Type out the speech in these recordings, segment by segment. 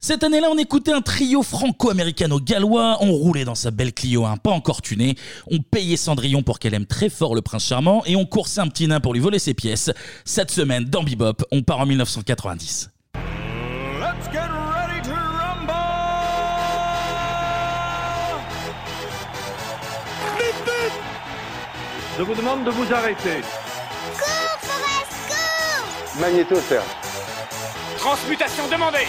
Cette année-là, on écoutait un trio franco-américano-gallois, on roulait dans sa belle Clio 1, pas encore tunée, on payait Cendrillon pour qu'elle aime très fort le prince charmant et on coursait un petit nain pour lui voler ses pièces. Cette semaine, dans Bebop, on part en 1990. Let's get ready to rumble! Je vous demande de vous arrêter. Magnéto, Serge. Transmutation demandée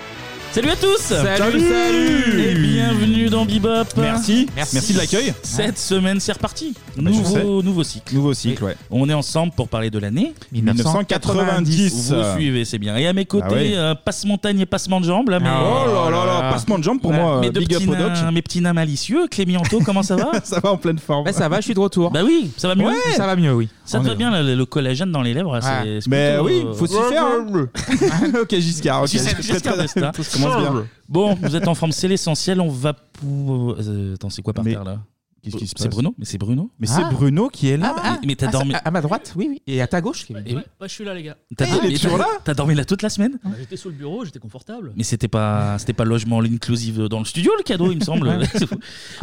Salut à tous Salut, salut Et bienvenue dans Bebop Merci. Merci. Merci de l'accueil. Cette semaine, c'est reparti bah, je nouveau, sais. nouveau cycle. Nouveau cycle, ouais. On est ensemble pour parler de l'année. 1990. Vous suivez, c'est bien. Et à mes côtés, Bah Ah oui. euh, passe-montagne et passement de jambes. Là, mais... Oh là là là, Ah. passement de jambes pour moi. mes euh, deux Big up petits au doc. nains- mes petits nains malicieux, Clémianto, comment ça va Ça va en pleine forme. Ouais, ça va, je suis de retour. Bah oui, ça va mieux. Ouais, ça va mieux, oui. Ça On te va est- Ah. bien le, le collagène dans les lèvres. là, Ouais. c'est- c'est Mais plutôt, oui, euh, faut s'y faire. hein. ok, Giscard. Giscard- ok. Je serais Giscard très- d'Estaing. Tout se commence bien. Bon, vous êtes en forme, c'est l'essentiel. On va pour. euh, attends, c'est quoi par Mais terre là Qu'est-ce qui se C'est passe Bruno Mais c'est Bruno Mais Ah. c'est Bruno qui est là. Mais- Mais t'as Ah, dormi. ça- à, à ma droite, oui, oui. Et à ta gauche, Kevin. Ouais, Eh oui. ouais, ouais, Bah, je suis là, les gars. T'as Eh, il est dormi, toujours t'as- là t'as dormi là toute la semaine Bah, J'étais sous le bureau, j'étais confortable. Mais c'était pas, c'était pas logement inclusive dans le studio le cadeau, il me semble.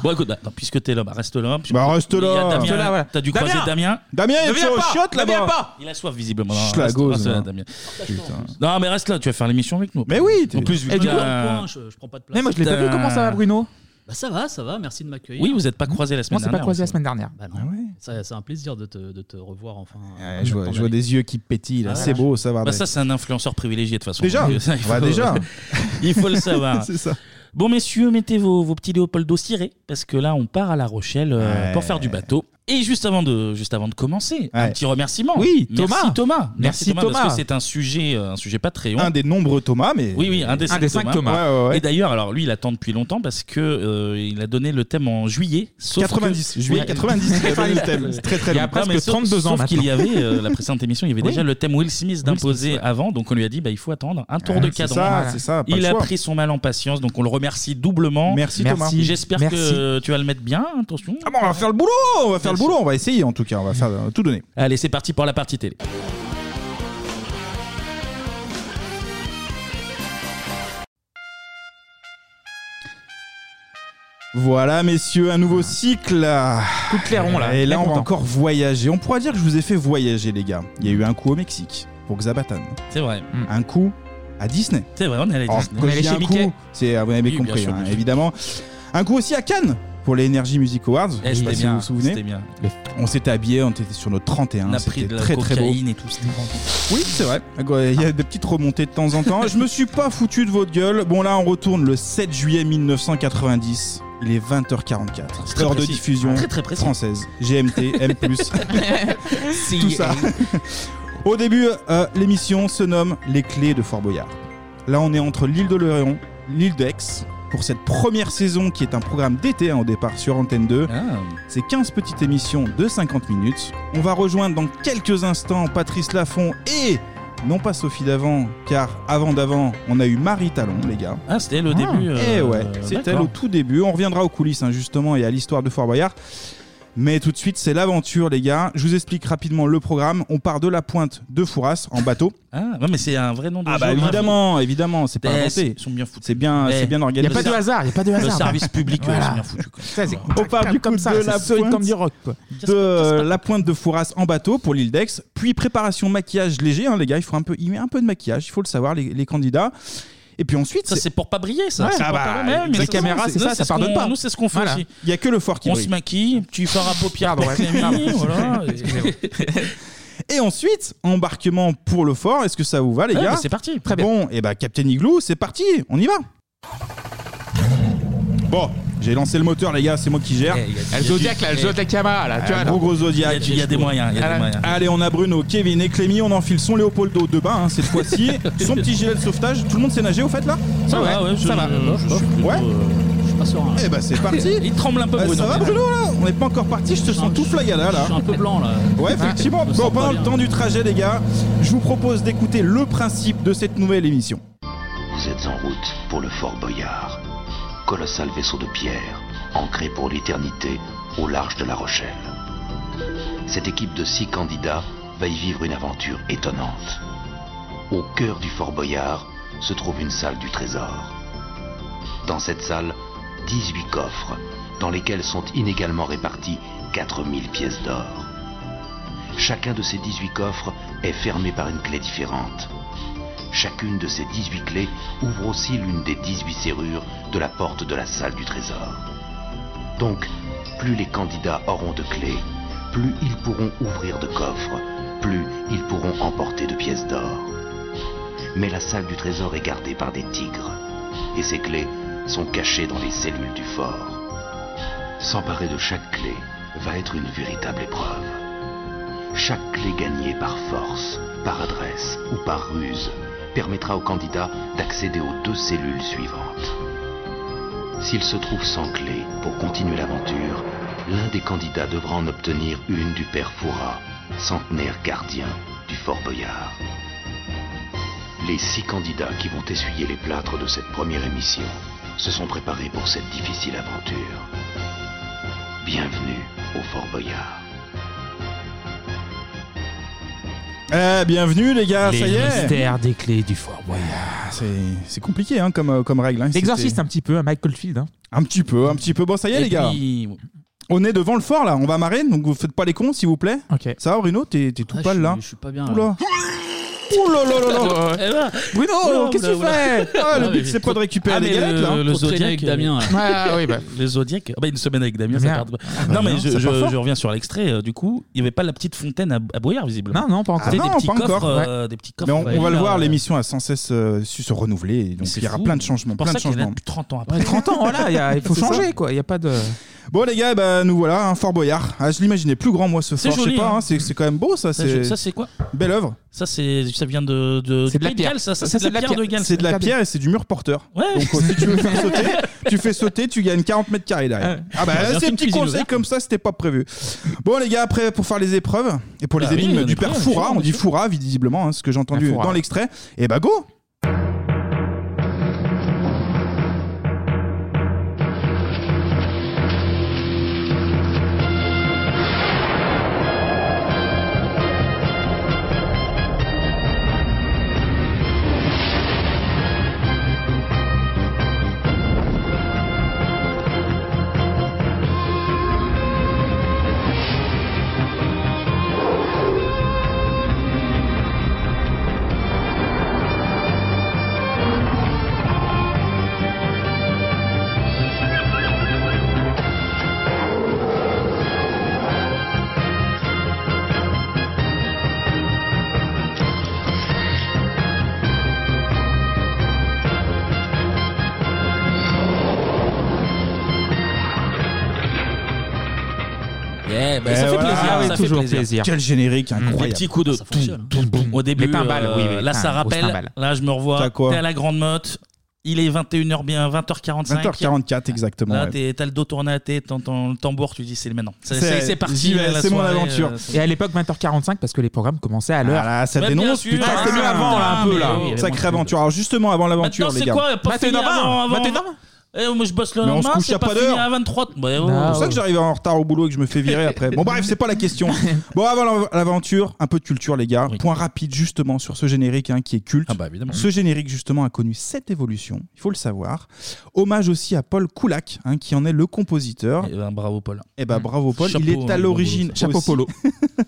bon, écoute, bah, puisque t'es là, bah, reste là. Bah, reste Il y a là. Damien, Reste là, voilà. T'as dû Damien croiser Damien. Damien, il Ne est viens au pas, shot ne viens là-bas. pas Il a soif visiblement. Chut, Non, la reste- gauze, reste là, moi. hein, Damien. Putain. Non, mais reste là, tu vas faire l'émission avec nous. Mais oui, t'es- En plus, vu Et que Eh, du Plein de coup, t'as- points, je, je prends pas de place. Mais moi, je l'ai pas vu. Comment ça va, Bruno Bah, ça va, ça va, merci de m'accueillir. oui, vous n'êtes pas croisés la On semaine s'est pas dernière. hein, croisé la semaine dernière. Bah non. Ah ouais. Ça- C'est un plaisir de te, de te revoir enfin. Ouais, je vois, je vois des yeux qui pétillent là. C'est beau, ça va. Bah, ça, c'est un influenceur privilégié de toute façon. Déjà, Donc, ça, il Bah, faut- déjà. il faut le savoir. C'est ça. Bon, messieurs, mettez vos, vos petits Léopoldo cirés, parce que là, on part à La Rochelle euh, Ouais. pour faire du bateau. Et juste avant de, juste avant de commencer, un Ouais. petit remerciement. Oui, Merci Thomas. Thomas. Merci Parce Thomas. que c'est un sujet, euh, un sujet pas très long. Un des nombreux Thomas, mais. Oui, oui, un des, Un des cinq Thomas. Ouais, ouais, ouais. Et d'ailleurs, alors lui, il attend depuis longtemps parce que euh, il a donné le thème en juillet. Sauf que- 90, juillet Ouais. 90, il y avait le thème. C'est très très Il y a long. presque Non, mais sauf- 32 ans Sauf qu'il maintenant. y avait, euh, la précédente émission, il y avait Oui. déjà le thème Will Smith d'imposer avant, donc on lui a dit, bah, il faut attendre un tour de C'est cadran. ça, Voilà. c'est ça. pas Il le a choix. pris son mal en patience, donc on le remercie doublement. Merci, Merci. Thomas. J'espère Merci. que tu vas le mettre bien, attention. Ah bon, on va faire le boulot, on va faire le boulot, on va essayer en tout cas, on va faire euh, tout donner. Allez, c'est parti pour la partie télé. Voilà messieurs, un nouveau cycle. là. Tout clairon, là. Et là Très on va content. encore voyager. On pourra dire que je vous ai fait voyager les gars. Il y a eu un coup au Mexique pour Xabatan, C'est vrai, un coup à Disney. c'est vrai, on est allé Alors, Disney. quand Oh, On est je allé dis chez un Mickey. coup, c'est vous avez Oui, bien compris sûr, hein, bien sûr. évidemment. Un coup aussi à Cannes pour les Energy Music Awards. Eh, je sais c'était pas si bien, vous vous c'était souvenez. bien. On s'était habillés, on était sur notre 31, On a pris c'était de la très très beau. cocaïne et tout. c'était bon. Oui, c'est vrai. Il y a des petites remontées de temps en temps. Je me suis pas foutu de votre gueule. Bon, là, on retourne le 7 juillet 1990. Il est 20h44. très Heure de précis. diffusion Très très précis. française. GMT, M+. tout ça. Au début, euh, l'émission se nomme Les clés de Fort Boyard. Là, on est entre l'île de Léon, l'île d'Aix. Pour cette première saison, qui est un programme d'été hein, au départ sur Antenne 2, Ah, ces 15 petites émissions de 50 minutes. On va rejoindre dans quelques instants Patrice Laffont et non pas Sophie d'avant, car avant d'avant, on a eu Marie Talon, les gars. Ah, c'était le début. Eh euh, ouais, euh, c'est elle d'accord. au tout début. On reviendra aux coulisses, hein, justement, et à l'histoire de Fort Boyard. Mais tout de suite, c'est l'aventure, les gars. Je vous explique rapidement le programme. On part de la pointe de Fouras en bateau. Ah, ouais, mais c'est un vrai nom de Ah bah géographie. évidemment, évidemment, c'est pas Eh, inventé. Ils sont bien foutus. C'est bien, Eh, c'est bien Il n'y a organisé. pas de hasard, il n'y a pas de Le hasard. service public, ouais, Voilà. c'est bien foutu. quoi. Ça, c'est- On part du coup comme ça, de c'est la solide pointe. comme du rock. Quoi. de euh, la pointe de Fouras en bateau pour l'île d'Aix, puis préparation maquillage léger, hein, les gars, il faut un peu, il met un peu de maquillage, il faut le savoir, les, les candidats. Et puis ensuite, Ça, c'est pour pas briller, ça. Ouais, C'est ah pour bah, pas briller, mais les nous, caméras, c'est nous, ça, ça ce pardonne qu'on- pas. Nous, c'est ce qu'on fait Voilà. aussi. il y a que le fort qui On brille. se maquille, tu fard à paupières Pardon, pour ouais, Clémy, pardon. voilà. et- Et ensuite, embarquement pour le fort, est-ce que ça vous va, les Ouais, mais gars C'est parti. Très bien. Bon, et bah, Captain Igloo, c'est parti, on y va Bon, j'ai lancé le moteur, les gars, c'est moi qui gère. Eh, il y a- Ah, Le il y a du- Zodiac, là, le Zodiac Yamaha, là. Tu vois, Un gros là. gros Il y a Zodiac. du- il y a des moyens. Il y a des Ah, moyens. Allez, on a Bruno, Kevin et Clémy, on enfile son Léopoldo de bain hein, cette fois-ci, son petit gilet de sauvetage. Tout le monde s'est nagé au fait là Ça va, ouais, je- ça va. je- je suis plutôt, Ouais. euh, Je suis pas serein. là. Eh bah, c'est parti Il tremble un peu, Euh, Bruno. ça va Bruno là On n'est pas encore parti, je te sens tout flagada Je là. suis un peu blanc là. Ouais effectivement, me bon sens pas pendant le bien. temps du trajet les gars, je vous propose d'écouter le principe de cette nouvelle émission. Vous êtes en route pour le Fort Boyard, colossal vaisseau de pierre, ancré pour l'éternité au large de La Rochelle. cette équipe de six candidats va y vivre une aventure étonnante. Au cœur du Fort Boyard se trouve une salle du trésor. Dans cette salle, 18 coffres, dans lesquels sont inégalement répartis 4000 pièces d'or. Chacun de ces 18 coffres est fermé par une clé différente. Chacune de ces 18 clés ouvre aussi l'une des 18 serrures de la porte de la salle du trésor. Donc, plus les candidats auront de clés, plus ils pourront ouvrir de coffres, plus ils pourront emporter de pièces d'or. Mais la salle du trésor est gardée par des tigres, et ces clés sont cachées dans les cellules du fort. S'emparer de chaque clé va être une véritable épreuve. Chaque clé gagnée par force, par adresse ou par ruse permettra au candidat d'accéder aux deux cellules suivantes. S'il se trouve sans clé pour continuer l'aventure, l'un des candidats devra en obtenir une du père Foura, centenaire gardien du Fort Boyard. Les six candidats qui vont essuyer les plâtres de cette première émission se sont préparés pour cette difficile aventure. Bienvenue au Fort Boyard. Eh, bienvenue les gars, ça y Les est mystères des clés du Fort Boyard. Ah, C'est c'est compliqué hein, comme, euh, comme règle. hein. L'exorciste C'était- un petit peu, à Michael Field. Hein. Un petit peu, un petit peu. Bon, ça y est Et les gars, puis, on est devant le fort là, on va marrer, donc vous faites pas les cons s'il vous plaît. Ok. Ça va Bruno, t'es t'es tout Ah, je pâle suis- là Je suis pas bien. là. Oula Oula là là là Eh ben, Bruno, Oula, qu'est-ce que tu oula, fais Ah, Ah, le mais but c'est pas de récupérer Ah, les mais galettes le, là le faut traîner Zodiac. avec Damien. là. Ah oui, bah. Le Zodiac. Ah bah, une semaine avec Damien, ça Merde. Ah, bah, tarde. non, mais non, je, ça je- part fort. je reviens sur l'extrait. euh, Du coup, il n'y avait pas la petite fontaine à, à Boyard, visiblement. Non, non, pas encore. Ah, C'était non, des petits pas encore, coffres. euh, Des petits Mais coffres. on, Ouais, on va le là, voir, euh, l'émission a sans cesse euh, su se renouveler, et donc C'est il y aura fou. plein de changements, C'est pour plein de ça qu'elle a changements. 30 ans après. Ouais, 30 ans, voilà, y a- il faut C'est ça. changer quoi. Il n'y a pas de. Bon les gars, eh ben, nous voilà, un Fort Boyard. Ah, je l'imaginais plus grand moi ce C'est fort, je sais joli, pas, hein. hein, c'est c'est quand même beau ça, Ça, je- c'est ça, c'est quoi belle œuvre. Ça, c'est, ça vient de, de, C'est de la Pays pierre. Galles, ça, ça, Ça, c'est de la pierre de Galles. C'est Euh, de la Regardez. pierre et c'est du mur porteur. Ouais. Donc euh, si tu veux faire sauter, tu fais sauter, tu gagnes 40 mètres carrés derrière. Ah bah Bien sûr, c'est un une petit cuisine conseil ouverte. comme ça, c'était pas prévu. Bon les gars, après pour faire les épreuves et pour les Bah oui, énigmes on du est père prêts, Foura, bien sûr, on dit bien Foura visiblement, hein, ce que j'ai entendu Un Foura. dans l'extrait. Et bah go Yeah, bah, Eh ça fait voilà. plaisir. Ah oui, ça fait toujours plaisir. Mmh. plaisir. Quel générique Des incroyable. petits coups de Ça fonctionne. toum, toum, toum. hein. au début. Les timbales, euh, oui, oui. Là, ça Ah, grosses rappelle. timbales. Là, je me T'as revois. quoi T'es à la grande motte. Il est 21h bien, 20h45. 20h44 exactement. Là, ouais. t'es- t'as le dos tourné à la tête, t'entends le tambour, tu dis c'est le maintenant. C'est- C'est- C'est c'est parti. j'y vais, la c'est mon soirée, aventure. euh, c'est- Et à l'époque, 20h45, parce que les programmes commençaient à Ah l'heure. là, ça Bah, bien dénonce, sûr. putain, Ah, c'était mieux avant là, un peu mais là. oui, il y avait Sacrée moins de aventure. Alors justement avant l'aventure Maintenant, les c'est gars. quoi Pas fini 21h20, avant, Bah, avant- 21h20. Eh, moi, je bosse le Mais on se lendemain, couche à c'est pas pas fini d'heure. à 23. Bah, ouais, Non. C'est pour ça que j'arrivais en retard au boulot et que je me fais virer après. Bon, bref, c'est pas la question. Bon, avant l'av- l'aventure, un peu de culture, les gars. Oui. Point rapide, justement, sur ce générique hein, qui est culte. Ah bah évidemment. Ce générique, justement, a connu sept évolutions, il faut le savoir. Hommage aussi à Paul Koulak, hein, qui en est le compositeur. Eh ben, bravo Paul. Eh ben, bravo Paul. Chapeau, il est hein, à bon l'origine. boulot, Chapeau aussi- polo.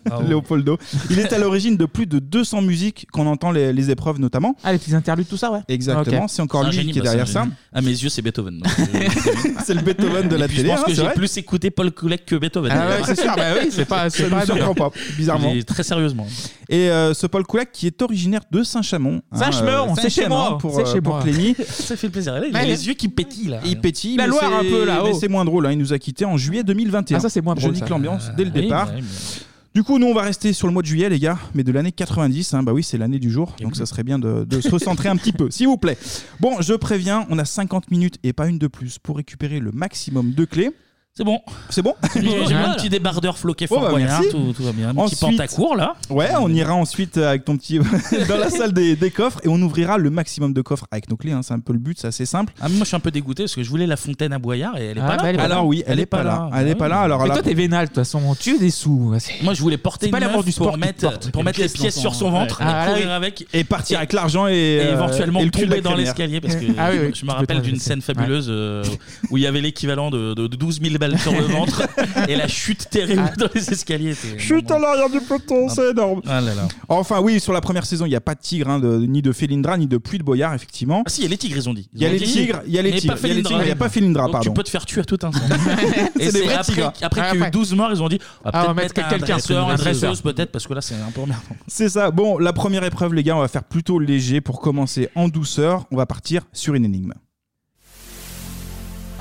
Bravo. Léopoldo. Il est à l'origine de plus de 200 musiques qu'on entend les, les épreuves, notamment. Ah, les petits interludes, tout ça, ouais. Exactement, c'est encore C'est un lui génie, qui est bah, c'est un derrière ça. génie. À mes yeux, c'est Beethoven. Donc, euh, C'est le Beethoven de la et puis, je télé. pense hein, que c'est j'ai vrai. plus écouté Paul Koulek que Beethoven. Ah ouais, c'est sûr, bah oui, c'est pas, Ça c'est ne pas me dur. surprend pas, bizarrement. Mais hein. Très sérieusement. Et euh, ce Paul Koulak qui est originaire de Saint-Chamond. hein, Saint-Chamond, euh, c'est chez Saint-Chamond moi, Pour, c'est euh, chez pour moi. Ah, Clémy. Ça fait plaisir. Là, il a Ouais. les yeux qui pétillent là. Il pétille. La mais Loire un c'est- peu, là-haut. Mais c'est moins drôle, hein, il nous a quittés en juillet 2021. Ah, ça, c'est moins Je drôle. nique ça. Ah, l'ambiance dès le Oui, bah départ. ouais, mais- Du coup, nous, on va rester sur le mois de juillet, les gars, mais de l'année 90. hein, bah oui, c'est l'année du jour, donc ça serait bien de, de se recentrer un petit peu, s'il vous plaît. Bon, je préviens, on a 50 minutes et pas une de plus pour récupérer le maximum de clés. C'est bon. C'est bon J'ai Ouais. j'ai mon petit débardeur floqué fort Oh, bah, moyen, merci. tout, tout va bien. Un petit Ensuite- pantacourt là. Ouais, on ira ensuite euh, avec ton petit dans la salle des, des coffres et on ouvrira le maximum de coffres avec nos clés. hein. C'est un peu le but, c'est assez simple. Ah, moi je suis un peu dégoûté parce que je voulais la fontaine à Boyard et elle est Ah pas Ah, bah, là. elle est pas Alors là. oui, elle, est pas là. Elle est pas là. Alors Mais là- toi, t'es vénal, de toute façon. Tu es des sous. C'est- Moi je voulais porter C'est une pas l'amour meuf du sport pour qui mettre, te porte. pour mettre Une les pièce pièces dans sur ton- son ventre ouais. et Ah, courir oui. avec. et partir avec l'argent et, et euh, éventuellement et le cul de la tomber dans l'escalier crémière. parce que Ah oui, oui, je tu me peux rappelle te d'une rabaisser. scène fabuleuse euh, où il y avait l'équivalent de, de 12 000 balles sur le ventre et la chute terrible dans les escaliers. C'était- Ah. Chut Ah, à l'arrière du peloton, c'est énorme. Ah là là. Enfin oui, sur la première saison, il n'y a pas de tigre, hein, de- ni de Félindra, ni de pluie de Boyard, effectivement. Ah si, il y a les tigres, ils ont dit. Ils Il y a ont les dit- tigres, il y a les mais tigres, pas il y a les Félindra. tigres, il y a pas Félindra, Donc tu pardon. peux te faire tuer à tout instant. C'est des vrais après, tigres. Après Ah, qu'il y a eu après. 12 morts, ils ont dit ah, Ah, on peut-être va mettre mettre un quelqu'un, dresseur, un une dresseur. dresseuse peut-être parce que là c'est un peu emmerdant. C'est ça. Bon, la première épreuve, les gars, on va faire plutôt léger pour commencer en douceur. On va partir sur une énigme.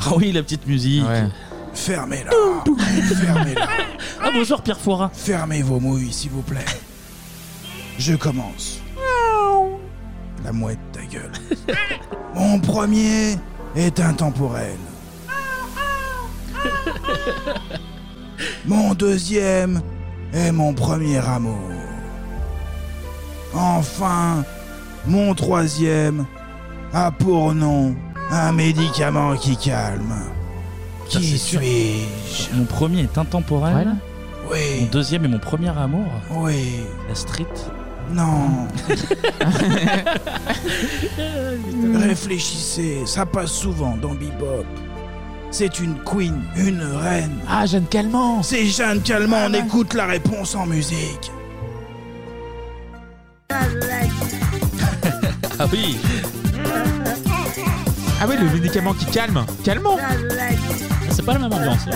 Ah oui, la petite musique. Ouais. Fermez-la. Fermez-la. Ah bonsoir Pierre Foira. Fermez vos mouilles, s'il vous plaît. Je commence. La mouette, ta gueule. Mon premier est intemporel. Mon deuxième est mon premier amour. Enfin, mon troisième a pour nom un médicament qui calme. Ça, c'est Qui sûr. suis-je Mon premier est intemporel. Voilà. Mon Oui, deuxième et mon premier amour, oui, la street. non. Réfléchissez, ça passe souvent dans Bebop. C'est une queen, une reine. Ah, Jeanne Calment. C'est Jeanne Calment, bah. on écoute la réponse en musique. Ah oui. Ah oui, le médicament qui calme. Calmant. C'est pas la même ambiance. là.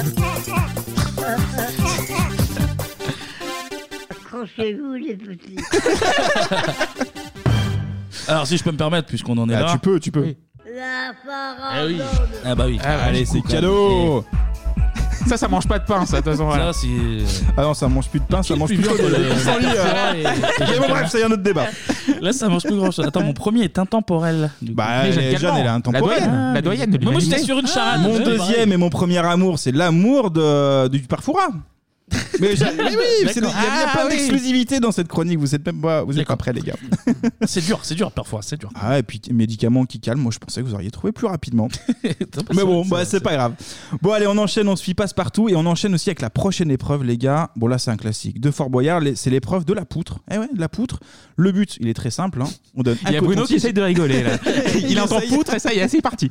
Accrochez-vous les petits. Alors si je peux me permettre puisqu'on en est là. peux, Bah, tu peux. Oui. La Eh oui. parole. Ah bah oui. Ah, bah, Allez, c'est cadeau Ça, ça mange pas de pain, ça, de toute façon. voilà. Ça c'est. euh, Ah non, ça mange plus de pain, ça mange plus de... Sans lit, euh. Mais bon, bref, c'est un autre débat. Là ça mange plus grand chose. Attends, mon premier est intemporel. du coup. Bah, Mais Jeanne elle- Jeanne, Calment, elle est La intemporelle. doyenne, la doyenne de Ah, Mais moi j'étais l'humanité. sur une charade. Ah, Mon Ouais, pareil. deuxième et mon premier amour, c'est l'amour de, du parfoura. Mais, j'ai- mais oui, c'est- il y a bien Ah, plein oui. d'exclusivité dans cette chronique. Vous êtes même pas, vous êtes pas prêts, les gars. C'est dur, c'est dur parfois, c'est dur. Ah, et puis médicaments qui calment. Moi, je pensais que vous auriez trouvé plus rapidement. Mais bon, bah, c'est pas grave. Bon, allez, on enchaîne, on se fie passe partout et on enchaîne aussi avec la prochaine épreuve, les gars. Bon, là, c'est un classique. De Fort Boyard, les- c'est l'épreuve de la poutre. Eh ouais, de la poutre. Le but, il est très simple. hein. On donne. un Ah, Il y a Bruno qui coton-tige. essaye de rigoler, là. Il entend essaye. poutre et ça y est, c'est parti.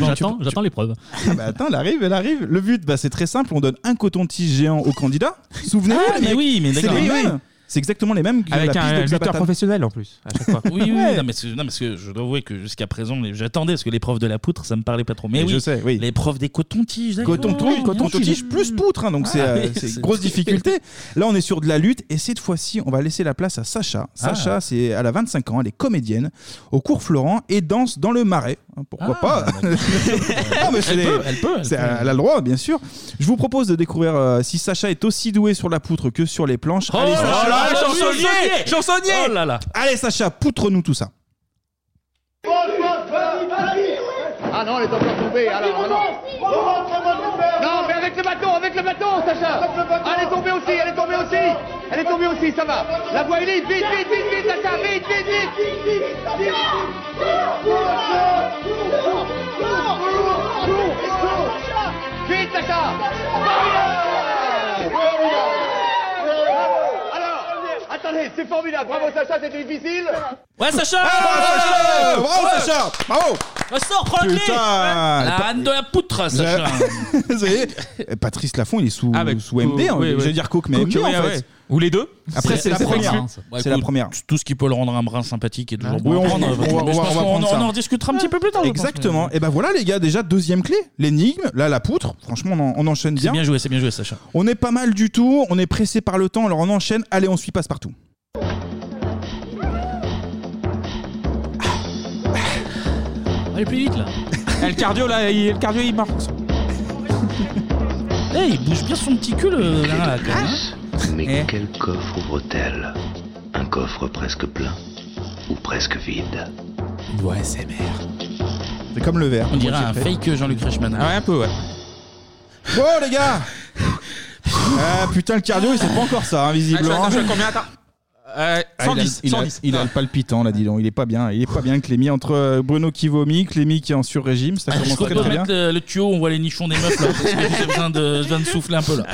J'attends, j'attends l'épreuve. Ah bah, attends, elle arrive, elle arrive. Le but, bah, c'est très simple. On donne un coton-tige géant au candidat. Souvenez-vous, Ah, les mais mecs, oui, mais c'est d'accord. les Oui, mêmes. C'est exactement les mêmes que Avec la piste un de lutteur Xabatan. professionnel en plus, à chaque fois. Oui, oui, Ouais. non, mais, c'est- non, parce que je dois avouer que jusqu'à présent, les- j'attendais, parce que l'épreuve de la poutre, ça me parlait pas trop. Mais Et Je oui, sais, oui. l'épreuve des cotons-tiges. d'accord. Coton-tige Oui, bien sûr. Ah coton-tige plus poutre, hein, donc c'est, euh, oui, c'est c'est- une grosse difficulté. Là, on est sur de la lutte, et cette fois-ci, on va laisser la place à Sacha. Ah. Sacha, c'est elle a 25 ans, elle est comédienne au cours Florent et danse dans le marais. Hein, Pourquoi Ah. pas Non, mais c'est Elle les- peut, elle peut. elle c'est- peut. elle a le droit, bien sûr. Je vous propose de découvrir euh, si Sacha est aussi doué sur la poutre que sur les planches. Oh Allez, là Sacha, là, Allez, chansonnier chansonnier Oh là là Allez, Sacha, poutre-nous tout ça. Ah non, elle est encore tombée, alors. alors. Non, mais avec le bâton, avec le bâton, Sacha Ah, Elle est tombée aussi, elle est tombée aussi Elle est tombée aussi, ça va La voie est libre, vite, vite, vite, vite, Sacha, vite, vite, vite Vite, Sacha Formidable Alors, attendez, c'est formidable Bravo, Sacha, c'était difficile Ouais, Sacha Ah, Sacha Bravo, Sacha Bravo Ressort, prends la clé Putain La reine de la poutre, Ah, Sacha Ah, Vous savez, Patrice Lafont, il est sous, Avec- sous MD, hein, oui, je oui. veux dire Coke, mais Coke, MD, en ouais, fait. ouais. Ou les deux. Après, C'est- c'est la c'est première. rare, hein, ça. Bah, C'est la écoute, première. Tout ce qui peut le rendre un brin sympathique est toujours Ouais, bon. à on- prendre. on va- Mais je on va- pense on va qu'on prendre en- ça. on en rediscutera un petit peu plus tard. je pense. Exactement. Et ben voilà, les gars, déjà deuxième clé, l'énigme. Là, la poutre. Franchement, on, en- on enchaîne C'est bien. bien joué, c'est bien joué, Sacha. On est pas mal du tout. On est pressé par le temps. Alors on enchaîne. Allez, on suit passe partout. Allez plus vite là. Ah, le cardio, là, il, le cardio, il marche. Eh, il bouge bien son petit cul, le là, là, quand même, hein. Mais quel coffre ouvre-t-elle Un coffre presque plein ou presque vide hein. Ouais, c'est merde. C'est comme le verre. On dirait Moi, un j'ai fait. fake Jean-Luc Reichmann. Ah ouais, un peu, ouais. Bon, les gars Ah, Putain, le cardio, il sait pas encore ça, hein, visiblement. Attends, attends, combien attends Euh, Ah, il a- 110, il a, 110. il a le palpitant, là, dis donc. Il est pas bien. Il est pas bien, Clémy. Entre euh, Bruno qui vomit, Clémy qui est en sur-régime, ça Ah, Est-ce commence qu'on très peut très bien. mettre le, le tuyau où on voit les nichons des meufs là Parce que j'ai besoin de, j'ai besoin de souffler un peu là.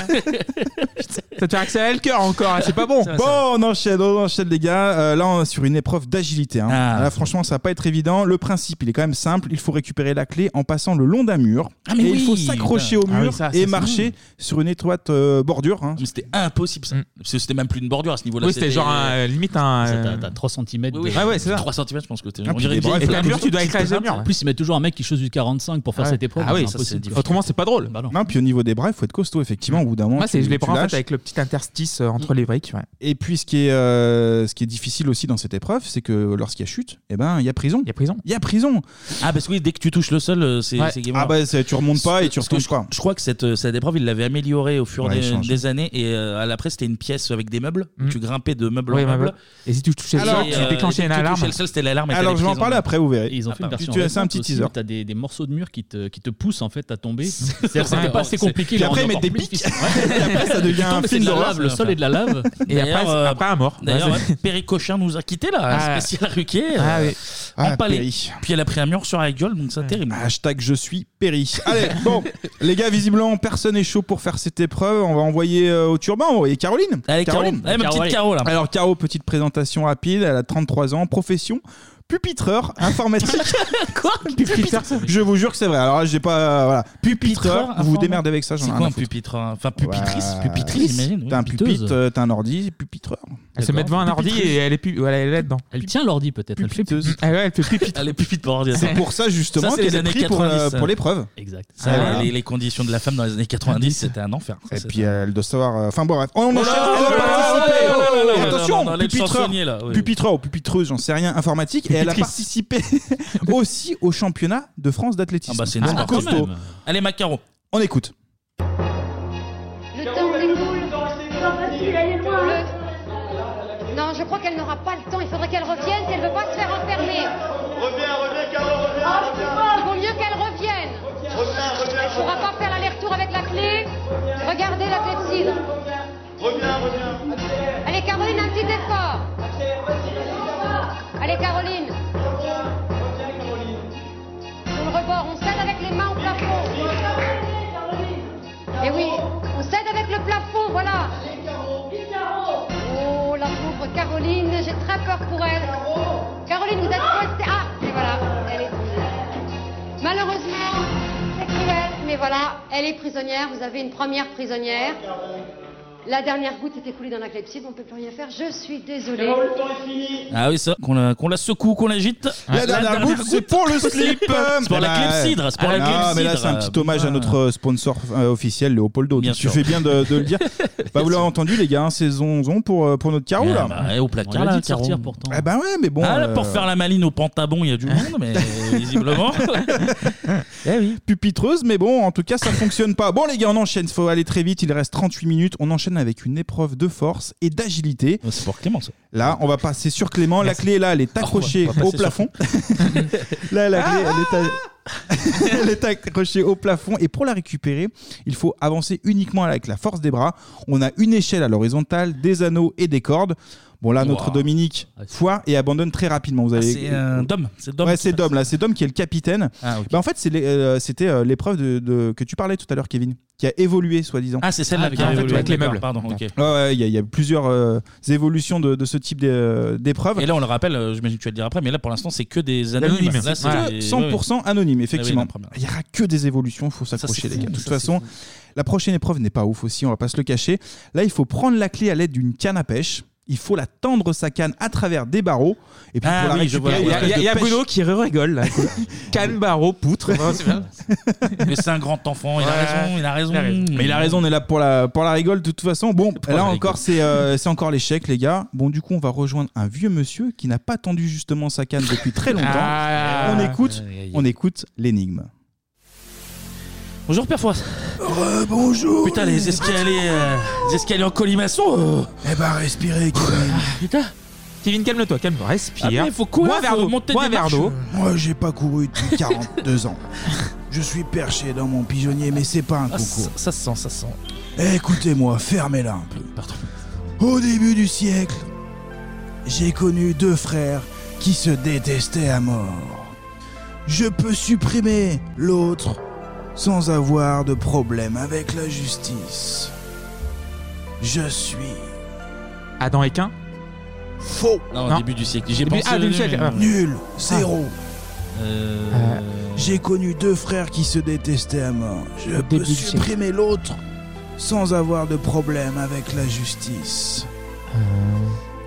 Ça te fait accélérer le cœur encore, hein, c'est pas bon. Bon, on enchaîne, on enchaîne les gars. Euh, là, on est sur une épreuve d'agilité. hein. Ah. Là, franchement, ça va pas être évident. Le principe, il est quand même simple. Il faut récupérer la clé en passant le long d'un mur. Ah, mais et oui, il faut s'accrocher au mur putain. Ah oui, ça, et ça, marcher sur une étroite euh, bordure. hein. C'était impossible ça. Parce que c'était même plus une bordure à ce niveau-là. Mm. Oui, c'était genre un- euh, limite un. T'as 3 cm. Oui, oui. Ah ouais, c'est ça. 3 cm, je pense que t'es. Ah, on puis dirait des une vieille bras, Et t'as plaque. un mur, tu dois écraser le mur. En plus, ils mettent toujours un mec qui chose du 45 pour faire Ouais. cette épreuve. Ah oui, c'est ça, c'est impossible. difficile. Autrement, c'est pas drôle. Bah non. Non, puis au niveau des bras, il faut être costaud, effectivement. Au bout d'un moment, Moi, c'est tu- je les tu prends en lâches. fait avec le petit interstice euh, entre les briques. ouais. Et puis, ce qui, est, euh, ce qui est difficile aussi dans cette épreuve, c'est que lorsqu'il y a chute, eh ben, il y a prison. Il y a prison. Il y a prison. Ah, parce que oui, dès que tu touches le sol, euh, c'est Ouais. c'est game Ah over. bah, c'est- tu remontes pas et tu Parce que retombes, je, je crois. je crois que cette, euh, cette épreuve, il l'avait améliorée au fur Ouais, il des, change. des années. Et euh, à l'après, c'était une pièce avec des meubles. Mm. Tu grimpais de meuble Ouais, en meuble. meuble. Et si tu touchais le Alors, sol, Et, tu euh, déclenchais dès une que tu touchais alarme. Le sol, c'était l'alarme. et Alors, t'allais je vais en prison. parler après, vous verrez. Et ils ont fait une version. tu as- c'est un récente petit aussi, teaser. où T'as des, des morceaux de mur qui te, qui te poussent en fait à tomber. C'est-à-dire que C'était pas assez compliqué. Puis ils l'ont après, ils rendu mettent des encore plus pics. difficile. Ouais. Et après, ça devient Tu un tombes, c'est film de la d'horreur. lave, le sol est de la lave. Et après, D'ailleurs, c'est- euh, après, un mort. D'ailleurs, Ouais, ouais, Perry Cochin nous a quittés là, Ah. spécial Ruquier. c'est- Ah oui. Ah, empalé. Perry. Puis elle a pris un mur sur la gueule, donc c'est terrible. Hashtag je suis péri. Allez, bon, les gars, visiblement, personne n'est chaud pour faire cette épreuve. On va envoyer euh, au turban, on va envoyer Caroline. Allez, Caro, Caroline. Allez, ma Caro, petite Caro là. Alors, Caro, petite présentation rapide. Elle a 33 ans, profession pupitreur informatique. Quoi Pupitre. je vous jure que c'est vrai. Alors, là, j'ai pas. euh, voilà. Pupitreur, Pupitreur vous vous informatique. démerdez avec ça, j'en C'est ai quoi rien à un foutre. pupitre hein Enfin, pupitrice, Ouais. pupitrice, j'imagine. oui. T'as un pupiteuse. pupitre, euh, t'as un ordi, pupitreur. Elle se met devant un ordi et elle est pu- voilà, elle est là-dedans. Elle tient l'ordi peut-être. Elle fait plus. Pupiteuse. Ah ouais, elle fait pupitre. Ah, les pupitres pour ordinateur. C'est pour ça, justement, Ça, c'est les qu'elle est années prise pour, euh, 90, ça. pour l'épreuve. Exact. Ça, Ah, les, les conditions de la femme dans les années 90, Ah, c'était un enfer. Et Ça, puis c'est- euh, elle doit savoir. euh, Enfin bon, bref. On Oh enchaîne. là Elle là là va là oh participer. là là là là là Attention, là là, les pupitreur. chansonniers, là, oui. Pupitreur ou pupitreuse, oh, j'en sais rien, informatique. Et elle a participé aussi au championnat de France d'athlétisme. Ah bah, c'est une Donc, star, Quand costaud. même. Allez, Macaro. On écoute. Le temps s'écoule. Pas facile, allez-moi. hein. Non, je crois qu'elle n'aura pas le temps. Il faudrait qu'elle revienne si elle ne veut pas se faire enfermer. Reviens, reviens, Caro, Ah, reviens, je sais reviens. Il pas. vaut mieux qu'elle revienne. Reviens, reviens, Elle ne pourra pas faire l'aller-retour avec la clé. Regardez la clé de cidre. reviens, reviens. Allez, Caroline, un petit effort. Allez, Caroline. Sur le rebord, on s'aide avec les mains au plafond. Eh oui, on s'aide avec le plafond, voilà. Oh, la pauvre Caroline, j'ai très peur pour elle. Caroline, vous êtes postée. Ah, et voilà, elle est tombée. Malheureusement, c'est cruel, mais voilà, elle est prisonnière. Vous avez une première prisonnière. La dernière goutte s'est écoulée dans la clepsydre, on ne peut plus rien faire. Je suis désolée. Caro, le temps est fini. Ah oui, ça, qu'on la, qu'on la secoue, qu'on l'agite. La dernière goutte, c'est pour le slip. C'est pour la Bah, clepsydre. C'est pour la Ah, clepsydre. mais là, c'est un petit hommage à notre sponsor euh, officiel, Léopoldo. Bien Donc, tu sûr. fais bien de, de le dire. Bah, vous l'avez entendu, les gars, hein, saison 11 pour, euh, pour notre carreau, Ah, là. bah, ouais, au placard, On là, l'a dit de Caro. sortir pourtant. Eh ben ouais, mais bon. ah, là, pour euh, Hein faire la maline au pentabon, il y a du monde, mais visiblement. Ah, Eh pupitreuse, mais bon, en tout cas, ça fonctionne pas. Bon, les gars, on enchaîne, faut aller très vite, il reste 38 minutes, on enchaîne avec une épreuve de force et d'agilité. C'est pour Clément, ça. Ah, Là, on va passer sur Clément, la clé est là, elle est accrochée on va passer au sur- plafond. là, la clé, elle est, à- elle est accrochée au plafond, et pour la récupérer, il faut avancer uniquement avec la force des bras. On a une échelle à l'horizontale, des anneaux et des cordes. Bon, là, notre Wow. Dominique foire et abandonne très rapidement. Vous Ah, avez... c'est un Dom. C'est Dom. Ouais, c'est Dom, là, c'est Dom qui est le capitaine. Ah, ok. Bah, en fait, c'est les- euh, c'était euh, l'épreuve de, de- que tu parlais tout à l'heure, Kevin, qui a évolué, soi-disant. Ah, c'est celle-là Ah, qui a d'accord, évolué. avec les meubles. Pardon, ok. Ouais, ouais, il y, a- il y a plusieurs euh, évolutions de, de ce type d'é- euh, d'épreuve. Et là, on le rappelle, euh, j'imagine que tu vas le dire après, mais là, pour l'instant, c'est que des anonymes. Anonymes. Là, c'est Que des- 100% anonyme, effectivement. Ah oui, la première. il n'y aura que des évolutions, faut c'est s'accrocher, les fou, gars. De toute ça, façon, la prochaine épreuve n'est pas ouf aussi, on va pas se le cacher. Là, il faut prendre la clé à l'aide d'une canne à pêche. Il faut la tendre sa canne à travers des barreaux. Et puis Ah pour la oui, je vois, récupérer, ouais. Il y a- il y a- il y a espèce de Bruno qui rigole là. Canne, barreau, poutre. Ouais, c'est bien. ouais. Mais c'est un grand enfant, il a Ouais. raison, il a raison. Il a raison. Mais il a raison, on est là pour la, pour la rigole de toute façon. Bon, Mm. la là rigole. encore, c'est euh, c'est encore l'échec, les gars. Bon, du coup, on va rejoindre un vieux monsieur qui n'a pas tendu justement sa canne depuis très longtemps. Ah. on écoute, Aïe, aïe, aïe. on écoute l'énigme. Bonjour, Père Froisse. bonjour. Putain, les escaliers, euh, les escaliers en colimaçon. euh, Eh ben, respirez, putain, Kevin, calme-toi, calme-toi. Respire. Après, Ah, il faut courir, Bois un verre faut d'eau. monter Bois des un verre marches. d'eau. Moi, j'ai pas couru depuis 42 ans. Je je suis perché dans mon pigeonnier, mais c'est pas un Ah, concours. Eh, ça, ça se sent, ça se sent. Écoutez-moi, fermez-la un peu. Au début du siècle, j'ai connu deux frères qui se détestaient à mort. Je peux supprimer l'autre sans avoir de problème avec la justice. Je suis Adam et Cain faux. Non, au début Eh du siècle. J'ai Début- pensé. ah, début du mais- siècle, ah. Nul, zéro. Euh, J'ai connu deux frères qui se détestaient à mort. Je Au peux début du siècle. supprimer l'autre sans avoir de problème avec la justice. Euh,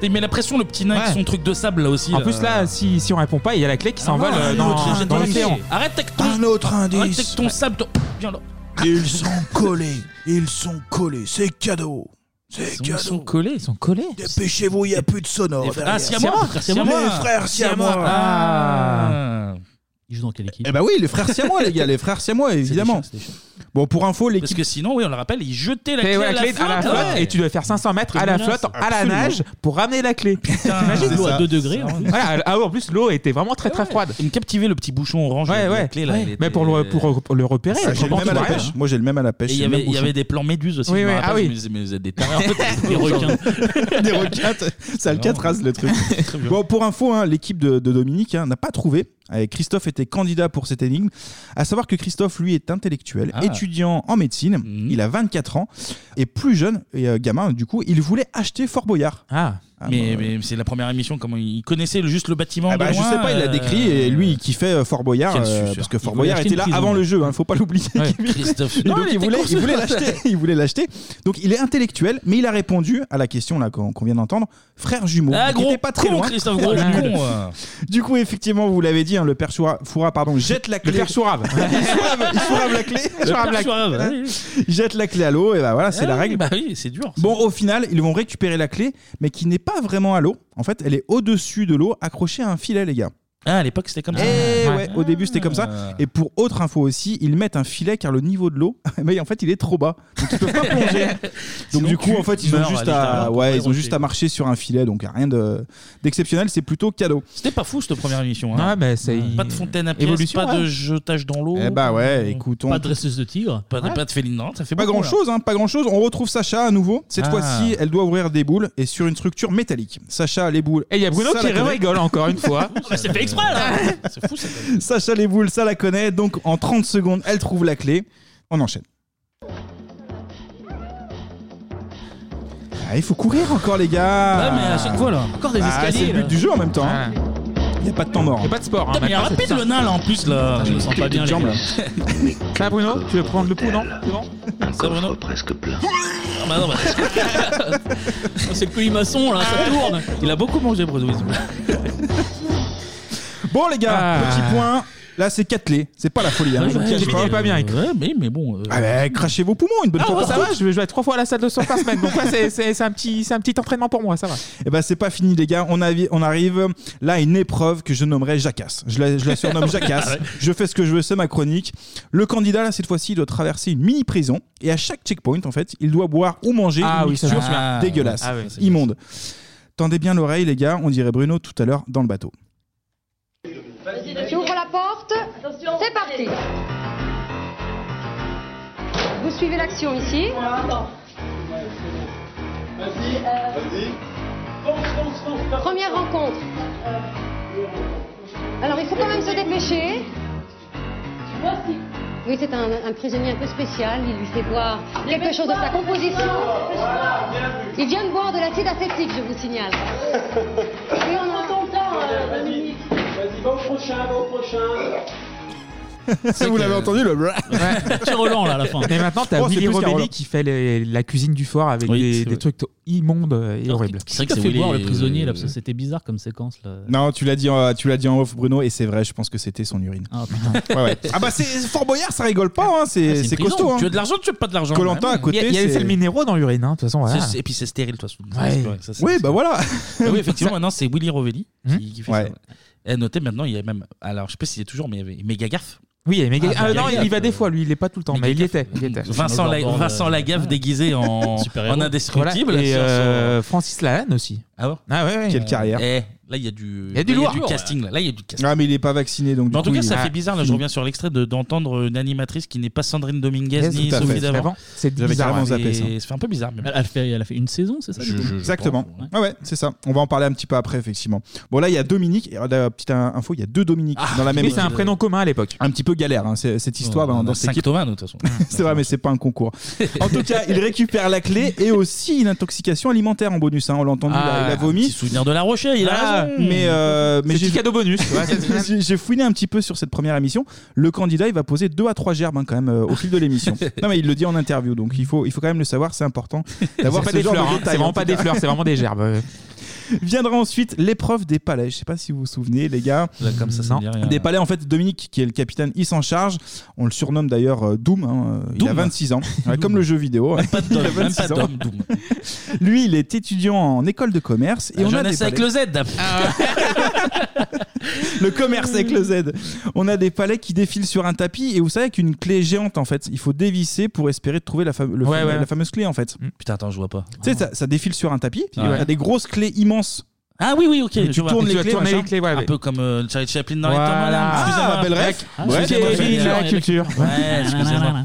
Il met la pression, le petit nain, avec Ouais. son truc de sable là aussi. En plus, là, si, si on répond pas, il y a la clé qui s'envole euh, Ah non, euh, un dans, autre, j'ai dans pas l'océan. lâché. Arrête avec ton. Un autre Arrête indice. avec ton sable. ton- Viens là. Ils sont collés, ils sont collés, c'est cadeau. C'est Ils sont cadeau. collés, ils sont collés. Dépêchez-vous, il n'y a plus de sonore. Ah, si à moi, c'est c'est à moi. Les frères siamois. Ah. Il joue dans quelle équipe Eh ben oui, les frères siamois, les gars, les frères siamois, évidemment. C'est des choses, c'est des choses. Bon, pour info, Parce l'équipe. que sinon, oui, on le rappelle, il jetait la Et clé ouais, à la clé à la flotte. flotte, et tu dois faire 500 mètres à la menace, flotte, à la nage, pour ramener la clé. T'imagines L'eau ça. à 2 degrés. en hein. plus. voilà, ah, en plus, l'eau était vraiment Ah très très froide. Il me captivait le petit bouchon orange. Ouais, avec la ouais. clé, là, Ouais. il était- Mais pour le, pour, pour le repérer, Ah, j'ai le autrement, même tu à la vois hein. rien. pêche. Moi, j'ai le même à la pêche. hein. Et il y c'est le avait, même il y avait des plans méduses aussi. Oui, je me oui, rappelle, ah oui. je me disais, mais vous êtes des tarés, en fait, des requins. bouchon. des requins. C'est Alcatraz, le truc. Bon, pour info, hein, l'équipe de, de Dominique hein, n'a pas trouvé. Euh, Christophe était candidat pour cette énigme. À savoir que Christophe, lui, est intellectuel, Ah. étudiant en médecine. Mhm. Il a 24 ans. Et plus jeune, et euh, gamin, du coup, il voulait acheter Fort Boyard. Ah, Ah, Mais, bah, mais c'est la première émission, comment il connaissait le- juste le bâtiment Ah bah, de je loin, sais pas, il l'a décrit euh, et lui il kiffait euh, Fort Boyard Quel euh, suceur. parce que Fort Il Boyard voulait était là acheter une avant prison. le jeu, hein, faut pas l'oublier. Ouais. euh, Christophe. Non, il voulait, il voulait la l'acheter, il voulait l'acheter. Donc il est intellectuel, mais il a répondu à la question là qu'on qu'on vient d'entendre, frère jumeau. Ah, Donc, il gros était pas très con, loin. Christophe, gros Ah, con. euh. Du coup, effectivement, vous l'avez dit, hein, le père Choura- Foura, pardon, jette la le clé. père Sourave. il sourave, il sourave la clé, Le sourave père la- Soirave, ouais. il jette la clé à l'eau et bah voilà, c'est Ah la oui, règle. Bah oui, c'est dur. Bon, au final, ils vont récupérer la clé, mais qui n'est pas vraiment à l'eau. En fait, elle est au-dessus de l'eau, accrochée à un filet, les gars. Ah, à l'époque, c'était comme ça. Eh Ah. ouais, au début c'était comme ça. Et pour autre info aussi, ils mettent un filet car le niveau de l'eau, mais en fait il est trop bas, donc ils peuvent pas plonger. donc Sinon, du coup tu en fait ils ont meurs à juste à, l'intérieur, ouais, t'es ils ont juste rocher. à marcher sur un filet, donc rien de d'exceptionnel, c'est plutôt cadeau. C'était pas fou cette première émission. hein. Ah, Ouais, bah, mais c'est. Pas de fontaine à pièces, Évolution, hein. pas ouais. de jetage dans l'eau. Eh bah ouais, écoutons. Pas Pas, de dresseuse de tigre. Pas, de- pas de féline, non, ça fait beaucoup, grand là. chose, hein, pas grand chose. On retrouve Sacha à nouveau. Cette Ah. fois-ci, elle doit ouvrir des boules et sur une structure métallique. Sacha les boules. Et il y a Bruno ça qui la connaît. rigole encore une fois. Mais Ah, bah, c'est fait exprès là C'est fou ça. Sacha les boules, ça la connaît. Donc en 30 secondes, elle trouve la clé. On enchaîne. Ah, il faut courir encore les gars. Ouais, mais à chaque fois là. Encore des Ah, c'est escaliers. le but là. du jeu en même temps. Ah. hein. Il n'y a pas de temps mort. Y a pas de sport. hein, Putain, mais il est maintenant, c'est rapide tout le nain là en plus là. Je me sens pas bien. les jambes, gars. là. Ça, Bruno, tu veux prendre le hein pouls, non C'est bon Un Ça, Bruno coffre presque plein. Ah, bah non, bah. C'est le colimaçon là, ça tourne. Il a beaucoup mangé Ah, Bruno. visiblement. Bon les gars, Ah. petit point. Là c'est 4 clés. C'est pas la folie. Hein, je vous le Ouais, cache mais- pas. dis pas bien, écoute. Ouais, mais, mais bon. euh, Ah, bah, crachez vos poumons une Ah, bonne fois. Bon, pour ça oh. toutes. va, je vais jouer trois fois à la salle de sport par semaine. Donc, là, c'est- c'est c'est un, petit- c'est un petit entraînement pour moi, ça va. Et bah c'est pas fini les gars. On, avi- on arrive là à une épreuve que je nommerai Jacasse. Je la, je la surnomme Ah Jacasse. Je fais ce que je veux, c'est ma chronique. Le candidat là cette fois-ci il doit traverser une mini prison et à chaque checkpoint en fait il doit boire ou manger Ah une oui, ça, je mixture me souviens. dégueulasse, Ah ouais, c'est immonde. Tendez bien l'oreille les gars. On dirait Bruno tout à l'heure dans le bateau. Tu ouvres la porte, c'est parti. Vous suivez l'action ici. Vas-y, vas-y. Première rencontre. Alors, il faut quand même se dépêcher. Oui, c'est un, un prisonnier un peu spécial. Il lui fait boire quelque chose de sa composition. Il vient de boire de l'acide acétique, je vous signale. Et on a son euh, Vas-y, va au prochain, va au prochain. Vous l'avez entendu le. Petit Roland là à la fin. Et maintenant, t'as Oh, c'est Willy plus Carola. Robelli qui fait les- la cuisine du fort avec Oui, des, c'est des vrai. trucs immondes et horribles. C'est vrai Qui que c'est t'a fait Willy euh, boire le et- prisonnier là Parce que c'était bizarre comme séquence là. Non, tu l'as dit, en- tu l'as dit en off, Bruno, et c'est vrai. Je pense que c'était son urine. Oh, Ah putain. Ouais, ouais. Ah bah c'est Fort Boyard, ça rigole pas, hein, Ah, c'est une c'est prison. costaud. Tu Hein. as de l'argent, tu as pas de l'argent. Koh-Lanta à Il y a, côté. il y a c'est- le minéraux dans l'urine, hein, de toute façon. Ouais. Voilà. C'est- Et puis c'est stérile, toi. façon. Ouais. Ça, c'est- Oui, bah voilà. Ah oui, effectivement, maintenant c'est Willy Rovelli Hmm qui, qui fait Ouais. ça. Et notez maintenant, il y a même. Alors, je sais pas s'il est toujours, mais il y avait méga gaffe. Oui, il y a méga- Ah, ah, méga non, il y gaffe, va des euh, fois, lui, il est pas tout le temps, mais il y était. il y était. Vincent, la, Overboard, Vincent euh, Lagaffe ouais. déguisé en, Super-héros. en Voilà. indestructible. Et sur son- euh, Francis Lalanne aussi. Ah bon Ah ouais, ouais. Quelle carrière. Eh, Là, il y a du, Il y a du là, lourd. du casting. Là, Là, il y a du casting. Ah, mais il est pas vacciné, donc. Mais du en tout coup, cas, il- ça Ah, fait bizarre. Là, je fini. reviens sur l'extrait de- d'entendre euh, une animatrice qui n'est pas Sandrine Dominguez Yes, ni tout à fait. Sophie d'avant. Vraiment, c'est J'avais bizarre, carrément ouais. zappé ça. fait un peu bizarre. Mais... Elle a fait, elle a fait une saison, c'est ça du coup Exactement. ouais, ouais, c'est ça. On va en parler un petit peu après, effectivement. Bon, là, il y a Dominique. Et, euh, la petite in- info, il y a deux Dominiques dans la même. Ah, oui, c'est un prénom commun à l'époque. Un petit peu galère, hein, c'est- cette histoire on en dans, a dans cinq cette équipe. Thomas, nous, de toute façon. c'est vrai, mais c'est pas un concours. En tout cas, il récupère la clé et aussi une intoxication alimentaire en bonus. hein. On l'a entendu, Ah, il a- il a vomi. Ah, petit souvenir de La Rochelle, il a raison. Mais, euh, mais C'est j'ai petit cadeau bonus, tu vois, c'est- J'ai- j'ai fouiné un petit peu sur cette première émission. Le candidat, il va poser deux à trois gerbes hein, quand même euh, au fil de l'émission. Non, mais il le dit en interview, donc il faut, il faut quand même le savoir. C'est important d'avoir C'est pas ce des genre de fleurs, hein. détails, C'est vraiment en pas tout des cas. fleurs, c'est vraiment des gerbes. euh. Viendra ensuite l'épreuve des palais. Je sais pas si vous vous souvenez, les gars. comme ça, ça me dit rien. Des palais, en fait, Dominique, qui est le capitaine, il s'en charge. On le surnomme d'ailleurs euh, Doom, hein. Il a Doom. 26 ans, Ouais, comme le jeu vidéo. hein. Pas de Il a Dom, même pas 26 de ans. Dom, Doom. Lui, il est étudiant en école de commerce. Et La on a jeunesse des Ah, avec palais. le Z. Le commerce avec le Z. On a des palais qui défilent sur un tapis et vous savez qu'une clé géante en fait, il faut dévisser pour espérer trouver la, fame- le Ouais, fame- ouais. Mm. la fameuse clé en fait. Putain, attends, je vois pas. Tu sais, ça, ça défile sur un tapis. Ouais. T'as des grosses clés immenses. Ah oui, oui, ok. Et tu je vois. tournes les clés, machin. un peu comme euh, Charlie Chaplin dans les Voilà. temps modernes. Ah, Excusez-moi. belle ref. Ah, Ouais, excusez-moi, Kevin, Kevin, la ouais, culture. Ouais, excusez-moi.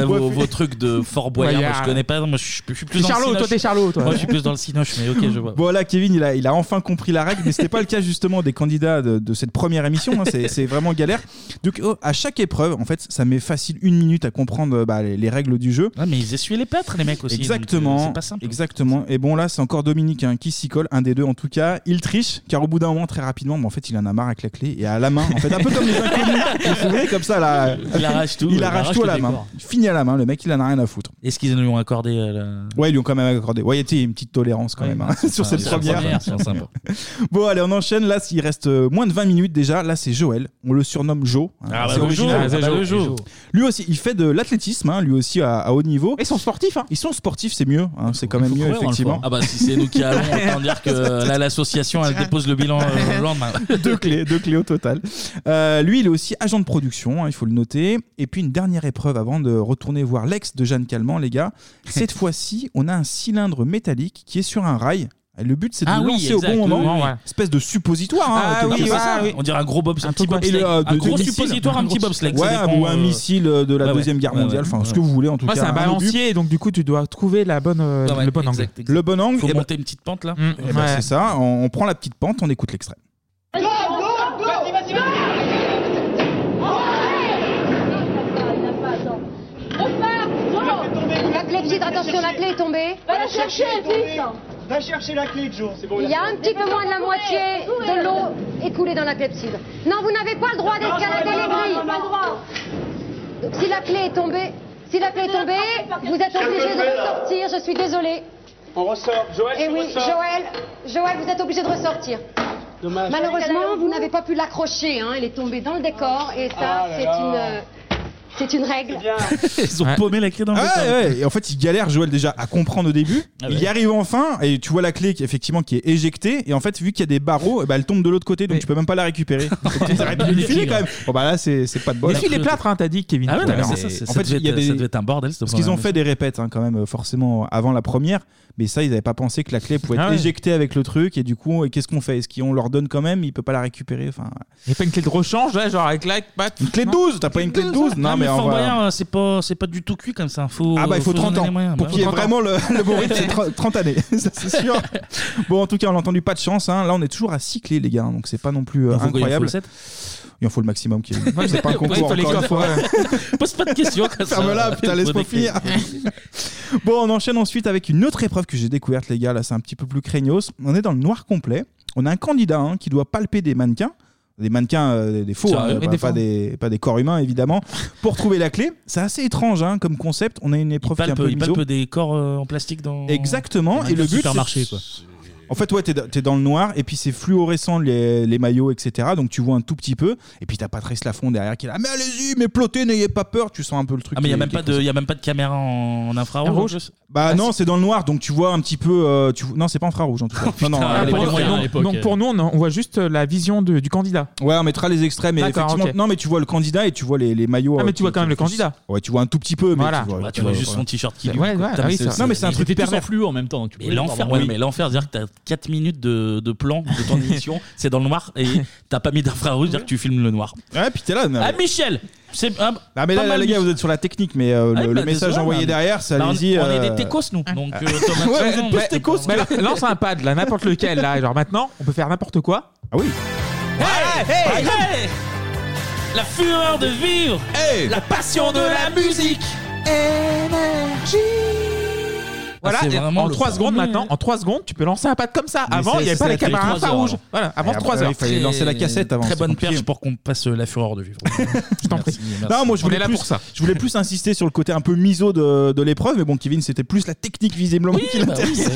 Ouais, vos, Ouais, vos trucs de Fort Boyard, moi je Boyard. connais pas. Moi je suis plus, je suis plus dans Charlot, le toi, t'es Charlot, toi. Moi je suis plus dans le Cinoche, mais ok, je vois. Voilà, Kevin, il a, il a enfin compris la règle, mais c'était pas le cas justement des candidats de, de cette première émission. hein. C'est c'est vraiment galère. Donc, oh, à chaque épreuve, en fait, ça met facile une minute à comprendre euh, bah, les, les règles du jeu. Ah, mais ils essuient les pâtres, les mecs aussi. donc, euh, Exactement. C'est pas simple. Exactement. Et bon, là, c'est encore Dominique hein, qui s'y colle, un des deux en tout cas. Il triche, car au bout d'un moment, très rapidement, bon, en fait, il en a marre avec la clé et à la main. En fait, un peu comme les inconnus. Vous vous souvenez, comme ça, là. Il arrache tout, Il il arrache arrache tout à le la main. décor. Fini à la main, le mec, il en a rien à foutre. Est-ce qu'ils lui ont accordé euh, Ouais, ils lui ont quand même accordé. Ouais, il y a une petite tolérance quand même hein, la... sur cette première. c'est sympa. Bon, allez, on enchaîne. Là, il reste euh, moins de 20 minutes déjà. Là, c'est Joël. On le surnomme Joe. hein. Ah, bah, c'est le Joe. original. Ah, bah, le Joe. Lui aussi, il fait de l'athlétisme, hein, lui aussi à, à haut niveau. Ils sont sportifs. hein. Ils sont sportifs, c'est mieux. hein, c'est quand même mieux, Faut croire, effectivement. faut. Ah bah si c'est nous qui allons, autant dire que là l'association elle dépose le bilan euh, le lendemain. deux clés, deux clés au total. Euh, lui, il est aussi agent de production, hein, il faut le noter. Et puis une dernière épreuve avant de retourner voir l'ex de Jeanne Calment, les gars. Cette fois-ci, on a un cylindre métallique qui est sur un rail. Et Le but, c'est de Ah le oui, lancer exact, au bon oui, moment. oui, oui. Espèce de suppositoire. hein, Ah quelque oui, chose. oui, Ah, oui. on dirait un gros bobsleigh, un petit Et le, bobsleigh. euh, Un de- gros de missile. suppositoire, un petit bobsleigh, ça Ouais, dépend, ou un euh, missile euh, de la ouais, ouais. Deuxième Guerre Ouais, ouais. mondiale. Enfin, ce Ouais. que vous voulez, en tout Moi, cas. c'est un hein, le but. balancier, donc du coup, tu dois trouver la bonne, euh, Ouais, le bon angle. exact, exact. Le bon angle. Faut eh ben- monter une petite pente là. eh ben, C'est ça. On, on prend la petite pente, on écoute l'extrait. Go, go, go Vas-y, vas-y, On part La clé de titre, attention, la clé est tombée. Va la chercher, vite Va chercher la clé, Joe. C'est bon, Il y a un petit peu moins de la moitié de l'eau écoulée dans la clepsydre. Non, vous n'avez pas le droit d'escalader les grilles. Donc, si la clé est tombée, si la clé est tombée, vous êtes obligé de ressortir. Je suis désolée. On ressort. Joël, Eh tu oui, ressors. Joël, Joël, vous êtes obligé de ressortir. Ah, Dommage. Malheureusement, vous n'avez pas pu l'accrocher. Hein. Elle est tombée dans le décor et ça, Ah là c'est là. une, euh, c'est une règle. Ils ont paumé la clé dans le Ah décor. ouais, ouais. Et en fait, il galère, Joël, déjà à comprendre au début. Ah ouais. Il y arrive enfin, et tu vois la clé qui, effectivement qui est éjectée. Et en fait, vu qu'il y a des barreaux, eh ben, elle tombe de l'autre côté, donc tu peux même pas la récupérer. Donc, tu t'arrêtes de lui filer, quand même. Bon, bah là, c'est c'est pas de bol. Les filles, les plâtres, hein, t'as dit, Kevin. Ah ouais, tout à non, mais l'heure. c'est ça, c'est- En ça fait, devait il y a être- des- ça devait être un bordel. Parce qu'ils ont fait des répètes hein, quand même euh, forcément avant la première, mais ça ils n'avaient pas pensé que la clé pouvait être Ah ouais. éjectée avec le truc et du coup et qu'est-ce qu'on fait Est-ce qu'on leur donne quand même Il peut pas la récupérer. Enfin, Il n'y a pas une clé de rechange, là, genre avec la. Une clé 12 T'as pas une clé de 12 Non, Non mais mais Fort en vrai. Boyard, euh, c'est pas c'est pas du tout cuit comme ça. Faut Ah bah il faut se 30 donner ans les moyens. pour Bah qu'il y ait ouais. vraiment le, le bon rythme, c'est 30, 30 années, ça c'est sûr. Bon en tout cas on l'a entendu pas de chance, hein. là on est toujours à 6 clés les gars, hein, donc c'est pas non plus euh, Il en faut quoi, il en faut incroyable. le sept Il en faut le maximum qui Ouais, c'est pas un ouais, concours il faut les encore une quatre. fois. Pose pas de questions. comme ça. Ferme-la, putain, laisse-moi Faut des clés. finir. Bon, on enchaîne ensuite avec une autre épreuve que j'ai découverte, les gars. Là, c'est un petit peu plus craignos. On est dans le noir complet. On a un candidat hein, qui doit palper des mannequins. Des mannequins, euh, des, des faux, Ça, hein, oui, pas, des pas faux. des, pas des corps humains évidemment, pour trouver la clé. C'est assez étrange hein, comme concept. On a une épreuve qui est un Palpe, peu il miso. palpe des corps euh, en plastique dans. Exactement. dans Et le un but, supermarché c'est- quoi. En fait, ouais, t'es da- t'es dans le noir et puis c'est fluorescent les, les maillots, etc. Donc tu vois un tout petit peu. Et puis t'as Patrice Lafond derrière qui est là. Mais allez-y, mais plotez, n'ayez pas peur. Tu sens un peu le truc. Ah mais il y a qui- même qui est pas de il y a même pas de caméra en, en infrarouge. bah Ah, non, c'est dans le noir, donc tu vois un petit peu. euh, tu... Non, c'est pas infrarouge en tout Oh, cas. non, non, Ah, elle est pour- pas infrarouge. donc, donc pour nous, on, on voit juste euh, la vision de- du candidat. Ouais, on mettra les extraits, mais D'accord, effectivement, ok. non, mais tu vois le candidat et tu vois les, les maillots. Ah, mais euh, tu vois qui- quand même qui- le candidat. Ouais, tu vois un tout petit peu, mais Voilà. tu vois, Bah, tu vois juste voilà. son t-shirt qui Ouais, lui. ouais, Putain, ah oui, c'est- ça. Non, mais c'est un Ils truc étaient tous en pervers. fluo en même temps. tu Mais pouvais pas l'enfer, voir. ouais, mais l'enfer, dire que t'as 4 minutes de, de plan de ton émission. c'est dans le noir et t'as pas mis d'infrarouge, c'est-à-dire que tu filmes le noir. Ouais, puis t'es là. non, Ah, mais- Michel C'est ah, Ah, mais pas là, mal les gars, mis. vous êtes sur la technique, mais euh, le, Ah oui, le bah, message désolé, envoyé mais- derrière, ça Bah, on- allez-y. On est euh, des techos, nous. Donc, euh, Ouais, automatiquement, vous êtes tous euh, techos, quoi. Bah, lance un pad là, n'importe lequel là. Genre maintenant, on peut faire n'importe quoi. Ah oui. Hey, hey La fureur de vivre La passion de la musique Voilà, Ah, c'est et vraiment en le 3 secondes premier. maintenant, en 3 secondes, tu peux lancer un pad comme ça. Mais avant, c'est- il n'y avait c'est pas la les caméras télé trois heures, infrarouges. hein. Voilà, avant Ah, Et 3 bah, après, heures. il fallait lancer la cassette avant, Très c'est bonne compliqué. perche pour qu'on passe euh, la fureur de vivre. Je t'en prie. Non, moi je On voulais, est là plus, pour ça. je voulais plus insister sur le côté un peu miso de, de l'épreuve, mais bon, Kevin, c'était plus la technique visiblement qui bah Bah l'intéressait.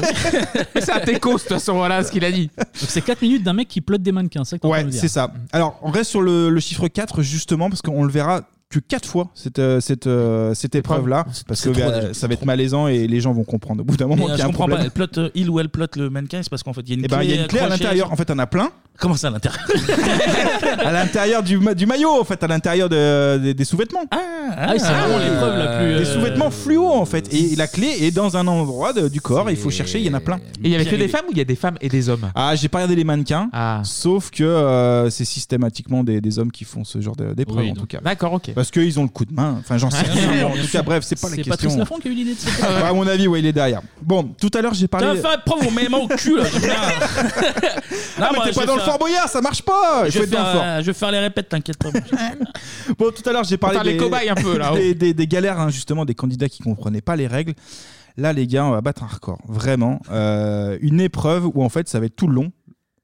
C'est un techos, de toute façon, voilà ce qu'il a dit. c'est 4 minutes d'un mec qui plotte des mannequins, c'est ça que t'es en train de Ouais, dire. c'est ça. Alors, on reste sur le, le chiffre 4 justement parce qu'on le verra que 4 fois cette, euh, cette, euh, cette épreuve-là parce que c'est trop euh, déjà, ça va être malaisant et les gens vont comprendre au bout d'un moment Mais, euh, qu'il y je a un comprends pas, problème. elle plotte, euh, il ou elle plotte le mannequin, c'est parce qu'en fait, il y a une Et ben, il y a une clé à accrochée. l'intérieur. En fait, on a plein. Comment ça à l'intérieur À l'intérieur du, ma- du maillot, en fait, à l'intérieur de- des- des sous-vêtements. Ah, c'est vraiment l'épreuve la plus. Les sous-vêtements fluo en fait. Et la clé est dans un endroit de- du corps, il faut chercher, il y en a plein. Et il y avait que des femmes ou il y a des femmes et des hommes Ah, j'ai pas regardé les mannequins, sauf que euh, c'est systématiquement des, des hommes qui font ce genre de- d'épreuve Oui, en donc. tout cas. D'accord, ok. Parce qu'ils ont le coup de main, enfin j'en sais Ouais, rien. bien en sûr. tout cas, bref, c'est pas la C'est question. Patrice Lafont qui a eu l'idée de cette Ouais, à mon avis, ouais, il est derrière. Bon, tout à l'heure, j'ai Putain, parlé. femme, prends vos mêmes au cul là. putain. Non, Ah, mais moi, t'es je pas vais dans le faire- Fort Boyard, ça marche pas Il Je faut vais, être dans le faire, fort. euh, je vais faire les répètes, t'inquiète pas. Bon, tout à l'heure, j'ai parlé parle des des, cobayes un peu, là, des, ouais. des- des galères, hein, justement, des candidats qui comprenaient pas les règles. Là, les gars, on va battre un record. Vraiment. Euh, une épreuve où, en fait, ça va être tout le long.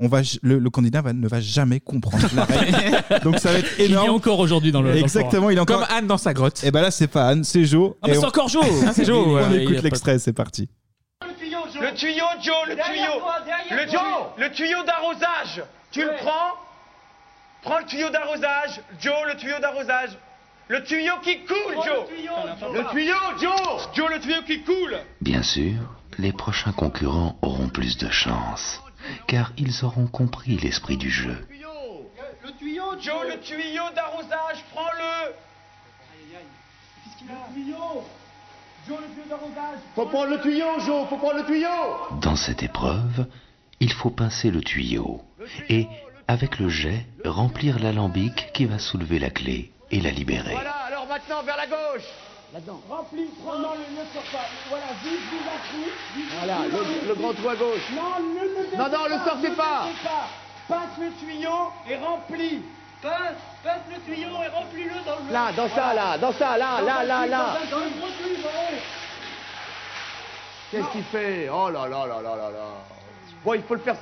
On va, j- le, le candidat va- ne va jamais comprendre la règle. Donc, ça va être Il y a énorme. encore aujourd'hui dans le. dans le Exactement, il est encore. Comme Anne dans sa grotte. Et ben là, c'est pas Anne, c'est Joe. bah, Ah, mais Et c'est on- encore Joe. Ah, c'est Joe, On ouais, il y a écoute pas- l'extrait, c'est parti. Le tuyau, Joe, le Derrière tuyau. toi, derrière Le toi. tuyau, le tuyau d'arrosage. Tu le prends Prends le tuyau d'arrosage. Joe, le tuyau d'arrosage. Le tuyau qui coule, Prends le Joe. tuyau, Joe. Le tuyau, Joe. Joe, le tuyau qui coule. Bien sûr, les prochains concurrents auront plus de chance, car ils auront compris l'esprit du jeu. Le tuyau, Joe, le tuyau d'arrosage. Prends-le. Le tuyau Joe, le tuyau d'arrosage Faut prendre le tuyau, Joe. Faut prendre le tuyau. Dans cette épreuve, il faut pincer le tuyau et, avec le jet, remplir l'alambic qui va soulever la clé et la libérer. Voilà, alors maintenant vers la gauche. Remplis, prenant le lieu sur toi. Voilà, vite, vous la clé, vite, Voilà, vous la le, clé. le grand trou à gauche. Non, ne le dépasse Non, non, le pas, sortez ne pas. dépasse Passe le tuyau et remplis. Passe, passe le tuyau et remplis-le dans le... Là, dans ça, Voilà. là, dans ça, là, Dans là, un là, tuyau, là. dans un gros tuyau, ouais. Qu'est-ce qu'il fait Oh là là là là là là. Bon, il faut le faire.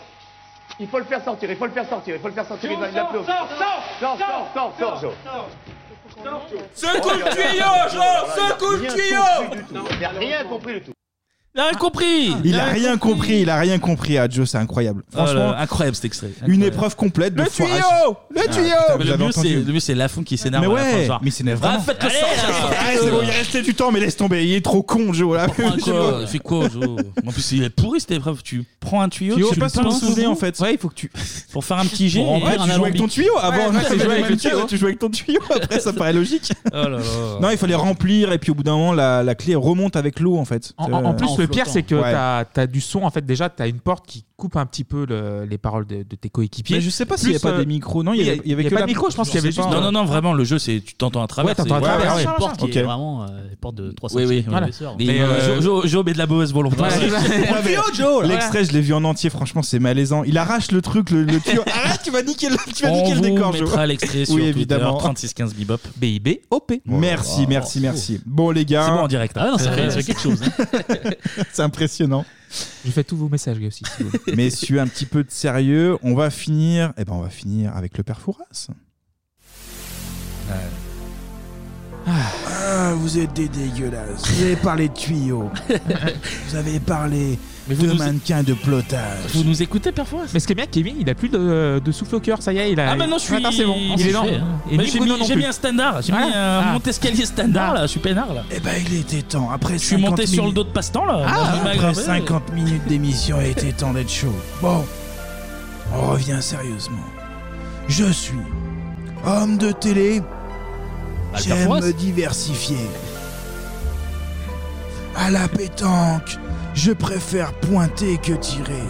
Il faut le faire sortir, il faut le faire sortir, il faut le faire sortir. Il va il va plus haut. Sors, sors, Sors, sors, sors, sors, Joe. Secoue le tuyau, Joe Secoue le tuyau Il a rien compris du tout. Il a rien compris Oh Il a rien compris, il a rien compris à Joe, c'est incroyable. Franchement, incroyable cet extrait. une épreuve complète de Le foirage. Ah, tuyau Le putain, tuyau Mais Vous le avez mieux, entendu. c'est- le mieux, c'est Lafon qui s'énerve. à Mais la fin, ouais, genre, mais il s'énerve Ah, vraiment. faites le Allez, sort Ah, c'est bon, il restait du temps, mais laisse tomber, il est trop con, Joe. Là. Prends quoi Fais quoi, Joe En plus, il est pourri cette épreuve. Tu prends un tuyau, Je tu sais pas le si vous vous pinces souvenez en fait. Ouais, il faut que tu. pour faire un petit jet. Pour et- remplir Ouais, un tu jouais avec ton tuyau avant, Ouais, hein, ouais, tu, mais jouais avec le tu vois. tuyau, tu jouais avec ton tuyau, après ça paraît logique. Oh là là. Non, il fallait remplir et puis au bout d'un moment la, la clé remonte avec l'eau en fait. En, en- en Euh, plus, en le pire, flottant. c'est que Ouais. t'as as du son. En fait, déjà, t'as une porte qui coupe un petit peu le- les paroles de, de tes coéquipiers. mais je sais pas s'il y avait Plus, pas euh, des micros, non, il y avait, il y avait il y a que pas la- de micro, je pense qu'il y sais avait pas. juste- Non, non, non, vraiment, le jeu, c'est tu t'entends à travers. Ouais, t'entends à c'est- travers. ouais, C'est ouais. une porte qui est Ok. vraiment euh, une porte de 300 Ah, Oui, oui. Voilà. Mais, Mais, euh, euh, Joe- Joe- Joe met de la mauvaise volonté. Voilà, c'est ça. L'extrait, je l'ai vu en entier, franchement, c'est malaisant. Il arrache le truc, le, le tuyau. Arrête, tu vas niquer le, tu vas niquer On le vous décor, Joe. mettra l'extrait sur évidemment. évidemment 3615 Bebop. BIB, OP. Merci, merci, merci. Bon, les C'est bon en gars, direct. Ah hein. non, ça fait ça fait quelque chose. hein. c'est impressionnant. Je fais tous vos messages, gars, aussi. si vous voulez. Messieurs, un petit peu de sérieux. On va finir. Eh ben, on va finir avec le père Fouras. Ah, vous êtes des dégueulasses. Vous avez parlé de tuyaux. vous avez parlé vous de nous- mannequins de plotage. Vous nous écoutez parfois Mais ce qui est bien, Kevin, il a plus de, de souffle au cœur. Ça y est, il a. Ah, maintenant, je suis. Attends, c'est bon. on Il s'est est lent. fait, hein. Et Bah, ni J'ai Bruno mis, non j'ai plus. mis un standard. J'ai Ah. mis euh, un Ah. monte escalier standard là. Je suis peinard là. Eh ben, il était temps. Après Je suis monté sur le dos. dos de passe-temps là. Je m'ai Après aggravé. 50 minutes d'émission, il était temps d'être chaud. Bon, on revient sérieusement. Je suis homme de télé. Albert J'aime Froisse. me diversifier. À la pétanque, je préfère pointer que tirer.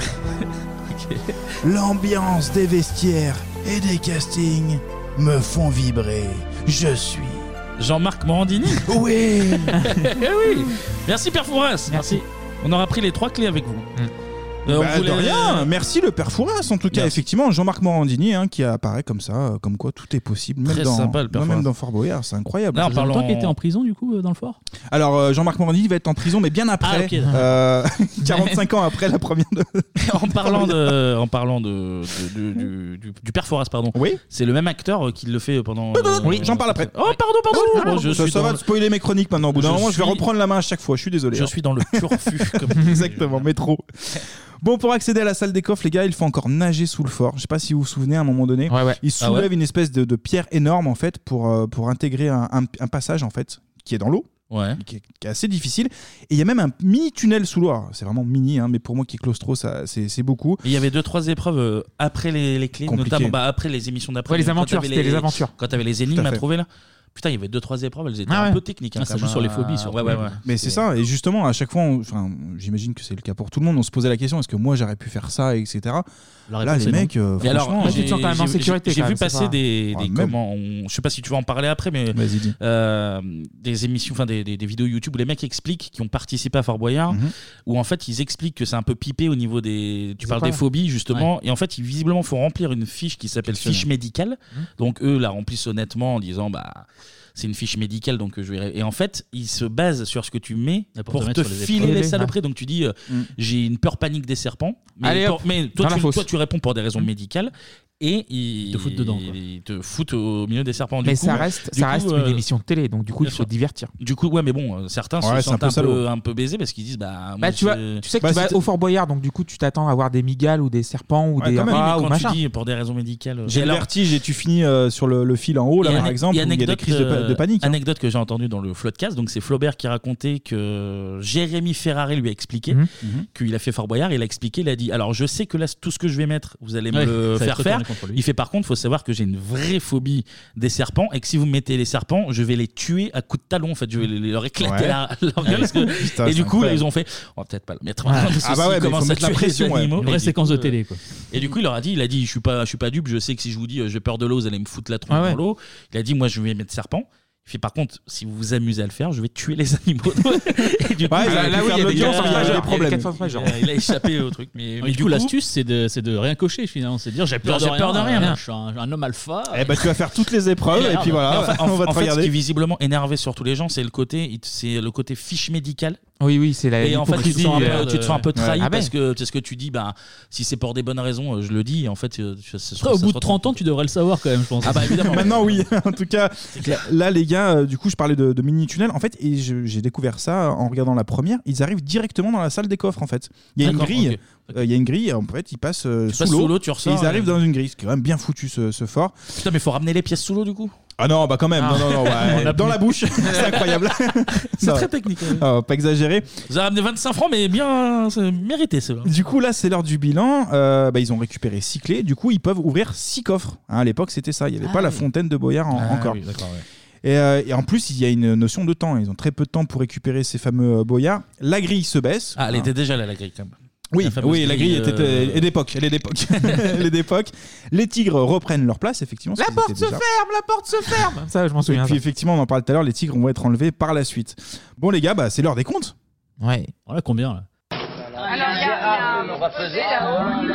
L'ambiance des vestiaires et des castings me font vibrer. Je suis. Jean-Marc Morandini Oui Eh oui Merci Père Fouras Merci. On aura pris les trois clés avec vous. Euh, on Bah, voulait- de rien. Merci le père Fouras en tout cas Merci. effectivement Jean-Marc Morandini hein, qui apparaît comme ça euh, comme quoi tout est possible même Très dans sympa, le père ouais, même Fouras. dans Fort Boyard c'est incroyable. Là, en parlant... Toi qui étais en prison, du coup, euh, dans le fort Alors euh, Jean-Marc Morandini va être en prison mais bien après Ah, ok, d'accord. euh, 45 ans après la première de en parlant de, en parlant de, de- du, du, du Père Fouras, pardon. Oui. C'est le même acteur euh, qui le fait pendant. Oui, j'en parle après. Oh pardon pardon. Bon, je ça, suis ça dans va le- te spoiler mes chroniques maintenant. Au bout d'un Je moment, je vais suis- reprendre la main à chaque fois. Je suis désolé. Je hein. suis dans le turfu. Exactement, métro. Bon, pour accéder à la salle des coffres, les gars, il faut encore nager sous le fort. Je sais pas si vous vous souvenez, à un moment donné, ils Ah ouais soulèvent une espèce de, de pierre énorme en fait pour, euh, pour intégrer un, un- un passage en fait qui est dans l'eau, qui, est, qui est assez difficile. Et il y a même un mini tunnel sous l'eau. Alors, C'est vraiment mini, hein, mais pour moi qui est claustro, ça c'est c'est beaucoup. Il y avait deux trois épreuves euh, après les, les clés, Compliqué. notamment bah, après les émissions d'après. Ouais, les Quand aventures, t'avais c'était les aventures. Quand t'avais les Tout énigmes à à, fait. trouver là. Putain, il y avait deux trois épreuves, elles étaient Ah un ouais. peu techniques. hein, ça quand joue même, sur les hein. phobies, surtout. Ouais, ouais, ouais. Mais c'est ça, et justement, à chaque fois, on- enfin, j'imagine que c'est le cas pour tout le monde, on se posait la question est-ce que moi j'aurais pu faire ça, etc. Là, les mecs, euh, Et alors, franchement, j'ai- j'ai- j'ai- J'ai vu passer des, Ah, des même. comment, on- je sais pas si tu vas en parler après, mais euh, des émissions, enfin des, des- des vidéos YouTube où les mecs expliquent qui ont participé à Fort Boyard, Mhm. où en fait ils expliquent que c'est un peu pipé au niveau des, tu Des parles des épreuves. phobies justement, et en fait ils, visiblement faut remplir une fiche qui s'appelle Questionnaire. fiche médicale. Mhm. Donc eux la remplissent honnêtement en disant bah c'est une fiche médicale donc euh, je vais et en fait ils se basent sur ce que tu mets Ah, pour pour, te te mettre sur les filer épreuves. les saloperies. Donc tu dis euh, Mhm. j'ai une peur panique des serpents, mais, Allez, pour- hop, mais toi, dans la tu, fosse. toi, tu réponds pour des raisons Mmh. médicales et ils te foutent dedans. Ils te foutent au milieu des serpents. Du Mais coup, ça reste, du ça coup, reste euh, une émission de télé, donc du coup, il faut divertir. Du coup, ouais, mais bon, euh, certains Ouais, se c'est un sentent peu un peu, salaud. un peu baisés parce qu'ils disent bah, moi, Bah, tu, vois, je- tu sais que tu vas au Fort Boyard, donc du coup, tu t'attends à voir des migales ou des serpents ou Ouais, des quand même, rats mais ou quand machin. tu dis pour des raisons médicales. euh, J'ai et le alors- vertige et tu finis euh, sur le, le fil en haut, là, Et par ane- exemple, et où il y a des crises de, pa- euh, de panique. hein. Anecdote que j'ai entendue dans le Floodcast. Donc, c'est Flaubert qui racontait que Jérémy Ferrari lui a expliqué Mmh. Mhm. Mhm. qu'il a fait Fort Boyard. Il a expliqué, il a dit Alors, je sais que là, tout ce que je vais mettre, vous allez me Ouais, le ça va faire être faire. retourné contre lui. Il fait Par contre, il faut savoir que j'ai une vraie phobie des serpents et que si vous me mettez les serpents, je vais les tuer à coups de talon. En fait, je vais les- leur éclater Ouais. la- leur gueule. parce que- Putain, et du c'est coup, là, incroyable. ils ont fait On va peut-être pas le mettre. Ouais. Parce que Ah s'il bah ouais, mais il faut commence à mettre la tuer les pression, ouais. animaux. Une Et vraie du séquence de coup, euh, télé, quoi. et du coup, il leur a dit, il a dit, je suis pas, je suis pas dupe, je sais que si je vous dis, euh, j'ai peur de l'eau, vous allez me foutre la tronche Ah ouais. dans l'eau. Il a dit, moi, je vais mettre serpent. Il fait, par contre, si vous vous amusez à le faire, je vais tuer les animaux. et du Ouais, là- là où il y a des gars, gens il sans y a- il majeur, y a il y a problèmes. quatre fois sans majeur. Il a- il a échappé au truc. Mais, mais du, coup, l'astuce, c'est de, c'est de rien cocher finalement. C'est de dire j'ai peur, J'ai de, peur de rien, rien, euh, moi. Je suis un, un homme alpha. Eh ben, tu vas faire toutes les épreuves et puis Mais voilà, enfin, en- on va te en fait, regarder. ce qui visiblement énervé sur tous les gens, c'est le côté, il- c'est le côté fiche médicale. Oui, oui, c'est la Et en fait, tu te, l'hypocrisie, sens un peu, euh, tu te sens un peu ouais. trahi Ah ouais. parce que parce que tu dis, bah, si c'est pour des bonnes raisons, euh, je le dis. Et en fait, euh, ça- ça- Après, au ça se bout de retrouve. 30 ans, tu devrais le savoir quand même, je pense. Ah bah évidemment. Maintenant, oui. en tout cas, là, les gars, euh, du coup, je parlais de, de mini-tunnel. En fait, et je- j'ai découvert ça en regardant la première. Ils arrivent directement dans la salle des coffres, en fait. Il y a une D'accord, grille. ok. Euh, Il y a une grille. En fait, ils passent euh, Tu sous passes sous l'eau, l'eau. tu ressors, et Ils arrivent et- dans une grille. C'est quand même bien foutu, ce, ce fort. Putain, mais faut ramener les pièces sous l'eau, du coup Ah non, bah quand même. Ah. Non, non, non. ouais. On a dans plus. la bouche. C'est incroyable. C'est Non. très technique. ouais. Ah, pas exagéré. Vous avez ramené 25 francs, mais bien c'est mérité, c'est vrai. Du coup, là, c'est l'heure du bilan. Euh, bah, ils ont récupéré six clés. Du coup, ils peuvent ouvrir six coffres. Hein, à l'époque, c'était ça. Il n'y avait Ah pas la oui. fontaine de Boyard en- Ah encore. oui, d'accord, ouais. Et, euh, et en plus, il y a une notion de temps. Ils ont très peu de temps pour récupérer ces fameux euh, boyards. La grille se baisse. Hein. Ah, elle était déjà là, la grille, quand même. Oui, fameuse oui, la grille euh, était elle est d'époque, elle est d'époque, elle est d'époque. Les tigres reprennent leur place, effectivement. La porte se ferme ferme, la porte se ferme. Ça, je m'en souviens. Et puis ça. effectivement, on en parlait tout à l'heure, les tigres vont être enlevés par la suite. Bon les gars, bah, c'est l'heure des comptes. Ouais. Voilà combien là Alors, il y a, il y a- on va peser là-haut. Il y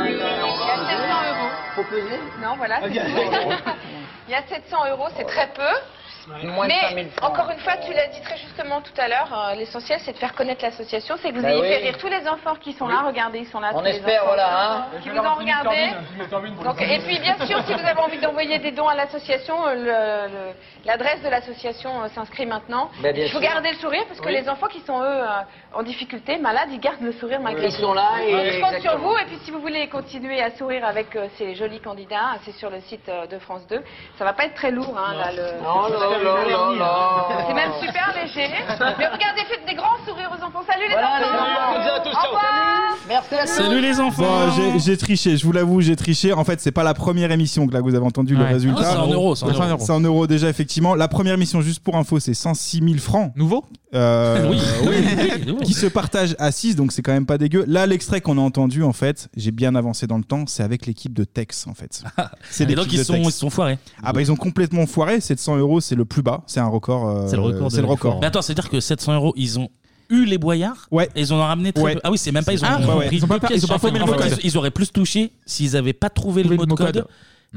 a 700 euros. Faut peser Non, voilà, c'est tout. Il y a 700 euros, c'est très peu. Moins de 5 000 Mais francs. encore une fois, tu l'as dit très justement tout à l'heure, euh, l'essentiel c'est de faire connaître l'association, c'est que vous Bah ayez oui. fait rire tous les enfants qui sont là, regardez, ils sont là. On tous Ah, les espère, enfants. voilà, hein. Qui vous ont regardé. Donc, et puis bien sûr, si vous avez envie d'envoyer des dons à l'association, euh, le- le- l'adresse de l'association euh, s'inscrit maintenant. Ben, bien Il faut sûr. garder le sourire parce que Oui. les enfants qui sont eux euh, en difficulté, malades, ils gardent le sourire malgré Ils tout. sont là et- Donc, je compte sur exactement. vous. Et puis si vous voulez continuer à sourire avec euh, ces jolis candidats, c'est sur le site euh, de France 2. Ça va pas être très lourd. Hein, là, le- Non, non, non, non, non. C'est même super léger. Mais regardez, faites des grands sourires aux enfants. Salut les Voilà, enfants. les enfants. Salut à tous, Au ciao. revoir. Merci à tous. Bon, j'ai- j'ai triché, je vous l'avoue, j'ai triché. En fait, c'est pas la première émission que là vous avez entendu le Ouais. résultat. Ah, c'est en euros, c'est en euros. C'est en euros déjà effectivement. La première émission juste pour info, c'est 106 000 francs. Nouveau euh, Oui, oui, qui se partagent à 6, donc c'est quand même pas dégueu. Là, l'extrait qu'on a entendu, en fait, j'ai bien avancé dans le temps, c'est avec l'équipe de Tex, en fait. Ah, C'est Et donc, l'équipe ils de sont- Tex. ils se sont foirés. Ah bah ils ont complètement foiré, 700 euros, c'est le plus bas, c'est un record. euh, C'est le record. de C'est le la record. Dufour. Mais attends, c'est-à-dire que 700 euros, ils ont eu les boyards Ouais. Et ils en ont ramené très Ouais. peu. Ah oui, c'est même pas. Ils ont, Ah, ouais, ouais. pris Ils ont pas- deux pièces ils ont pas chacun. trouvé le En fait, mot code. ils- Ils auraient plus touché s'ils avaient pas trouvé le mot de code.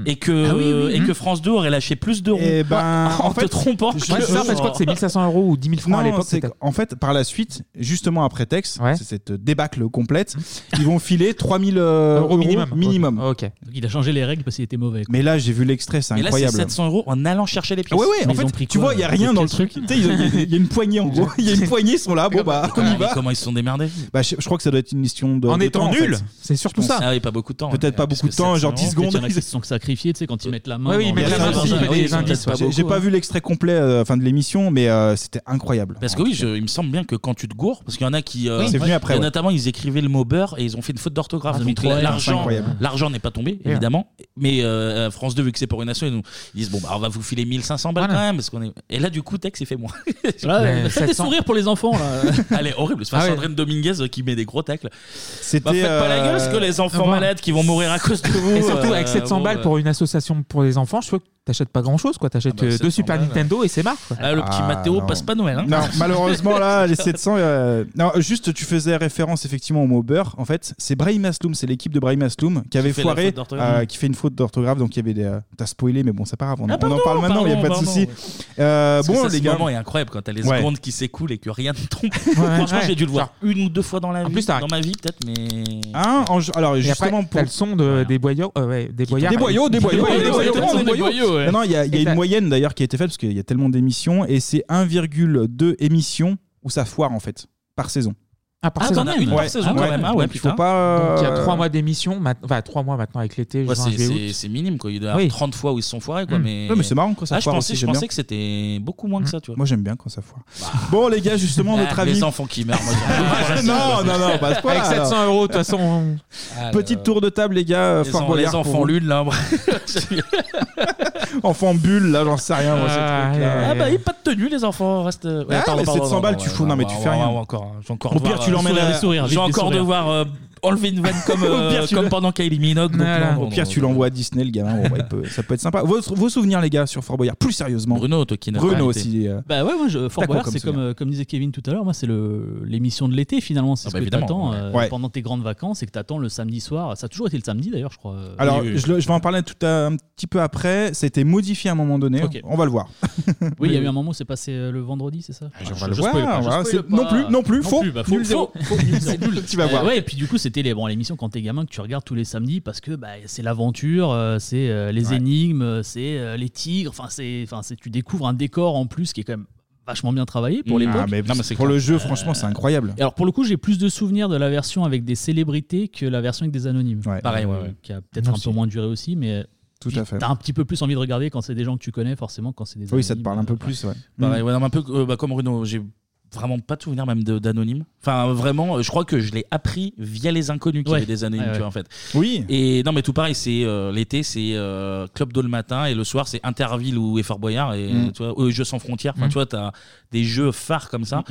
Et que, Ah oui, oui. et que France 2 aurait lâché plus d'euros. mm. Eh ben, en, en te fait, trompant. je- Ouais, c'est ça, parce que je crois que c'est 1500 euros ou 10 000 francs à l'époque, c'est peut-être. En fait, par la suite, justement après Tex, c'est cette débâcle complète, ils vont filer 3000 euros minimum. Donc, il a changé les règles parce qu'il était mauvais. Mais là, j'ai vu l'extrait, c'est Mais là, c'est incroyable. 700 euros en allant chercher les Ah pièces. ouais, ouais, en fait, tu vois, il n'y a euh, rien dans le truc. Tu sais, Il y, a- il y a une poignée en gros. Il y a une poignée, ils sont là. Bon, bah, on y va. Comment ils se sont démerdés Bah, je, je crois que ça doit être une question de. En de étant temps, nul, fait. c'est surtout Je pense. ça. Ah oui, pas beaucoup de temps, Peut-être ouais, pas parce beaucoup que de temps, genre 10 Peut-être secondes. qu'il y en a qui se sont sacrifiés, tu sais, quand ils mettent la main. Ouais, oui, ils dans mettent le- la main dans dans le- le- J'ai- dans le- J'ai j'ai pas vu l'extrait complet, euh, enfin de l'émission, mais euh, c'était incroyable. Parce que oui, je- il me semble bien que quand tu te gourres, parce qu'il y en a qui. euh, Oui, c'est il venu y en a après, ouais. Notamment, ils écrivaient le mot beurre et ils ont fait une faute d'orthographe. Ah, Donc, c'est incroyable. C'est l'argent, incroyable. l'argent n'est pas tombé, Ouais. évidemment. Mais euh, France 2, vu que c'est pour une nation, ils nous ils disent bon, bah, on va vous filer 1500 balles quand même. Parce qu'on est... Et là, du coup, Tex, il fait moins. Voilà, Mais faites des 700. sourires pour les enfants, là. Elle est horrible. C'est pas Ah ouais. Sandrine Dominguez euh, qui met des gros tacles. C'était. faites pas la euh, gueule, parce que les enfants au revoir. malades qui vont mourir à cause de vous. Et surtout, euh, avec 700 bon, balles euh, pour une association pour les enfants, je crois que t'achètes pas grand chose, quoi. T'achètes Ah bah, euh, 700 deux Super balles, Nintendo et c'est marre, quoi. Ah, le petit Ah, Mathéo non. passe pas Noël. hein. Non, malheureusement, là, les 700. euh, Non, juste, tu faisais référence effectivement au mot beurre. En fait, c'est Brahim Asloum, c'est l'équipe de Brahim Asloum qui avait fait la foiré, faute d'orthographe. euh, qui fait une faute d'orthographe. Donc, il y avait des. euh, T'as spoilé, mais bon, c'est pas grave. On, Ah, on pardon, en parle maintenant, il n'y a pas pardon, de souci. pardon. Euh, Parce que bon, ça, les ce gars. moment est incroyable quand t'as les Ouais. secondes qui s'écoulent et que rien ne tombe. Franchement, ouais. j'ai dû le voir Genre une ou deux fois dans la vie, t'as- dans ma vie peut-être, mais. Hein, en- alors, Et justement, après, pour- t'as le son de, des boyaux, euh, ouais, des boyards. Des boyaux, des boyaux, Des boyaux, exactement, des des boyaux. boyaux. ouais. Non, non, il y a, il y a Et t'as- une moyenne d'ailleurs qui a été faite parce qu'il y a tellement d'émissions et c'est 1,2 émissions où ça foire en fait par saison. Ah, par Ah, saison. quand même, une par Ouais. saison, quand hein, même. Ah ouais, Donc, il putain. faut pas. Donc, il y a 3 mois d'émission, mat- enfin 3 mois maintenant avec l'été, Ouais, juin, c'est- juillet, août. c'est c'est minime quoi. Il doit y avoir Oui. 30 fois où ils se sont foirés quoi. Mm. Mais, Ouais, mais c'est marrant, quoi, ça ah, je foire pensais, aussi, je j'aime pensais bien. que c'était beaucoup moins que ça, tu vois. Mmh. Moi j'aime bien quand ça foire. Bon les gars, justement Ah, notre avis. Les enfants qui meurent. moi, j'aime bien. non, non, non, bah, c'est pas Avec là, 700 alors. euros, de toute façon, on- Petit Alors. tour de table, les gars. Ah, euh, euh, Les Fort en- Boyard les pour enfants vous. lunes là. Enfant bulle, là, j'en sais rien. Moi, Ah, ces trucs-là. Ah bah il pas de tenue les enfants reste. Ouais, Ah, attends, mais pardon, 700 pardon, balles, pardon, tu fous. ouais, bah, Non, mais ouais, tu ouais, fais rien. ouais, encore, j'ai encore Au devoir, pire, tu euh, l'emmènes à- J'ai encore devoir euh, enlever une vanne comme euh, Au pire, tu comme le- pendant Kylie Minogue. donc non, non, Au pire, non, tu l'envoies à Disney, le gamin. Bon, bah, il peut- ça peut être sympa. Vos, vos souvenirs, les gars, sur Fort Boyard, plus sérieusement. Bruno, toi qui n'as Bruno pas été. aussi. euh, Bah ouais, moi, je, Fort T'as quoi Boyard, comme c'est comme, souvenir euh, comme disait Kevin tout à l'heure, moi, c'est le- l'émission de l'été finalement. C'est Ah ce bah que évidemment, t'attends ouais. euh, Ouais. pendant tes grandes vacances et que t'attends le samedi soir. Ça a toujours été le samedi d'ailleurs, je crois. euh. Alors, je, le- je vais en parler tout à- un petit peu après. Ça a été modifié à un moment donné. Ok. On va le voir. Oui, il y a eu un moment où c'est passé euh, le vendredi, c'est ça on Je- va Ah, le je voir, spoil pas, je voilà, spoil c'est- pas. non plus, non plus, faux, bah, nul zéro. faux, nul zéro. C'est nul. Tu vas Euh, voir. ouais, et puis du coup, c'était les, bon, l'émission quand t'es gamin que tu regardes tous les samedis parce que bah, c'est l'aventure, euh, c'est euh, les Ouais. énigmes, euh, c'est euh, les tigres. Enfin, c'est, enfin, c'est, tu découvres un décor en plus qui est quand même vachement bien travaillé pour Ah, l'époque. mais Euh, pour le jeu, franchement, c'est incroyable. Et alors pour le coup, j'ai plus de souvenirs de la version avec des célébrités que la version avec des anonymes. Euh, Pareil, ouais, ouais. Qui a peut-être un Moi peu moins duré aussi, mais Tout puis à fait. T'as un petit peu plus envie de regarder quand c'est des gens que tu connais, forcément, quand c'est des. Oui, ça te anonymes, parle un peu euh, plus. Ouais. Pareil, ouais, non, mais un peu euh, bah, comme Bruno, j'ai vraiment pas de souvenir même de- d'anonyme. Enfin, vraiment, euh, je crois que je l'ai appris via les inconnus qui Ouais. avaient des anonymes, Ouais, tu ouais. vois, en fait. Oui. Et non, mais tout pareil, c'est euh, l'été, c'est euh, Club d'eau le matin, et le soir, c'est Interville ou Effort Boyard, et Mm. tu vois, euh, Jeux sans frontières. Enfin, Mm. tu vois, t'as des jeux phares comme ça.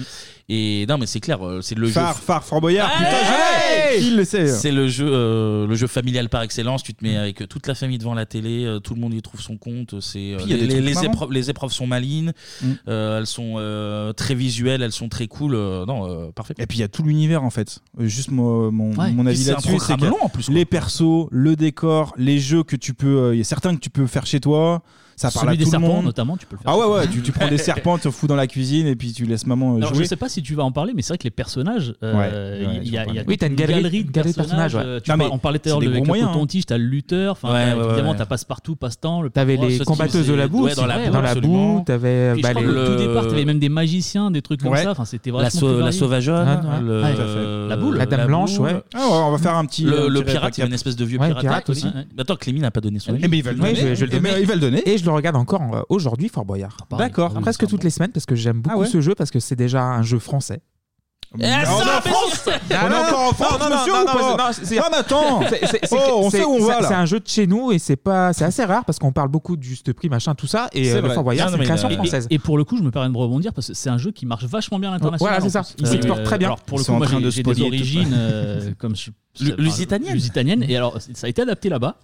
Et non, mais c'est clair, euh, c'est le Phare, jeu. phare, Fort Boyard. Putain, je l'ai. Qui le hein sait C'est le jeu, euh, le jeu familial par excellence. Tu te mets avec toute la famille devant la télé, euh, tout le monde y trouve son compte. C'est euh, Puis il y a les, des trucs les marrants. épreuves, les épreuves sont malines, Mm. euh, elles sont euh, très visuelles, elles sont très cool. euh, non, euh, parfait. Et puis il y a tout l'univers en fait. Euh, Juste mon, mon, Ouais. mon Puis avis c'est un là-dessus, c'est programme que long, en plus, les persos, le décor, les jeux que tu peux, euh, il y a certains que tu peux faire chez toi. Ça parle à Celui des tout le serpents, monde. notamment, tu peux le faire Ah chez ouais toi. ouais, tu, tu prends des serpents, tu en fous dans la cuisine et puis tu laisses maman euh, Alors, jouer. je sais pas si tu vas en parler, mais c'est vrai que les personnages, euh, Ouais, ouais, il y a, je il y comprends. a Oui, t'as une galerie- de une galerie de personnages. personnages, ouais. euh, tu Non, par- mais on parlait tout c'est à l'heure des de gros moyens, hein. coton-tige, t'as le lutteur, enfin, Ouais, t'as- ouais, évidemment, ouais. t'as passe-partout, passe-temps. le T'avais pauvre, les ceux qui combatteuses de faisaient- Ah, la boue, ouais, dans la Ah, boue, absolument. boue, t'avais Puis bah, je crois les- que le tout départ, t'avais même des magiciens, des trucs comme Ouais. ça. Enfin, c'était La, sau- vachement. la sauvageonne, Ah, ouais. le- Ouais, tout à fait. La boule. La dame blanche, boule. ouais. Ah ouais, on va faire un petit. euh, Le, un le petit pirate, il y récap. avait une espèce de vieux Ouais, pirate. pirate aussi. Ouais, ouais. Attends, Clémy n'a pas donné son avis. Eh ben, il va le Ouais, donner. je vais- je vais le Eh ben, donner. il va le donner. Et je le regarde encore euh, Ah, aujourd'hui, Fort Boyard. D'accord. Presque toutes les semaines parce que j'aime beaucoup Ah ouais ce jeu parce que c'est déjà un jeu français. Eh, ça, on est en mais- France Ah On est non, encore en non, France, non, non, monsieur, non, ou non, mais pas c'est- non, c'est- Ah, mais attends c'est- c'est- c'est- Oh, on sait où on c'est- va, c'est- là C'est un jeu de chez nous et c'est pas, c'est assez rare parce qu'on parle beaucoup de juste prix, machin, tout ça. Et euh, C'est le vrai. Fort Boyard, Non, c'est une mais, création euh, et- française. Et, pour le coup, je me permets de rebondir parce que c'est un jeu qui marche vachement bien à l'international. Voilà, c'est en ça. plus. Il Euh, s'exporte très bien. Alors pour le Ils sont coup, en moi, train de j'ai j'ai des spoiler tout. origines euh, comme je- Lu- enfin, lusitanienne. Lusitanienne. Et alors, ça a été adapté là-bas.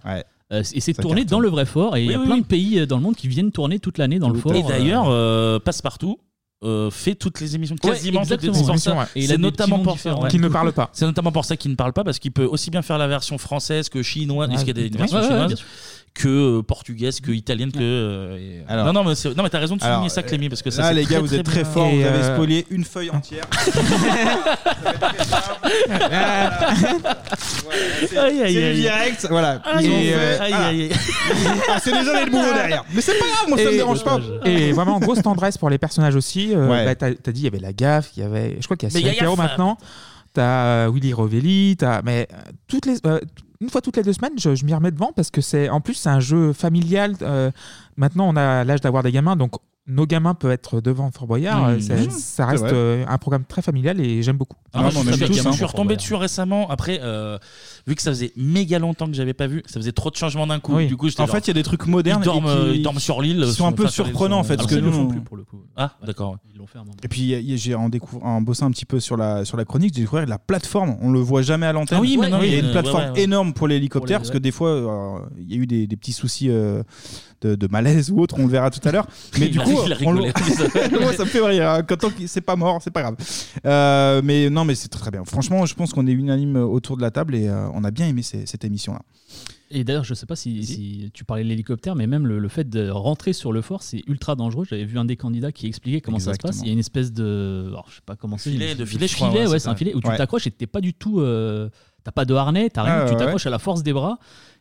Euh, et c'est hein. tourné dans le vrai fort. Et il y a Oui, oui, plein oui. de pays euh, dans le monde qui viennent tourner toute l'année dans le fort. Et euh, d'ailleurs, euh, Passe-Partout euh, fait toutes les émissions, Ouais, quasiment toutes les exactement. émissions. Émissions, ouais. Et il a C'est des petits notamment noms pour différents. ça- Qui ne parle pas. C'est notamment pour ça qu'il ne parle pas, parce qu'il peut aussi bien faire la version française que chinoise, Ouais, puisqu'il y a des ouais, versions ouais, ouais, chinoises, bien sûr. que euh, portugaise, que italienne, que. euh, et- non, non, mais, c'est- non, mais t'as raison de souligner Alors, ça, Clémy, parce que ça Ah, c'est Là, les gars, vous êtes très bien. forts, vous avez spoilé une feuille entière. Aïe, aïe, Ah. C'est aïe. Ah, le direct, voilà. Aïe, Ils ont aïe, fait- aïe, voilà. aïe, aïe. Ah, c'est déjà les bourreaux derrière. Mais c'est pas grave, moi ça Et- me dérange pas. Et vraiment, grosse tendresse pour les personnages aussi. Euh, Ouais. bah, t'as t'as dit, il y avait la gaffe, il y avait. Je crois qu'il y a Mais il y a Cyril Caro Gaffe. maintenant. T'as euh, Willy Rovelli, t'as. Mais euh, toutes les. euh, une fois toutes les deux semaines, je, je m'y remets devant parce que c'est. En plus, c'est un jeu familial. euh, maintenant, on a l'âge d'avoir des gamins, donc nos gamins peuvent être devant Fort Boyard. Mmh. euh, c'est- Mmh. Ça C'est reste vrai. euh, un programme très familial et j'aime beaucoup. Ah, moi, je, suis- je suis retombé dessus récemment. Après, euh, vu que ça faisait méga longtemps que j'avais pas vu, ça faisait trop de changements d'un coup. Oui. Du coup, j'étais En genre, fait, il y a des trucs modernes Ils dorment, et qui- euh, ils dorment sur l'île. qui sont un peu enfin, sur l'île, surprenants, en sont- fait, parce que ils le nous, font on- plus, pour le coup. Ah, d'accord. Et puis, il y a- j'ai en, découv- en bossant un petit peu sur la, sur la chronique, j'ai découvert la plateforme. On le voit jamais à l'antenne. Ah oui, maintenant, il y a il y a une une- plateforme ouais, ouais, ouais. énorme pour l'hélicoptère, Pour les- parce que des fois, euh, il y a eu des, des petits soucis euh, de, de malaise ou autre, on le verra tout à l'heure. Mais Il du a- coup, il a on le- rigolé. moi, ça me fait rire. hein. Quand tant qu'il- c'est pas mort, c'est pas grave. Euh, mais non, mais c'est très, très bien. Franchement, je pense qu'on est unanime autour de la table et euh, on a bien aimé ces- cette émission-là. Et d'ailleurs, je sais pas si, si tu parlais de l'hélicoptère, mais même le, le fait de rentrer sur le fort, c'est ultra dangereux. J'avais vu un des candidats qui expliquait comment ça se passe. Exactement. Il y a une espèce de. Alors, je sais pas comment c'est. Filet, une- de filet, je crois, ouais, ouais, c'est c'est un ça. filet où tu Ouais. t'accroches et t'es pas du tout. euh, T'as pas de harnais, t'as rien, Ah, tu ouais, t'accroches à la force des bras.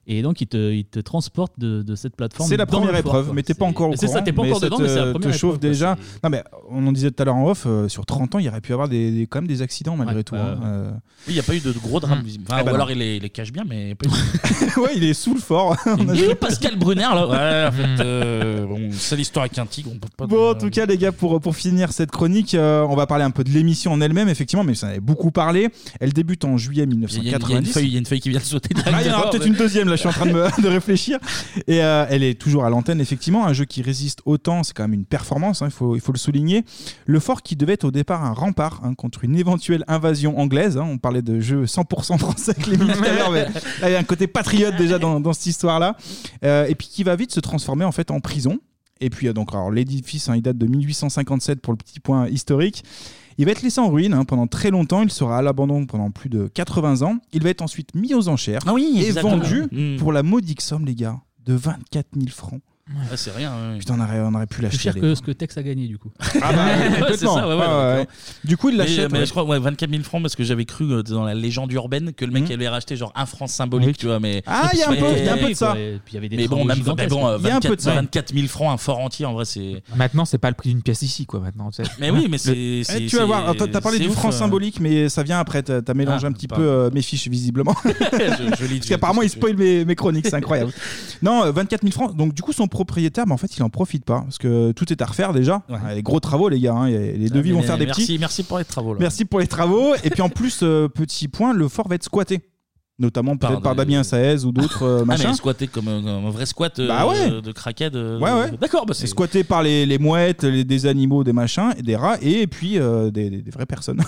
Et donc, il te, il te transporte de, de cette plateforme. C'est la dans le première fort, épreuve, quoi. mais t'es pas encore au courant. C'est ça, t'es pas mais encore ça dedans, te, mais c'est la te première chauffe épreuve. quoi. déjà. Non, mais on en disait tout à l'heure en off, euh, sur 30 ans, il y aurait pu y avoir des, des- quand même des accidents malgré tout. bah hein. Euh, Oui, il n'y a pas eu de gros drame. Mm. visible. Enfin, Eh ben ou alors non. il les, les cache bien, mais. euh. ouais, il est sous le fort. On a- Et Pascal Brunner, là. Ouais, en fait, euh, bon, c'est l'histoire avec un tigre. On peut pas. Bon, en tout cas, les gars, pour, pour finir cette chronique, euh, on va parler un peu de l'émission en elle-même, effectivement, mais ça en avait beaucoup parlé. Elle débute en juillet Il y, a- il y a une 1990. feuille- il y a une feuille qui vient de sauter. Ah, il y en aura peut-être une deuxième, là, je suis en train de, me- de réfléchir. Et euh, elle est toujours à l'antenne, effectivement. Un jeu qui résiste autant, c'est quand même une performance, hein, il, faut, il faut le souligner. Le fort qui devait être au départ un rempart hein, contre une éventuelle invasion anglaise. hein. on parlait de jeu 100% français avec les militaires, mais là, il y a un côté patriote déjà dans, dans cette histoire-là. Euh, et puis qui va vite se transformer en fait en prison. Et puis, euh, donc, alors, l'édifice, hein, il date de 1857 pour le petit point historique. Il va être laissé en ruine hein, pendant très longtemps. Il sera à l'abandon pendant plus de 80 ans. Il va être ensuite mis aux enchères et exactement. vendu Mm. pour la modique somme, les gars, de 24 000 francs. Ah, c'est rien. ouais. Putain, on aurait, on aurait pu Plus l'acheter. cher à que l'époque. ce que Tex a gagné, du coup. Ah bah, complètement. ouais, ouais, Ouais, ouais, d'accord. ouais. Du coup, il Mais- l'achète. Mais, ouais. je crois, ouais, 24 000 francs, parce que j'avais cru euh, dans la légende urbaine que le mec allait racheter genre un franc symbolique, tu vois. Mais... Mhm. Ah, il y a un peu- il y a un peu de ça. Mais- Et puis, il y avait des mais bon, travaux même, mais gigantesques. bon euh, Il y a un 24, peu de ça. 24 000 francs, un fort entier, en vrai, c'est. Maintenant, c'est pas le prix d'une pièce ici, quoi. Maintenant, tu sais. Mais oui, mais Le- c'est. Eh, c'est- tu vas c'est- voir, t'as t'as parlé c'est du ouf, franc euh. symbolique, mais ça vient après. T'as t'as mélangé Ah, un petit pas- peu euh, mes fiches, visiblement. je, je lis Parce qu'apparemment, il spoil mes, mes chroniques, c'est incroyable. non, euh, 24 000 francs. Donc, du coup, son propriétaire, bah, en fait, il en profite pas. Parce que tout est à refaire déjà. Ah, Les gros travaux, les gars. hein, et les devis Ah, vont mais- faire des merci, petits. Merci pour les travaux. là. Merci pour les travaux. Et puis en plus, euh, petit point, le fort va être squatté. Notamment peut-être Par par, des- Damien Saez ou d'autres euh, Ah, mais machins. squatter comme un, comme un vrai squat euh, Bah ouais. de craquette. euh, Ouais, ouais. D'accord, bah c'est c'est. squatté par les, les mouettes, les- des animaux, des machins, et des rats, et puis euh, des, des- des vraies personnes.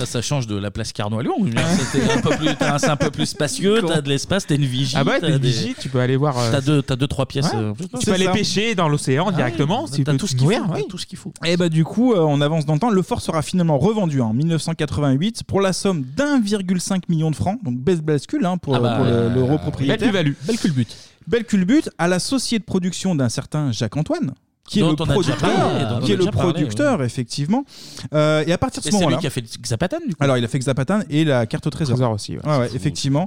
Ah, Ça change de la place Carnot à Lyon. où c'était un peu plus- t'as un- C'est un peu plus spacieux, t'as de l'espace, t'as une vigie. Ah bah, t'as des- une vigie, tu peux aller voir. euh, T'as deux, t'as deux, trois pièces. Ouais. euh, Tu peux aller pêcher dans l'océan Ah, directement. tu peux tout ce te qu'il nourrir, faut, ouais. t'as tout ce qu'il faut. Et bah du coup, euh, on avance dans le temps. Le fort sera finalement revendu hein, en 1988 pour la somme d'1,5 million de francs. Donc baisse bascule hein, pour, Ah bah, pour le- euh, l'euro propriétaire. belle plus-value. Belle culbute. Belle culbute à l'associé de production d'un certain Jacques Antoine. Qui est Dont le on a déjà producteur, parlé, dont on qui a est le déjà parlé, producteur effectivement. Euh, et à partir de Et ce c'est lui moment-là, qui a fait Zapatan, du coup. Alors, il a fait Xapatan et la carte au trésor. Trésor aussi, Ouais, ouais, effectivement.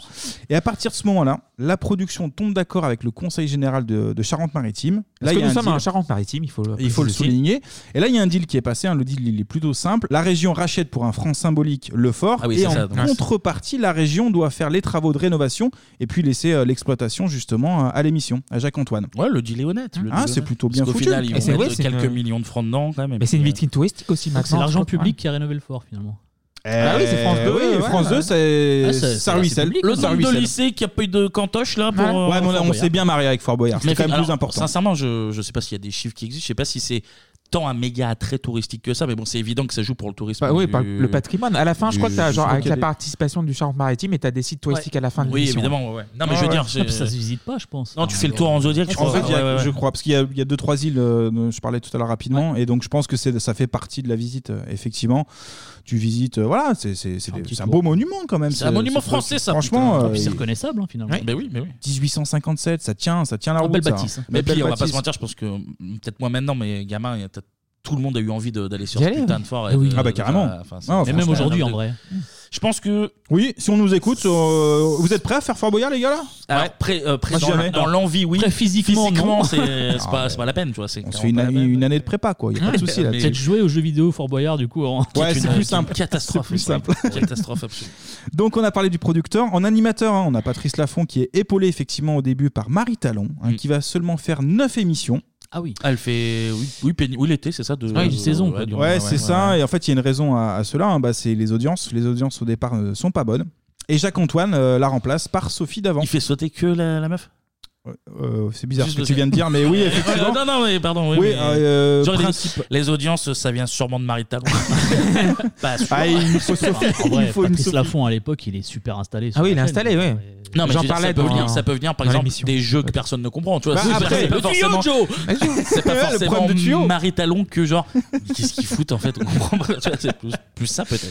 Et à partir de ce moment-là, la production tombe d'accord avec le Conseil général de, de Charente-Maritime. Parce il que y a nous un sommes deal- en Charente-Maritime, il faut le, Il faut le souligner. Et là, il y a un deal qui est passé. hein. Le deal, il est plutôt simple. La région rachète pour un franc symbolique le fort. Ah oui, et c'est en ça, donc. contrepartie, la région doit faire les travaux de rénovation et puis laisser euh, l'exploitation, justement, à à l'émission, à Jacques-Antoine. Ouais, le deal est honnête. le Ah, deal est c'est honnête. plutôt bien Parce qu'au foutu. final, ils Et vont c'est- mettre ouais, c'est quelques une- millions de francs dedans quand même. et Mais c'est une puis, euh, vitrine touristique aussi Donc maintenant. c'est l'argent je crois. public qui a rénové le fort finalement. Ah oui, c'est France 2, oui, ouais, France ouais. 2, c'est- Ah, ça, c'est- c'est ruisselle. public, Le hein. Ça nombre de ruisselle. lycées qui a pas eu de cantoche là pour. Ouais, euh, mais on, a- Fort on Boyard. s'est bien marié avec Fort Boyard. C'est quand même alors, plus important. Sincèrement, je je sais pas s'il y a des chiffres qui existent. Je sais pas si c'est tant un méga attrait touristique que ça, mais bon, c'est évident que ça joue pour le tourisme. Bah oui, du- par le patrimoine. À la fin, du- je crois que t'as je genre crois avec qu'il y a la des- participation du Charente-Maritime et t'as des sites touristiques à la fin de Oui, l'émission. évidemment, ouais, ouais. Non, mais je veux dire, j'ai- ça se visite pas, je pense. Non, tu fais le tour en zodiac, je En fait, crois. il y a- Ouais, ouais, ouais. je crois, parce qu'il y a, il y a deux trois îles, euh, dont je parlais tout à l'heure rapidement, et donc je pense que c'est- ça fait partie de la visite. euh, effectivement, tu visites, euh, voilà, c'est c'est- c'est des- c'est un beau monument quand même. C'est un monument français, ça. Franchement, putain. euh, Puis il- reconnaissable hein, finalement. Ben oui, mais oui. 1857, ça tient, ça tient la route. ça. Mais Belle puis, on va pas hein. bâtisse. se mentir, je pense que peut-être moi maintenant, mais gamin, il y a peut-être- tout le monde a eu envie de- d'aller sur D'y ce aller, putain oui. de Eh fort. Ah oui. de- Ah bah, carrément. enfin, Ah, c'est- franchement, de- Je pense que. Oui, si on nous écoute, euh, vous êtes prêts à faire Fort Boyard, les gars là Alors, pré- euh, pré- Moi, dans- jamais. dans l'envie, oui. Très physiquement, non. Physiquement, c'est euh, c'est Non, pas, c'est pas la peine, tu vois. On se fait une, une euh, année de prépa, quoi. Il n'y a pas de souci là. Peut-être jouer aux jeux vidéo Fort Boyard du coup. en- Ouais, c'est plus simple. Catastrophe. C'est plus oui. simple. Catastrophe absolue. Donc on a parlé du producteur. En animateur, hein, on a Patrice Laffont qui est épaulé effectivement au début par Marie Talon, hein, Mm. qui va seulement faire 9 émissions. Ah oui. Elle fait. Oui, oui, péni- oui l'été, c'est ça Ah de, Ouais, une saison, quoi, Ouais, du de- coup. Ouais, ouais, c'est ouais. ça. Et en fait, il y a une raison à, à cela. hein. Bah, c'est les audiences. Les audiences au départ ne sont pas bonnes. Et Jacques-Antoine euh, la remplace par Sophie Davant. Il fait sauter que la, meuf C'est bizarre ce Juste que de- tu viens de dire, mais oui, effectivement. Ouais, non, non, mais pardon. Oui, Oui, mais- euh, Genre, les- principe. les, audiences, ça vient sûrement de Marie Talon. Pas sûr. Ah, il faut Sophie. En vrai, Il faut une Patrice Sophie. Laffont à l'époque, il est super installé. sur Ah oui, la il est chaîne. installé, ouais. Non, mais J'en je veux dire, parlais ça peut, dans- venir, ça peut venir, par dans exemple, l'émission. des jeux que personne ne comprend. Tu vois, Bah, c'est- après, c'est le pas forcément. tuyau, C'est pas Ouais, le forcément problème du tuyau. Marie Talon que genre. Qu'est-ce qu'ils foutent en fait On comprend pas. Tu vois, C'est plus, plus ça peut-être.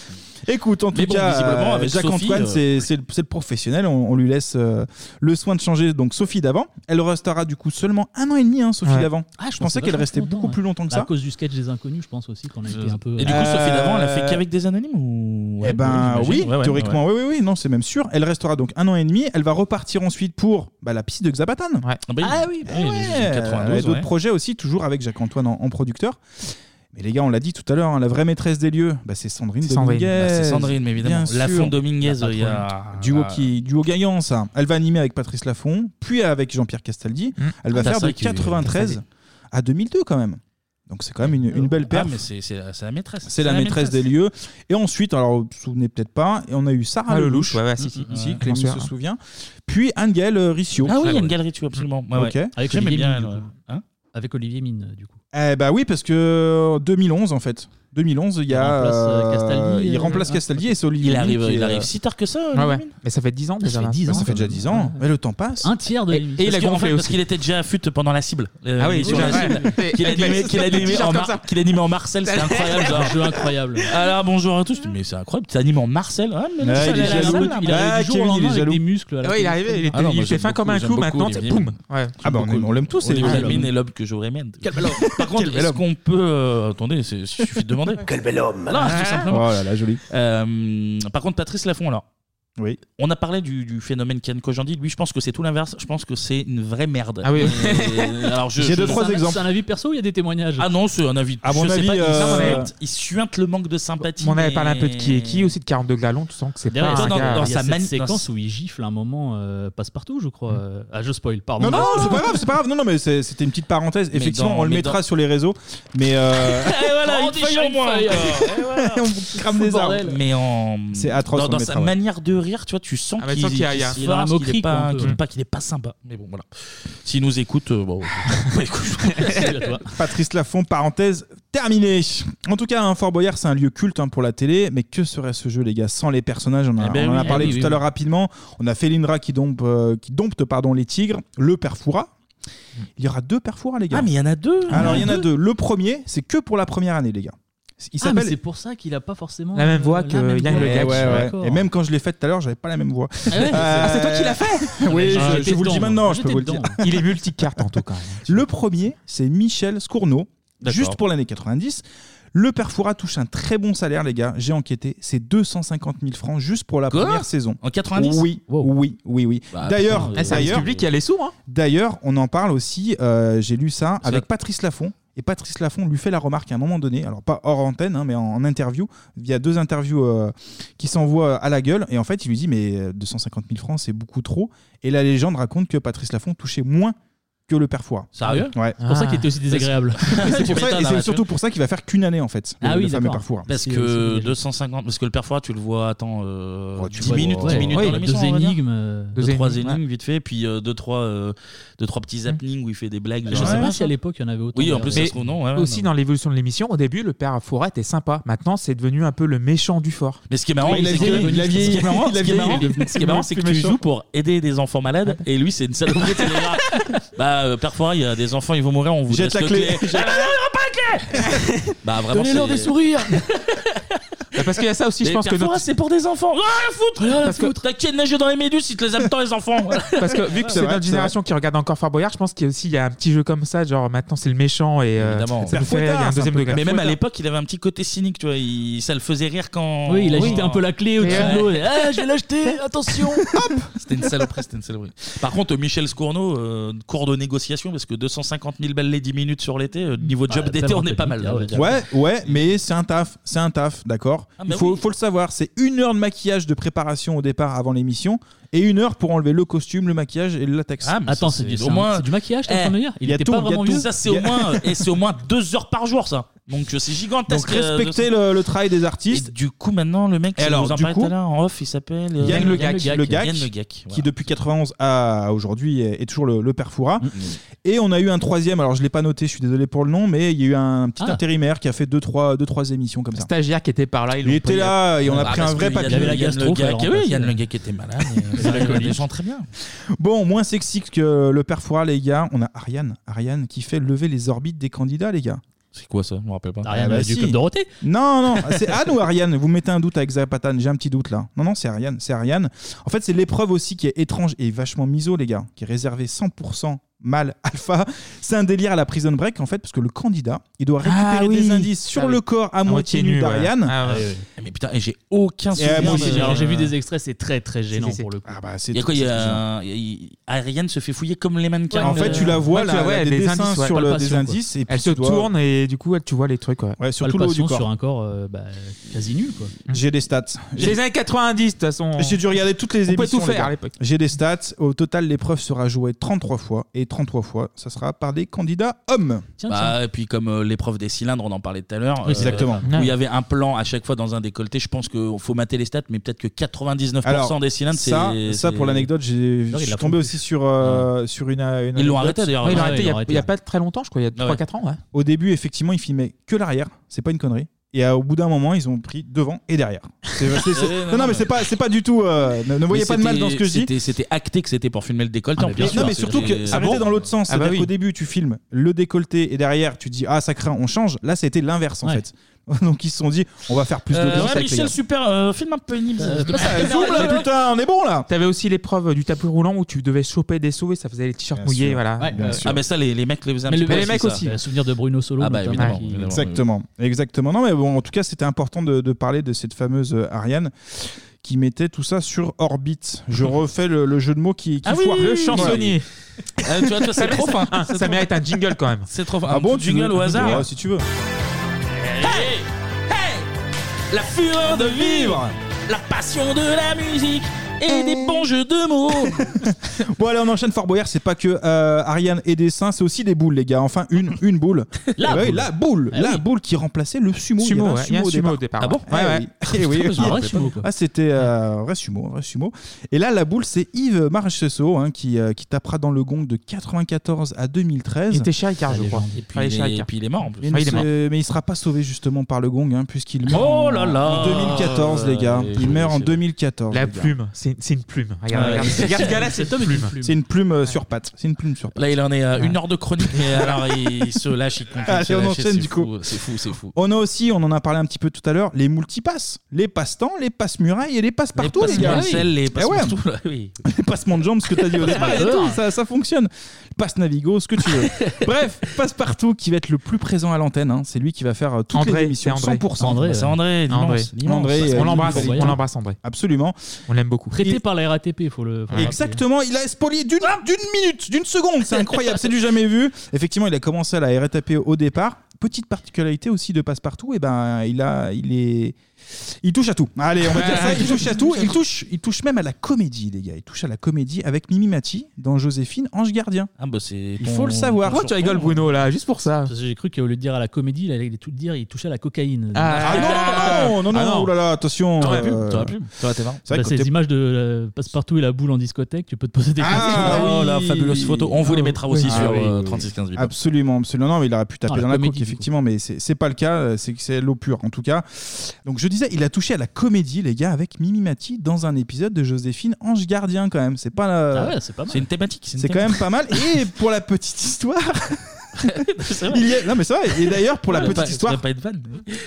Écoute, en tout Mais bon, cas, visiblement, euh, avec Jacques-Antoine, Sophie, c'est- c'est le, c'est le professionnel. On, on lui laisse euh, le soin de changer. Donc Sophie Davant, elle restera du coup seulement un an et demi, hein, Sophie Ouais. Davant. Ah, je pensais qu'elle vachement restait longtemps, beaucoup ouais. plus longtemps que Bah, ça. À cause du sketch des inconnus, je pense aussi qu'on a été un peu. Et du coup, Sophie Davant, elle a fait qu'avec des anonymes ou Euh, Eh ben j'imagine. oui, Ouais, ouais, théoriquement, ouais. oui, oui, oui, non, c'est même sûr. Elle restera donc un an et demi. Elle va repartir ensuite pour bah, la piste de Xabatan. Ah oui, Eh ouais, elle a d'autres projets aussi, toujours avec Jacques-Antoine en, en producteur. Mais les gars, on l'a dit tout à l'heure, hein, la vraie maîtresse des lieux, bah, c'est Sandrine C'est Sandrine. Dominguez. Bah, c'est Sandrine, mais évidemment. Bien Lafont sûr. Dominguez, il euh, y a. Ah. Duo, qui, duo gagnant, ça. Elle va animer avec Patrice Laffont, puis avec Jean-Pierre Castaldi. Elle va Ah, faire c'est de vrai qu'il y a eu 93 Castaldi. à 2002 quand même. Donc c'est quand même une, une belle Ah, paire. mais c'est c'est la c'est la maîtresse. C'est la, maîtresse des lieux. Et ensuite, alors vous vous souvenez peut-être pas, et on a eu Sarah Ah, Lelouch, Lelouch. ouais, ouais, si, si. Mhm. Ouais, Si, ouais, Clémy bien se sûr. souvient. Puis Anne-Gaëlle euh, Riccio. Ah oui, il y a une galerie, tu absolument. Ouais, Ok. ouais. Avec J'aimais Olivier bien, Mine, elle, du coup. hein Avec Olivier Mine, du coup. Eh bah oui, parce que 2011 en fait. 2011, il y a. remplace, euh, euh, Castaldi, il euh, remplace ah, Castaldi et c'est Il Olivier. Mine arrive- qui est, il euh, arrive si tard que ça, Ouais, Olivier Ah ouais. Mine Mais ça fait 10 ans déjà. fait là. 10 ans, Bah, Ah, ça quand fait déjà même. 10 ans. Mais le temps Hein, passe. Un tiers de Et- l'émission. et il a Parce qu'en fait, gonflé Parce aussi. qu'il était déjà à FUT pendant la cible. euh, Ah oui, l'émission oui, de la ouais. cible. Et- Qu'il et- animait- et- Qu'il et- animait et- en comme Mar- ça. qu'il animait en Marcel, c'est incroyable. C'est un genre. jeu incroyable. Alors bonjour à tous, mais c'est incroyable, tu animes en Marcel. Ah, mais Ah, ça, il est la- la- jaloux. la- Il la- arrive la- du jour au lendemain avec des muscles à la Ouais, il est télé. arrivé, il était, Ah non, il moi, était j'aime fin comme un beaucoup, clou, j'aime maintenant, beaucoup c'est Olivier boum. Ouais. Ah bah on aime- on l'aime tous. Olivier c'est- Mine et l'homme que j'aurais aimé. Par contre, est-ce qu'on peut. euh, attendez, c'est- il suffit de demander. Quel bel homme tout simplement. Oh là là, joli. Euh, par contre, Patrice Laffont, alors. Oui. On a parlé du, du phénomène Ken Kojandi. Lui, je pense que c'est tout l'inverse. Je pense que c'est une vraie merde. Ah oui. Euh, alors, je- J'ai deux, je- trois c'est un- exemples. C'est un avis perso ou il y a des témoignages Ah non, c'est un avis. À je mon sais avis, pas, il, euh, suinte, il suinte le manque de sympathie. On avait parlé un Hein, mais- peu de qui est qui, aussi de 42 galons, tu sens que c'est pas. D'ailleurs, un dans, gars- dans sa cette séquence où il gifle un moment euh, passe-partout, je crois. euh, Ah, je spoil, pardon. Non, non, c'est pas grave, c'est pas grave. Non, non, mais c'est- c'était une petite parenthèse. Mais Effectivement, dans- on le mais mettra dans- sur les réseaux. Mais euh, Et voilà, Oh, une des feuille en shiny moins. feuilles, on crame des arbres. Mais en. C'est atroce, Dans, on dans le sa mettra, ouais. manière de rire, tu vois, tu sens Ah, mais tu qu'il sens qu'il y a- il y a- qu'il il y se a un farce, qu'il est moquerie, quoi, pas- un peu. qu'il est pas- qu'il est pas sympa. Mais bon, voilà. S'il nous écoute, euh, bon. bah, écoute, Patrice Laffont, parenthèse terminée. En tout cas, un Fort Boyard, c'est un lieu culte hein, pour la télé. Mais que serait ce jeu, les gars, sans les personnages On, a- Eh ben on en oui, a eh parlé oui, tout oui, à l'heure oui. rapidement. On a Félindra qui dompte, euh, qui dompte pardon, les tigres, le père Foura. Hmm. Il y aura deux pères Foura, les gars. Ah, mais il y en a deux Alors, il y en a deux. Le premier, c'est que pour la première année, les gars. Il Ah, mais s'appelle c'est pour ça qu'il a pas forcément euh, La même voix que même Yann voix. Le Eh Gag. ouais, ouais. D'accord. Et même quand je l'ai faite tout à l'heure, j'avais pas la même voix. ouais Ah, c'est toi qui l'as fait Oui, Ah, je, j'étais je vous le dis dedans, maintenant, moi. je peux J'étais vous le dire. dedans. Il est multicarte en tout cas. Le premier, c'est Michel Scourneau, D'accord. juste pour l'année 90. Le père Foura touche un très bon salaire, les gars. J'ai enquêté, c'est 250 000 francs juste pour la Quoi première saison. En 90 Oui, oui, oui, oui. Bah, d'ailleurs, putain, euh, d'ailleurs, public, il y a les sous. Hein. d'ailleurs, on en parle aussi. euh, J'ai lu ça C'est avec vrai. Patrice Laffont. Et Patrice Laffont lui fait la remarque à un moment donné, alors pas hors antenne, hein, mais en, en interview, via deux interviews euh, qui s'envoient à la gueule. Et en fait, il euh, lui dit Mais euh, 250 000 francs, c'est beaucoup trop. Et la légende raconte que Patrice Laffont touchait moins que le père Foix. Sérieux Ouais. C'est pour ça qu'il était aussi désagréable. c'est Tu pour ça- m'étonnes, et c'est hein, surtout pour ça qu'il va faire qu'une année en fait. Ah le- oui, le fameux d'accord. père Foix. Parce que 250, parce que le perfoir, tu le vois, attends, euh, tu 10 vois, minutes, ouais. 10 minutes Ouais, dans il y a l'émission, deux on va dire. énigmes, euh, deux, deux trois énigmes, énigmes vite fait, puis euh, deux, trois, euh, deux, trois petits happenings où il fait des blagues. Je genre, sais ah, pas ça. si à l'époque il y en avait autant. Oui, en plus, ça Mais se trouve, non. ouais, ouais, aussi non. dans l'évolution de l'émission, au début, le père Fourat était sympa. Maintenant, c'est devenu un peu le méchant du fort. Mais ce qui est marrant, c'est que- ce qui est marrant, ce qui est marrant- ce qui est marrant, c'est que tu joues pour aider des enfants malades, et lui, c'est une saloperie. tu verras. Bah, euh, parfois, il y a des enfants, ils vont mourir, on vous laisse Jette la le clé. clé. Ah, Bah, vraiment, Donnez-leur c'est- des sourires. parce qu'il y a ça aussi, je Mais pense que Perfora, notre- c'est pour des enfants. Rien à foutre Rien à Parce que- foutre T'inquiète, nager dans les méduses, ils te les aiment tant, les enfants Parce que vu que c'est notre génération qui regarde encore Fort Boyard, je pense qu'il y a aussi il y a un petit jeu comme ça, genre maintenant c'est le méchant et euh, ça nous fait- il y a un deuxième degré. Mais même à l'époque, il avait un petit côté cynique, tu vois. il- Ça le faisait rire Oh. quand. Oh. Oui, il agitait un peu la clé au-dessus Ouais. de l'eau. et, Ah, je vais l'acheter, attention C'était une saloperie, c'était une saloperie. Par contre, Michel Scourneau, euh, cours de négociation, parce que 250 000 balles les 10 minutes sur l'été, euh, niveau job Ah, d'été, tellement on est pas mal. là, je veux dire. Ouais, ouais, mais c'est un taf, c'est un taf, d'accord. Ah, Il mais faut, oui. faut le savoir, c'est une heure de maquillage de préparation au départ avant l'émission et une heure pour enlever le costume, le maquillage et le latex. Ah, mais Attends, ça, c'est du- au c'est un- moins- c'est du maquillage, t'es en Eh, train de me dire Il y a était tout, pas il y a vraiment tout. vieux Ça, c'est au moins, euh, et c'est au moins deux heures par jour, ça. Donc euh, c'est gigantesque. Donc respecter euh, de- le, le travail des artistes. du coup, maintenant, le mec, Et alors, vous en du parlez coup, tout à l'heure en off, il s'appelle euh, Yann Le Gac, le Gac, Yann Le Gac, qui depuis 91 à aujourd'hui est, est toujours le, le père Foura. Et on a eu un troisième, alors je l'ai pas noté, je suis désolé pour le nom, mais il y a eu un petit Ah. intérimaire qui a fait deux trois, deux, trois émissions comme ça. Stagiaire qui était par là, ils Il l'ont était pris, là euh, et on a bah, pris un parce vrai qu'il y papier. avait la gastro, Le Gac, fallait oui, remplacer, Yann euh, Le Gac était malade. et ça, il y a des gens très bien. Bon, moins sexy que le père Foura, les gars, on a Ariane, Ariane qui fait lever les orbites des candidats, les gars. C'est quoi ça Je me rappelle pas. Ah bah si. Non, non, c'est Anne ou Ariane Vous mettez un doute avec Zapatan, j'ai un petit doute là. Non, non, c'est Ariane, c'est Ariane. En fait, c'est l'épreuve aussi qui est étrange et vachement miso, les gars, qui est réservée 100% mâle alpha. C'est un délire à la prison break, en fait, parce que le candidat, il doit récupérer Ah oui. des indices sur Ah oui. le corps à À moitié moitié nu nu, ouais. d'Ariane. Ah ouais, ouais. Mais putain, et j'ai aucun Et, souvenir. euh, moi aussi, de- j'ai- alors, j'ai vu Des extraits, c'est très très gênant si. pour le coup. Ah bah, Il y a quoi il y a- il- Ariane se fait fouiller comme les mannequins. En fait, tu la vois, Ouais, là, tu la vois, elle a elle des descend dessins ouais. sur le- des Palpation, quoi. indices. Et Elle puis se tu dois- tourne et du coup, elle- tu vois les trucs. Ouais, Ouais, surtout le haut du Palpation corps. sur un corps euh, bah, quasi nul quoi. J'ai des stats. J'ai les années 90, de toute façon. J'ai dû regarder toutes les On émissions. peut tout les faire gars. à l'époque. J'ai des stats. Au total, l'épreuve sera jouée 33 fois. Et 33 fois, ça sera par des candidats hommes. Bah, et puis comme euh, l'épreuve des cylindres, on en parlait tout à l'heure. euh, Oui, exactement. Où il y avait un plan à chaque fois dans un décolleté. Je pense qu'il faut mater les stats, mais peut-être que 99% des cylindres, c'est. ça, ça c'est- pour l'anecdote, j'ai- je D'ailleurs, ils suis la tombé font aussi sur, euh, sur une, une Ils l'ont anecdote. arrêté, d'ailleurs. Ouais, il a arrêté il y a- il y a, pas très longtemps, je crois, il y a Ah ouais. 3-4 ans. Ouais. Au début, effectivement, ils filmaient que l'arrière. C'est pas une connerie. Et euh, au bout d'un moment, ils ont pris devant et derrière. C'est- c'est- c'est- Eh, non, non, non, non, mais c'est pas, c'est pas du tout. euh, ne, ne voyez Mais pas de mal dans ce que je dis. c'était- C'était acté que c'était pour filmer le décolleté. en Mais- plus. hein, non, mais surtout que C'était- ça mettait dans l'autre sens. Ah bah C'est-à-dire oui. qu'au début, tu filmes le décolleté et derrière, tu dis Ah, ça craint, on change. Là, c'était l'inverse en fait. Donc, ils se sont dit On va faire plus de Euh, ouais, avec les Michel, gars. super. euh, Filme un peu une Ah, zoom, là, putain, on est bon là T'avais aussi l'épreuve du tapis roulant où tu devais choper des sauts et ça faisait les t-shirts mouillés. Voilà. Ah, mais ça, les, les mecs les faisaient un Mais petit le- peu mais les mecs aussi. ça. Le souvenir de Bruno Solo. Ah bah, notamment, évidemment, qui- évidemment. Exactement, exactement. Non, mais bon, en tout cas, c'était important de, de parler de cette fameuse euh, Ariane qui mettait tout ça sur orbite. Je refais le, le jeu de mots qui, qui Ah oui, foire. le chansonnier. Ah, Euh, tu vois, tu vois, c'est trop fin. Ça, C'est trop mérite fin. un jingle quand même. C'est trop fin. Ah Un bon, petit jingle au hasard Ouais, Si tu veux. Hey Hey La fureur de vivre Mmh. La passion de la musique Et des bons jeux de mots Bon, allez, on enchaîne Fort Boyard. C'est pas que euh, Ariane et des seins, c'est aussi des boules, les gars. Enfin, une, une boule. La Eh ouais, boule. la boule, Ah la oui. boule qui remplaçait le Sumo, sumo. il y avait ouais, il y a un sumo au départ, ouais. Ah bon Ouais, ouais. Eh oui. Eh oui, Putain, je me rappelais pas de- Ah, c'était euh, un vrai sumo, un vrai sumo. Et là, la boule, c'est Yves Marchesso hein, qui, euh, qui tapera dans le gong de 94 à 2013. Il était chez Ricard, Ah, je les crois. gens. Et puis, Ouais, il est- chez Ricard. et puis hein. Ah, il est mort en plus. Mais, Ouais, Ah, il est ne- mort. mais il sera pas sauvé justement par le gong, hein, puisqu'il meurt Oh en- là là. en 2014, les gars. Et Il meurt en c'est- 2014. La les gars. plume, c'est c'est une plume. Regarde, Ouais. regarde. Regarde ce gars-là, c'est Cet une homme est une plume. plume. C'est une plume euh, sur patte. C'est une plume sur patte. Là, il en est à Ouais. une heure de chronique, mais alors il se lâche, il continue. de Allez, se on lâcher, enchaîne, c'est du fou, C'est fou, c'est fou. On a aussi, on en a parlé un petit peu tout à l'heure, les multipasses, les passe-temps, les passes-murailles et les passes-partout, Ah, les, passes gars. Marcel, les Eh passes ouais. partout, là, oui. Les passements de jambes, ce que t'as dit au départ, et tout, ça, ça fonctionne. Passe Navigo, ce que tu veux. Bref, passe partout qui va être le plus présent à l'antenne. hein. C'est lui qui va faire euh, toutes André, les émissions, c'est André. 100%. André, C'est André, l'immense, André. l'immense. Bah, André, Parce euh, qu'on l'immense l'embrasse, André. on l'embrasse, André. Absolument. On l'aime beaucoup. Traité par la RATP, faut le. faut le Exactement, il a spolié d'une d'une minute, d'une seconde, c'est incroyable, c'est du jamais vu. Effectivement, il a commencé à la RATP au départ. Petite particularité aussi de Passepartout, et ben il eh a il est Il touche à tout. Allez, on va Ouais, dire ça. il Il touche à touche tout. à Il tout. touche, il touche même à la comédie, les gars. Il touche à la comédie avec Mimi Mati dans Joséphine, Ange Gardien. Ah bah c'est. Il faut le savoir. Pourquoi tu rigoles, Bruno, là Juste pour ça. J'ai cru qu'au lieu de dire à la comédie, il allait tout dire, il touchait à la cocaïne. Ah, non, non, non, non, Ah oh là là, attention. T'aurais pu, euh, t'aurais pu. T'aurais été marrant. Bah, C'est vrai que ces t'es- images de euh, passe-partout et la boule en discothèque, tu peux te poser des Ah, questions. oui. Oh, la fabuleuse photo. On vous les mettra aussi Ah, sur, euh, 36-15 bip. Absolument, absolument. Non, mais il aurait pu taper Ah, la dans la coque, comédie, effectivement, mais c'est c'est pas le cas. euh, C'est que c'est l'eau pure, en tout cas. Donc, je disais, il a touché à la comédie, les gars, avec Mimi Mati dans un épisode de Joséphine, Ange Gardien, quand même. C'est pas la- Ah ouais, c'est pas mal. C'est une thématique, c'est une Euh, C'est quand même thématique. pas mal. Et pour la petite histoire. Il y a- Non, mais c'est vrai. Et d'ailleurs, pour la Ouais, pas- petite ça histoire. devrait pas être fan.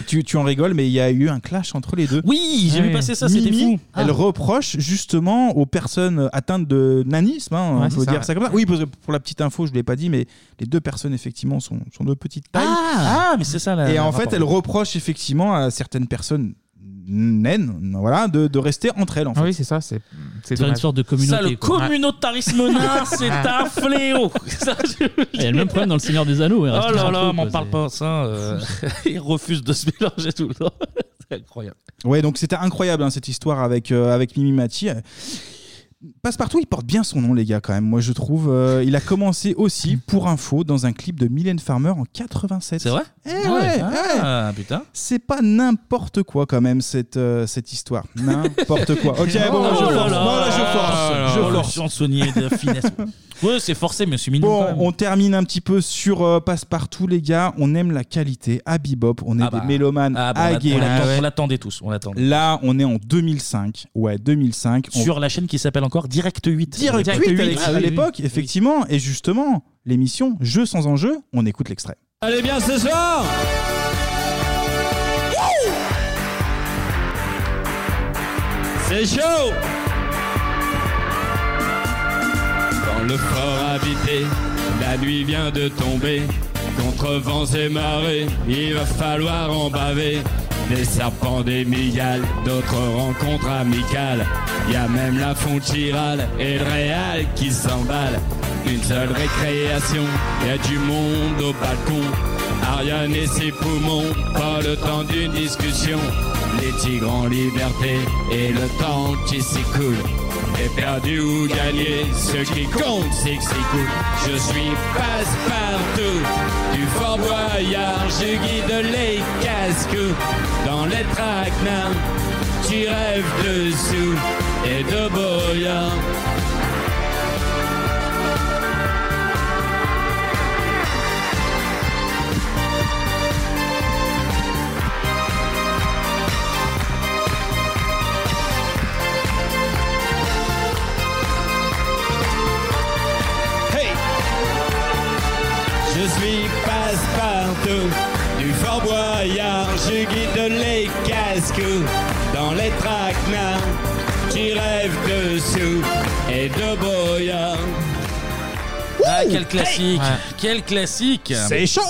Tu, tu en rigoles, mais il y a eu un clash entre les deux. Oui, j'ai vu Ouais. passer ça, c'était Mimi, fou. Ah. Elle reproche justement aux personnes atteintes de nanisme, hein, Ouais, on peut c'est ça, dire ouais. ça comme ça. Oui, parce que pour la petite info, je ne l'ai pas dit, mais les deux personnes effectivement sont, sont de petite taille. Ah, mais c'est ça là. Et en fait, elle reproche effectivement à certaines personnes naines, voilà, de, de rester entre elles. En fait. Oui, c'est ça. C'est Faire une sorte de Ça, communauté. le quoi. communautarisme nain, c'est un fléau. Ça, je- Il y Ah, a le même problème dans Le Seigneur des Anneaux. hein, il reste Oh là un là, peu, m'en quoi, parle c'est- pas, ça. euh, il refuse de se mélanger tout le temps. C'est incroyable. Ouais, donc c'était incroyable hein, cette histoire avec, euh, avec Mimi Mati. Passepartout, il porte bien son nom, les gars, quand même. Moi, je trouve. euh, il a commencé aussi, pour info, dans un clip de Mylène Farmer en 87. C'est vrai Eh ouais, ouais. eh. Ah, putain. C'est pas n'importe quoi, quand même, cette, euh, cette histoire. N'importe quoi. Ok, bon, Oh je là force. là Oh Voilà, je force. là je là, force. Le chansonnier de finesse. Ouais, c'est forcé, mais c'est mignon. Bon, quand même. on termine un petit peu sur euh, Passepartout, les gars. On aime la qualité. À Bebop, on est Ah bah. des mélomanes Ah, bah, on l'attend- aguerris. on l'attend- on l'attendait tous. On l'attendait. Là, on est en 2005. Ouais, 2005. On- Sur la chaîne qui s'appelle encore Direct 8. Direct 8, Alex, à l'époque, effectivement. Et justement, l'émission Jeux sans enjeu, on écoute l'extrait. Allez bien ce soir C'est chaud Dans le fort habité, la nuit vient de tomber. Contre vents et marées, il va falloir en baver. Des serpents, des migales, d'autres rencontres amicales. Y a même la fontirale et le réal qui s'emballe. Une seule récréation, y a du monde au balcon. Ariane et ses poumons, pas le temps d'une discussion. Les tigres en liberté et le temps qui s'écoule. Et perdu ou gagné, ce qui compte c'est que c'est cool. Je suis passe-partout, du Fort Boyard, je guide les casques dans les traquenards. Tu rêves de sous et de boyard. Hey Je suis passe-partout du Fort Boyard, je guide les casques dans les traquenards. Tu rêves de sous et de boyard. Ah, quel classique. Quel classique. C'est chaud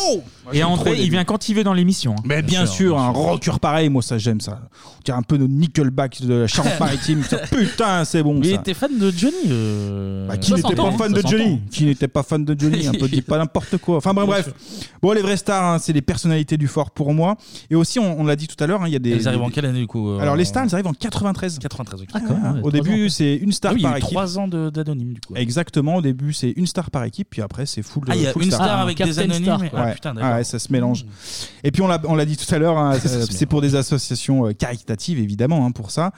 Et André, il vient quand il veut dans l'émission. Mais bien, sûr, un rocker pareil, moi ça j'aime ça. On dirait un peu nos Nickelback de la Charente-Maritime. Ça, Putain, c'est bon Mais ça. t'es fan de Johnny euh, Bah, qui ça n'était pas s'entend, fan ça de Johnny s'entend. Qui n'était pas fan de Johnny Un peu dit pas n'importe quoi. Enfin bref, Bien bref. Bon, les vrais stars, hein, c'est les personnalités du fort pour moi. Et aussi, on, on l'a dit tout à l'heure, hein, il y a des. Elles arrivent en des- quelle année du coup euh, Alors les stars, elles arrivent en 93. 93, ok. Ah, Au début, c'est une star Ah oui, il y a par eu équipe. trois ans de- d'anonyme du coup. Exactement, au début c'est une star par équipe, puis après c'est full. Ah, il y a full une star avec des Captain anonymes, Star, mais- quoi. ah, Ouais. putain, d'accord. Hmm. Ah ouais, ça se mélange. Et puis on l'a on l'a dit tout à l'heure, hein, euh, c'est pour des associations euh, caritatives évidemment hein, pour ça.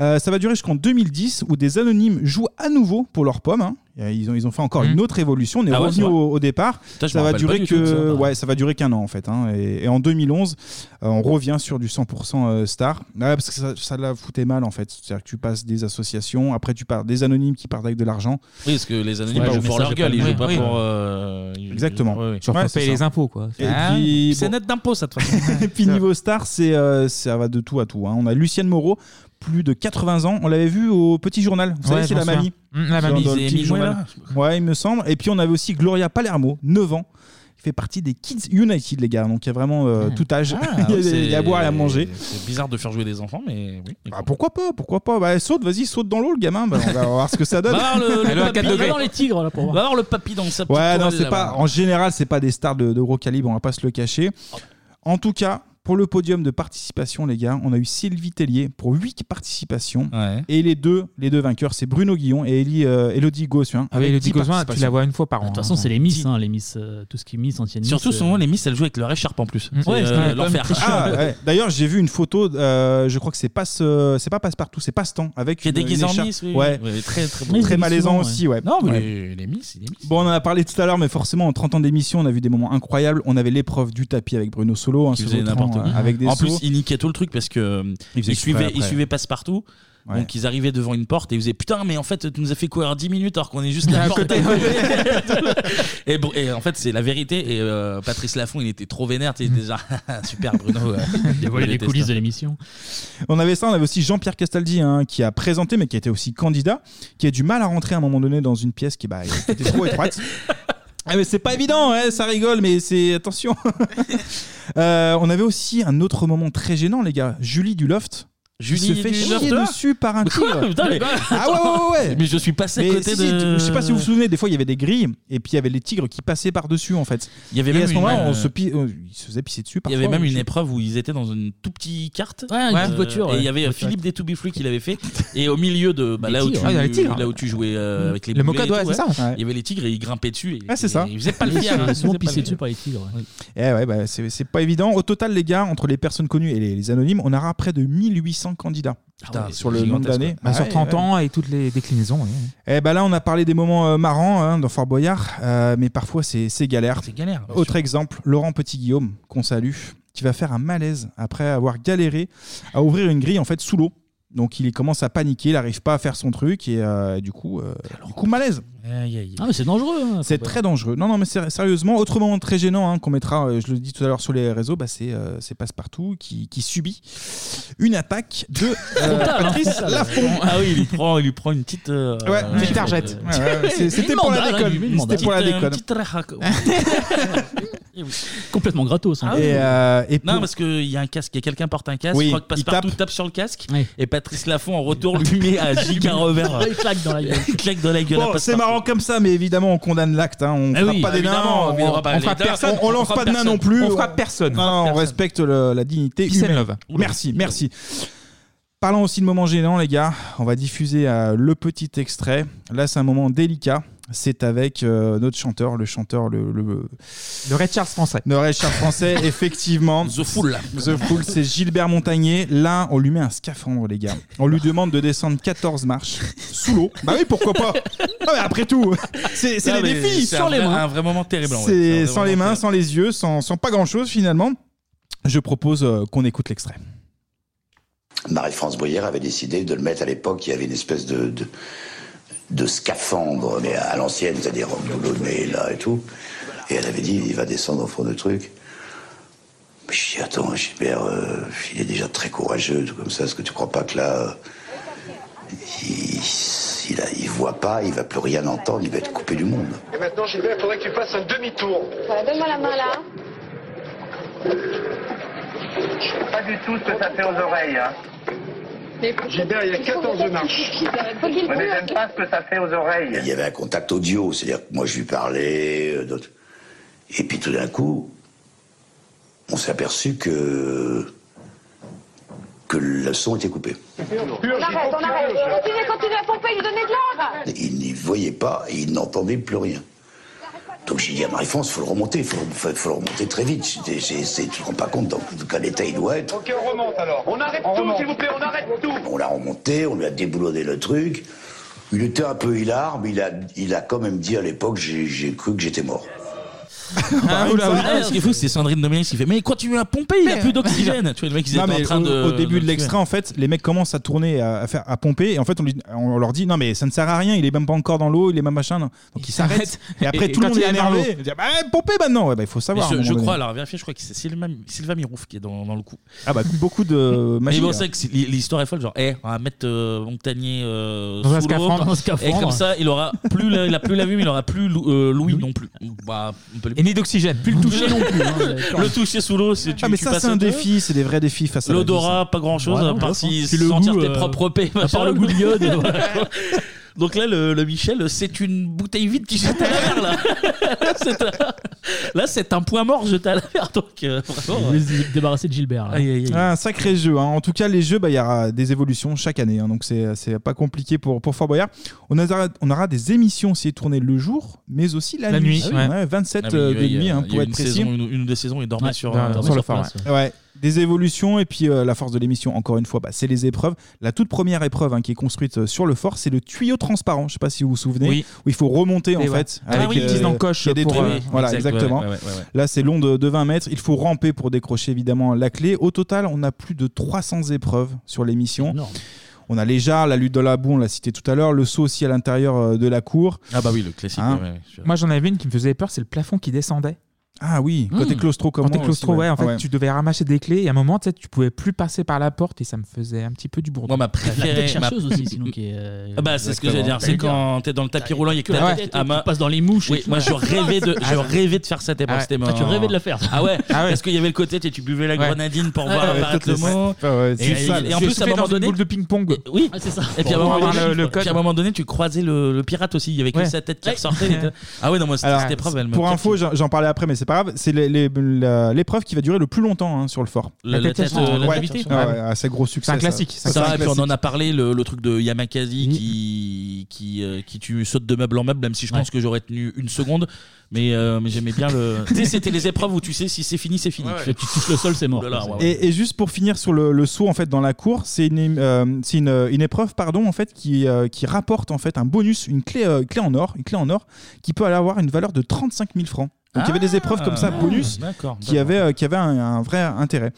Euh, ça va durer jusqu'en 2010 où des anonymes jouent à nouveau pour leurs pommes. hein. Et, euh, Ils ont, ils ont fait encore une autre évolution. On est Ah ouais, revenu c'est vrai. au, au départ. Putain, je ça me va rappelle durer pas du tout de ça, que, par ouais, ça va durer qu'un an en fait. hein. Et, et en 2011, euh, on revient sur du 100% euh, star. Ouais, parce que ça, ça la foutait mal en fait. C'est-à-dire que tu passes des associations, après tu pars des anonymes qui partent avec de l'argent. Oui, parce que les anonymes Ouais, ils le jouent pour leur message gueule, est ils pas jouent le pas même. pour. Oui. euh, ils- Exactement. Ouais, ouais. Genre, faut Ouais, payer c'est les ça. impôts, quoi. Et Ah. puis, C'est bon. net d'impôt ça de toute façon. Et puis niveau star, c'est euh, ça va de tout à tout. hein. On a Lucienne Moreau, plus de 80 ans. On l'avait vu au Petit Journal. Vous Ouais, savez, c'est j'en la mamie. Hum, souviens. Mm, la mamie. Dans- dans C'est le Petit Emile Journal. Ouais, il me semble. Et puis on avait aussi Gloria Palermo, 9 ans. qui fait partie des Kids United, les gars. Donc il y a vraiment euh, tout âge. Ah, il, y a, c'est- il y a à boire et à manger. C'est bizarre de faire jouer des enfants, mais oui. Bah, pourquoi pas Pourquoi pas Bah, Saute, vas-y, saute dans l'eau, le gamin. Bah, on va voir ce que ça donne. Va voir le, le papy, va voir les tigres là pour voir. Va voir le papy dans sa petite Ouais, non, toile, c'est là, pas. voilà. En général, c'est pas des stars de, de gros calibre, on va pas se le cacher. En tout cas, Pour le podium de participation, les gars, on a eu Sylvie Tellier pour 8 participations. Et les deux, les deux vainqueurs, c'est Bruno Guillon et Elodie, Elodie Gossuin. Ah oui, avec Elodie 10 Gossuin, tu la participations. vois une fois par an. De toute façon, c'est les Miss, hein, les Miss, euh, tout ce qui est Miss, ancienne Miss. euh, Surtout, souvent, les Miss, elles jouent avec leur écharpe en Mm. plus. C'est, euh, l'enfer. Ah, ouais. D'ailleurs, j'ai vu une photo, euh, je crois que c'est pas ce- c'est pas passe-partout, c'est passe-temps avec Qui est une- déguisé une en écharpe. Miss, oui. Ouais. Ouais, très, très bon. très, Mais il est malaisant souvent, ouais. aussi, ouais. Non, mais Ouais. les- les Miss, il est Bon, on en a parlé tout à l'heure, mais forcément, en 30 ans d'émission, on a vu des moments incroyables. On avait l'épreuve du tapis avec Bruno Solo, hein, qui sur faisait le n'importe tronc, quoi. hein, avec des en plus, sauts. il niquait tout le truc parce que euh, Il il, faisait exprès suivait, après. il suivait passe-partout. Ouais. Donc ils arrivaient devant une porte et ils faisaient putain mais en fait tu nous as fait courir 10 minutes alors qu'on est juste Ah, à À la porte côté. et, Br- et en fait c'est la vérité et euh, Patrice Laffont il était trop vénère tu sais, il était Mm. déjà super Bruno euh, Dévoiler je les déteste. coulisses de l'émission. On avait ça, on avait aussi Jean-Pierre Castaldi hein, qui a présenté, mais qui était aussi candidat, qui a du mal à rentrer à un moment donné dans une pièce qui, bah, qui était trop étroite. Ah, mais c'est pas évident, hein, ça rigole, mais c'est attention. Euh, on avait aussi un autre moment très gênant, les gars. Julie du Loft. Julie se fait du chier Loft dessus par un Quoi tigre. Putain, mais- ah ouais, ouais, ouais, ouais. Mais je suis passé à Mais côté si, si, de- tu- Je sais pas si vous vous souvenez, des fois il y avait des grilles et puis il y avait les tigres qui passaient par-dessus en fait. Il y avait et même à ce une- moment-là, on euh, se pi- euh, il se faisait pisser dessus il y parfois. avait même je une sais épreuve où ils étaient dans une tout petite carte Ouais, une petite voiture, euh, et il ouais. y avait Une petite Philippe des To Be Free qui l'avait fait et au milieu de bah, Les là, où tu, tigres. Ah, il y avait les tigres. Mm. là où tu jouais euh, avec les Le boulets et mocade, tout, ouais, c'est ça. il y avait les tigres et ils grimpaient dessus et, Ah, c'est ça. et ils faisaient pas le Ils fier se hein, ils faisaient faisaient pas pas le le- Dessus par les tigres. ouais. Eh ouais, bah, c'est c'est pas évident. Au total, les gars, entre les personnes connues et les, les anonymes, on aura près de 1800 candidats Ah Putain, sur le nombre d'années. Bah, sur 30 ans et toutes les déclinaisons. Eh ben là, on a parlé des moments euh, marrants hein, dans Fort Boyard, euh, mais parfois c'est c'est galère. C'est galère, bien Autre sûr. exemple, Laurent Petit-Guillaume, qu'on salue, qui va faire un malaise après avoir galéré à ouvrir une grille en fait sous l'eau. Donc il commence à paniquer, il n'arrive pas à faire son truc et euh, du coup, euh, du coup malaise. Ah, mais c'est dangereux. hein, C'est faut pas- très dangereux. Non, non, mais sé- sérieusement, autre moment très gênant hein, qu'on mettra, euh, je le dis tout à l'heure sur les réseaux, bah, c'est euh, c'est Passepartout qui, qui subit une attaque de euh, Frontal, hein, Patrice frontal. Lafont. Ah oui, il lui prend, il lui prend une petite. euh, Ouais, une petite euh, targette. euh, Ouais, ouais, ouais, c'est- c'était une pour la mandale, déconne. hein, lui, une C'était pour la mandale. déconne. Une petite rahaque. Eh oui. Complètement gratos. hein. Et, euh, et Non, pour- parce qu'il y a un casque, il y a quelqu'un porte un casque, Oui, je crois que il Passepartout tape. sur le casque, et Patrice Laffont en retour lui met à J.K. revers. Il claque dans la gueule. Il claque dans la gueule. Bon, à c'est Passepartout. marrant comme ça, mais évidemment, on condamne l'acte. hein. On ne Ah frappe oui, pas des nains, évidemment, on, on frappe pas on les frappe nains, personne, on on lance frappe pas de nains personne. non plus. On frappe personne. Non, On non, frappe on respecte le- la dignité Peace and humaine. love. Merci, merci. Parlons aussi de moments gênants, les gars. On va diffuser euh, le petit extrait. Là, c'est un moment délicat. C'est avec euh, notre chanteur, le chanteur, le. Le, Ray Charles français. Le Ray Charles français, effectivement. The Fool. The Fool, c'est Gilbert Montagnier. Là, on lui met un scaphandre, les gars. On lui demande de descendre 14 marches sous l'eau. Bah oui, pourquoi pas Non, mais après tout, c'est c'est Non, mais les défis c'est un vrai- un vrai moment terrible, ouais. C'est un C'est vrai sans les moment mains, sans les yeux, sans, sans pas grand-chose finalement. Je propose euh, qu'on écoute l'extrait. Marie-France Boyer avait décidé de le mettre à l'époque, il y avait une espèce de, de, de scaphandre, mais à l'ancienne, c'est-à-dire en boulot de nez, là et tout. Et elle avait dit, il va descendre au fond de truc. Mais je dis, attends, Gilbert, euh, il est déjà très courageux, tout comme ça, est-ce que tu crois pas que là, euh, il, il, a- il voit pas, il va plus rien entendre, il va être coupé du monde. Et maintenant, Gilbert, il faudrait que tu fasses un demi-tour. Voilà, donne-moi la main là. Pas du tout ce que ça fait aux oreilles. Hein. Gilbert, il y a 14 marches. On ne n'aime pas ce que ça fait aux oreilles. Il y avait un contact audio, c'est-à-dire que moi je lui parlais, euh, d'autres. Et puis tout d'un coup, on s'est aperçu que. que le son était coupé. arrête, on arrête. Continuez, continuez à pomper, lui donner de l'ordre. Il n'y voyait pas et il n'entendait plus rien. Donc j'ai dit à Marie-France, faut le remonter, faut, faut, faut le remonter très vite. J'ai- j'ai- c'est- tu te rends pas compte dans quel état il doit être. Ok, on remonte alors. On arrête tout, s'il vous plaît, on arrête tout. On l'a remonté, on lui a déboulonné le truc. Il était un peu hilar, mais il a, il a quand même dit à l'époque, j'ai j'ai cru que j'étais mort. Bah Ah, oula, oula. Ah, Ce qui est fou, c'est Sandrine Domenech qui fait Mais continue à pomper, il a plus d'oxygène. Tu vois, le mec, ils étaient euh, Non, mais en train au, de. au début de l'extrait, en fait, les mecs commencent à tourner, à, à faire, à pomper, et en fait, on, lui- on leur dit non mais ça ne sert à rien, il est même pas encore dans l'eau, il est même machin. non. Donc ils s'arrêtent. Et après Et- et tout le quand monde il ah, est est dans l'eau. énervé. Il dit, bah pompez maintenant. Ouais, bah, il faut Mais savoir. à un ce- je moment crois, donné. alors vérifier, je crois que c'est Sylvain, Sylvain Mirouf qui est dans, dans le coup. Ah bah beaucoup de hein. Mais magie. bon, là. c'est vrai que c'est- l'histoire est folle. Genre, eh, on va mettre euh, Montagnier euh, Dans un sous scaphandre. l'eau. Dans un scaphandre. Et comme ça, il aura plus la, il a plus la vue, mais il aura plus l'ou- euh, l'ouïe non plus. Et ni d'oxygène. Plus le toucher non plus. hein, d'accord. le toucher sous l'eau, c'est tu, Ah mais tu ça passes c'est un au- défi, c'est des vrais défis face à la vie, L'odorat, ça. pas grand chose, Ouais, à non, part grave, si hein. Puis le sentir goût, tes euh, propres paix, à à part part le le goût de l'iode. voilà. euh, Donc là, le, le Michel, c'est une bouteille vide qui jette à la mer, là. C'est un- Là, c'est un point mort jeté à la mer. Donc, euh, vraiment, Je vais se débarrasser de Gilbert. là. Ah, un sacré jeu. hein. En tout cas, les jeux, bah, il y aura des évolutions chaque année. hein. donc, c'est c'est pas compliqué pour, pour Fort Boyard. On aura, on aura des émissions si tournées le jour, mais aussi la, La nuit, ouais. Ouais, 27 Ah oui, euh, oui, de il y a- nuit, hein, il y a pour eu être une précis. saison, une- une ou deux saisons, il dormait sur- dans- euh, dans dormait le sur phare, place, ouais. Ouais. Des évolutions et puis euh, la force de l'émission, encore une fois, bah, c'est les épreuves. La toute première épreuve hein, qui est construite euh, sur le fort, c'est le tuyau transparent. Je sais pas si vous vous souvenez, Oui. où il faut remonter en Eh Et ouais. fait. Ah oui, les petites encoches il y a des pour, trous. euh, voilà, exact, ouais, exactement. ouais, ouais, ouais, ouais. Là, c'est long de, de 20 mètres. Il faut ramper pour décrocher évidemment la clé. Au total, on a plus de 300 épreuves sur l'émission. On a les jarres, la lutte de la boue, on l'a cité tout à l'heure, le saut aussi à l'intérieur euh, de la cour. Ah bah oui, le classique. Hein ouais, ouais, je- Moi, j'en avais une qui me faisait peur, c'est le plafond qui descendait. Ah oui, quand Hmm. t'es claustro comme Quand t'es moi claustro, aussi, ouais. ouais. Ah En fait, Ouais. tu devais ramasser des clés et à un moment, tu sais, tu pouvais plus passer par la porte et ça me faisait un petit peu du Moi, bourdon. ma Bah, La préférée. tête ma- chercheuse aussi, sinon qui est. euh, Ah bah c'est ce que exactement. j'allais dire, c'est T'as quand t'es dans le tapis roulant, il y a que la Ouais. tête Tu passes dans les mouches. et tout. moi je Ouais. rêvais de, Ah je ouais. rêvais de faire ça t'es Ah ouais. Ah, tu rêvais de la faire. Ah ouais, Ah ouais. parce qu'il y avait le côté tu tu buvais la Ouais. grenadine pour Ah voir ouais, apparaître le toutes les- mot. Ah ouais, Et- tu et- sales. et en Tu plus à un soufflais moment dans une donné boule de ping-pong. Oui, Ah, c'est ça. Et puis à un Pour moment avoir donné, le- le puis à un moment donné, tu croisais le, le pirate aussi, il y avait que Ouais. sa tête qui Ouais. ressortait. et tout. Ah ouais non moi c'était Alors, cette épreuve elle me pour info, j'en j'en parlais après, mais c'est pas grave. C'est les- les- la- l'épreuve qui va durer le plus longtemps hein, sur le fort. La- la tête, euh, la Ouais, Ah cavité. ouais, ouais, assez gros succès. ça. Ça, C'est et un puis on classique. Mm. en a parlé, le, le truc de Yamakasi qui, qui, euh, qui tu sautes de meuble en meuble, même si je pense que j'aurais tenu une seconde. Mais, euh, mais j'aimais bien le. tu sais, c'était les épreuves où tu sais si c'est fini, c'est fini. Tu touches le sol, c'est mort. Oh là là, ouais, ouais. Et, et juste pour finir sur le, le saut en fait dans la cour, c'est une, euh, c'est une, une épreuve pardon en fait qui, euh, qui rapporte en fait un bonus, une clé, euh, clé en or, une clé en or qui peut aller avoir une valeur de 35 000 francs. Donc il y avait des épreuves comme ça Ah, bonus d'accord, qui avaient euh, qui avaient un, un vrai intérêt.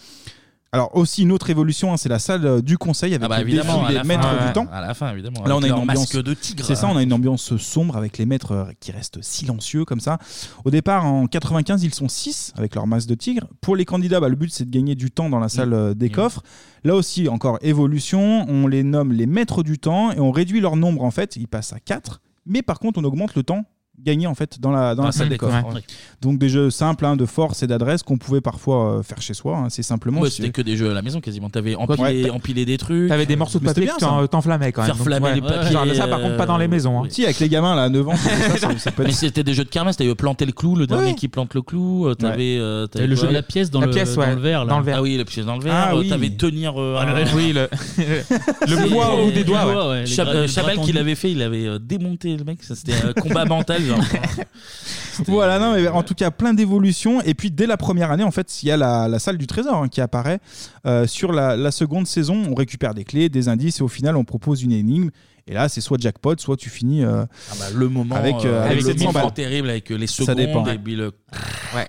Alors aussi une autre évolution, hein, c'est la salle euh, du conseil avec Ah bah le défi évidemment, à des la maîtres fin, du ouais. temps. À la fin, évidemment, Là on avec a une leur ambiance masque de tigre. C'est ça, on a une ambiance sombre avec les maîtres euh, qui restent silencieux comme ça. Au départ en 95, ils sont 6 avec leur masque de tigre. Pour les candidats, bah, le but c'est de gagner du temps dans la salle euh, des coffres. Là aussi encore évolution, on les nomme les maîtres du temps et on réduit leur nombre en fait, ils passent à 4, mais par contre on augmente le temps gagné en fait dans la dans la salle des coffres. ouais. Donc des jeux simples hein, de force et d'adresse qu'on pouvait parfois euh, faire chez soi, hein, c'est simplement Moi, c'était que des jeux à la maison quasiment. T'avais empilé, Ouais. empilé des trucs. T'avais des morceaux de Mais c'était papier bien, que t'en- ça. t'enflammais quand même. Faire Donc, flammer ouais. les Ouais. papiers. Genre, ça, par contre, pas dans les maisons, hein. Si, avec les gamins là, à 9 ans, Mais c'était des jeux de kermesse. T'avais planté le clou, le dernier Ouais. qui plante le clou. euh, T'avais euh, t'avais Et le quoi jeu de la pièce dans La le- pièce, dans ouais, le verre, là. dans le verre. Ah oui, la pièce dans le verre. Ah euh, oui. T'avais tenir. euh, Ah, un- le- oui, le- le C'est- bois ou des le doigts, bois, ouais. Les Chab- bras- euh, les bras Chabal qui tendus. l'avait fait, il avait euh, démonté le mec. Ça, C'était un combat mental. genre. Voilà, non, mais en tout cas, plein d'évolutions. Et puis, dès la première année, en fait, il y a la, la salle du trésor hein, qui apparaît. Euh, sur la, la seconde saison, on récupère des clés, des indices, et au final, on propose une énigme. Et là, c'est soit jackpot, soit tu finis euh, Ah bah, le moment avec, euh, avec le 700 moment balles. terrible avec euh, les Ça secondes dépend. et puis le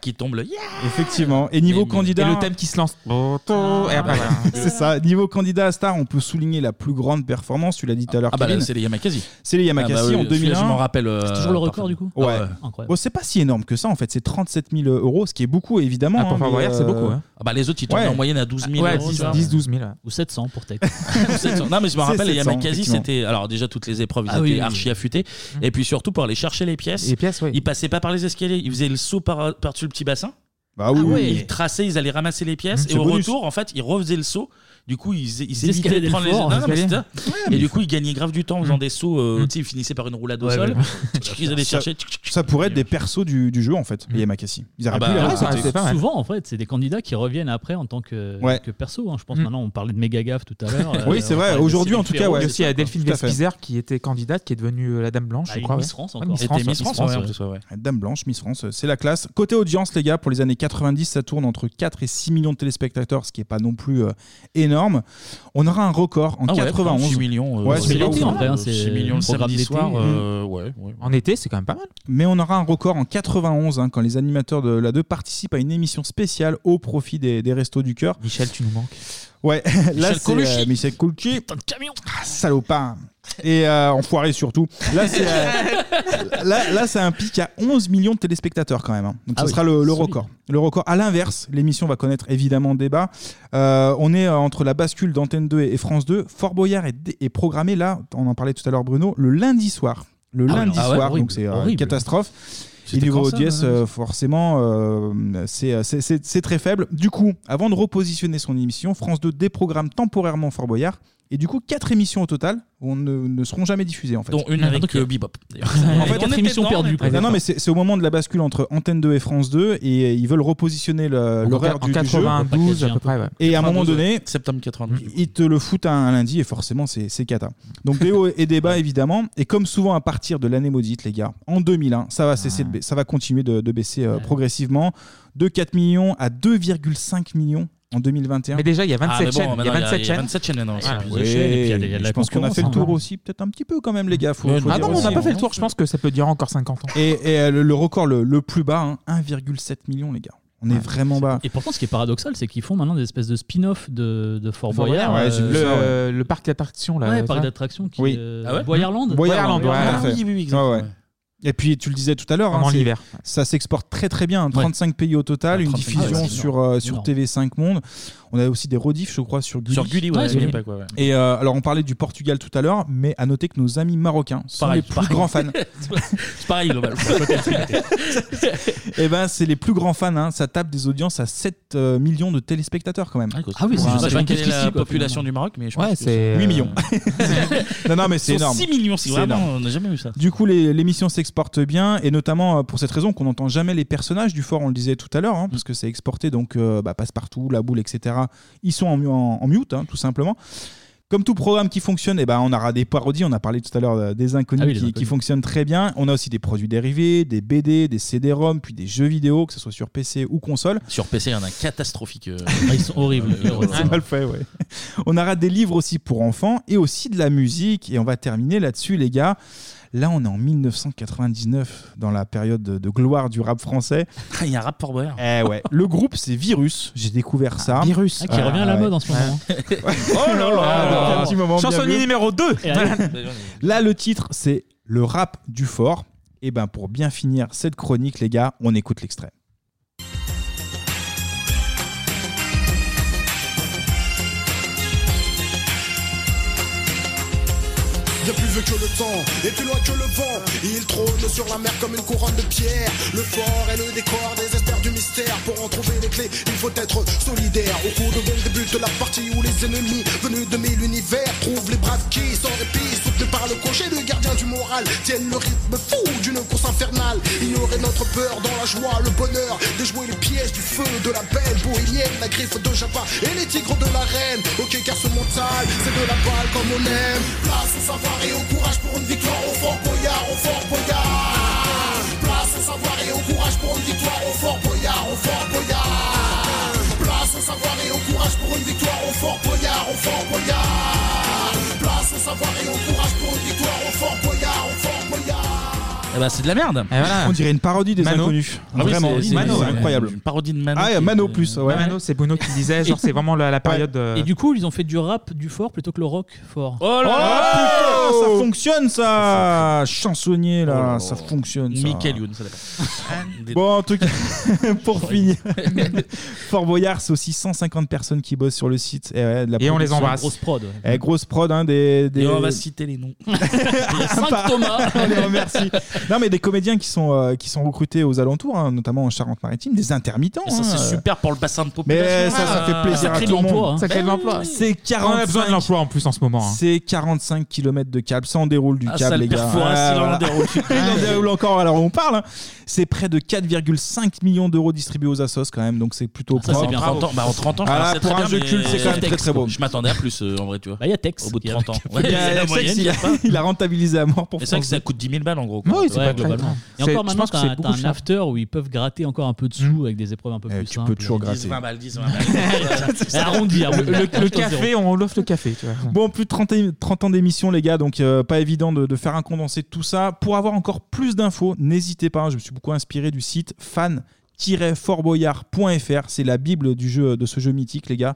qui tombe le yeah Effectivement. Et niveau candidat. Et le thème qui se lance. et après, voilà. C'est ça. Niveau candidat à star, on peut souligner la plus grande performance. Tu l'as dit tout à l'heure. Ah bah là, Kevin. c'est les Yamakasi. C'est les Yamakasi Ah bah oui, en celui-là, 2001. je m'en rappelle, euh, C'est toujours le record, parfaitement. du coup Ouais. Ah ouais. Incroyable. Bon, c'est pas si énorme que ça en fait. C'est 37 000 euros, ce qui est beaucoup évidemment. Ah, pour hein, Fort mais, Boyard, c'est euh, beaucoup, hein. Ah bah, les autres, ils tournent en moyenne à euh, 12 000 euros, tu vois. 12 000. Ou 700 pour Tech. Ou 700. Non, mais je me rappelle, les C'est 700, Yamakasi, effectivement. c'était. Alors, déjà, toutes les épreuves, ils Ah étaient oui, oui, archi affûtés. Et puis surtout, pour aller chercher Mhm. les pièces, Les pièces, ils passaient pas par les escaliers, ils faisaient le saut par- par-dessus le petit bassin. Bah oui, Ah oui, ouais. oui. Ils traçaient, ils allaient ramasser les pièces Mmh, et c'est au bonus. retour, en fait, ils refaisaient le saut. Du coup, ils, ils évitaient escaladaient de le prendre hein, les. fort, Non, non, mais ils c'était- escaladaient. et du coup, ils gagnaient grave du temps en faisant des sauts. euh, Tu sais, ils finissaient par une roulade au Ouais, sol. ouais. Ils allaient chercher. Mhm. Ça pourrait être des persos du, du jeu en fait, les Yamakasi. Ils auraient Ah bah, pu les ah, rajouter. c'est pas mal. Souvent, en fait, c'est des candidats qui reviennent après en tant que, Ouais. que perso. hein. Je pense Mm. maintenant, on parlait de méga gaffe tout à l'heure. Oui, Euh, c'est on vrai. parlait de Aujourd'hui, Céline en tout cas, Ferro, ouais. c'est Aussi ça, à quoi. Delphine Tout à fait. Vespizer qui était candidate, qui est devenue euh, la Dame Blanche, Bah, Ah, je et crois. Miss ouais. France Ouais, encore. Miss Était France, ouais. Miss France, ouais, en plus, Dame Blanche, Miss France, euh, c'est la classe. Côté audience, les gars, pour les années 90, ça tourne entre 4 et 6 millions de téléspectateurs, ce qui n'est pas non plus euh, énorme. On aura un record en Ah ouais, 91. 6 millions, euh, Ouais, c'est c'est l'été, pas en ouf. vrai, hein, c'est 6 millions le programme samedi d'été, soir, euh, Mhm. ouais, ouais. En été, c'est quand même pas mal. Mais on aura un record en 91 hein, quand les animateurs de la 2 participent à une émission spéciale au profit des, des Restos du Cœur. Michel, tu nous manques. Ouais, là Michel c'est euh, Colucci. Michel Colucci. Ah, salopard. Et euh, enfoiré surtout. Là c'est euh, là, là, c'est un pic à 11 millions de téléspectateurs quand même. hein. Donc Ah ce oui, sera le, le solide. record. Le record. À l'inverse, l'émission va connaître évidemment débat. Euh, on est euh, entre la bascule d'Antenne 2 et et France 2. Fort Boyard est, dé- est programmé là, on en parlait tout à l'heure Bruno, le lundi soir. Le Ah ouais, lundi ah ouais, soir, horrible, donc c'est euh, horrible. catastrophe. Et C'était niveau quand ça, audience, euh, euh, forcément, euh, c'est, euh, c'est- c'est c'est très faible. Du coup, avant de repositionner son émission, France 2 déprogramme temporairement Fort Boyard Et du coup, quatre émissions au total on ne, ne seront jamais diffusées en fait. Ah, Dont une avec Ok. euh, Bebop. d'ailleurs. En fait, On était dedans, on était Ah, dedans. non, mais c'est c'est au moment de la bascule entre Antenne 2 et France 2 et ils veulent repositionner le- Donc, euh, l'horaire en du, du jeu. 92 à peu près, ouais. Et à un moment 92, donné, septembre 92. ils te le foutent un, un lundi et forcément c'est c'est cata. Donc des hauts et débat évidemment. Et comme souvent à partir de l'année maudite, les gars, en 2001, ça va Ah. cesser de ba- ça va continuer de, de baisser euh, progressivement de 4 millions à 2,5 millions. En 2021. Mais déjà, il y a 27 Ah, mais bon, chaînes, Ah, il y a maintenant, il y a- 27 il y a chaînes. 27 chaînes maintenant, c'est plus de chaînes, et puis il y a des- il y a de la Je pense qu'on a fait le concurrence, tour hein. aussi, peut-être un petit peu quand même, les gars. faut- faut ah dire non, on n'a aussi. pas fait le tour. Je pense que ça peut durer encore 50 ans. Et, et, euh, le, le record le, le plus bas, hein, 1,7 million, les gars. On est Ah. vraiment bas. Et pourtant, ce qui est paradoxal, c'est qu'ils font maintenant des espèces de spin-off de, de Fort Boyard. Boyard, ouais, j'ai vu ça, ouais. euh, le parc d'attractions Ouais, parc d'attractions qui Oui. est, euh, Boyardland. Boyardland, ouais, Ah, tout à fait. oui, oui, oui, Ouais, exactement. ouais. Et puis tu le disais tout à l'heure, hein, Pendant c'est- l'hiver. ça s'exporte très très bien, 35 pays au total, une 35, diffusion ouais, c'est sur, énorme. euh, sur Énorme. TV5 Monde. On a aussi des rediffs, je crois, sur Gulli. Sur Gulli, ouais, Ouais, à Gulli. l'époque, ouais, ouais. Et euh, alors on parlait du Portugal tout à l'heure, mais à noter que nos amis marocains sont Pareil, les plus pareil. grands fans. c'est pareil, global. Et ben c'est les plus grands fans, hein. ça tape des audiences à 7 euh, millions de téléspectateurs quand même. Ah oui, c'est je Pour sais un truc pas quelle est qu'ici, la quoi, population finalement. du Maroc, mais je Ouais, pense que c'est 8 millions. non, non, mais c'est Sur énorme. 6 millions, c'est C'est vraiment, énorme. on n'a jamais vu ça. Du coup, les- l'émission s'exporte bien, et notamment euh, pour cette raison qu'on n'entend jamais les personnages du fort, on le disait tout à l'heure, Mm. hein, parce que c'est exporté, donc euh, bah, passe-partout, la boule, etc. Ils sont en, mu- en- en mute, hein, tout simplement. Comme tout programme qui fonctionne, eh ben, on aura des parodies, on a parlé tout à l'heure euh, des inconnus Ah oui, les qui, qui Inconnus. fonctionnent très bien. On a aussi des produits dérivés, des BD, des CD-ROM, puis des jeux vidéo, que ce soit sur PC ou console. Sur PC, il y en a un catastrophique. euh, ils sont horribles. euh, euh, C'est mal fait, ouais. On aura des livres aussi pour enfants et aussi de la musique. Et on va terminer là-dessus, les gars. Là, on est en 1999, dans la période de, de gloire du rap français. Il y a un rap pour Boyard. Eh ouais. Le groupe, c'est Virus. J'ai découvert ça. Virus. Ah, qui revient à la mode en ce moment. oh là là, Ah, un petit moment bien Chansonnier vu. numéro 2. Là, le titre, c'est Le rap du fort. Et ben, pour bien finir cette chronique, les gars, on écoute l'extrait. Bien plus vieux que le temps et plus loin que le vent. Il trône sur la mer comme une couronne de pierre. Le fort est le décor des espères du mystère. Pour en trouver les clés, il faut être solidaire. Au cours de bon début de la partie où les ennemis venus de mille univers trouvent les braves qui, sans répit, soutenus par le cocher, le gardien du moral, tiennent le rythme fou d'une course infernale. Ignorer notre peur dans la joie, le bonheur, déjouer les pièges du feu, de la belle bohémienne, la griffe de Java et les tigres de la reine. Ok, car ce mental, c'est de la balle comme on aime. Place au savoir et au courage pour une victoire au Fort Boyard, au Fort Boyard. Place au savoir et au courage pour une victoire au Fort Boyard, au Fort Boyard. Place au savoir et au courage pour une victoire au Fort Boyard, au Fort Boyard. Place au savoir et au courage pour une victoire au Fort Boyard, au Fort Boyard. Eh ben, c'est de la merde. On dirait une parodie des Mano. inconnus. Ah oui, Vraiment, c'est- c'est- Mano, c'est- c'est incroyable. Une parodie de Mano. Ah, et Mano plus, ouais. Mano, c'est Bruno qui disait, genre, c'est vraiment la, la période. euh, Et du coup, ils ont fait du rap du fort plutôt que le rock fort. Oh Ah, ça fonctionne ça Chansonnier là, ça fonctionne ça. Oh Michael Youn, ça dépend. Bon en tout cas, pour finir, Fort Boyard c'est aussi 150 personnes qui bossent sur le site. Et, ouais, de la Et on les production. embrasse. Grosse prod, ouais. Eh, grosse prod hein, des, des... Et on va citer les noms. Il y a cinq Thomas. On les remercie. Non mais des comédiens qui sont, euh, qui sont recrutés aux alentours, hein, notamment en Charente-Maritime, des intermittents. Et ça, hein, c'est euh, super pour le bassin de population. hein. Mais Eh, ça, ça euh, fait plaisir à tout le monde. Ben C'est 45 On a besoin de l'emploi en plus en ce moment. hein. C'est 45 km de câble. Ça en déroule du Ah, ça câble, le les gars. perfore, Ah, s'il en voilà. déroule. Il en déroule encore, alors on parle. hein. C'est près de 4,5 millions d'euros distribués aux assos quand même, donc c'est plutôt Ça, c'est propre. bien. 30 ans. Bah, en 30 ans, je Ah là, pense que c'est pour très un bien, jeu mais- culte, c'est quand même Tex, très très beau. Je m'attendais à plus, euh, en vrai, tu vois. Bah, il y a Tex. Au bout de Il y a- 30 ans. Il y a- Ouais, il y la a moyenne, Tex, il y a il- pas. Il a rentabilisé à mort pour Mais c'est vrai que France ça coûte 10 000 balles en gros. Oui, c'est Ouais, pas très globalement. grave. C'est- Et encore je maintenant, pense que t'as c'est t'as beaucoup un cher. after où ils peuvent gratter encore un peu de sous avec des épreuves un peu plus Mm. Eh, tu simples. peux toujours gratter. 10, 20 balles, 10, 20 balles. Arrondir. Le, le- le Plutôt café, zéro. on l'offre le café. Tu vois. Bon, plus de 30, et- 30 ans d'émission, les gars, donc euh, pas évident de, de faire un condensé de tout ça. Pour avoir encore plus d'infos, n'hésitez pas, hein, je me suis beaucoup inspiré du site fan-fortboyard.fr, c'est la bible du jeu, de ce jeu mythique, les gars.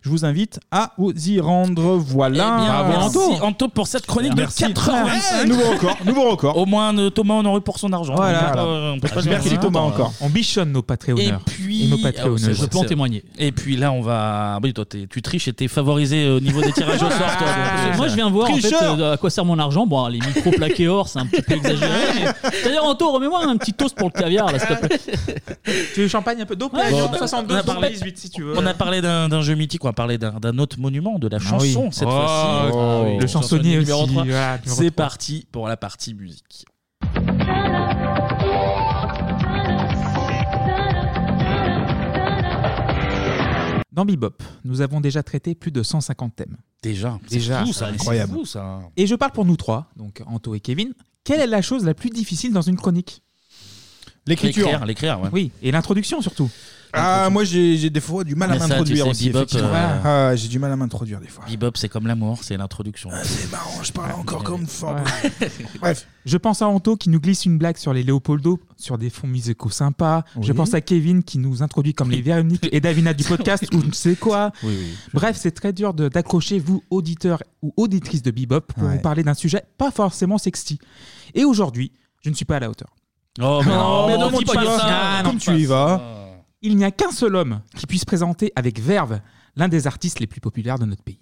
Je vous invite à vous y rendre. Voilà. Eh bien, Bravo, merci Anto. Anto. pour cette chronique Merci. de 4 h Ouais, nouveau record, nouveau record. Au moins euh, Thomas en aurait pour son argent. On Voilà. peut pas- on peut pas se Merci dire qu'il est Thomas content, encore. hein. On bichonne nos Et patriotes. puis puis. ah, oh, Et nos Patreons ça, aussi. ça, Je peux en ça. témoigner. Et puis là, on va. Oui, toi, t'es- tu triches et t'es favorisé au niveau des tirages au sort, toi. euh, Parce que Moi, je viens voir en fait, Tricheur euh, à quoi sert mon argent. Bon, les micros plaqués or, c'est un petit peu exagéré. mais- D'ailleurs, Anto, remets-moi un petit toast pour le caviar, là, s'il te plaît. Tu veux champagne un peu d'eau Ouais, bon, 62, on a parlé- 78, si tu veux. On a parlé d'un d'un jeu mythique, on a parlé d'un d'un autre monument, de la Ah chanson oui. cette Oh, fois-ci. Ah Euh, oh, oui. Le chansonnier numéro aussi, trois. voilà, numéro C'est trois. parti pour la partie musique. Dans Bebop, nous avons déjà traité plus de 150 thèmes. Déjà, c'est déjà, fou, ça, c'est Incroyable. fou, ça. Et je parle pour nous trois, donc Anto et Kevin. Quelle est la chose la plus difficile dans une chronique L'écriture. L'écrire, l'écrire, ouais. Oui, et l'introduction surtout. Ah, moi j'ai j'ai des fois du mal à Mais ça, tu m'introduire sais, aussi. Bebop, effectivement. euh, Ah, j'ai du mal à m'introduire des fois. Ah, Bebop, c'est comme l'amour, c'est l'introduction. c'est marrant, je parle encore comme fort. Bref. Je pense à Anto qui nous glisse une blague sur les Léopoldo, sur des fonds musicaux sympas. Oui. Je pense à Kevin qui nous introduit comme les Véronique et Davina du podcast ou ne sais quoi. Oui, oui, Bref, c'est très dur de- d'accrocher vous, auditeurs ou auditrices de Bebop, pour Ouais. vous parler d'un sujet pas forcément sexy. Et aujourd'hui, je ne suis pas à la hauteur. Oh, mais non, mais non, ne dis pas ça. Ah, non, Comme dis tu pas y ça. Oh. Il n'y a qu'un seul homme qui puisse présenter avec verve l'un des artistes les plus populaires de notre pays.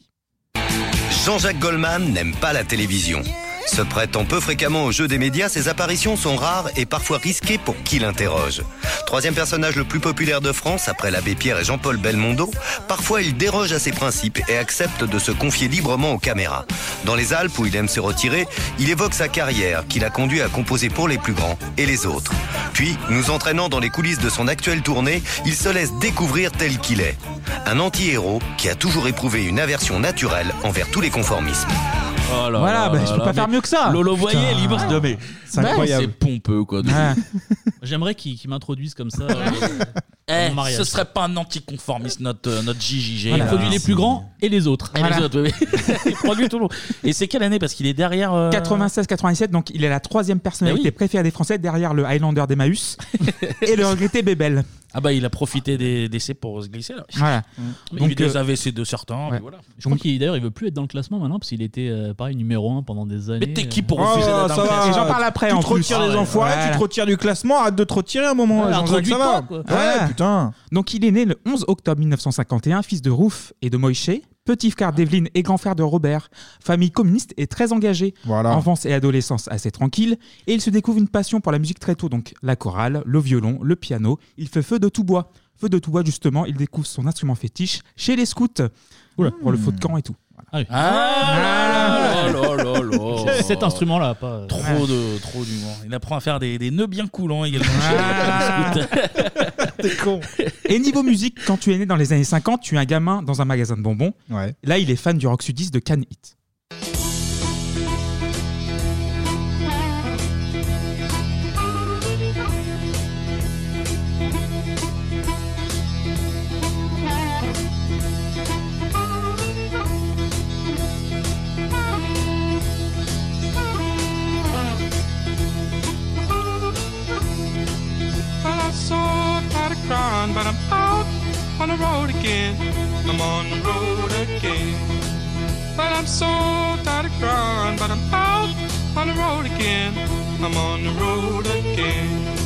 Jean-Jacques Goldman n'aime pas la télévision. Se prêtant peu fréquemment au jeu des médias, ses apparitions sont rares et parfois risquées pour qui l'interroge. Troisième personnage le plus populaire de France, après l'abbé Pierre et Jean-Paul Belmondo, parfois il déroge à ses principes et accepte de se confier librement aux caméras. Dans les Alpes, où il aime se retirer, il évoque sa carrière qui l'a conduit à composer pour les plus grands et les autres. Puis, nous entraînant dans les coulisses de son actuelle tournée, il se laisse découvrir tel qu'il est. Un anti-héros qui a toujours éprouvé une aversion naturelle envers tous les conformismes. Oh voilà, bah, je peux pas faire mieux que ça. Lolo voyait Putain. l'immense de mais C'est incroyable. C'est pompeux quoi. de- Ouais. J'aimerais qu'ils qu'ils m'introduisent comme ça. euh, Eh, au mariage. ce serait pas un anticonformiste notre euh, notre JJG. Il là. produit les plus grands et les autres. Et les autres, oui, oui. Il produit tout le monde. Et c'est quelle année Parce qu'il est derrière. euh, 96-97, donc il est la troisième personnalité Mais oui. préférée des Français derrière le Highlander d'Emmaüs et le regretté Bébel. Ah bah il a profité des décès pour se glisser là. Voilà. Il Donc, Donc, des euh, AVC de certains. puis voilà. Je crois qu'il d'ailleurs il veut plus être dans le classement maintenant parce qu'il était euh, pareil numéro 1 pendant des années. euh. Mais t'es qui Oh, ça va. Tu te retires des enfoirés, Ouais. tu te retires du classement, hâte de te retirer à un moment. Ouais, Jean-Jacques, introduis ça va. pas, quoi. Ouais, Ouais. putain. Donc il est né le 11 octobre 1951, fils de Rouf et de Moïse, petit frère d'Evelyne et grand frère de Robert, famille communiste et très engagée. Enfance et adolescence assez tranquille, et il se découvre une passion pour la musique très tôt, donc la chorale, le violon, le piano, il fait feu de tout bois. Feu de tout bois justement, il découvre son instrument fétiche chez les scouts, pour le faux Hmm. de camp et tout. Ah, là, là, là, là. Cet instrument-là, pas- euh, Trop de, trop d'humour. Il apprend à faire des, des nœuds bien coulants également. T'es con. Et niveau musique, quand tu es né dans les années 50, tu es un gamin dans un magasin de bonbons. Là, il est fan du rock sudiste de Can Hit. Well, I saw a lot of crime, but I'm out on the road again. I'm on the road again. Well, I'm so tired of crying, but I'm out on the road again. I'm on the road again.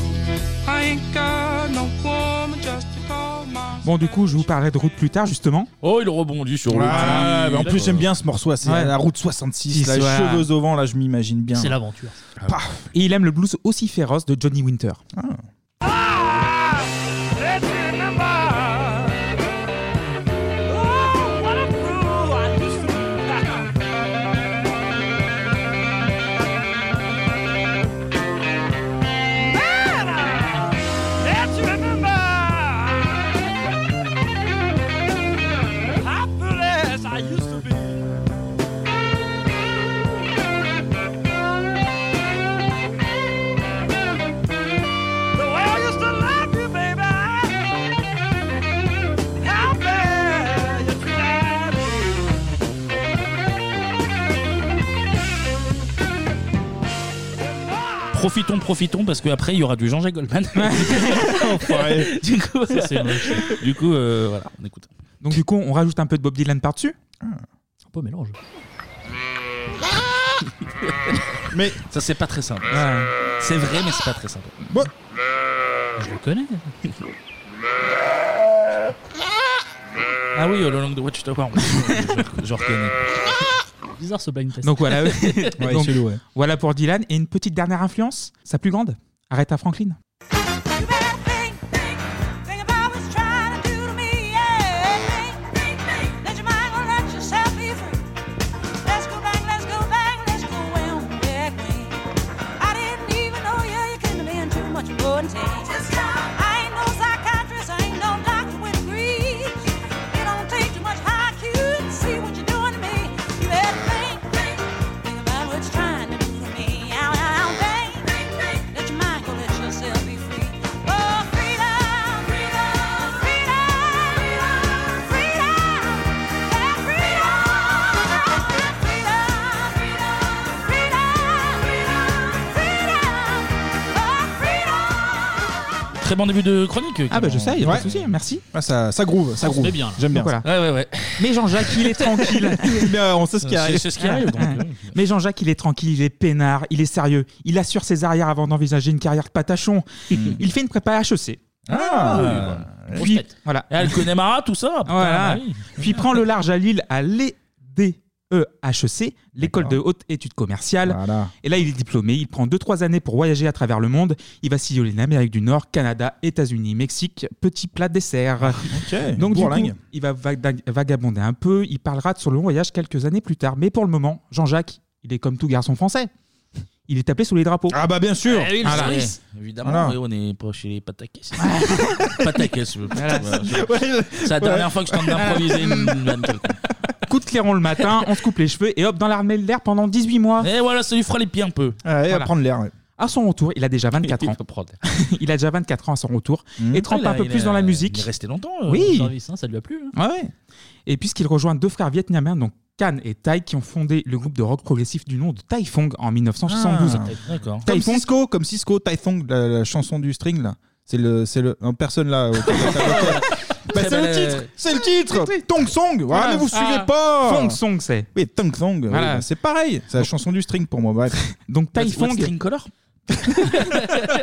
I ain't got no woman just to call my. Bon, du coup, je vous parlerai de route plus tard, justement. Oh, il rebondit sur le. Ah, mais en plus, j'aime bien ce morceau. C'est Ouais. la route 66, Six, là, les ouais. cheveux au vent, là, je m'imagine bien. Ah, C'est l'aventure. Paf. Ah. Et il aime le blues aussi féroce de Johnny Winter. Let's remember. Oh, what a fool I used to be. Man, I- let's remember. How foolish I used to be. The way I used to love you, baby. How bad you tried Profitons, profitons, parce qu'après, il y aura du Jean-Jacques Goldman. Enfoiré. du coup, Ça, c'est moche. Du coup, euh, voilà, on écoute. Donc, du coup, on rajoute un peu de Bob Dylan par-dessus. Ah. Un peu mélange. Mais ça, c'est pas très simple. C'est vrai, mais c'est pas très simple. Bon. Je le connais. Ah oui, le long de Watch Tower. je, je reconnais. Bizarre ce blind test. Donc voilà. Donc, Donc, voilà pour Dylan. Et une petite dernière influence, sa plus grande, Aretha Franklin. Oh, Très bon début de chronique. Ah bah je sais, il n'y a pas de Ouais. souci, merci. Ah, ça, ça groove, ça On se groove. met bien, là. J'aime bien. Donc ça. Ouais, ouais, ouais. Mais Jean-Jacques, il est tranquille. Ben, on sait ce qui arrive. Euh, C'est ce qui arrive, donc, euh. oui. Mais Jean-Jacques, il est tranquille, il est peinard, il est sérieux. Il assure ses arrières avant d'envisager une carrière de patachon. Il fait une prépa E HEC. Ah, oui, bah. voilà. Grosse Puis, tête. voilà. Et elle connaît Marat, tout ça. putain, Voilà. bah oui. Puis prend le large à Lille à E l'EDEHEC, E l'école de haute études commerciales. Et là, il est diplômé. Il prend 2-3 années pour voyager à travers le monde. Il va sillonner l'Amérique du Nord, Canada, États-Unis, Mexique. Petit plat dessert. Donc, du bourlingue. coup, il va vaga- vagabonder un peu. Il parlera de son long voyage quelques années plus tard. Mais pour le moment, Jean-Jacques, il est comme tout garçon français. Il est tapé sous les drapeaux. Ah bah bien sûr. Eh oui, le Voilà. service. Évidemment, Voilà. oui, on n'est pas chez les pataquets. pataquets, je veux Voilà. C'est la dernière fois que je tente d'improviser une vanne quelconque. Coup de clairon le matin, on se coupe les cheveux et hop, dans l'armée de l'air pendant 18 mois. Et voilà, ça lui fera les pieds un peu. Ah, à Voilà. l'air. À son retour, il a déjà 24 ans. il a déjà 24 ans à son retour Hmm. et trempe Ah, Il a- un peu il plus a- dans la musique. il est resté longtemps, euh, oui. dans le service, hein, ça lui a plu, Ouais, ouais. Et puisqu'il rejoint deux frères vietnamiens, donc Can et Tai, qui ont fondé le groupe de rock progressif du nom de Tai Fong en 1972. Ah, D'accord. Comme Typhon. Cisco, comme Cisco, Typhon, la, la chanson du string là. C'est le, c'est le, non, personne là. au- Bah, c'est le belle, titre, euh, c'est le titre. Tong Song, voilà, Voilà. mais vous suivez Ah. pas. Fong Song, c'est. Oui, Tong Song. Voilà. oui, bah, c'est pareil. C'est la chanson du string pour moi. Bref. Donc What's- what's string color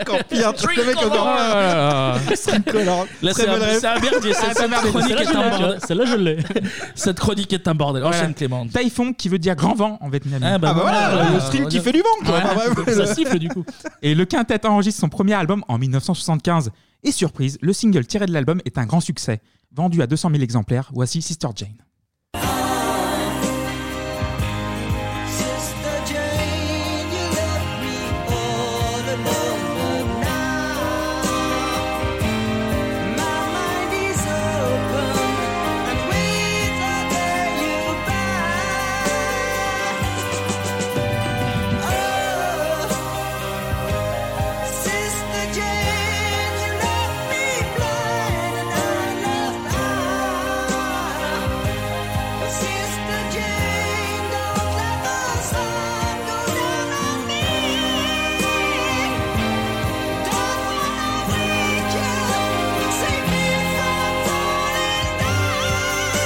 Encore pire, truc, le mec, color. encore- Oh là là. String color. Là, Très c'est bonne un, ref. c'est un merdier. Cette, Ah, c'est un cette merdier. chronique est Celle-là, un je l'ai, bordel. Celle-là, je l'ai. Cette chronique est un bordel. Enchaîne, Clément. Tai Fong qui veut dire grand vent en vietnamien. Ah bah Ah bah voilà, voilà, le voilà. string qui fait du vent, quoi. Voilà. Enfin, bref. Ça siffle, du coup. Et le quintet enregistre son premier album en 1975. Et surprise, le single tiré de l'album est un grand succès. Vendu à 200 000 exemplaires, voici Sister Jane. Sister Jane, you left me all alone now. My mind is open, and wait until you back. Oh, Sister Jane, you left me blind, and I left out. Sister Jane, don't let the sun go down on me. Don't wanna break you. Save me from falling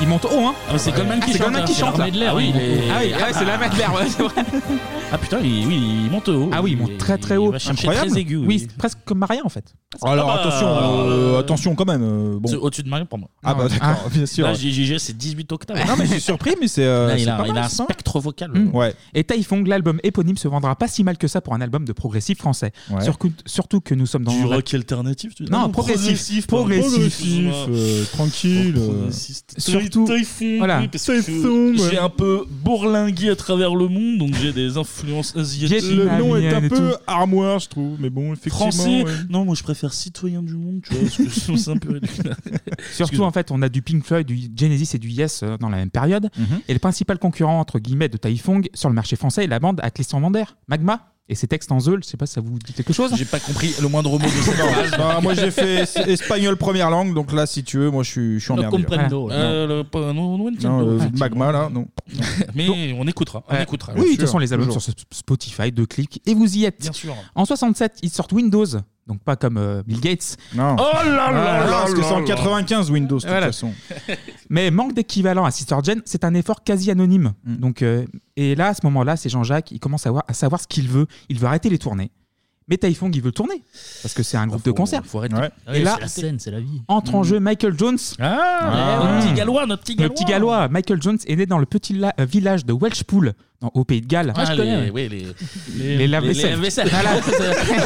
Il monte haut, hein Ah, mais c'est Goldman qui C'est chante, Goldman qui hein. chante. C'est là. l'armée de l'air, Ah oui, oui, il est- ah oui, ah ouais, c'est la de l'air, ouais, c'est vrai. Ah putain, il, oui, il monte haut. Ah oui, il monte très très haut. va chercher Incroyable. très aigu, oui. Oui, c'est presque comme Maria en fait. Alors Ah bah, attention, euh, attention quand même. euh, bon. C'est au-dessus de Mario pour moi. Ah bah d'accord, bien sûr. Là, JJG, c'est 18 octaves. Non mais je suis surpris, mais c'est. euh, Là, c'est il a, pas mal, il a un c'est hein. pas mal. spectre vocal. Ouais. Et Taifong, l'album éponyme, se vendra pas si mal que ça pour un album de progressif français. Ouais. Surtout, surtout que nous sommes dans Du rock alternatif, tu dis Non, progressif, progressif, euh, tranquille. euh. Surtout, voilà. j'ai un peu bourlingué à travers le monde, donc j'ai des influences asiatiques. Le nom est un peu armoire, je trouve, mais bon, effectivement. français. ouais. Non, moi je préfère citoyen du monde, tu vois, parce que sinon, c'est un peu ridicule. Surtout, en fait, on a du Pink Floyd, du Genesis et du Yes euh, dans la même Mhm. période. Et le principal concurrent, entre guillemets, de Taifong sur le marché français est la bande à Clisson Vander, Magma. Et ces textes en zeul, je sais pas si ça vous dit quelque chose. J'ai pas compris le moindre mot de ces phrases. Bah, moi j'ai fait es- espagnol première langue, donc là si tu veux, moi je suis, je suis No emmerdé. là. comprendo. Ouais. Euh, le- pas- non, non, Non, non, le non. magma là, non. Mais on écoutera. On Ouais. écoutera. Oui, de toute façon, les albums Toujours. sur Sp- Spotify, deux clics, et vous y êtes. Bien sûr. En 67, ils sortent Windows, donc pas comme euh, Bill Gates. Non. Ah, Oh là là là Parce que là c'est en là. 95 Windows de toute Voilà. façon. Mais manque d'équivalent à Sister Gen, c'est un effort quasi anonyme. Mm. Donc, euh, et là, à ce moment-là, c'est Jean-Jacques, il commence à, voir- à savoir ce qu'il veut. Il veut arrêter les tournées. Mais Typhon, il veut tourner. Parce que c'est un groupe de concert. faut arrêter. Et là, Ah c'est la scène, c'est la vie. entre en Mm. jeu Michael Jones. Ah, Mmh. le petit gallois, notre petit Le gallois. petit gallois, Michael Jones est né dans le petit la- euh, village de Welshpool, dans- au pays de Galles. Ah, les, oui, les, Ah, Les lave-vaisselle. lave-vaisselle.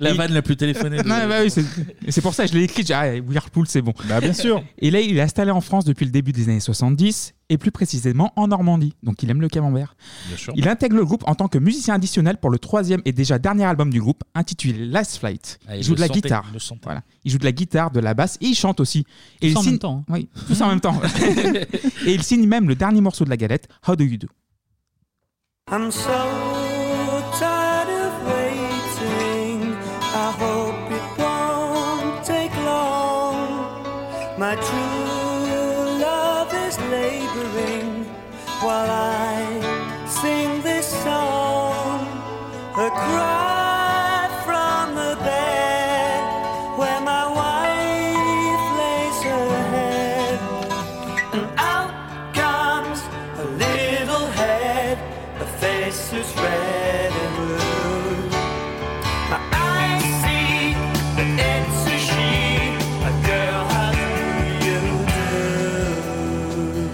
la vanne la plus téléphonée. de- Non, bah oui, c'est c'est pour ça que je l'ai écrit. j'ai dit, Ah, Whirlpool, c'est bon. Bah, bien sûr. Et là, il est installé en France depuis le début des années 70, et plus précisément en Normandie. Donc, il aime le camembert. Bien sûr. Il intègre le groupe en tant que musicien additionnel pour le troisième et déjà dernier album du groupe, intitulé Last Flight. Ah, il il joue le de la sentait, guitare. il le sentait. Voilà. Il joue de la guitare, de la basse, et il chante aussi. Et il Tous en signe- même temps, hein. Oui, tous en même temps. et il signe même le dernier morceau de la galette, How Do You Do. I'm so tired of waiting. I hope it won't take long. My true love is laboring while I sing this song. A cry from the bed where my wife lays her head. And out comes a little head, a face who's red and blue. My eyes see that it's a she, a girl, how do you do?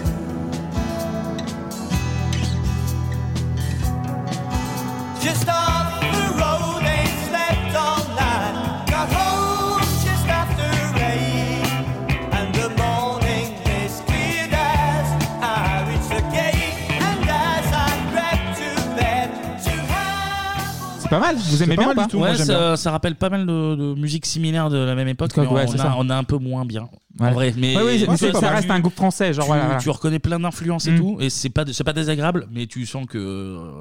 Just off the road, ain't slept all night. Got home just after eight. And the morning is clear as I reach the gate. And as I grab to bed to C'est pas mal, vous aimez bien ou pas Ouais, ça, ça rappelle pas mal de, de musique similaire de la même époque, Tout à fait, mais ouais, on, c'est a, ça. on a un peu moins bien. Ouais. En vrai, mais, Ouais, oui, mais mais tu- c'est- ça tu- reste un groupe français, genre, tu, voilà, voilà. tu reconnais plein d'influences et tout, et c'est pas, de- c'est pas désagréable, mais tu sens que euh,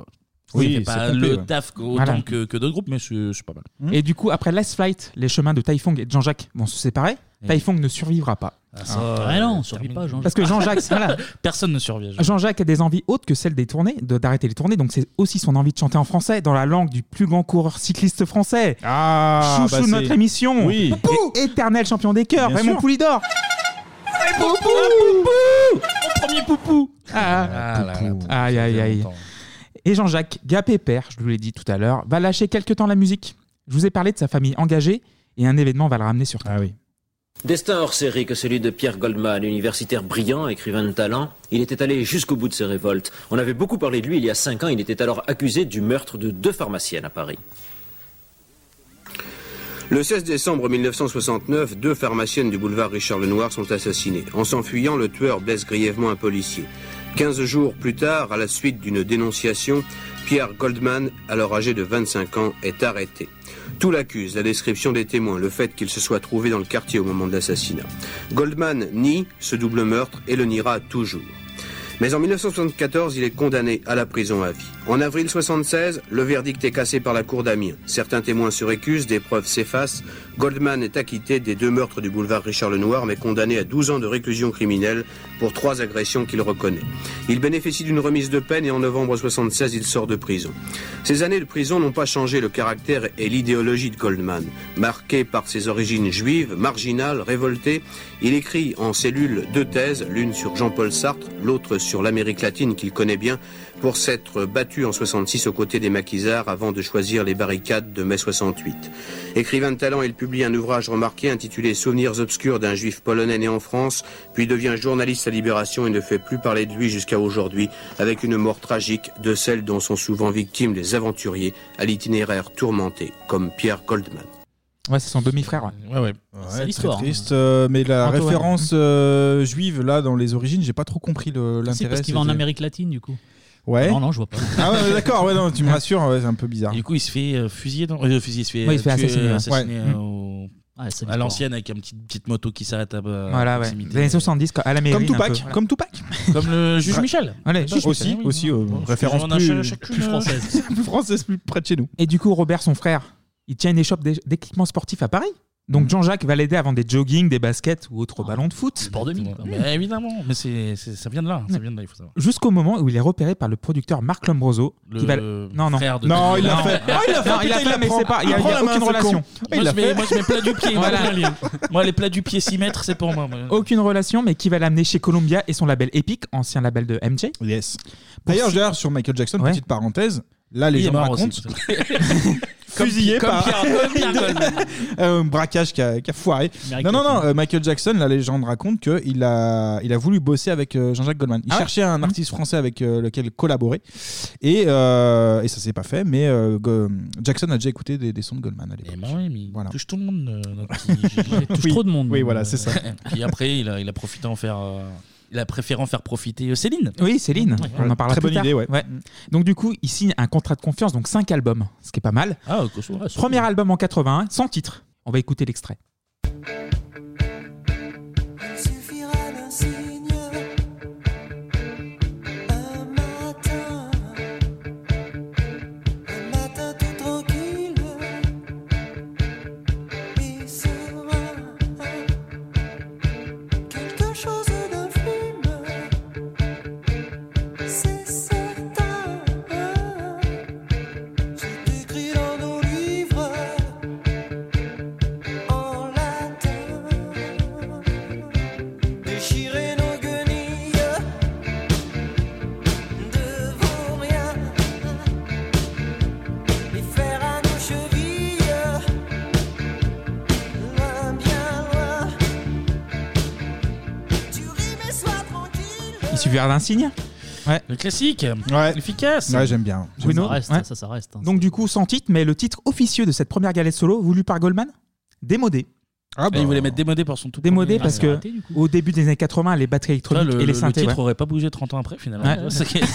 Oui, ça fait c'est pas complet, le ouais. Mm. taf autant Voilà. que, que d'autres groupes, mais c'est c'est pas mal. Et du coup, après Last Flight, les chemins de Taifong et de Jean-Jacques vont se séparer. Et- Taifong ne survivra pas. Ah, Ah non, euh, on survit termine. pas, Jean-Jacques. Parce que Jean-Jacques, voilà. personne ne survit. Jean-Jacques. Jean-Jacques a des envies autres que celles des tournées, de- d'arrêter les tournées. Donc c'est aussi son envie de chanter en français, dans la langue du plus grand coureur cycliste français. Ah, Chouchou bah, de c'est- notre émission. Oui. Et- éternel champion des cœurs, Bien Raymond sûr. Ah, Poulidor. Mon premier poupou. Ah, poupou. aïe aïe aïe. Et Jean-Jacques, gapé père, je vous l'ai dit tout à l'heure, va lâcher quelque temps la musique. Je vous ai parlé de sa famille engagée et un événement va le ramener sur terre. Ah oui. Destin hors série que celui de Pierre Goldman, universitaire brillant, écrivain de talent, il était allé jusqu'au bout de ses révoltes. On avait beaucoup parlé de lui il y a cinq ans, il était alors accusé du meurtre de deux pharmaciennes à Paris. Le 16 décembre 1969, deux pharmaciennes du boulevard Richard Lenoir sont assassinées. En s'enfuyant, le tueur blesse grièvement un policier. 15 jours plus tard, à la suite d'une dénonciation, Pierre Goldman, alors âgé de 25 ans, est arrêté. Tout l'accuse, la description des témoins, le fait qu'il se soit trouvé dans le quartier au moment de l'assassinat. Goldman nie ce double meurtre et le niera toujours. Mais en 1974, il est condamné à la prison à vie. En avril 1976, le verdict est cassé par la cour d'Amiens. Certains témoins se récusent, des preuves s'effacent. Goldman est acquitté des deux meurtres du boulevard Richard Lenoir, mais condamné à 12 ans de réclusion criminelle pour trois agressions qu'il reconnaît. Il bénéficie d'une remise de peine et en novembre 1976, il sort de prison. Ces années de prison n'ont pas changé le caractère et l'idéologie de Goldman. Marqué par ses origines juives, marginales, révoltées, il écrit en cellule deux thèses, l'une sur Jean-Paul Sartre, l'autre sur l'Amérique latine qu'il connaît bien, pour s'être battu en 66 aux côtés des maquisards avant de choisir les barricades de mai 68. Écrivain de talent, il publie un ouvrage remarqué intitulé Souvenirs obscurs d'un juif polonais né en France, puis devient journaliste à Libération et ne fait plus parler de lui jusqu'à aujourd'hui, avec une mort tragique de celles dont sont souvent victimes les aventuriers à l'itinéraire tourmenté, comme Pierre Goldman. Ouais, c'est son demi-frère. ouais. Ouais, C'est l'histoire, très Triste, hein. euh, mais la Antoine. référence euh, juive là dans les origines, j'ai pas trop compris le- l'intérêt. C'est parce qu'il va en c'était- Amérique latine, du coup. Ouais. Non, non, je vois pas. Ah ouais, d'accord, ouais, non, tu me rassures, ouais, c'est un peu bizarre. Du coup, il se fait euh, fusiller dans. euh, fusiller, il se fait, Ouais, il se fait tuer, assassiner, ouais. assassiner, Ouais. euh, au- à l'ancienne avec une petite, petite moto qui s'arrête à euh, Voilà, ouais. proximité. Des années 70, quoi, à la mairie. Comme Tupac, comme Tupac. Comme le juge Ouais. Michel. Allez, Juge aussi, Michel, oui. aussi, euh, Bon, référence on a plus- chaque- plus chacune, euh, française. plus française, plus près de chez nous. Et du coup, Robert, son frère, il tient une échoppe d'é- d'équipement sportif à Paris. Donc Jean-Jacques va l'aider à vendre des joggings, des baskets ou autres ballons de foot. Ah, Sport de mille, quoi. Mais Bah, évidemment, mais c'est, c'est- ça vient de là, ça vient de là, il faut savoir. Jusqu'au moment où il est repéré par le producteur Marc Lombroso. Le qui va... Non, non. frère de- Non, il l'a fait. Ah, il l'a fait, Non, putain, il la mais prend. c'est pas. Il n'y a, Il prend il y a la main, aucune ce con. relation. Moi, je mets- moi, je mets plat du pied, moi, Voilà. je mets rien. Moi, les plats du pied 6 mètres, c'est pour moi. moi. Mm. Aucune relation, mais qui va l'amener chez Columbia et son label Epic, ancien label de MJ. Yes. D'ailleurs, d'ailleurs, sur Michael Jackson, Ouais. petite parenthèse, là, les Il est gens mort racontent. aussi. Fusillé Comme par Pierre- comme Pierre Goldman. Euh, un braquage qui a, qui a foiré. Miracle Non, non, non, euh, Michael Jackson, la légende raconte qu'il a, il a voulu bosser avec euh, Jean-Jacques Goldman. Il Ah ouais cherchait un artiste français avec euh, lequel collaborer. Et, euh, et ça s'est pas fait, mais euh, Go- Jackson a déjà écouté des, des sons de Goldman à Eh ben l'époque. Voilà. touche tout le monde. euh, notre petit- il touche Oui. trop de monde. Oui, voilà, Euh, c'est ça. Puis après, il a, il a profité en faire. euh, il a préféré en faire profiter euh, Céline. Oui, Céline, Mm. Ouais. on en parlera Très plus bonne tard. idée, ouais. Donc du coup, il signe un contrat de confiance, donc 5 albums, ce qui est pas mal. Ah, ok, ça va, ça Premier album en 81, sans titre. On va écouter l'extrait. Il suffira d'un signe Un matin Un matin tout tranquille Et serein Quelque chose d'infime C'est certain C'est écrit dans nos livres En latin Déchirer nos guenilles devant rien, les faire à nos chevilles, loin, bien loin. Tu ris, mais sois tranquille. Il suffira d'un signe. Ouais. Le classique, efficace. Ouais, j'aime bien. J'aime Bruno bien. Ça reste, Ouais. ça, ça reste, hein. Donc du coup, sans titre, mais le titre officieux de cette première galette solo voulue par Goldman, démodé. Ah bah. Et il voulait mettre démodé pour son tout Démodé premier- parce Ah, que c'est raté, du coup. au début des années 80, les batteries Ça, électroniques le, et les le synthés. titre ouais. aurait pas bougé 30 ans après finalement. Ouais. Ça, qui est,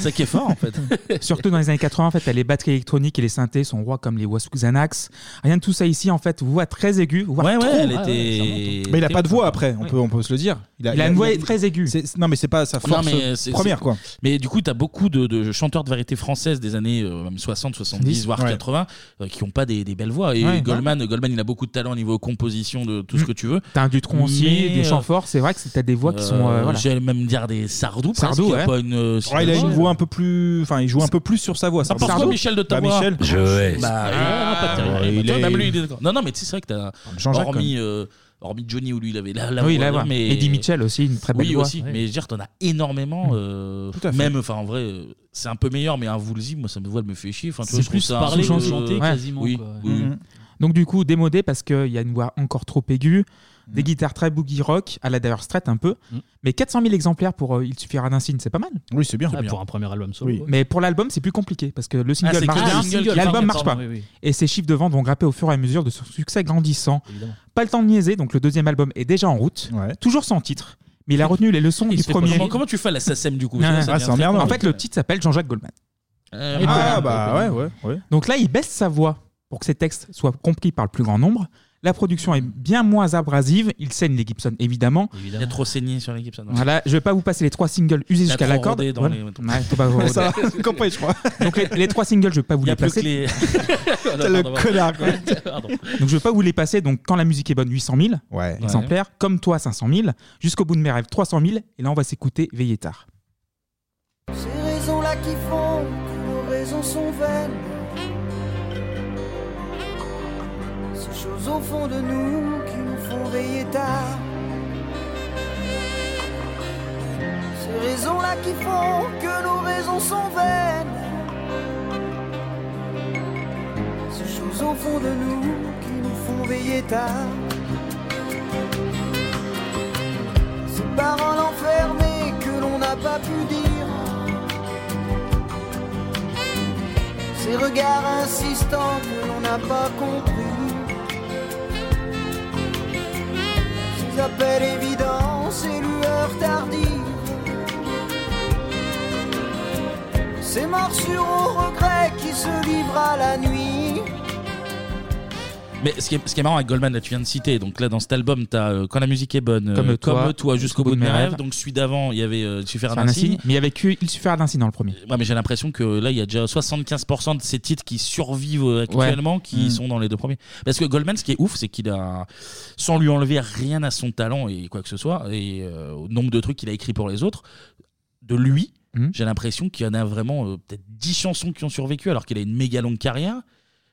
ça qui est fort en fait. Surtout dans les années 80, en fait, les batteries électroniques et les synthés sont rois comme les Wasook Xanax. Rien de tout ça ici, en fait, voix très aiguë, voire ouais, trop. elle était- hein. Ouais, ouais, ça monte. Mais il a pas de voix après, on, Ouais. peut, on peut se le dire. Il a une voix très aiguë. c'est- Non, mais c'est pas sa Non, force euh, mais c'est- première, c'est- quoi. Mais du coup, tu as beaucoup de, de chanteurs de variété française des années euh, même 60, 70, voire Ouais. 80, euh, qui n'ont pas des, des belles voix. Et Ouais, Mm. Goldman, Goldman, il a beaucoup de talent au niveau composition de tout ce que tu veux. T'as un Dutron aussi, Mais, des chants euh, forts, c'est vrai que c'est- t'as des voix qui sont. euh, euh, voilà. J'allais même dire des Sardou. presque, il Sardou, y a ouais. pas une, euh, Ouais, il a une voix un peu plus. Enfin, il joue un peu plus sur sa voix. Ça pense quoi, Michel de ta Bah, Michel. Je vais. Bah, Ah, il- bah, il- il tu vois, est- même lui, il est d'accord. Non, non, mais tu sais, c'est vrai que t'as. Jean-Jacques, Hormis, euh, hormis Johnny où lui il avait la, la oui, voix, là, là, voilà. mais Eddie Mitchell aussi, une très belle oui, voix. aussi, Ouais. mais je veux dire, t'en as énormément. euh, Tout à fait. Même, enfin, en vrai, euh, c'est un peu meilleur, mais un Woolsey, moi, ça me voit, elle me fait chier. Enfin, tu vois, C'est je trouve plus ça parler un que peu, chanter, euh, quasiment, Oui, quoi. oui, oui. Mm. Mhm. Donc du coup, démodé parce qu'il y a une voix encore trop aiguë, Mm. des guitares très boogie rock, à la Dire Straits un peu, Mm. mais 400 000 exemplaires pour euh, Il suffira d'un signe, c'est pas mal. Oui, c'est bien. Ah, pour un premier album solo. ouais. Ah, Mais pour l'album, c'est plus compliqué parce que le single c'est que marche le bien, single, l'album pardon, marche pas. pardon, oui, oui. Et ses chiffres de vente vont grimper au fur et à mesure de son succès grandissant. Évidemment. Pas le temps de niaiser, donc le deuxième album est déjà en route, toujours sans titre, mais il a retenu les leçons du premier. Comment, comment tu fais la SACEM du coup Non, Ça, ça non, ah, devient c'est très emmerdant. En compliqué. fait, le Ah, bah, titre s'appelle Jean-Jacques Goldman. Euh, Et voilà. Ah, voilà. bah, Donc là, il baisse sa voix pour que ses textes soient compris par le plus grand nombre. La production est bien moins abrasive. Il saigne les Gibson, évidemment. Il a trop saigné sur l'équipe, ça. non Voilà, je vais pas vous passer les trois singles usés Il a jusqu'à trop la corde. rodé dans Voilà. les- Ouais, faut pas vous roder. Ça va, campagne, je crois. Donc les, les trois singles, je vais pas vous Il y les a plus que passer. les. T'as le connard, quoi. Donc je vais pas vous les passer. Donc quand la musique est bonne, 800 000 Ouais. exemplaires. Comme toi, 500 000. Jusqu'au bout de mes rêves, 300 000. Et là, on va s'écouter Veiller tard. Ces raisons-là qui font que nos raisons sont vaines. Ces choses au fond de nous qui nous font veiller tard. Ces raisons-là qui font que nos raisons sont vaines. Ces choses au fond de nous qui nous font veiller tard. Ces paroles enfermées que l'on n'a pas pu dire. Ces regards insistants que l'on n'a pas compris. Ces appels évidents, ces lueurs tardives. Ces morsures au regret qui se livrent à la nuit. Mais ce qui, est, ce qui est marrant avec Goldman, là, tu viens de citer, donc là dans cet album, t'as euh, Quand la musique est bonne, euh, Comme toi, jusqu'au bout de mes rêves. Donc celui d'avant, il y avait euh, Il suffira C'est un d'un signe. insigne, mais il y avait que Il suffira d'un signe dans le premier. Ouais, mais j'ai l'impression que là, il y a déjà 75% de ces titres qui survivent euh, actuellement Ouais. qui Mm. sont dans les deux premiers. Parce que Goldman, ce qui est ouf, c'est qu'il a, sans lui enlever rien à son talent et quoi que ce soit, et euh, au nombre de trucs qu'il a écrit pour les autres, de lui, Mm. j'ai l'impression qu'il y en a vraiment euh, peut-être 10 chansons qui ont survécu alors qu'il a une méga longue carrière.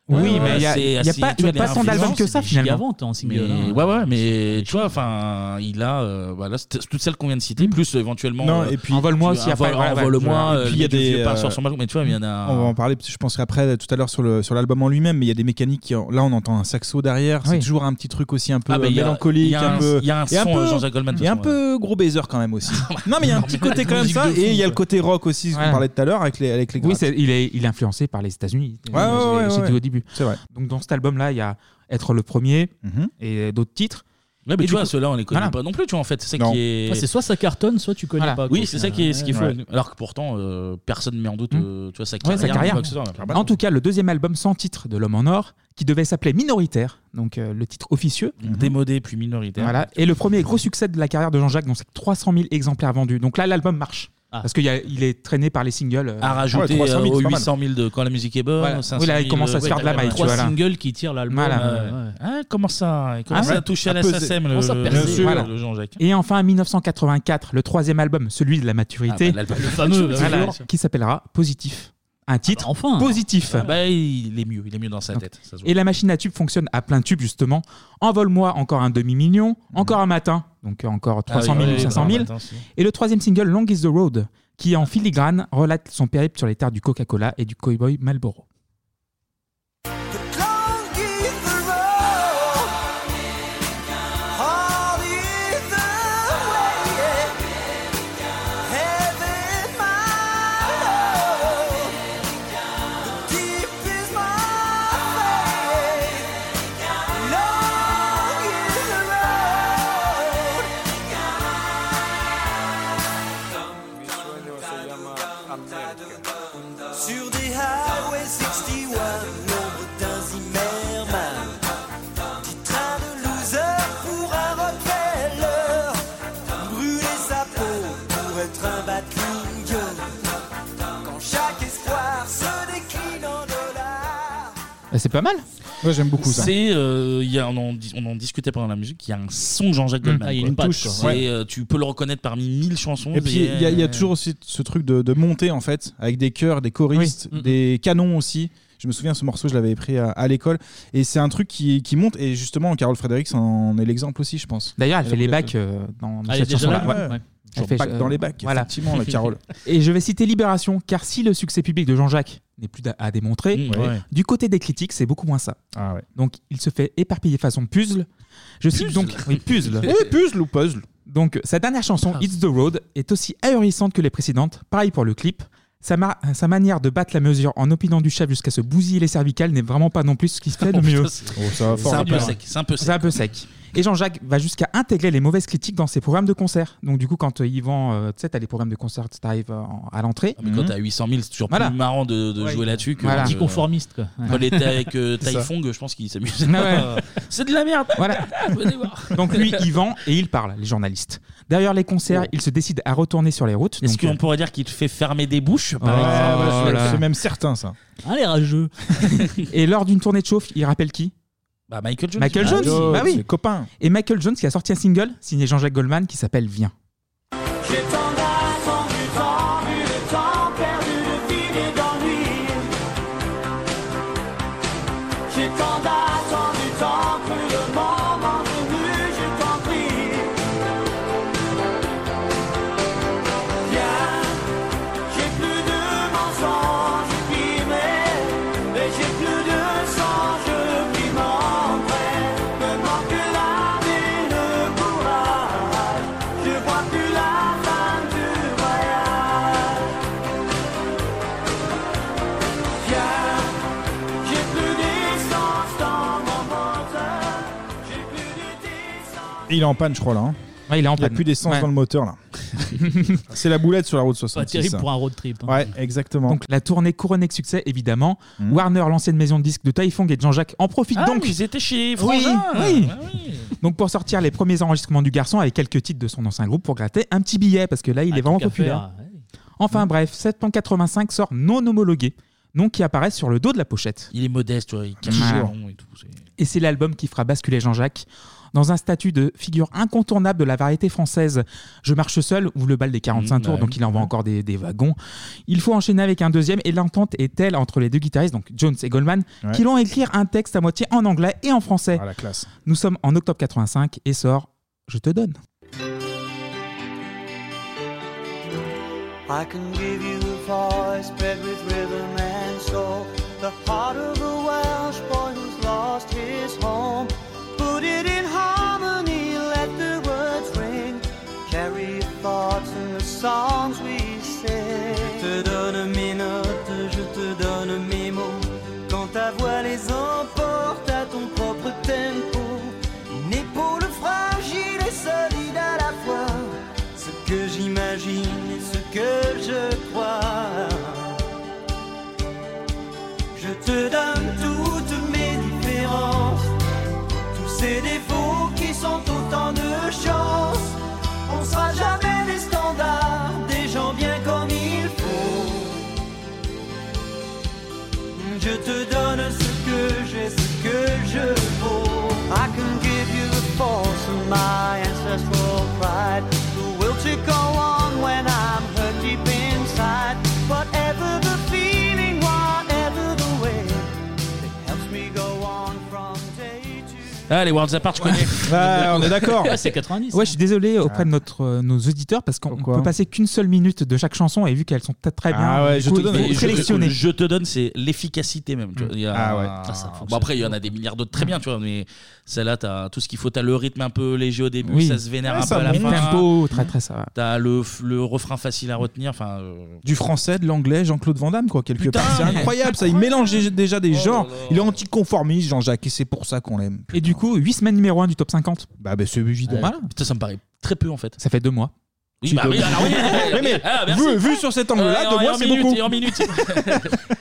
Oui, Euh, mais il y a- c'est il y a assez- pas- tu il y vois, a pas les tant d'albums influences, que ça, c'est des finalement. gigavantes en single, Mais- hein. ouais, ouais, mais tu vois, enfin, il a euh, voilà, c'est- toutes celles qu'on vient de Mm. citer, plus éventuellement. Non, euh, et puis- tu- Envole-moi aussi, envole- après, ouais, ouais. Envole-moi. Et euh, puis, il y a le vieux des, pas euh, sur son balcon. Mais tu vois, il y en a. On va en parler, je penserai après euh, tout à l'heure sur le sur l'album en lui-même, mais il y a des mécaniques. Qui, en- là, on entend un saxo derrière. C'est toujours un petit truc aussi un peu euh, Ah, mais il y a- il mélancolique, y a un un- peu. il y a un et son, peu- euh, Jean-Jacques Goldman, de Et un toute façon, Ah, peu gros baiser quand même aussi. non, mais il y a un petit côté quand même ça. Et il y a le côté rock aussi, ce qu'on Ouais. parlait tout à l'heure avec les avec les. Oui, grattes. c'est- il est, il est influencé par les États-Unis. Ouais, Euh, ouais, j'ai- ouais, j'ai ouais. dit au début. C'est vrai. Mhm. Donc dans cet album-là, il y a Être le premier et d'autres titres. Ouais, mais tu Et du vois, coup- ceux-là, on les connaît Voilà. pas non plus, tu vois, en fait. C'est ça Non. qui est. Ouais, c'est soit ça cartonne, soit tu connais pas, quoi, Oui, c'est au ça final. qui est, ce qu'il faut. Ouais. Alors que pourtant, euh, personne ne met en doute, euh, tu vois, sa Mm. Ouais, carrière. sa ou carrière. quoi que ce soit. En tout cas, le deuxième album sans titre de l'homme en or, qui devait s'appeler Minoritaire, donc euh, le titre officieux. Mhm. Démodé puis minoritaire. Voilà. Et le premier gros succès de la carrière de Jean-Jacques, donc c'est 300 000 exemplaires vendus. Donc là, l'album marche. Ah. Parce qu'il y a- il est traîné par les singles. euh. à Ah rajouter euh, aux 800 000 de quand la musique est bonne. Voilà. 500 Oui, là, il 000, commence à se ouais, faire de la maille, tu Trois vois, là. singles qui tirent l'album. Voilà. euh, ouais. Ah, comment ça Il commence Ah ouais. à toucher à la À peser. SACEM, le, Comment ça, le- percer bien sûr, Voilà. le Jean-Jacques. Et enfin, en 1984, le troisième album, celui de la maturité, Ah bah, l'album- le fameux, bah, Voilà, bien sûr. qui s'appellera Positif. Un titre Enfin positif. Ah bah, il est mieux, il est mieux dans sa tête. ça se voit. Et la machine à tubes fonctionne à plein tube, justement. Envole-moi encore un demi-million, encore un matin, donc euh, encore 300 000 Ah oui, ou oui, 500 encore 000. un matin, si. Et le troisième single, Long is the Road, qui en filigrane relate son périple sur les terres du Coca-Cola et du Cowboy Malboro. Sur des highway 61, l'ombre d'un Zimmerman. Petit train de loser pour un Rockefeller. Brûler sa peau pour être un Batling. Quand chaque espoir se décline en dollars. C'est pas mal Ouais, j'aime beaucoup ça. C'est, euh, il y a- on, en, dis- on en discutait pendant la musique, il y a un son Jean-Jacques Mm. Goldman. Ah, il y a quoi. une patte, Touche, quoi. c'est, Ouais. euh, tu peux le reconnaître parmi mille chansons. Et puis il y, a- il y a toujours aussi ce truc de, de montée en fait, avec des chœurs, des choristes, des canons aussi. Je me souviens ce morceau, je l'avais pris à, à l'école, et c'est un truc qui, qui monte. Et justement, Carole Fredericks en est l'exemple aussi, je pense. D'ailleurs, elle fait les a- bacs euh, dans, dans Ah, elle cette est déjà chanson-là. là, ouais. Ouais. Toujours bac euh, dans les bacs, effectivement, la Carole. Et je vais citer Libération, car si le succès public de Jean-Jacques n'est plus à- à démontrer, Mmh, ouais. du côté des critiques, c'est beaucoup moins ça. Ah Donc, il se fait éparpiller façon puzzle. Je cite donc. Oui, puzzle. Oui, Eh, puzzle ou puzzle. Donc, sa dernière chanson, It's the Road, est aussi ahurissante que les précédentes. Pareil pour le clip. Sa, ma- sa manière de battre la mesure en opinant du chef jusqu'à se bousiller les cervicales n'est vraiment pas non plus ce qui se fait de Oh, putain, mieux. c'est- Oh, ça va fort, c'est un hein. peu sec, c'est un peu sec. sec. Et Jean-Jacques va jusqu'à intégrer les mauvaises critiques dans ses programmes de concert. Donc, du coup, quand euh, ils vont, euh, tu sais, t'as les programmes de concert, t'arrives euh, en- à l'entrée. Ah, Mais quand t'as 800 000, c'est toujours Voilà. plus marrant de, de Ouais. jouer là-dessus que. Voilà. euh, Anticonformiste, quoi. Quand il était avec euh, C'est ça. Typhong, je pense qu'il s'amusait. Ah ouais. pas. C'est de la merde. Voilà. Venez voir. Donc lui, il vend et il parle, les journalistes. Derrière les concerts, il se décide à retourner sur les routes. Est-ce donc, euh, Ah, bah, qu'on pourrait dire qu'il te fait fermer des bouches par Ouais, exemple ouais, je- Voilà. je- Même certain ça. Ah, les rageux. Et lors d'une tournée de chauffe, il rappelle qui Bah, Michael Jones. Ah Michael Jones, bah oui. ses copains. Et Michael Jones qui a sorti un single signé Jean-Jacques Goldman qui s'appelle Viens. J'ai tant d'attendu, tant vu, le temps perdu de vide et d'ennui. J'ai tant d'attendu, tant cru le moment venu, je t'en prie. Viens, j'ai plus de mensonges qui m'aiment, et j'ai plus de songes qui m'entraînent. Me manque l'âme et le courage. Je vois plus la fin du voyage. Viens, j'ai plus d'essence dans mon moteur. Et il est en panne, je crois là. hein. il est en y a panne. plus d'essence Ouais. dans le moteur là. C'est la boulette sur la route 66. Pas terrible pour un road trip. hein. Ouais, exactement. Hmm. Donc la tournée couronnée de succès, évidemment. Warner, l'ancienne maison de disques de Taifong et de Jean-Jacques, en profite Ah, donc. mais ils étaient chez Oui, Frangin. oui. Ah Donc pour sortir les premiers enregistrements du garçon avec quelques titres de son ancien groupe pour gratter un petit billet parce que là il est vraiment truc à populaire. faire, Enfin bref, 785 sort non homologué, nom qui apparaît sur le dos de la pochette. Il est modeste, il cache Ouais. le nom et tout. Et c'est l'album qui fera basculer Jean-Jacques dans un statut de figure incontournable de la variété française. Je marche seul ou le bal des 45 Mmh, tours, bah donc il envoie encore des, des wagons. Il faut enchaîner avec un deuxième et l'entente est telle entre les deux guitaristes, donc Jones et Goldman, Ouais. qui l'ont écrire un texte à moitié en anglais et en français. Ah, la classe. Nous sommes en octobre 85 et sort Je te donne. I can give you a voice bred with rhythm and soul, the heart of a Welsh boy who's lost his home. Put it in harmony, let the words ring, carry your thoughts in the songs we sing. Je te donne mes notes, je te donne mes mots, quand ta voix les emporte à ton propre tempo. Une épaule fragile et solide à la fois ce que j'imagine et ce que je crois. Je te donne toutes mes différences, tous ces défauts qui sont autant de chances. On sera jamais des standards, des gens bien comme il faut. Je te donne ce que j'ai, ce que je vaux. I can give you the force of my ancestral pride. The will to go on when I'm hurt deep inside. Whatever the feeling, whatever the way, it helps me go on from day to Ah, les Worlds Apart, je connais. Ah, c'est 90. hein. Ouais, je suis désolé auprès de notre, euh, nos auditeurs parce qu'on peut passer qu'une seule minute de chaque chanson et vu qu'elles sont peut-être très bien du coup, il faut Mais Ah je- sélectionner. Je te donne, c'est l'efficacité même. tu vois. Il y a- Ah ouais. Ah, ça fonctionne. bon, après, il y en a des milliards d'autres très bien, tu vois. Mais celle-là, t'as tout ce qu'il faut. T'as le rythme un peu léger au début, Oui. ça se vénère Ouais, un peu ça à la monte. fin. Tempo, très, très, ça va. T'as le, f- le refrain facile à retenir. Enfin, euh, Du français, de l'anglais, Jean-Claude Van Damme, quoi, quelque Putain, part. C'est mais- incroyable, ça. Il mélange déjà des genres. Il est anticonformiste, Jean-Jacques, et c'est pour ça qu'on l'aime. Et du coup, 8 semaines numéro 1 du top 50. Bah, bah c'est évident. Voilà. Ah, Putain, ça me paraît très peu en fait. Ça fait deux mois. Oui, Tu bah dois- oui, alors oui. Oui, mais Ah, merci. vu- vu sur cet angle-là, Euh, deux et mois, en c'est minute, beaucoup. Et en minutes.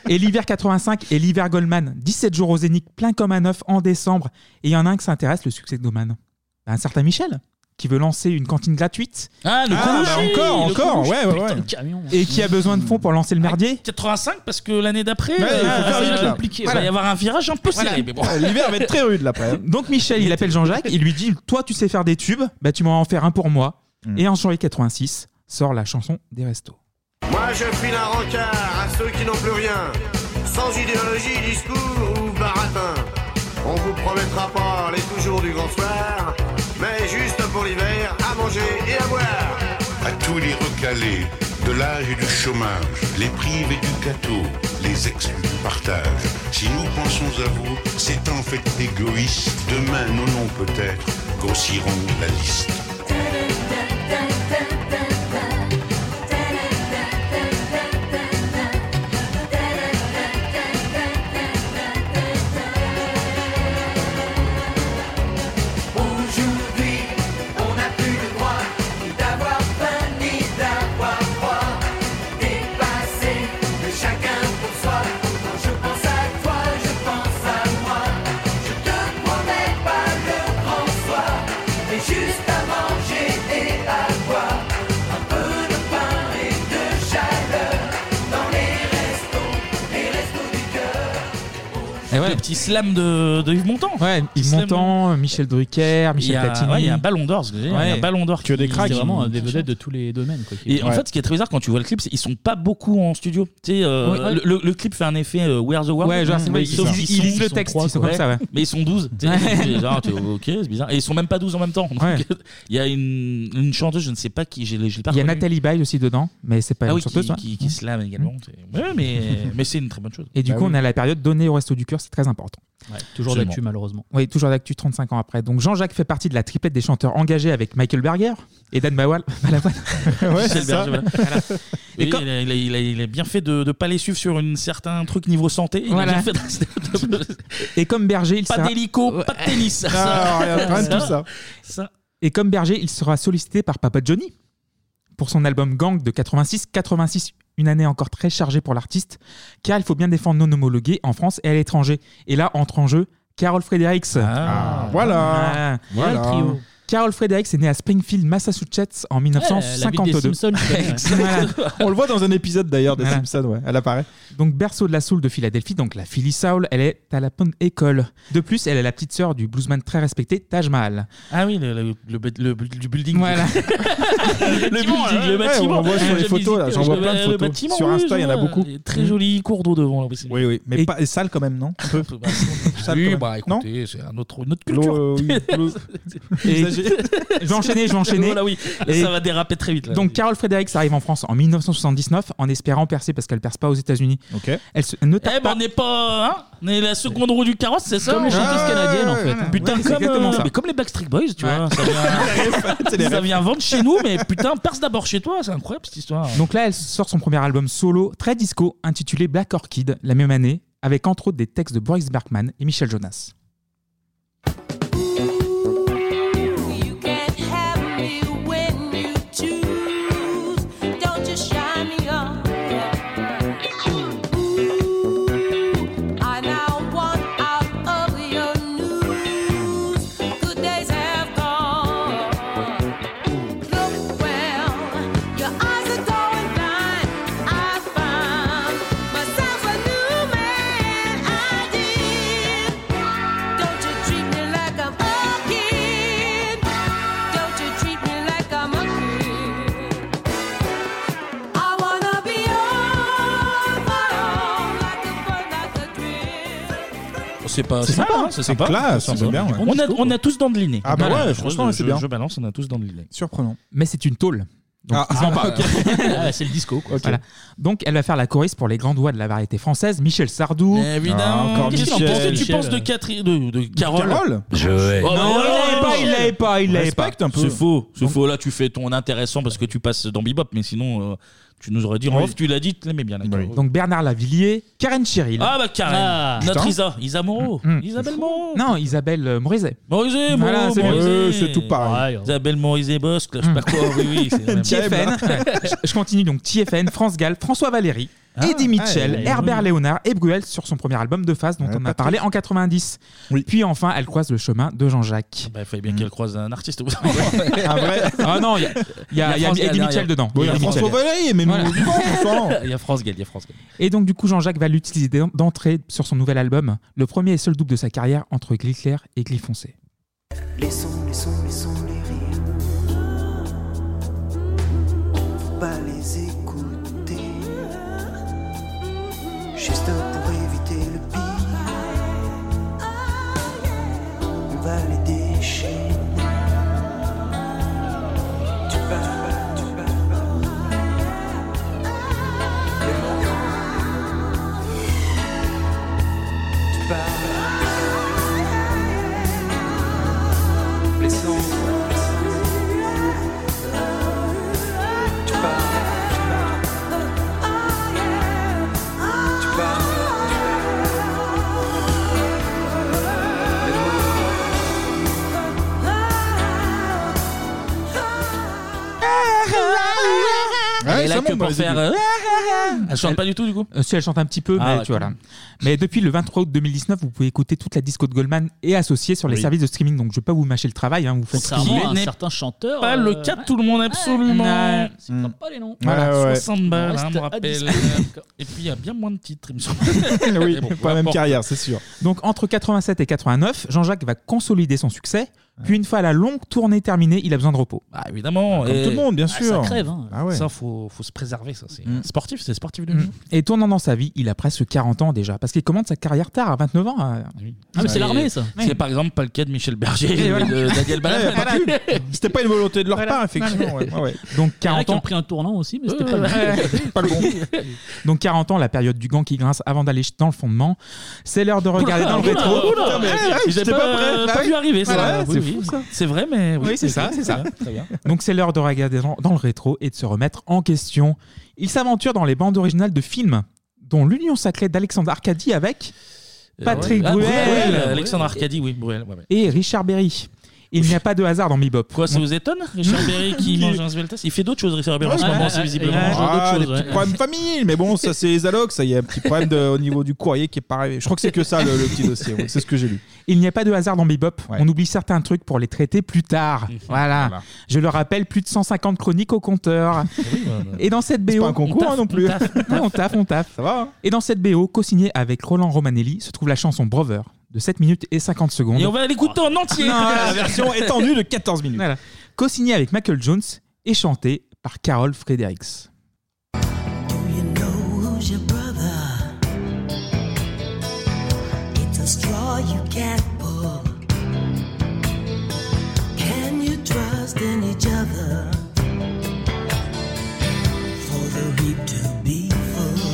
Et l'hiver 85 et l'hiver Goldman, 17 jours au Zénith, plein comme un œuf en décembre. Et il y en a un qui s'intéresse, le succès de Goldman. Bah, Un certain Michel, qui veut lancer une cantine gratuite. Ah, le Koulouchi, bah, Encore, le encore, Koulouchi. ouais, ouais, Putain, ouais. le camion. Et qui a besoin de fonds pour lancer le Ah, merdier 85 parce que l'année d'après, Ouais, il faut euh, faire ça va vite, être là. compliqué. Voilà. Il va y avoir un virage un peu Voilà. serré. mais bon. rude là après. Donc Michel, il appelle Jean-Jacques, il lui dit Toi, tu sais faire des tubes, bah tu m'en vas en faire un pour moi. Et en janvier 86 sort la chanson des restos. Moi je file un rencard à ceux qui n'ont plus rien, sans idéologie, discours ou baratin. On vous promettra pas les toujours du grand soir, mais juste pour l'hiver, à manger et à boire. À tous les recalés de l'âge et du chômage, les privés du gâteau, les exclus du partage. Si nous pensons à vous, c'est en fait égoïste. Demain, nous non peut-être grossirons la liste. Aujourd'hui, on n'a plus le droit d'avoir faim ni d'avoir froid. Dépassé de chacun pour soi. Quand je pense à toi, je pense à moi. Je te promets pas le grand soir, mais juste à manger et à boire. Un peu de pain et de chaleur dans les restos, les restos du cœur. Et ouais. Le petit slam de, de Yves Montand. Ouais, Yves Slam Montand, Michel Il Drucker, y Michel a- Platini. ouais, il y a un ballon d'or, ce que j'ai dit, il y a un ballon d'or qui- C'est vraiment qui- euh, des vedettes de tous les domaines. quoi, qui- Et en fait, ce qui est très bizarre quand tu vois le clip, c'est qu'ils sont pas beaucoup en studio. Tu sais, euh, Ouais, ouais. le- Le, le clip fait un effet euh, Where the World. Ouais, genre, c'est mais vrai, ils, sont- ils- ils ils lisent sont- le sont texte, trois, ils sont quoi. comme ça, ouais. Mais ils sont 12. tu sais. Ouais. T'es genre, t'es, ok, c'est bizarre. Et ils sont même pas 12 en même temps. Donc, Il y a une, une chanteuse, je ne sais pas qui, j'ai j'ai pas Il y a reconnue. Nathalie Baye aussi dedans, mais c'est pas Ah une oui, chanteuse. qui, hein. qui, qui se lame également. C'est- Bah Ouais, mais, mais c'est une très bonne chose. Et du coup, on a la période donnée au resto du cœur, c'est très important. Ouais, toujours Absolument. d'actu, malheureusement. Oui, toujours d'actu 35 ans après. Donc Jean-Jacques fait partie de la triplette des chanteurs engagés avec Michael Berger et Dan Mawal. Balavoine. Michel Berger, voilà. Et Oui, quand- il, a, il a- il a- il a bien fait de ne pas les suivre sur un certain truc niveau santé. Il a Voilà. bien fait de- de- Et comme Berger, il Pas sera... d'hélico, pas de tennis. Ah, rien, rien de tout ça. ça. Et comme Berger, il sera sollicité par Papa Johnny pour son album Gang de 86. 86, une année encore très chargée pour l'artiste, car il faut bien défendre non homologué en France et à l'étranger. Et là entre en jeu Carol Fredericks. Ah, voilà. Ah, Voilà le trio. Carol Fredericks est née à Springfield, Massachusetts en 1952. Simpson. On le voit dans un épisode d'ailleurs des Voilà. Simpsons, ouais. Elle apparaît. Donc berceau de la soul de Philadelphie, donc la Philly Soul, elle est à la bonne école. De plus, elle est la petite sœur du bluesman très respecté Taj Mahal. Ah oui, le, le, le, le- le building. Voilà. le bâtiment, building, le ouais, bâtiment. on voit sur les J'aime photos, visiter, là, j'en vois plein de le photos. bâtiment, Sur oui, Insta, j'en il y en a vois. beaucoup. Très joli cours d'eau devant. là, c'est- Oui, oui. Mais pas, et sale quand même, non Un peu Sale quand Oui, même. bah Non écoutez, c'est un autre, une autre L'eau, culture. euh, oui, l'eau. Et- je vais enchaîner, je vais enchaîner. Voilà, oui. Là, ça va déraper très vite, là. Donc, Carol Fredericks arrive en France en 1979 en espérant percer parce qu'elle perce pas aux États-Unis. Elle se- elle ne tape Eh ben, pas. on n'est pas. hein on est la seconde roue du carrosse, c'est ça Hein Comme les chanteuses canadiennes, en fait. Putain, Ouais, c'est comme, exactement euh, ça. mais comme les Backstreet Boys, tu Ouais. vois. Ça vient, ça vient vendre chez nous, mais putain, perce d'abord chez toi, c'est incroyable cette histoire. Donc là, elle sort son premier album solo, très disco, intitulé Black Orchid, la même année, avec entre autres des textes de Boris Bergman et Michel Jonas. You can't have me when you choose. Don't you shine me up. I now want out of your news. Good days have gone. Look well, your eyes are going blind. I found myself a new man. I did. Don't you treat me like I'm a kid. Don't you treat me like I'm a kid. I wanna be all for all, like a bird, like a C'est pas. C'est sympa, mal, hein, c'est classe, sympa. c'est bien, ouais. On a, on a tous dandeliné. Ah bah ouais, franchement, je- c'est je- bien. Je balance, on a tous dandeliné. Surprenant. Mais c'est une tôle. Donc, Ah, ils en ah, parlent. ok. Ah, c'est le disco, quoi. Voilà. Donc, elle va faire la choriste pour les grandes voix de la variété française, Michel Sardou. Ah, Qu'est-ce que- qu'est-ce que tu penses de, Catherine, de, de Carole Carole Je vais. Non, il l'avait pas, il l'avait pas, il l'avait pas. Respecte un peu. C'est faux, c'est faux. Là, tu fais ton intéressant parce que tu passes dans Bebop, mais sinon, euh, tu nous aurais dit, en Oui. off, tu l'as dit, tu l'aimais bien. la Carole. Donc, Bernard Lavillier, Karen Cheryl. Ah bah Karen, Ah. notre Putain. Isa, Isa Moreau, Mm. Isabelle Moreau. Non, Isabelle euh, Morizet. Morizet, Voilà, Moreau, c'est bien. Morizet. Ouais, Euh, c'est tout pareil. Isabelle Morizet Bosque, je sais pas quoi, oui, oui. c'est la même. TFN. je, je continue donc TFN, France Gall, François Valéry, Eddie Mitchell, Ah, ouais, ouais, Herbert ouais. Léonard et Bruel sur son premier album de phase dont on a parlé en 90. Puis enfin, elle croise le chemin de Jean-Jacques. Mm. Bah, il fallait bien qu'elle croise un artiste. au bout d'un Ah, moment. vrai Ah non, il y a- il y a- il y a France Eddie Gall derrière. Mitchell dedans. Oui, Il y a Eddie François Mitchell. Valéry, mais Voilà. nous, du sang. Il y a France Gall, il y a France Gall. Et donc du coup, Jean-Jacques va l'utiliser d'en- d'entrée sur son nouvel album, le premier et seul double de sa carrière entre Gris clair et Gris foncé. Les sons, les sons, les sons, les rires. Faut pas les écouter. Juste pour éviter le pire. On va les déchaîner. Tu vas, tu vas, tu vas. Les mots. Tu vas. Les sons, les sons. Tu parles, tu parles. Tu parles, tu parles. Les mots. Elle est là que pour faire, euh, Elle chante pas du tout du coup Euh, Si elle chante un petit peu, Ah, mais tu vois là. d'accord. Mais depuis le 23 août 2019, vous pouvez écouter toute la disco de Goldman et associée sur les Oui. services de streaming. Donc je vais pas vous mâcher le travail, hein, vous faites ce que vous Contrairement à un voulez. certain chanteur. Pas le cas de tout le monde, absolument. euh, Ouais. C'est pas- pas les noms. Voilà, Hmm. Ouais, ouais. 60 balles, On hein, reste me à rappelle. Disney. Et puis il y a bien moins de titres, il me semble. oui, Mais bon, peu pas la même importe. carrière, c'est sûr. Donc entre 87 et 89, Jean-Jacques va consolider son succès. Puis une fois la longue tournée terminée, il a besoin de repos. Ah, évidemment. Comme et- tout le monde, bien Ah, ça sûr. crève. Hein. Ah ouais. Ça, faut, faut se préserver. Ça, c'est Mm. sportif, c'est sportif de Mm. jeu. Et tournant dans sa vie, il a presque 40 ans déjà, parce qu'il commence sa carrière tard, à 29 ans. Ah hein. Ouais. C'est par exemple pas le cas de Michel Berger Et et voilà. de Daniel Balavoine. C'était pas une volonté de leur part, effectivement. ouais. Ouais, ouais. Donc Il y en 40 a qui ont ans. pris un tournant aussi, mais c'était pas le Pas le bon. Donc 40 ans, la période du gant qui grince avant d'aller dans le fondement. C'est l'heure de regarder Oula, dans le oula, rétro. oula, Putain, mais- eh, eh, eh, j'étais j'étais pas prêt. Ah Pas oui. vu arriver, ça. Voilà, Oui, c'est oui. fou, ça. C'est vrai, mais oui. Oui, c'est ça, c'est ça. Très bien, très bien. Donc c'est l'heure de regarder dans, dans le rétro et de se remettre en question. Il s'aventure dans les bandes originales de films, dont l'union sacrée d'Alexandre Arcadie avec Euh, Patrick ouais. Ah, Bruel, Alexandre Arcadi, oui, Bruel. ouais, ouais. et Richard Berry. Il n'y a pas de hasard dans Bebop. Quoi, ça vous étonne Richard Berry qui mange un Sveltas Il fait d'autres choses, Richard Berry, en ce moment, c'est visiblement. Ah, des d'autres petits problèmes de famille, mais bon, ça c'est les allocs, ça il y a un petit problème de- au niveau du courrier qui est pas arrivé. Je crois que c'est que ça le, le petit dossier, ouais, c'est ce que j'ai lu. Il n'y a pas de hasard dans Bebop. On oublie certains trucs pour les traiter plus tard. Mhm. Voilà. Voilà. Ah Je le rappelle, plus de 150 chroniques au compteur. Et dans cette BO. pas un concours, On taffe, hein, non plus. hein. On taffe, Ouais, on taffe. on taffe. Et dans cette BO, co-signée avec Roland Romanelli, se trouve la chanson Brother de 7 minutes et 50 secondes. Et on va l'écouter en entier. Non, la version étendue de 14 minutes. Voilà. Co-signé avec Michael Jones et chanté par Carol Fredericks. Who's your brother? It's a straw you can't pull. Can you trust in each other? For the reap to be full.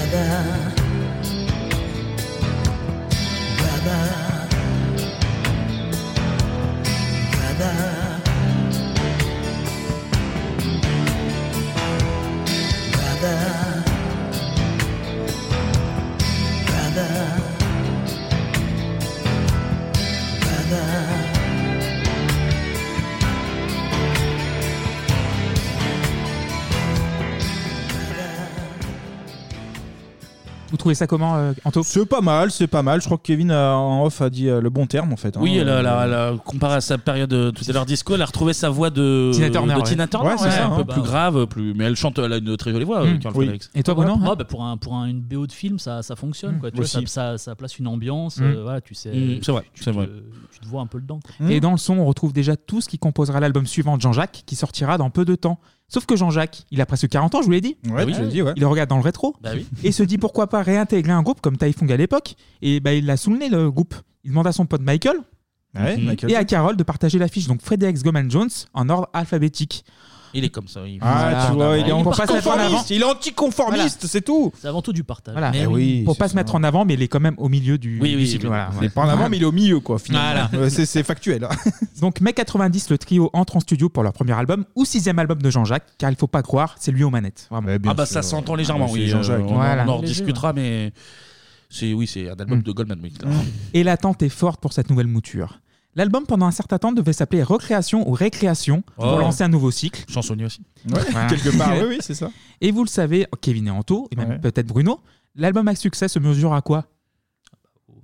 Brother. Brother. Brother. Brother, brother, brother. Vous trouvez ça comment, euh, Anto C'est pas mal, c'est pas mal. Je crois que Kevin euh, en off a dit euh, le bon terme en fait. hein. Oui, elle, a- elle a- elle euh, a- comparé à sa période euh, tout à l'heure disco, elle a retrouvé sa voix de Tina Turner, de ouais. Tina Turner, Ouais, c'est ouais, ça, un hein. peu plus grave, plus. Mais elle chante, elle a une très jolie voix. euh, Mm. Carl Oui. Fredericks. Et toi, Bruno Ouais, bah, pour un, pour un- une BO de film, ça, ça fonctionne. Quoi. Tu vois, ça, Aussi. ça, ça place une ambiance. Mm. euh, voilà, tu sais, Mm, c'est vrai, Mmh. tu, tu c'est te, vrai. tu te vois un peu dedans. quoi. Mm. Et dans le son, on retrouve déjà tout ce qui composera l'album suivant de Jean-Jacques, qui sortira dans peu de temps. Sauf que Jean-Jacques, il a presque 40 ans, je vous l'ai dit. Ouais, Ah oui, je l'ai dit, ouais. Il le regarde dans le rétro. Bah oui. Et se dit pourquoi pas réintégrer un groupe comme Typhoon à l'époque. Et bah, il l'a sous le nez, le groupe. Il demande à son pote Michael. Ouais, Mhm. Michael et à Carole de partager l'affiche, donc Frederick Goman Jones, en ordre alphabétique. Il est comme ça. il- Ah, Voilà. tu vois, il est On encore passe pas la fois en avant. Il est anticonformiste, c'est tout. C'est avant tout du partage. Voilà. Eh Mais pour pas se mettre en avant, mais il est quand même au milieu du, Oui, du oui, cycle. oui. Voilà, Il est voilà. pas en avant, mais il est au milieu, quoi, finalement. Voilà. Ouais, c'est- c'est factuel. Donc mai 90, le trio entre en studio pour leur premier album ou sixième album de Jean-Jacques, car il faut pas croire, c'est lui aux manettes. Vraiment. Ah bah ça s'entend légèrement, oui. euh, on, Voilà. Mm. on en rediscutera, mais c'est oui, c'est un album de Goldman. Oui, clairement. Et l'attente est forte pour cette nouvelle mouture. L'album, pendant un certain temps, devait s'appeler Recréation ou Récréation pour Oh. lancer un nouveau cycle. Chansonnier aussi. Ouais, quelque part, oui, oui, c'est ça. Et vous le savez, Kevin et Anto, et même peut-être Bruno, l'album à succès se mesure à quoi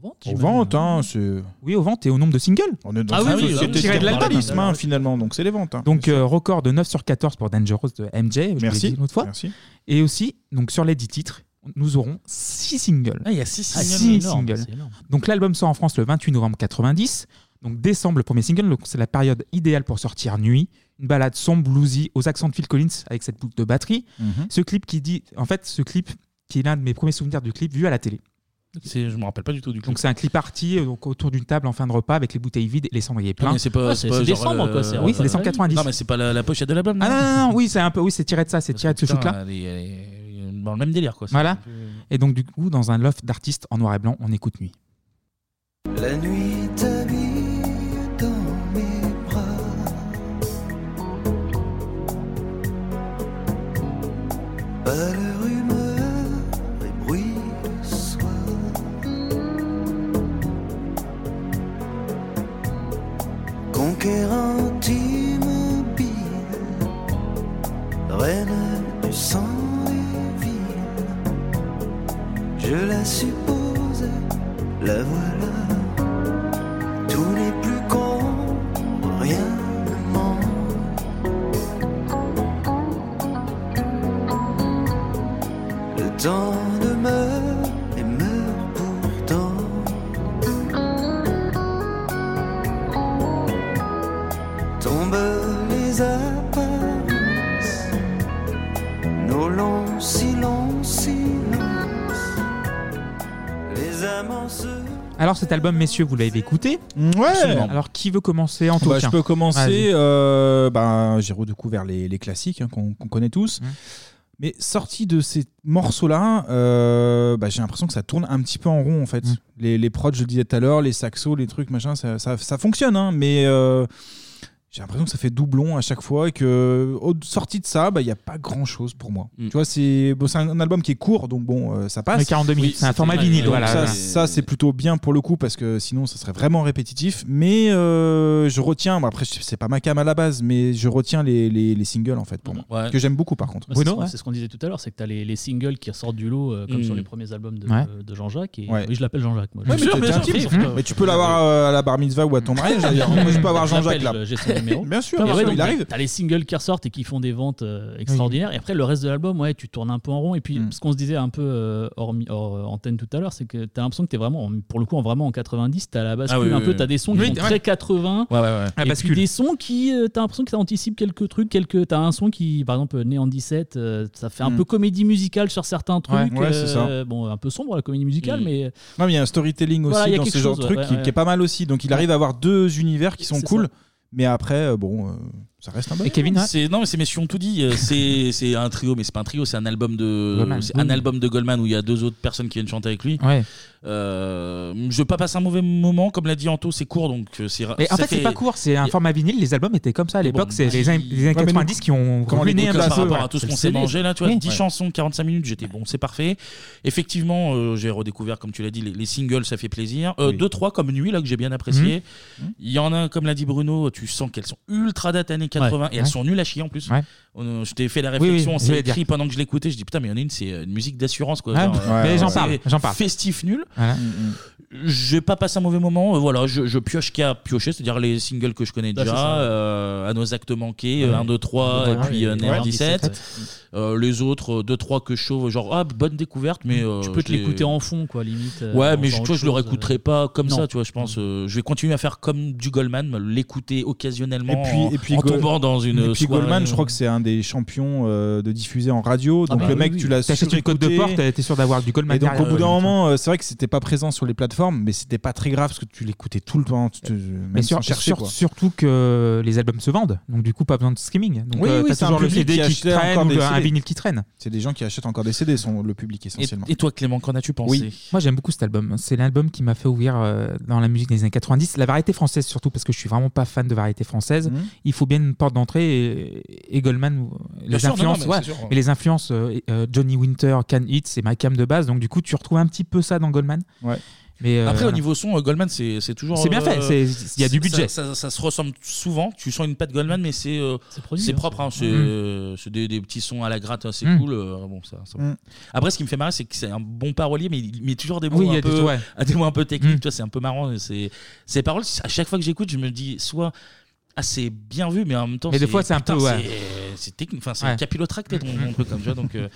Aux ventes, hein, c'est. Oui, aux ventes et au nombre de singles. On est dans Ah un oui, oui, société oui, oui. de capitalisme, hein, finalement, donc c'est les ventes. hein. Donc euh, record de 9 sur 14 pour Dangerous de MJ, je Merci. l'ai dit l'autre fois. Et aussi, donc sur les 10 titres, nous aurons 6 singles. Ah, il y a six Ah, singles, six c'est énorme, singles. c'est énorme. Donc l'album sort en France le 28 novembre 90. Donc décembre, le premier single, donc c'est la période idéale pour sortir Nuit. Une balade sombre, bluesy, aux accents de Phil Collins avec cette boucle de batterie. Mhm. Ce clip qui dit, en fait, ce clip qui est l'un de mes premiers souvenirs du clip vu à la télé. C'est- Je me rappelle pas du tout du clip. Donc c'est un clip party, euh, donc autour d'une table en fin de repas avec les bouteilles vides et les cendriers Ah, pleins. mais c'est pas, c'est pas genre, euh, Oui, c'est décembre 90. Non, mais c'est pas la, la pochette de l'album. Ah non, non, non, oui, c'est un peu, oui, c'est tiré de ça, c'est tiré de ce Putain, shoot-là. elle est- elle est Dans le même délire, quoi. C'est un Voilà. peu- Et donc, du coup, dans un loft d'artistes en noir et blanc, on écoute nuit. La nuit t'habille dans mes bras. Pas de rumeur et bruit de soir. Conquérant immobile, reine du sang des villes, je la suppose. La voilà, tout n'est plus con, rien ne manque. Le temps demeure et meurt pourtant. Tombent les apparences, nos longs silences, silences. Les amants se Alors, cet album, messieurs, vous l'avez écouté Absolument. Alors, qui veut commencer en tout Bah, cas je peux Vas-y. commencer. euh, ben, J'ai redécouvert les, les classiques hein, qu'on qu'on connaît Mmh. tous. Mais sorti de ces morceaux-là, euh, bah, j'ai l'impression que ça tourne un petit peu en rond en Mmh. fait. Les, les prods, je le disais tout à l'heure, les saxos, les trucs, machin, ça, ça- ça fonctionne, hein, mais euh, j'ai l'impression que ça fait doublon à chaque fois et que au sorti de ça, bah, il n'y a pas grand chose pour moi. Tu vois, c'est bon, c'est un album qui est court, donc bon, euh, ça passe. Oui, 42 minutes, Oui, c'est un c'était- format vinyle, Donc voilà. Ça, Ouais. ça, c'est plutôt bien pour le coup parce que sinon, ça serait vraiment répétitif. Mais euh, je retiens, bon, après, c'est pas ma cam à la base, mais je retiens les, les, les singles en fait pour moi, Ouais. que j'aime beaucoup par contre. Bah, c'est ce qu'on- c'est ce qu'on disait tout à l'heure, c'est que tu as les, les singles qui ressortent du lot, euh, comme Mm. sur les premiers albums de, Ouais. de Jean-Jacques. Et, Ouais. Oui, je l'appelle Jean-Jacques. Moi, Ouais, mais, Je- tu- je- tiens, je- je- tiens, je- mais tu peux l'avoir euh, à la bar mitzvah ou à ton mariage d'ailleurs. Moi, je peux avoir Je Jean-Jacques l'appelle, euh, là. J'ai son numéro. Bien sûr, Et bien ouais, sûr, donc, il arrive. T'as les singles qui ressortent et qui font des ventes euh, extraordinaires. Et après, le reste de l'album, ouais, tu tournes un peu en rond. Et puis, Mm. ce qu'on se disait un peu euh, hors, mi- hors, euh, antenne tout à l'heure, c'est que t'as l'impression que t'es vraiment, en- pour le coup, en- vraiment en 90, t'as la bascule Ah oui, un oui, peu. oui. T'as des sons qui Oui, sont ouais. très 80. Ouais, ouais, ouais. Et La puis bascule. des sons qui, euh, t'as l'impression que ça anticipe quelques trucs. Quelques, t'as un son qui, par exemple, né en 17, euh, ça Hmm. fait un Mm. peu comédie musicale sur certains trucs. Ouais, ouais, c'est euh, Bon, un peu sombre la comédie musicale, Hmm. Mm. mais euh, Non, mais il y a un storytelling aussi Voilà, il y a dans quelque ce genre chose, de truc ouais, qui, ouais. qui est pas mal aussi. Donc il arrive à avoir deux univers qui sont C'est cool, ça. mais après, euh, bon, euh, ça reste un bon. Bah, c'est non mais c'est messieurs ont tout dit. Euh, C'est c'est un trio, mais c'est pas un trio, c'est un album de Goldman. c'est un Oui. album de Goldman où il y a deux autres personnes qui viennent chanter avec lui. Ouais. Euh, je veux pas passer un mauvais moment, comme l'a dit Anto, c'est court donc euh, c'est. Mais en ça fait, c'est pas court, c'est un format vinyle. Les albums étaient comme ça à l'époque. bah, c'est les années les années 90 qui ont Quand les ruiné un Beatles, peu. par rapport ouais. à tout ce Le qu'on s'est CD. mangé là, tu vois, Oui. 10 chansons, 45 minutes, j'étais bon, c'est parfait. Effectivement, euh, j'ai redécouvert, comme tu l'as dit, les, les singles, ça fait plaisir. Euh, Oui. Deux, trois comme Nuit là que j'ai bien apprécié. Mmh. Il y en a, comme l'a dit Bruno, tu sens qu'elles sont ultra dates années 80 et Ouais. elles Ouais. sont nulles à chier en plus. Ouais. On, euh, je t'ai fait la Oui, oui, réflexion, on je s'est voulais écrit dire. pendant que je l'écoutais, je dis putain mais il y en a une, c'est euh, une musique d'assurance quoi. Ouais, Genre, euh, mais j'en c'est parle, j'en parle. Festif nul. Voilà. J'ai pas passé un mauvais moment, euh, voilà, je, je pioche qu'à piocher, c'est-à-dire les singles que je connais Ah, c'est déjà, ça. euh, à nos actes manqués, Ouais. 1, 2, 3, et Ouais, puis ouais, euh, Né ouais, en 17. 17, Euh, les autres, 2-3 que je chauffe, genre, ah, bonne découverte, mais. euh, tu peux te je les- l'écouter en fond, quoi, limite. euh, Ouais, en mais je, tu faisant vois, autre je le chose, euh. réécouterai pas comme Non. ça, tu vois. Je pense, Mm. euh, je vais continuer à faire comme du Goldman, me l'écouter occasionnellement en, en Go- tombant dans une et puis soirée. Goldman, je crois que c'est un des champions euh, de diffuser en radio. Ah Donc bah le oui, mec, oui. tu l'as T'achètes une cote de surécouté. porte, t'es- t'es sûr d'avoir du Goldman Et donc au derrière. bout d'un Ouais, moment, euh, c'est vrai que c'était pas présent sur les plateformes, mais c'était pas très grave parce que tu l'écoutais tout le temps, tu te- même Mais sur- sans chercher. sur- quoi. surtout que les albums se vendent, donc du coup pas besoin de streaming. Donc oui, euh, oui, t'as c'est un toujours le public CD qui achetait traîne encore ou des le- un CD. vinyle qui traîne. C'est des gens qui achètent encore des CD, sont le public essentiellement. Et toi, Clément, qu'en as-tu pensé Oui. Moi, j'aime beaucoup cet album. C'est l'album qui m'a fait ouvrir euh, dans la musique des années 90, la variété française surtout, parce que je suis vraiment pas fan de variété française. Mhm. Il faut bien une porte d'entrée et, et Goldman, ou- euh, les sûr, non, influences, non, mais ouais, c'est sûr. mais les influences euh, et, euh, Johnny Winter, Can Hit, c'est ma cam de base, donc du coup, tu retrouves un petit peu ça dans Goldman. Mais euh, Après, au voilà. niveau son, euh, Goldman, c'est c'est toujours. C'est bien euh, fait, c'est- il y a du ça- budget. Ça, ça- ça se ressemble souvent. Tu sens une patte Goldman, mais c'est euh, c'est propre. hein, C'est euh, c'est des, des petits sons à la gratte, hein, c'est Mm. cool. euh, bon, ça, ça va. Mm. Après, ce qui me fait marrer, c'est que c'est un bon parolier, mais il met toujours des mots, Oui, il y un, a des- peu, ouais. Mm. à des mots un peu techniques. tu vois, C'est un peu marrant. et c'est- Ces paroles, à chaque fois que j'écoute, je me dis soit. Ah, c'est bien vu, mais en même temps. Mais des fois, c'est un putain, peu, ouais. c'est- C'est technique. Enfin, c'est Ouais. Mm. capillotracté, ton, ton truc comme ça. Donc. euh,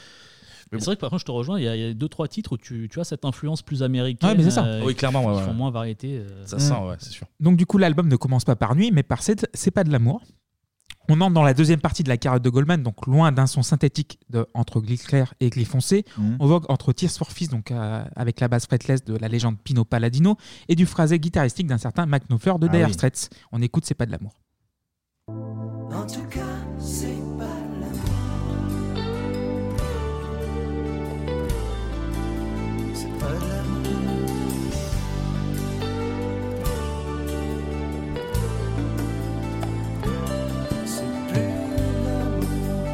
Mais C'est vrai que par contre, je te rejoins, il y a- il y a deux, trois titres où tu, tu as cette influence plus américaine. euh, Ouais, mais c'est ça. Oui, clairement, ouais, Qui ouais. font moins variété. euh. Hmm. Ça sent, ouais, c'est sûr. Mm. Donc du coup, l'album ne commence pas par nuit, mais par c'est, c'est pas de l'amour. On entre dans la deuxième partie de la carotte de Goldman, donc loin d'un son synthétique de, entre gris clair et gris foncé. Mm. On vogue entre Tears for Fears, donc euh, avec la basse fretless de la légende Pino Palladino, et du phrasé guitaristique d'un certain Mac Knopfler de Ah Dire oui. Straits. On écoute C'est pas de l'amour. En tout cas, c'est pas l'amour. C'est pas l'amour. C'est plus l'amour.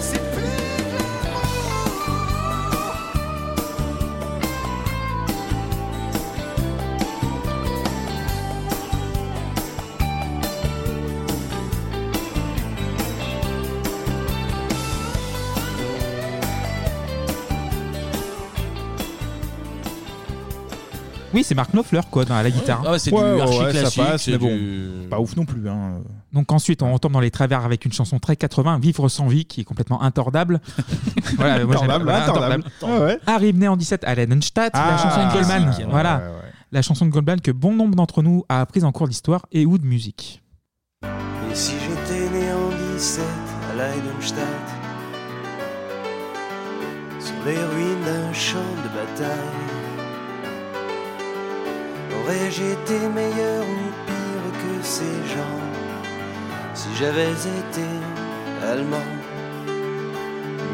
C'est plus Oui, c'est Mark Knopfler quoi, dans, à la guitare. ah ouais, c'est du Ouais, archi ouais, ça classique, passe, c'est mais bon, du- pas ouf non plus. hein. Donc ensuite, on retombe dans les travers avec une chanson très 80, Vivre sans vie, qui est complètement intordable. mais moi, j'aime- Intordable, intordable. Ouais, ouais. Arrive né en 17 à Lenenstadt, Ah, la chanson de Goldman. classique. Voilà. Ouais, ouais, La chanson de Goldman que bon nombre d'entre nous a apprise en cours d'histoire et ou de musique. Et si j'étais né en 17 à Leidenstadt, sur les ruines d'un champ de bataille, aurais-je été meilleur ou pire que ces gens si j'avais été allemand?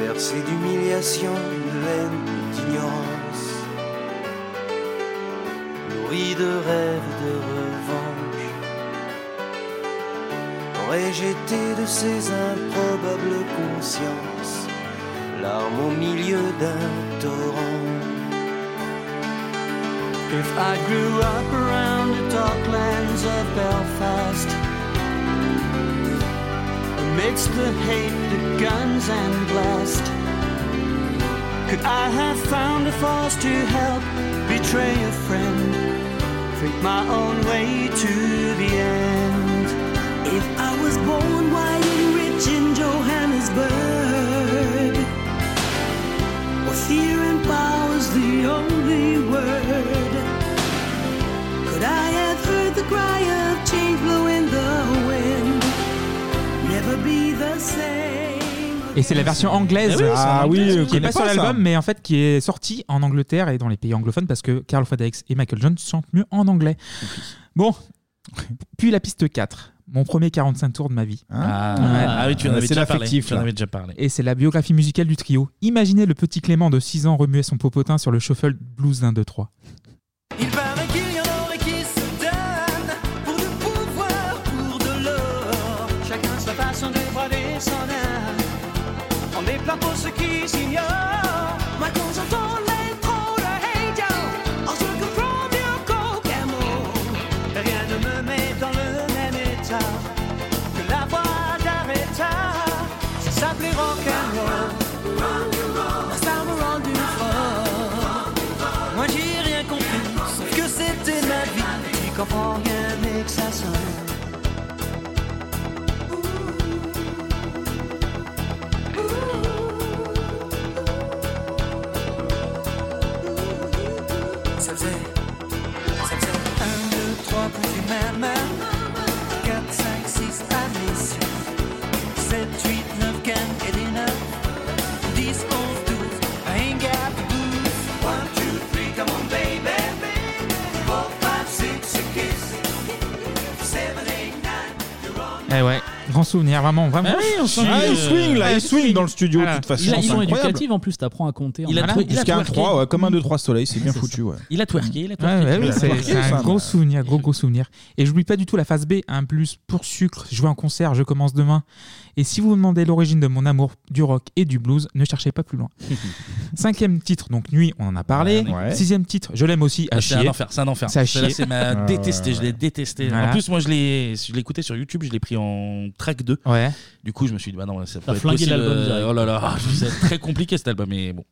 Merci d'humiliation, de haine, d'ignorance. Nourri de rêves et de revanche. Rejeté de ses improbables consciences. Larmes au milieu d'un torrent. If I grew up around the docklands of Belfast, amidst the hate, the guns and blast, could I have found a force to help betray a friend? Think my own way to the end. If I was born white and rich in Johannesburg, where fear and power's the only word. Could I have heard the cry of change blow in the wind? Never be the same. Et c'est la version anglaise Ah oui, c'est en Ah anglais, oui, qui on est connaît pas sur pas ça. l'album, mais en fait qui est sortie en Angleterre et dans les pays anglophones parce que Carl Fredericks et Michael Jones chantent mieux en anglais. Bon, puis la piste 4, mon premier 45 tours de ma vie. Ah, Ouais. ah oui, tu en avais déjà parlé. Tu en avais déjà parlé. Et c'est la biographie musicale du trio. Imaginez le petit Clément de 6 ans remuer son popotin sur le shuffle blues 1, 2, 3. Il paraît qu'il y en aurait qui se donnent pour le pouvoir, pour de l'or. Chacun sa façon de brader son âme. On n'est pas pour ceux qui s'ignorent. Moi, quand j'entends les trop de haters, en se comprend mieux qu'aucun mot. Rien ne me met dans le même état que la voix d'Aretha. Ça s'appelait rock'n'roll. La star m'a rendu fort. Moi j'ai rien compris, sauf que c'était ma vie. Tu comprends rien mais que ça sonne. Ça faisait, ça faisait 1, 2, 3 pour du même 4, 5, 6, Alice 7, 8, 9, 15, et des 9 10, 11, 12, I ain't got the blues 1, 2, 3, come on baby 4, 5, 6, a kiss 7, 8, 9, you're on Eh ouais, grand souvenir, vraiment, vraiment. Ah oui, on sent Ah, il swing là, Ouais, il swing dans le studio de toute façon. Il a c'est ils sont incroyable. éducatifs en plus, t'apprends à compter. en Il a même trou- temps. Jusqu'à un 3, ouais, comme un 2-3 soleil, c'est bien foutu. Ouais. Il a twerké, il a Ouais, twerké. ouais, oui, Il a c'est marqué, c'est ça, un gros mais- souvenir, gros gros souvenir. Et j'oublie pas du tout la phase B, un plus pour sucre, jouer en concert, je commence demain. Et si vous vous demandez l'origine de mon amour du rock et du blues, ne cherchez pas plus loin. Cinquième titre, donc Nuit, on en a parlé. Ouais. Ah, Sixième titre, je l'aime aussi, à C'est un chier. enfer, c'est un enfer. C'est à Celle-là, chier. Ah C'est ma détestée, je l'ai détestée. Voilà. En plus, moi, je l'ai je l'ai écouté sur YouTube, je l'ai pris en track 2. Ouais. Du coup, je me suis dit, bah non, ça peut T'as être flingué possible, l'album euh, direct. Oh là là, c'est très compliqué cet album, mais bon.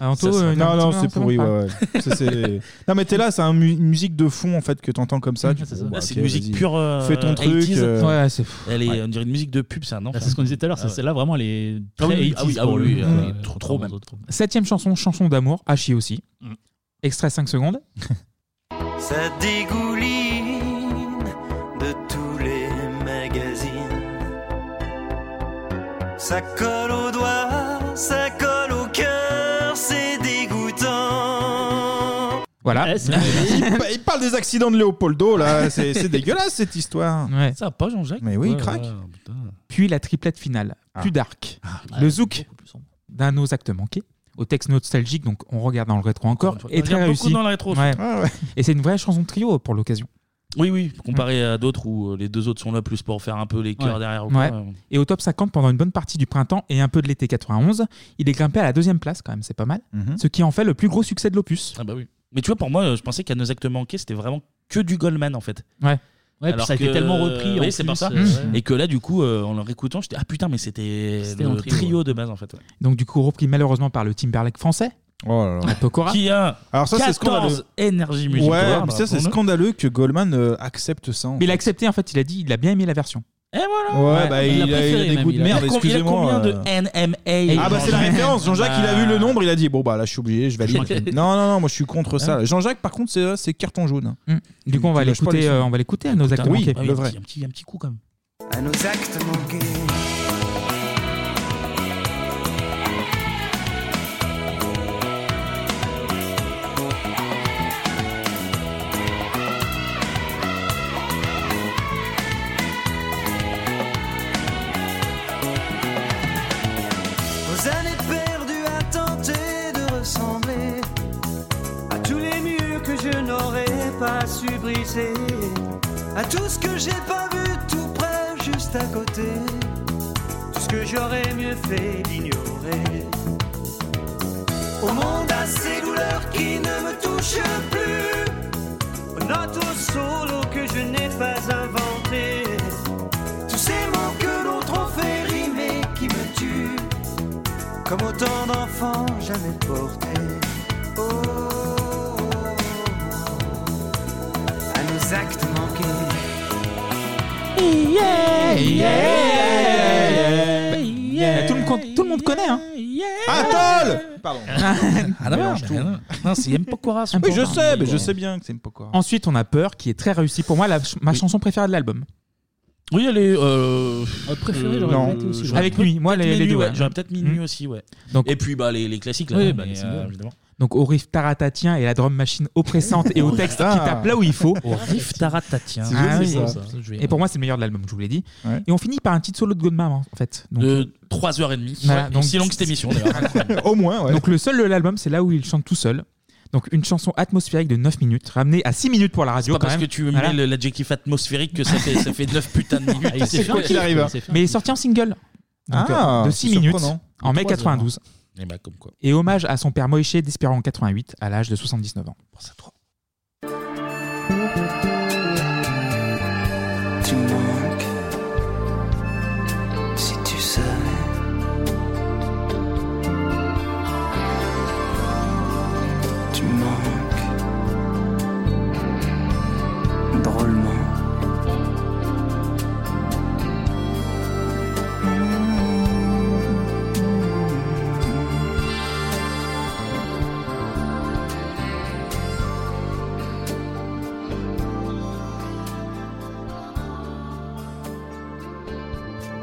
Ah, Anto, Ça, ça- euh, Non, non, c'est ça pourri. va Ouais, pas. ouais. Ça, c'est- non, mais t'es là, c'est un mu- une musique de fond en fait que t'entends comme ça. tu fais, bon, Là, bah, c'est ok, une musique vas-y. pure. euh, Fais ton truc. 80s. euh, Elle est, on dirait une musique de pub, c'est un Ah, enfer. C'est ce qu'on disait tout à l'heure, c'est- celle-là vraiment elle est Ah très oui, 80s ah oui, ah pour oui, le- ah oui, euh, trop, trop même. Septième chanson, chanson d'amour, à chier aussi. Mm. Extrait 5 secondes. Ça dégouline de tous les magazines. Ça colle aux doigts, ça colle au cœur, c'est dégoûtant. Voilà. il, pa- il parle des accidents de Léopoldo là, Ah, c'est c'est dégueulasse cette histoire. Ouais. Ça pas Jean-Jacques Mais oui, Ah. il craque. Puis la triplette finale, plus dark. le zouk d'un nos actes manqués, au texte nostalgique, donc on regarde dans le rétro encore, une fois, on et très regarde réussi. beaucoup dans le rétro, Ouais. surtout. Ah ouais. Et c'est une vraie chanson de trio pour l'occasion. Oui, oui, comparé à d'autres où euh, les deux autres sont là plus pour faire un peu les cœurs Ouais. derrière. euh. ou Ouais. quoi. Et au top 50 pendant une bonne partie du printemps et un peu de l'été 91, il est grimpé à la deuxième place quand même, c'est pas mal. Mhm. Ce qui en fait le plus gros succès de l'opus. Ah bah oui. Mais tu vois, pour moi, euh, je pensais qu'à nos actes manqués, c'était vraiment que du Goldman en fait. Ouais. Ouais, puis ça a été tellement repris, en Oui, c'est plus, pour ça. euh, ouais. Et que là, du coup, euh, en le réécoutant, j'étais ah putain, mais c'était C'était le un trio, trio, de base en fait. ouais. Donc du coup repris malheureusement par le Timberlake français. Oh, Un Pokora. Qui a Alors ça, c'est 14 scandaleux. énergie Ouais, musicale. mais ça c'est Bravo. scandaleux que Goldman euh, accepte ça. en bah, Mais il a accepté en fait, il a dit il a bien aimé la version. Et voilà. Ouais, Ah bah, il a- il a des goûts de merde, com- il a excusez-moi, combien euh. de NMA Ah bah c'est la référence, Jean-Jacques il a vu le nombre, il a dit bon bah là je suis obligé, je valide. non non non, moi je suis contre ça. Jean-Jacques par contre c'est c'est carton jaune. Mm. Du coup on va Tu lâches pas l'écouter, les sons. euh, on va l'écouter à nos actes Putain, oui, manqués. bah oui, le vrai. Un petit, un petit coup quand même. À nos actes manqués. Aux années perdues, à tout ce que j'ai pas vu tout près, juste à côté. Tout ce que j'aurais mieux fait d'ignorer. Au monde à ces douleurs qui ne me touchent plus. Aux notes au solo que je n'ai pas inventé. Tous ces mots que l'on trop fait rimer qui me tuent. Comme autant d'enfants jamais portés. Oh, à nos actes manqués. Tout, le monde, tout le monde connaît, hein Ah, Atoll Pardon. Ah, non, Mélange non, tout. non, non, Ah, c'est Mpokora, son Oui, je port. sais, mais je sais bien que c'est Mpokora. Ensuite, on a Peur, qui est très réussi pour moi, la ch- ma chanson préférée de l'album. Oui, elle est. Euh, préférée, euh, j'aurais non, peut-être aussi, j'aurais ouais. Avec peut-être nuit, moi, les- mis les nuit, deux, ouais. ouais. J'aurais peut-être mis Mm. nuit aussi, ouais. Donc- et puis bah, les, les classiques là. Oui, mais, bah, c'est euh, bon. évidemment. Donc au riff taratatien et la drum machine oppressante et au texte qui tape là où il faut. Au riff taratatien. C'est Ah joli, oui. ça. Je vais- Et pour moi, c'est le meilleur de l'album, je vous l'ai dit. Et on finit par un titre solo de Goldman, en fait. Donc, euh, de 3h30. Voilà, Ouais, donc- aussi long que cette émission d'ailleurs. Au moins, Donc le seul de l'album, c'est là où il chante tout seul. Donc une chanson atmosphérique de 9 minutes, ramenée à 6 minutes pour la radio. Pas quand parce que même. tu mets Voilà. le- l'adjectif atmosphérique que ça fait, ça fait 9 putains de minutes. C'est quoi qu'il arrive. hein. Mais il est sorti en single. Donc, Ah, euh, de 6 c'est minutes surprenant. en mai Trois 92. heures. Et bah, comme quoi. Et hommage à son père Moïse Despérant en 88 à l'âge de 79 ans. Tu manques si tu savais. Tu manques drôlement.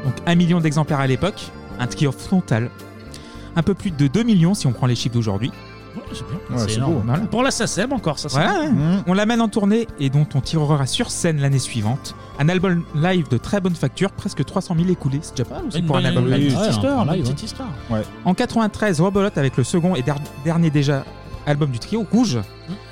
Donc 1 million d'exemplaires à l'époque, un triomphe frontal. Un peu plus de 2 millions si on prend les chiffres d'aujourd'hui. c'est bien. Ouais, c'est c'est énorme. beau, voilà. Pour la SACEM encore, ça c'est Voilà, bien. ouais. on l'amène en tournée et dont on tirera sur scène l'année suivante. Un album live de très bonne facture, presque 300 000 écoulés, Ah, c'est déjà pas mal aussi Une pour un bonne- album Ah, une live. petite Ouais, histoire, un une live, petite ouais. histoire. En 93, Robolote avec le second et der- dernier déjà album du trio, Rouge,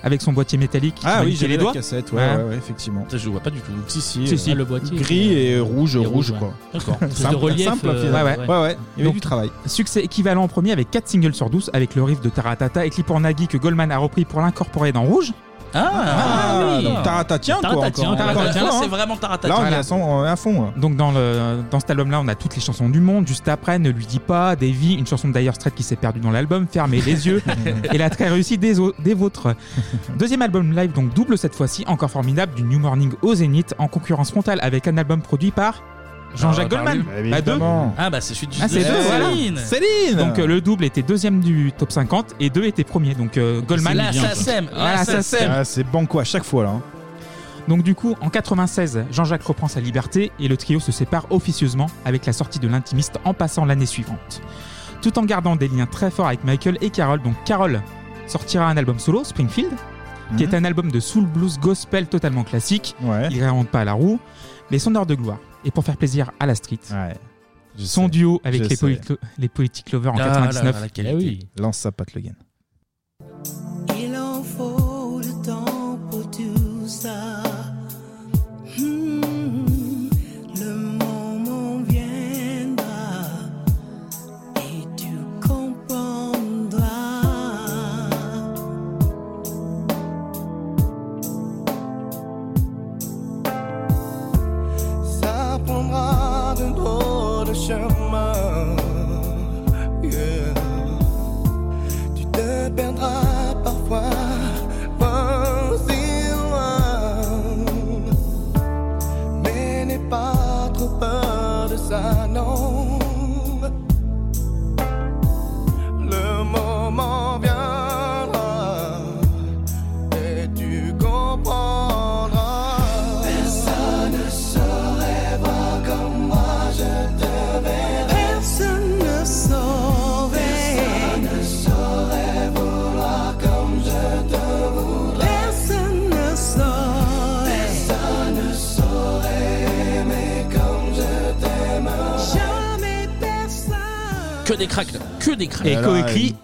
avec son boîtier métallique. qui Ah oui, manipuait j'ai les les doigts. cassettes, ouais, Voilà. ouais, ouais, effectivement. Ça, je vois pas du tout. Si, si. Si, euh, si. Ah, le boîtier Gris était- et rouge, et rouge, rouge, quoi. ouais. D'accord. Plus de Simple, relief, simple, euh, finalement. ouais, ouais. ouais, ouais. Il y avait Donc, du travail. Succès équivalent en premier avec 4 singles sur 12 avec le riff de Taratata et Clip en Nagui que Goldman a repris pour l'incorporer dans Rouge. Ah, oui. donc Taratatian, quoi, Taratatian, encore. Taratatian, Encore, là, hein. c'est vraiment Taratatian. Là, on est Voilà. à son- à fond. hein. Donc dans, le, dans cet album-là, on a toutes les chansons du monde, juste après, Ne lui dis pas, Davy, une chanson de Dire Straits qui s'est perdue dans l'album, Fermez les yeux, et la très réussie des, au- des vôtres. Deuxième album live, donc double cette fois-ci, encore formidable, du New Morning au Zénith, en concurrence frontale avec un album produit par Jean-Jacques Alors, Goldman. Goldman. Bah, deux. Ah bah c'est celui de Ah, c'est deux, voilà. Céline. Donc euh, le double était deuxième du top 50 et deux étaient premiers. Donc euh, Goldman. la SACEM, la Voilà, SACEM. SACEM. Ah, c'est banco à chaque fois, là. hein. Donc du coup, en 96, Jean-Jacques reprend sa liberté et le trio se sépare officieusement avec la sortie de l'intimiste en passant l'année suivante. Tout en gardant des liens très forts avec Michael et Carole, donc Carole sortira un album solo, Springfield, qui Mhm. est un album de soul blues gospel totalement classique. Il réinvente pas la roue, mais son heure de gloire. Et pour faire plaisir à la street, son duo avec je les, sais. Polit- les Politic Lovers en Ah là là, 99. la qualité. Lance sa patte, le gain. Il en faut le temps pour tout ça. Hmm, le moment viendra et tu comprendras. Ça prendra de drôles de chemin. Yeah. Tu te perdras parfois. loin, si loin. Mais n'aie pas trop peur de ça, non. Le moment viendra et tu comprendras. Personne ne saurait voir comme moi je te verrai. Personne ne saurait. Personne ne saurait vouloir comme je te voudrais. Personne ne saurait. Personne ne saurait aimer comme je t'aimerais. Jamais personne. Que des cracks, que des crânes. Et coécrit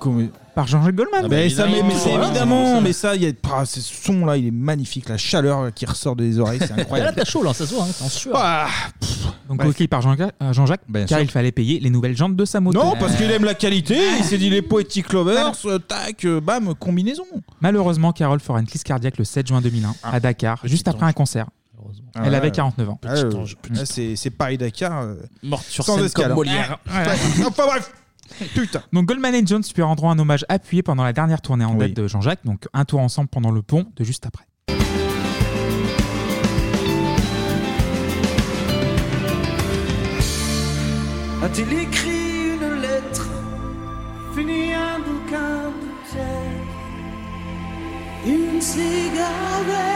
par Jean-Jacques Goldman. Ah bah, Mais ça, mais, mais c'est voilà. évidemment, mais ça, il y a, ah, ce son là, il est magnifique, la chaleur qui ressort des oreilles, c'est Là, incroyable. Ah, t'as chaud, là, ça se voit, hein, t'es en sueur. Donc coécrit par Jean- euh, Jean-Jacques, car sûr. il fallait payer les nouvelles jantes de sa moto. Non, parce qu'il aime la qualité, il s'est dit les Poetic Lovers, euh, tac, euh, bam, combinaison. Malheureusement, Carole fera une crise cardiaque le 7 juin 2001 Ah, à Dakar, juste après un concert. Ah Elle ouais. avait 49 ans. Ah ouais, là, c'est c'est Paris-Dakar. euh, Morte sur sans scène escale. comme Molière. Ah, ouais. enfin bref, putain. Donc Goldman et Jones lui rendront un hommage appuyé pendant la dernière tournée en date de Jean-Jacques, donc un tour ensemble pendant le pont de juste après. A-t-il écrit une lettre Fini un bouquin de terre Une cigarette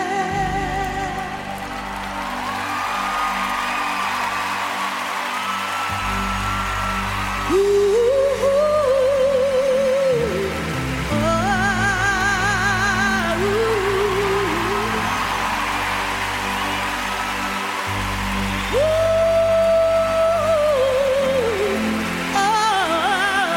Ouh, ouh, ah, ouh. Ouh, ah, ah.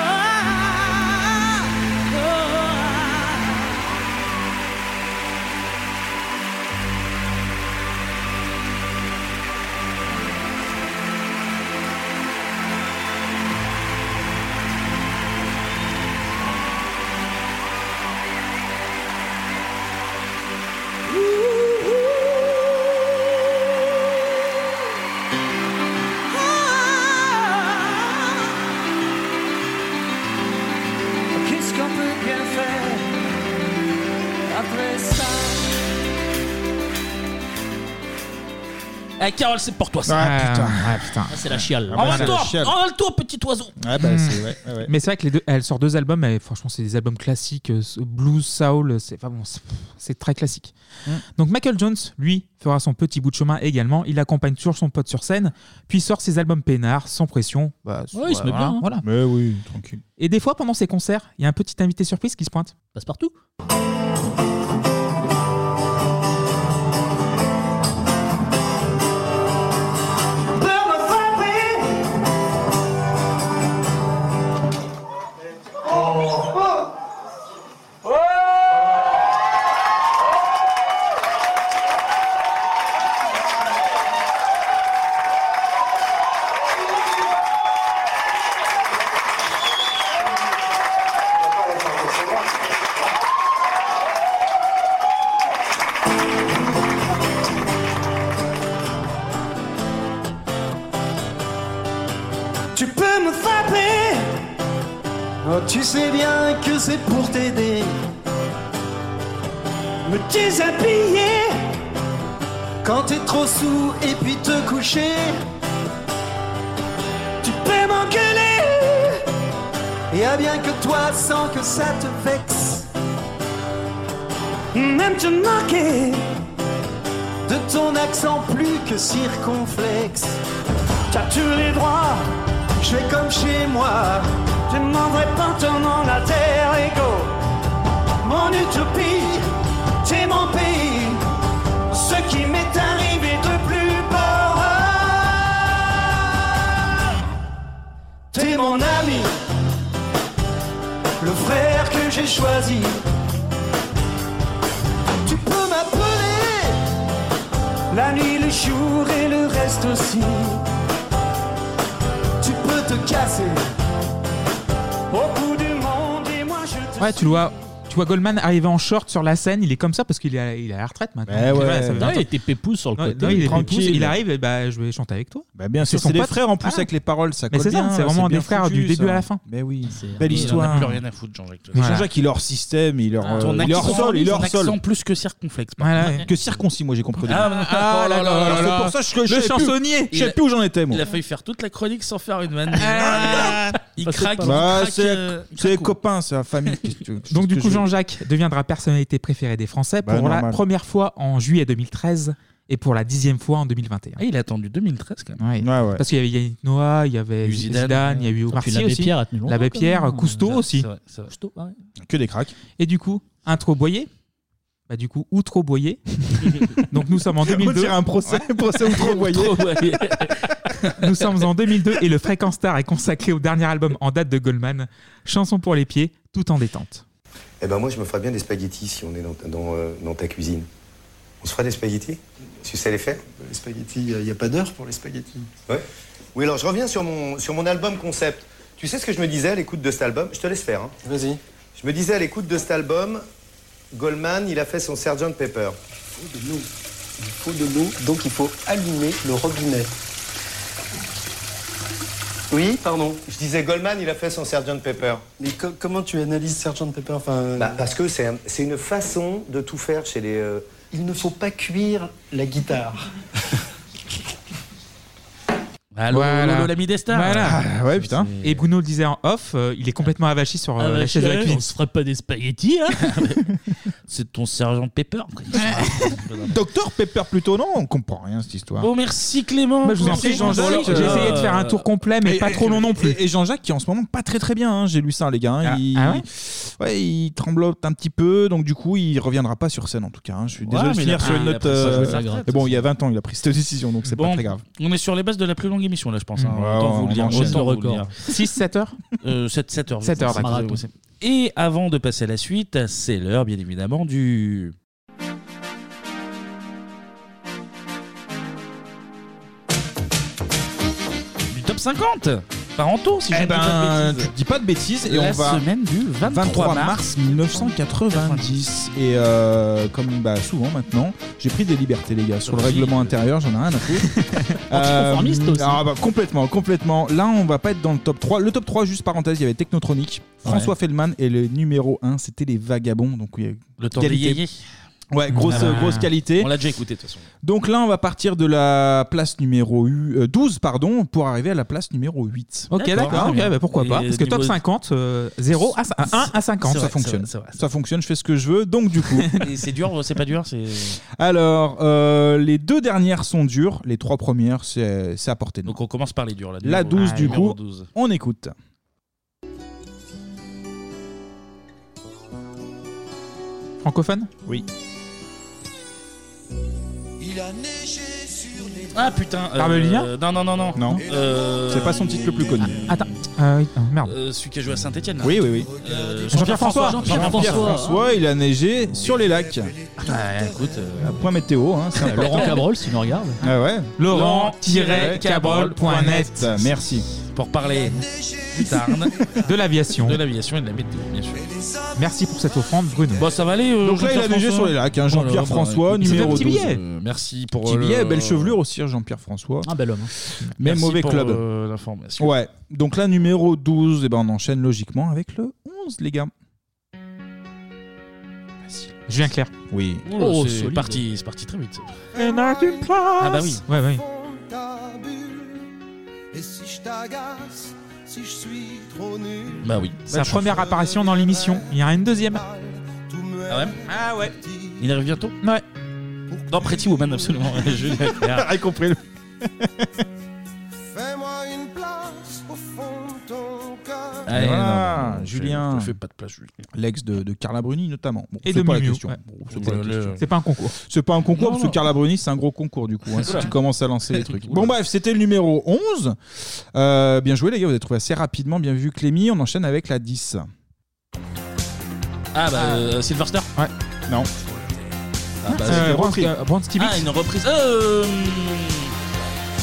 Qu'est-ce qu'on peut bien faire après ça Eh, Carole, c'est pour toi ça. Ah, ouais, putain. Ah, C'est la chiale. Ah, bah, c'est Envole-toi, la chiale. envole-toi, petit oiseau. Hmm. Mais c'est vrai que les deux, elle sort deux albums, mais franchement, c'est des albums classiques, euh, ce blues, soul, c'est enfin bon, c'est- pff, c'est très classique. Hmm. Donc Michael Jones, lui, fera son petit bout de chemin également. Il accompagne toujours son pote sur scène, puis sort ses albums peinards, sans pression. Bah, Ouais, il se met bien, hein. Voilà. Mais oui, tranquille. Et des fois, pendant ses concerts, il y a un petit invité surprise qui se pointe. Passe partout. Tu peux me frapper Oh, tu sais bien que c'est pour t'aider. Me déshabiller quand t'es trop sous et puis te coucher. Tu peux m'engueuler. Et à bien que toi sans que ça te vexe. Même te moquer de ton accent plus que circonflexe. T'as tous les droits, je fais comme chez moi. Je demanderai pas ton nom, la terre, ego. Mon utopie, c'est mon pays. Ce qui m'est arrivé de plus beau. T'es mon ami, le frère que j'ai choisi. Tu peux m'appeler la nuit, le jour et le reste aussi. Tu peux te casser au bout du monde et moi je te. Ouais, tu le vois. Tu vois Goldman arriver en short sur la scène, il est comme ça parce qu'il est, à- il est à la retraite maintenant. Ouais, Donc, ouais. voilà, ça fait Non, il longtemps. était pépouze sur le Non, côté. non, il est Tranquille. pépouze, il arrive, et bah, je vais chanter avec toi. Bah, bien sûr, son c'est des pote. frères en plus Ah. avec les paroles, ça Mais colle c'est ça, bien, c'est vraiment c'est des bien frères foutu, du début ça. à la fin. Mais oui, Il en belle a histoire. plus rien à foutre, Jean-Jacques. Mais Voilà. Jean-Jacques, il leur système, il leur, Ton il leur accent, sol, il ton leur sol. accent plus que circonflexe. par Voilà, contre. Que circoncis, moi j'ai compris. au début. Ah, Ah, oh là là là là. c'est pour ça que je- je Le sais plus- chansonnier. Je sais plus où j'en étais, moi. Ah, Il a failli faire toute la chronique sans faire une vanne. il craque. il Bah, craque, c'est euh, c'est les copains, c'est la famille. Qu'est-ce que tu veux Donc Qu'est-ce du que coup, je- Jean-Jacques deviendra personnalité préférée des Français Bah, pour la normal. première fois en juillet 2013 et pour la dixième fois en 2021. Ah, il a attendu 2013 quand même. Parce qu'il y avait Yannick Noah, il y avait Zidane, Zidane, il y a eu Et puis Marcy l'abbé aussi. Pierre a tenu longtemps, L'abbé quand Pierre, même. hein. Cousteau aussi. C'est vrai, c'est vrai. Cousteau, ouais. Que des cracks. Et du coup, intro Boyer. Bah du coup, Outro Boyer. Donc nous sommes en On 2002. dirait un procès, procès Outro Boyer. Nous sommes en 2002 et le Fréquence Star est consacré au dernier album en date de Goldman, Chanson pour les pieds, tout en détente. Eh ben moi, je me ferais bien des spaghettis si on est dans, ta- dans, euh, dans ta cuisine. On se ferait des spaghettis Tu sais les faire Les spaghettis, il n'y a pas d'heure pour les spaghettis. Ouais. Oui, alors je reviens sur mon, sur mon album concept. Tu sais ce que je me disais à l'écoute de cet album Je te laisse faire. Vas-y. Je me disais à l'écoute de cet album, Goldman, il a fait son Sgt Pepper. Il faut de l'eau. Il faut de l'eau, donc il faut allumer le robinet. Oui, pardon. Je disais Goldman, il a fait son Sgt Pepper. Mais co- comment tu analyses Sergeant Pepper enfin, euh, Bah, parce que c'est un- c'est une façon de tout faire chez les. euh, Il ne faut pas cuire la guitare. Allô, Voilà. Lolo, l'ami des stars. Voilà. ouais, putain. Ah, Et Bruno le disait en off, euh, il est complètement avachi sur euh, la Avachi, chaise de la ouais. cuisine. On se ferait pas des spaghettis, hein C'est ton sergent Pepper. quoi. Docteur Pepper plutôt, non On comprend rien cette histoire. Bon, merci Clément. Bah, je vous en prie, Jean-Jacques. Merci, J'ai essayé de faire euh, un tour complet, mais pas trop long non plus. Et, et Jean-Jacques qui est en ce moment pas très très bien, hein, j'ai lu ça les gars. hein, Ah, il, ah ouais ouais, il tremblote un petit peu, donc du coup il reviendra pas sur scène en tout cas. hein. Je suis Ouais, désolé mais de il a finir pris- sur une il a note. pris sa euh, retraite, mais bon, il y a 20 ans il a pris cette décision, donc c'est Bon, pas très grave. On est sur les bases de la plus longue émission là, je pense. hein. Ouais, Autant ouais, vous le on dire. enchaîne. Autant Autant vous le dire. record. 6-7 heures Euh, 7, 7 heures. je Sept pense. heures, C'est marathon. possible. Et avant de passer à la suite, c'est l'heure bien évidemment du. du top 50 par en tout, si je Eh ne dis ben, pas de bêtises. tu te dis pas de bêtises et La on va. semaine du 23, 23 mars. mars 1990. Et euh, comme bah, souvent maintenant, j'ai pris des libertés, les gars. Sur le Oui. règlement intérieur, j'en ai rien à foutre. Euh, Anticonformiste aussi. ah, bah, complètement, complètement. Là, on va pas être dans le top 3. Le top 3, juste parenthèse, il y avait Technotronic, François Feldman et le numéro 1, c'était Les Vagabonds. Donc, il y a Le temps qualité. de yéyé. Ouais, grosse, Ah bah, grosse qualité. On l'a déjà écouté de toute façon. Donc là, on va partir de la place numéro U- euh, 12 pardon, pour arriver à la place numéro 8. Ok, d'accord, Ah, ok, bah, pourquoi pas. Parce que top 50, euh, 0 à, à 1 à 50. ça fonctionne. Ça fonctionne, je fais ce que je veux. Donc du coup, Et c'est dur, c'est pas dur, c'est. alors euh, les deux dernières sont dures, les trois premières c'est c'est à portée. de main. Donc on commence par les durs là. La numéro- 12 Ah, du numéro Euh, coup, 12. on écoute. Francophone Oui. Il a neigé sur les Ah putain. euh, Parmelia Non, non, non, non. Non. Euh, C'est pas son titre le plus connu. Attends, euh, oui, non, merde. euh, celui qui a joué à Saint-Etienne. Oui, oui, oui. Euh, Jean-Pierre François. Ah, Jean-Pierre François, il a neigé sur les lacs. écoute, euh, Point météo, hein, c'est important. Laurent Cabrol, si nous regarde. Ah ouais. Laurent-cabrol.net. Merci. Pour parler du Tarn. De l'aviation. De l'aviation et de la météo, bien sûr. Merci pour cette offrande, Bruno. Bon, ça va aller. euh, Donc là, il a Jean-Pierre neigé François. sur les lacs. hein, Jean-Pierre Oh là là, François, bah, écoute, numéro c'est un 12. petit billet. Euh, merci pour, Petit euh, billet, le- belle chevelure aussi, hein, Jean-Pierre François. Un bel homme. hein. Mais Merci mauvais pour, club. euh, l'information. Ouais. Donc là, numéro 12, et ben, on enchaîne logiquement avec le 11, les gars. Julien Clerc. Oui. Oula, Oh, c'est parti, c'est parti très vite. Ah bah oui. Ouais, ouais. Et si je t'agace, si je suis trop nul, Bah oui. Sa première apparition dans l'émission. Il y en a une deuxième. Ah ouais Ah ouais. Il arrive bientôt Ouais. Dans Pretty Woman, absolument. Julien Clerc. Ah, compris. fais-moi une place au fond de ton cœur. Ah, voilà, non, non, Julien. je- je fais pas de place, Julien. L'ex de, de Carla Bruni, notamment. Bon, Et c'est de pas la Mimio, question. ouais. Bon, c'est pas la Le- question. C'est pas un concours. C'est pas un concours, Non, parce que non. Carla Bruni, c'est un gros concours, du coup, hein, si Oula. tu commences à lancer les trucs. Oula. Bon, bref, c'était le numéro 11. Euh, bien joué, les gars, vous avez trouvé assez rapidement. Bien vu, Clémy. On enchaîne avec la 10. Ah bah, euh, Silver Star Ouais. Non. Ah bah, Euh, c'est une Bronze- reprise. euh, Bronze Tibbetts. Ah, une reprise. Euh.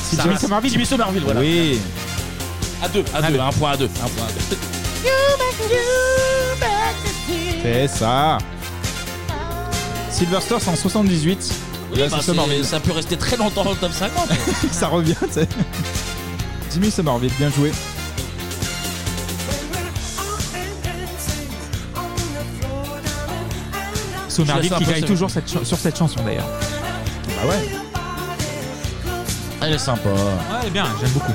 C'est Sarah- James Somerville. Jimmy Somerville, voilà. Oui. À deux, à deux, un point à deux. Un point à deux. C'est ça. Silver Star, c'est en 78. Oui, Là, bah, c'est c'est- Somerville. ça peut rester très longtemps dans le top 50. ça revient, tu sais. Jimmy Somerville, bien joué. Je la Somerville qui sens gagne impossible. toujours cette cha- sur cette chanson d'ailleurs. Bah ouais. Elle est sympa. Ouais, elle est bien, j'aime beaucoup.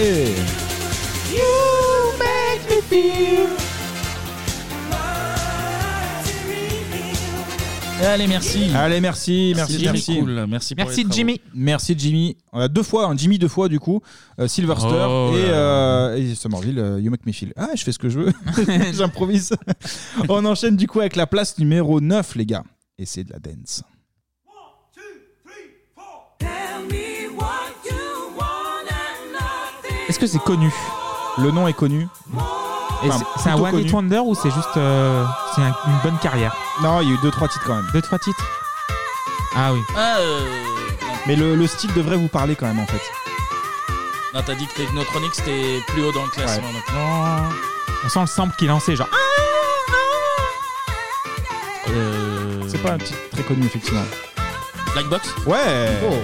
Eh. Et... You make me feel. Allez, merci. Allez, merci, merci, C'était merci. cool. Merci pour les travaux. Merci Jimmy. On a deux fois, hein, Jimmy deux fois du coup, Euh, Silverster Oh là et, là. euh, et Somerville, euh, You Make Me Feel. Ah, je fais ce que je veux, j'improvise. On enchaîne du coup avec la place numéro 9 les gars, et c'est de la dance. Est-ce que c'est connu Le nom est connu. Et Enfin, c'est- c'est un plutôt One Hit connu. Wonder ou c'est juste euh, c'est un- une bonne carrière Non, il y a eu deux trois titres quand même. Deux trois titres. Ah oui. Ah, euh, Mais le, le style devrait vous parler quand même en fait. Non, t'as dit que Technotronic c'était plus haut dans le classement. donc. On sent le sample qu'il lançait genre. Euh. C'est pas un titre très connu effectivement. Blackbox Ouais. Oh.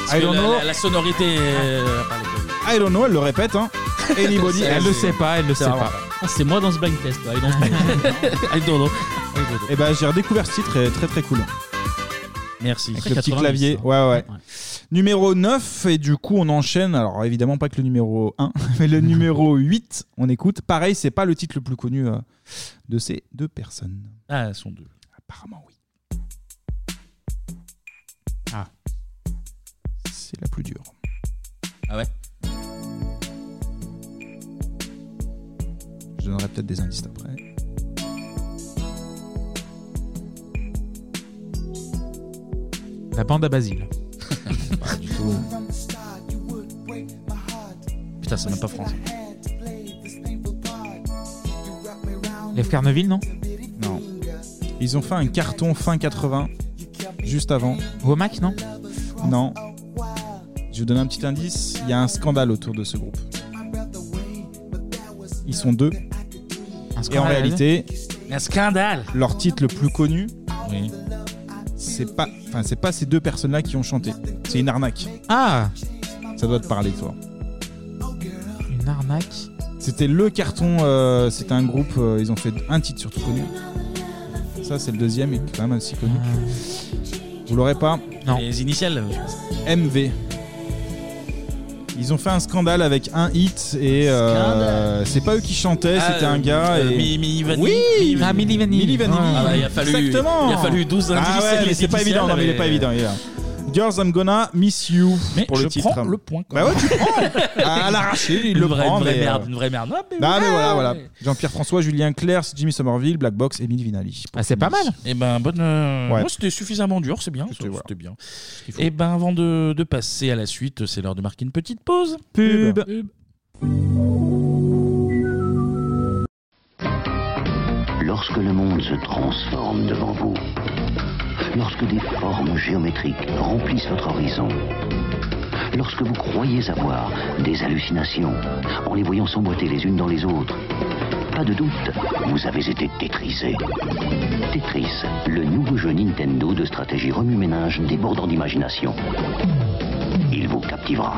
Parce I que don't la, know. Ah. la- la sonorité. euh, pas les- I don't know, elle le répète. Hein. Anybody, Elle le sait pas, elle le sait pas. c'est moi dans ce blind test. bah, là, et dans ce blind test. Et ben j'ai redécouvert ce titre, et très très cool. Merci. Avec le petit clavier. Ouais, ouais, Numéro 9, et du coup, on enchaîne. Alors, évidemment, pas que le numéro 1, mais le numéro 8, on écoute. Pareil, c'est pas le titre le plus connu euh, de ces deux personnes. Ah, elles sont deux. Apparemment, oui. Ah. C'est la plus dure. Ah ouais Je donnerai peut-être des indices après. La bande à Basile. Pas du tout. Putain, c'est même pas français. Lève Carneville, non Non. Ils ont fait un carton fin 80, juste avant. Womack, non Non. Je vais vous donner un petit indice. Il y a un scandale autour de ce groupe. Ils sont deux. Et en scandale. réalité, Un scandale. leur titre le plus connu, Oui. c'est pas, enfin c'est pas ces deux personnes-là qui ont chanté. C'est une arnaque. Ah. Ça doit te parler, toi. Une arnaque. C'était le carton. euh, c'était un groupe. euh, ils ont fait un titre surtout connu. Ça, c'est le deuxième, et quand même aussi connu. Vous l'aurez pas Non. Les initiales euh, MV. Ils ont fait un scandale avec un hit et euh, c'est pas eux qui chantaient, Ah, c'était un euh, gars. euh, et... Mi- Mi Vanilli. Oui, Ah, Milli Vanilli. Milli Vanilli. Ah, bah, il a fallu- Exactement. il a fallu 12 Ah indices ouais, avec mais les c'est pas initiales, évident. non, mais il est mais- pas évident. il est là. Girls, I'm gonna miss you Mais pour je le titre. prends le point. quand Bah ouais, même. tu prends. À l'arraché, il Une le vraie- prend. Une vraie mais, euh, merde, une vraie merde. Non, mais Non, mais ouais. voilà, voilà. Jean-Pierre François, Julien Clerc, Jimmy Somerville, Black Box, Émile Vinali. Ah, c'est pas mal. Eh ben, bonne. euh, Ouais. Moi, c'était suffisamment dur, c'est bien. ça, C'était bien. Et ben, avant de, de passer à la suite, c'est l'heure de marquer une petite pause. Pub. Lorsque le monde se transforme devant vous, lorsque des formes géométriques remplissent votre horizon, lorsque vous croyez avoir des hallucinations en les voyant s'emboîter les unes dans les autres, pas de doute, vous avez été tétrisé. Tetris, le nouveau jeu Nintendo de stratégie remue-ménage débordant d'imagination. Il vous captivera.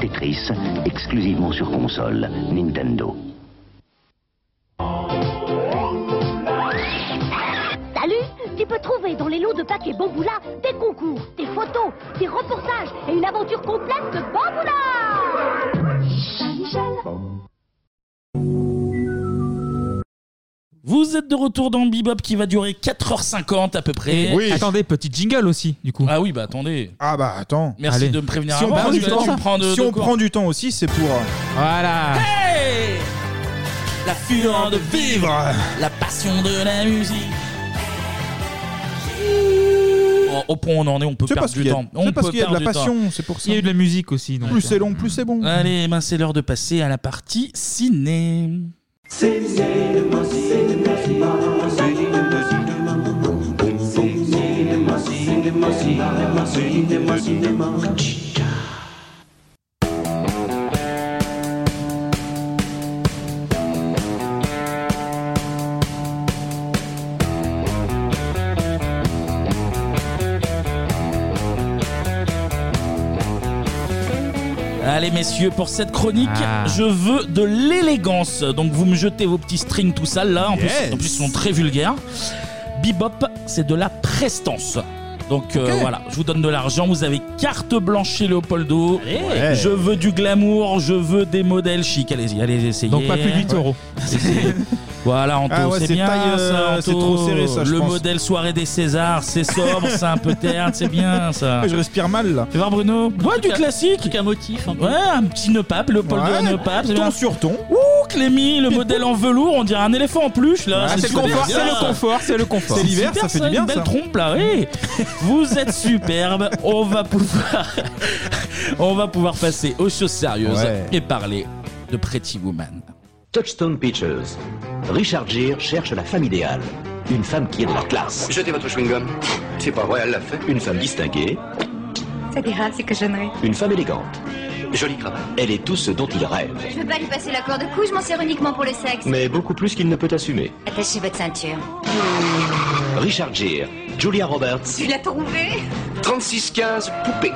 Tetris, exclusivement sur console, Nintendo. Salut Tu peux trouver dans les lots de paquets Bamboula des concours, des photos, des reportages et une aventure complète de Bamboula Vous êtes de retour dans Bebop qui va durer 4h50 à peu près. Et attendez, petit jingle aussi, du coup. Ah oui, bah attendez. Ah bah attends. Merci Allez. de me prévenir Si on avant. prend parce du que là, tu me prends temps, de- si de on court. prend du temps aussi, c'est pour. euh, Voilà. Hey La fureur de vivre, la passion de la musique. Bon, au point où on en est, on peut C'est perdre parce du qu'il y a- temps. c'est On parce peut qu'il y a de la perdre du passion, temps. c'est pour ça. Il y a eu de la musique aussi. Donc Plus c'est long, plus c'est bon. hein. Allez, ben c'est l'heure de passer à la partie ciné. Allez messieurs, pour cette chronique, Ah. je veux de l'élégance. Donc vous me jetez vos petits strings tout sales là, en, Yes. plus, en plus ils sont très vulgaires. Bebop, c'est de la prestance. Donc euh, Ok. voilà, je vous donne de l'argent, vous avez carte blanche chez Leopoldo. Ouais. Je veux du glamour, je veux des modèles chics, allez-y, allez essayez. Donc pas plus de 8 euros. Essayez. Voilà, Anto, Ah ouais, c'est c'est bien taille, ça, euh, Anto. c'est trop serré, ça, je Le pense. modèle soirée des Césars, c'est sobre, c'est un peu terne, c'est bien ça. Je respire mal là. Tu vois Bruno Ouais, du classique. Un motif. Ouais, un petit nœud pape, le pôle Ouais. de nœud pape. Ton sur ton. Ouh, Clémy, le modèle en velours, on dirait un éléphant en peluche là. Ouais, c'est le super confort, bien. c'est le confort, c'est le confort. C'est l'hiver, Super, ça fait ça, du bien. une belle belle trompe là, oui. Vous êtes superbe. On va pouvoir, on va pouvoir passer aux choses sérieuses Ouais. et parler de Pretty Woman. Touchstone Pictures. Richard Gere cherche la femme idéale. Une femme qui est de la classe. Jetez votre chewing-gum. C'est pas vrai, elle l'a fait. Une femme distinguée, Ça dira, c'est que j'aimerais. une femme élégante. Jolie cravate. Elle est tout ce dont il rêve. Je veux pas lui passer la corde de cou, je m'en sers uniquement pour le sexe. Mais beaucoup plus qu'il ne peut assumer. Attachez votre ceinture. Richard Gere, Julia Roberts, Tu l'as trouvé 3615 Poupée.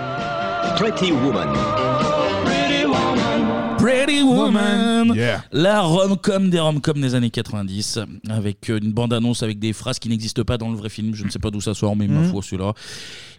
Pretty Woman. Pretty Woman, la rom-com des rom-com des années 90, avec euh, une bande-annonce avec des phrases qui n'existent pas dans le vrai film. Je ne sais pas d'où ça sort, mais ma Mhm. foi, celui-là.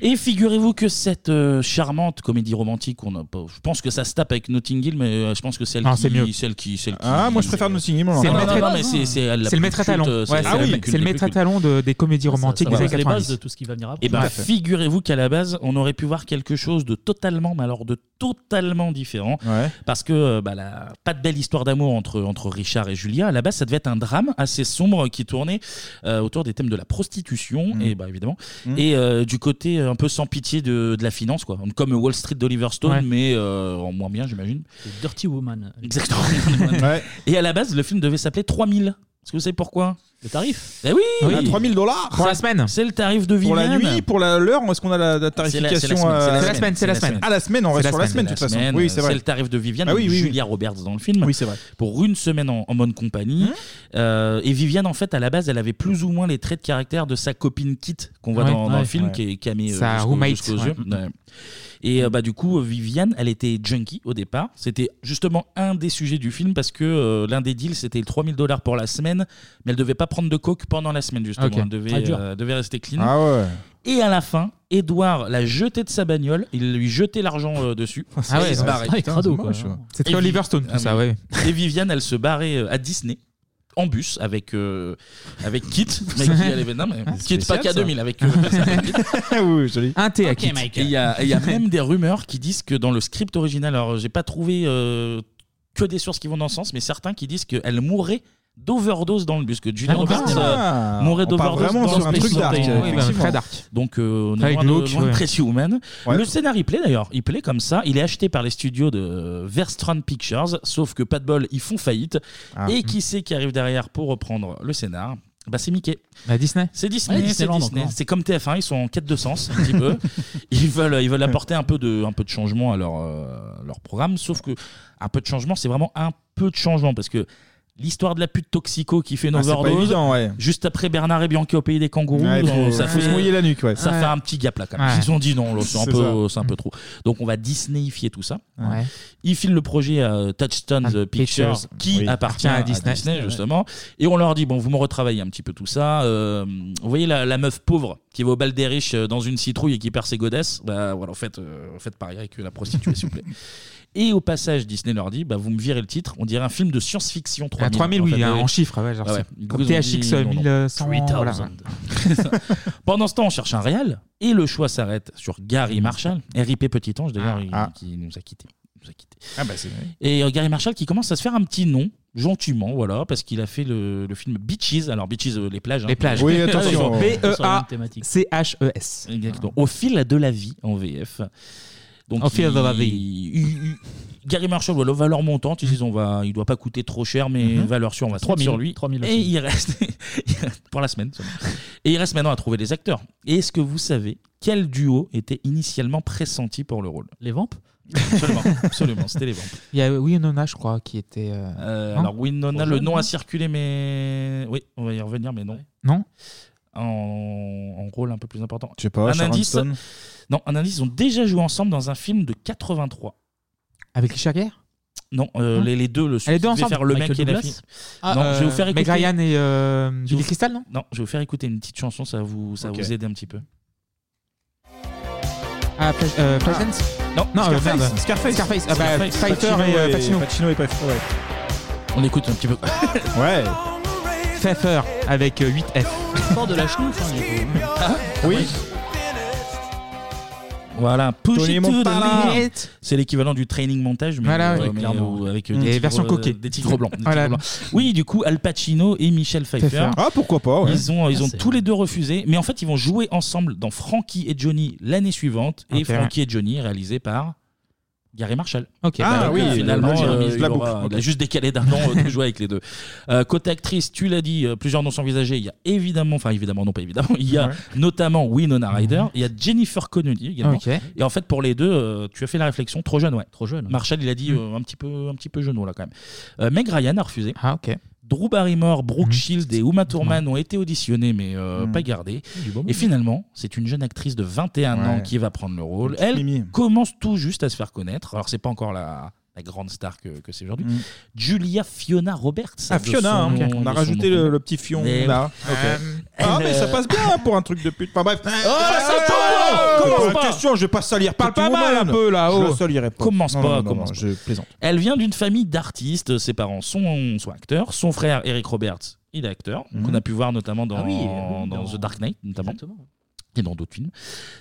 Et figurez-vous que cette euh, charmante comédie romantique, on a pas- je pense que ça se tape avec Notting Hill, mais euh, je pense que celle Non, qui, c'est mieux. celle qui, celle qui- Ah, moi je préfère nos signes. C'est le maître- non, mais c'est- c'est elle la C'est plus le maître à culte, talent. euh, Ouais, Ah c'est la C'est plus le- culte, c'est le la maître plus à talent de- des comédies romantiques des Ouais. années Eh C'est les bases 90. de tout ce qui va venir après. Et Tout ben à fait. figurez-vous qu'à la base, on aurait pu voir quelque chose de totalement, mais alors de totalement différent. Parce que euh, bah, la- pas de belle histoire d'amour entre, entre Richard et Julia. À la base, ça devait être un drame assez sombre qui tournait euh, autour des thèmes de la prostitution, et bah, évidemment, Mm. et euh, du côté euh, un peu sans pitié de, de la finance, quoi. Comme Wall Street d'Oliver Stone, Ouais. mais euh, en moins bien, j'imagine. Dirty Woman. Exactement. Et à la base, le film devait s'appeler 3000. Est-ce que vous savez pourquoi Le tarif. Eh oui, Oui. Ah, 3000 dollars Pour la semaine. C'est le tarif de vie Pour la même. nuit, pour la- l'heure, est-ce qu'on a la, la tarification euh, Ah, la semaine, on reste sur la semaine, de toute façon. Oui, c'est vrai. le tarif de Viviane, Ah oui, donc oui, oui. Julia Roberts dans le film. Oui, c'est vrai. Hum. Pour une semaine en, en bonne compagnie. Euh, et Viviane, en fait, à la base, elle avait plus ou moins les traits de caractère de sa copine Kit qu'on voit Ouais. dans, dans Ouais. le film, Ouais. qui est Camille. Sa roommate, ouais. Hum. Et euh, bah, du coup, euh, Viviane, elle était junkie au départ. C'était justement un des sujets du film parce que euh, l'un des deals, c'était 3000 dollars pour la semaine, mais elle devait pas prendre de coke pendant la semaine, justement. Ok. Elle devait, Ah, dur. euh, devait rester clean. Ah ouais. Et à la fin, Edouard l'a jeté de sa bagnole, il lui jetait l'argent euh, dessus. Ah et il ouais, se c'est- barrait. ah, putain, Crado, c'est quoi. moche, ouais. C'est très Et Vi- Oliver Stone, tout ça, ouais. Et Viviane, elle se barrait euh, à Disney. En bus avec euh, avec Kit, mais qui allait non, mais Kit pas spécial, qu'à ça. 2000 avec, euh, avec Kit. oui, joli. Un thé à Kit. Et il y, a- et il y a même des rumeurs qui disent que dans le script original, alors j'ai pas trouvé euh, que des sources qui vont dans ce sens, mais certains qui disent qu'elle mourrait d'overdose dans le bus, que Julia Ah, Roberts ah. euh, mourrait On part d'overdose vraiment dans sur le un bus. truc dark, Oui, effectivement. bah, Très dark. Donc euh, on est Avec loin de, Glauque, loin de ouais. Pretty Woman. Ouais. Le scénario, il plaît d'ailleurs, il plaît comme ça, il est acheté par les studios de euh, Verstrand Pictures, sauf que pas de bol, ils font faillite. Ah. Et qui c'est qui arrive derrière pour reprendre le scénar bah c'est Mickey. Disney. C'est Disney, Ouais, c'est Disneyland Disney. encore. C'est comme TF1, ils sont en quête de sens un petit peu. Ils veulent, ils veulent apporter un peu de, un peu de changement à leur, euh, leur programme. Sauf que un peu de changement, c'est vraiment un peu de changement parce que l'histoire de la pute toxico qui fait une Ah, c'est pas overdose, évident, ouais. juste après Bernard et Bianchi au pays des kangourous, Ouais, euh, faut- ça faut fait se mouiller la nuque, ouais. Ça Ouais. fait un petit gap là quand même. Ouais. Ils ont dit non, là, c'est un C'est peu, c'est un peu trop. Donc on va Disneyifier tout ça. Ouais. Ils filent le projet à Touchstone Ah, Pictures, Pictures, qui oui. appartient à Disney, justement. Et on leur dit bon, vous me retravaillez un petit peu tout ça. Euh, vous voyez la, la meuf pauvre qui va au bal des riches euh, dans une citrouille et qui perd ses godesses. Bah voilà, en fait, euh, faites pareil avec la prostituée, s'il vous plaît. Et au passage, Disney leur dit bah, vous me virez le titre. On dirait un film de science-fiction. 3000, 3000, oui, fait, hein, ouais. en chiffres, ouais, genre, c'est Du comme coup, ils ont THX, dit, non, non. 1100, voilà. Pendant ce temps, on cherche un réal et le choix s'arrête sur Gary Marshall, RIP Petit Ange d'ailleurs, il- qui nous a quittés. Il nous a quittés. Et euh, Gary Marshall qui commence à se faire un petit nom, gentiment, voilà, parce qu'il a fait le, le film Beaches. Alors, Beaches, euh, les plages. hein. Les plages. E B-E-A-C-H-E-S. E Exactement. Au fil de la vie en VF. Donc Au fil de la vie. il- il- Gary Marshall, voilà, valeur montante, ils disent on va, il doit pas coûter trop cher, mais Mhm. valeur sûre, on va se 3000, mettre sur lui. 3000 Et il reste pour la semaine. seulement. Et il reste maintenant à trouver des acteurs. Et est-ce que vous savez quel duo était initialement pressenti pour le rôle Les Vamps Absolument, absolument, c'était les Vamps. Il y a Winona, je crois, qui était. euh, Euh, non alors Winona, le nom a circulé, mais oui, on va y revenir, mais non. Non. En, en rôle un peu plus important. Je sais pas, Un Sharon indice. Stone Non, un indice. Ils ont déjà joué ensemble dans un film de 83. Avec Richard Gere Non, euh, Non. les, les deux, le Elle celui est deux qui devait ensemble. faire le Michael mec et la Douglas fille. Ah, non, je vais euh, vous faire écouter. Meg Ryan et, euh, Je vais Billy vous- Crystal, non Non, je vais vous faire écouter une petite chanson, ça va vous, ça va Ok. vous aider un petit peu. Ah, Pla- euh, Pleasance Non, non euh, Scarface. merde. Scarface. Scarface. Ah, bah, Scarface. Fighter Pacino et euh, et- Pacino. On écoute un petit peu. ouais. Pfeffer avec euh, 8 F. Fort de la chenoute, hein, il est beau. Ah, Oui. Voilà, Push Tony It to the Montana. limit. C'est l'équivalent du training montage, mais, Voilà, oui. mais, Clairement. euh, avec euh, Mm. des Et tigres, version euh, coquée. des tigres blancs. des Voilà. tigres blancs. Oui, du coup, Al Pacino et Michel Pfeiffer. Ah, pourquoi pas, ouais. Ils ont, ils Ah, ont c'est tous les deux refusé, mais en fait, ils vont jouer ensemble dans Frankie et Johnny l'année suivante, et Ok, Frankie et Johnny réalisé par Gary Marshall. Ok. Bah, Ah donc, oui, euh, finalement, la boucle, euh, la il, boucle, aura- il a ok. juste décalé d'un an euh, de jouer avec les deux. Euh, côté actrice, tu l'as dit, euh, plusieurs noms sont envisagés. Il y a évidemment, enfin évidemment, non pas évidemment, il y a Ouais. notamment Winona Ryder, il y a Jennifer Connelly également. Ok. Et en fait, pour les deux, euh, tu as fait la réflexion, trop jeune, ouais. Trop jeune. Marshall, il a dit Mm. euh, un petit peu, un petit peu genou là quand même. Euh, Meg Ryan a refusé. Ah ok. Drew Barrymore, Brooke Mm. Shields et Uma Thurman ont été auditionnés mais euh, Mm. pas gardés. Ah, Du bon Et monde. finalement, c'est une jeune actrice de 21 Ouais. ans qui va prendre le rôle. Petite Elle Mimi. commence tout juste à se faire connaître. Alors c'est pas encore la, la grande star que, que c'est aujourd'hui. Mm. Julia Fiona Roberts. Ah, de Fiona, son- hein, de on a son rajouté nom. le, le petit fion Mais là. oui. Ok. Euh, Ah, mais ça euh, passe bien pour un truc de pute. Enfin bref. Oh, Commence pas. euh, question, je vais pas salir. Parle pas mal un peu, là, Je oh. le salirai pas. Commence Non, pas, non, non, non, commence non, pas. Je plaisante. Elle vient d'une famille d'artistes. Ses parents sont, sont acteurs. Son frère, Eric Roberts, il est acteur. Mhm. Qu'on a pu voir notamment dans, Ah oui, oui, dans dans- The Dark Knight, notamment. Et dans d'autres films.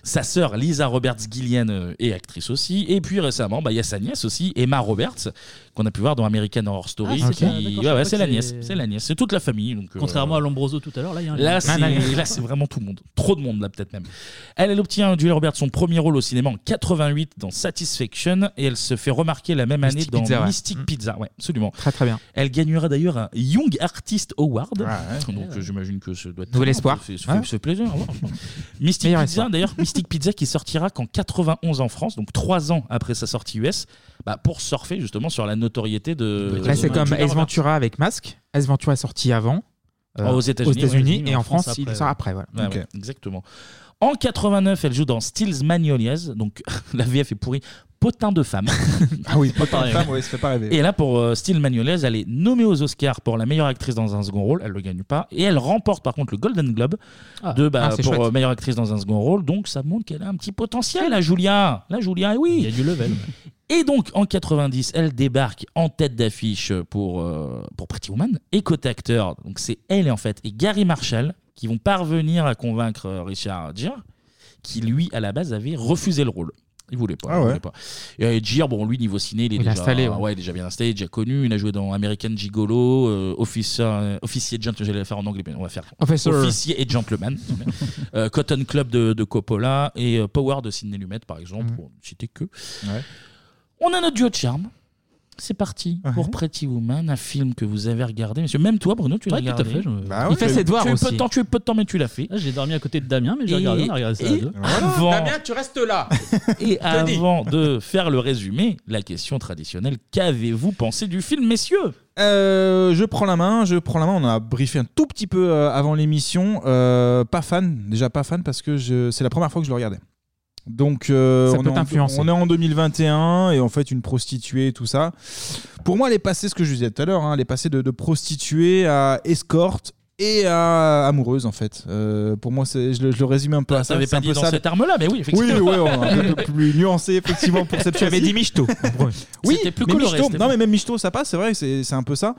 Sa sœur, Lisa Roberts-Gillian, euh, est actrice aussi. Et puis récemment, bah, il y a sa nièce aussi, Emma Roberts, qu'on a pu voir dans American Horror Story. Ah, c'est qui- ça, d'accord, je ouais, crois ouais, que c'est la c'est- nièce. C'est la nièce. C'est toute la famille. Donc, euh, Contrairement à Lombroso tout à l'heure, là, il y a un lien. Là, c'est, là, c'est vraiment tout le monde. Trop de monde, là, peut-être même. Elle, elle obtient, Julia Roberts, son premier rôle au cinéma en 88 dans Satisfaction et elle se fait remarquer la même année Mystic dans Pizza, ouais. Hmm. Mystic Pizza. Ouais, absolument. Très très bien. Elle gagnera d'ailleurs un Young Artist Award. donc euh, j'imagine que ce doit être. Nouvel espoir. C'est, Ouais. plaisir. ouais, franchement. Mystic Meilleur Pizza, espoir. d'ailleurs, Mystic Pizza qui sortira qu'en 91 en France, donc trois ans après sa sortie US, bah, pour surfer justement sur la notoriété de. Là, c'est de comme Julia Ace Roberts. Ventura avec Masque. Ace Ventura est sorti avant. euh, Ah, Oh, aux États-Unis, ouais, et en France, il sort après. Voilà. Ouais, ouais, exactement. En 89, elle joue dans Steel's Magnolias, donc la VF est pourrie, potin de femme. ah oui, potin de femme, ouais, ça fait pas rêver. Et là, pour euh, Steel's Magnolias, elle est nommée aux Oscars pour la meilleure actrice dans un second rôle, elle le gagne pas, et elle remporte par contre le Golden Globe Ah. de, bah, Ah, c'est pour chouette. euh, meilleure actrice dans un second rôle, donc ça montre qu'elle a un petit potentiel, la Julia. La Julia, eh oui. Il y a du level. Et donc en 90, elle débarque en tête d'affiche pour, euh, pour Pretty Woman. Et côté acteur, donc c'est elle en fait et Gary Marshall qui vont parvenir à convaincre euh, Richard Gere, qui lui à la base avait refusé le rôle. Il voulait pas. Ah il ouais. voulait pas. Et euh, Gere, bon lui niveau ciné, il est Il est déjà installé, ouais. ouais. il est déjà bien installé, il est déjà connu. Il a joué dans American Gigolo, euh, Officer, euh, Officier Gentleman. J'allais la faire en anglais, mais on va faire Officer. Officier et Gentleman. Euh, Cotton Club de, de Coppola et euh, Power de Sidney Lumet par Mhm. exemple. Pour ne citer que. On a notre duo de charme. C'est parti pour Pretty Woman, un film que vous avez regardé, monsieur. Même toi, Bruno, tu l'as Ouais, tout à regardé. fait, je- Bah Tu oui, as j'ai- eu- Edouard tu as eu peu aussi. de temps, tu as eu peu de temps, mais tu l'as fait. Ah, J'ai dormi à côté de Damien, mais j'ai Et- regardé, on a regardé ça à et- deux. Avant- tu restes là. Et Je dis. avant de faire le résumé, la question traditionnelle qu'avez-vous pensé du film, messieurs Euh, je prends la main, je prends la main. On a briefé un tout petit peu euh, avant l'émission. Euh, pas fan, déjà pas fan parce que je- c'est la première fois que je le regardais. Donc euh, Ça on, peut est en, t'influencer. on est en 2021 et en fait une prostituée tout ça. Pour moi, elle est passée ce que je disais tout à l'heure. hein, elle est passée de, de prostituée à escorte et à amoureuse en fait. Euh, pour moi, c'est- je le, je le résume un peu à ça. Ah, t'avais c'est pas un dit peu dans ça. cet terme-là, mais oui, effectivement. Oui, ouais, on est un peu plus nuancé effectivement pour cette Tu avais fois-ci. dit michto. Oui, C'était plus mais coloré, michto- c'était Non, bon. mais même michto, ça passe. C'est vrai, c'est c'est un peu ça.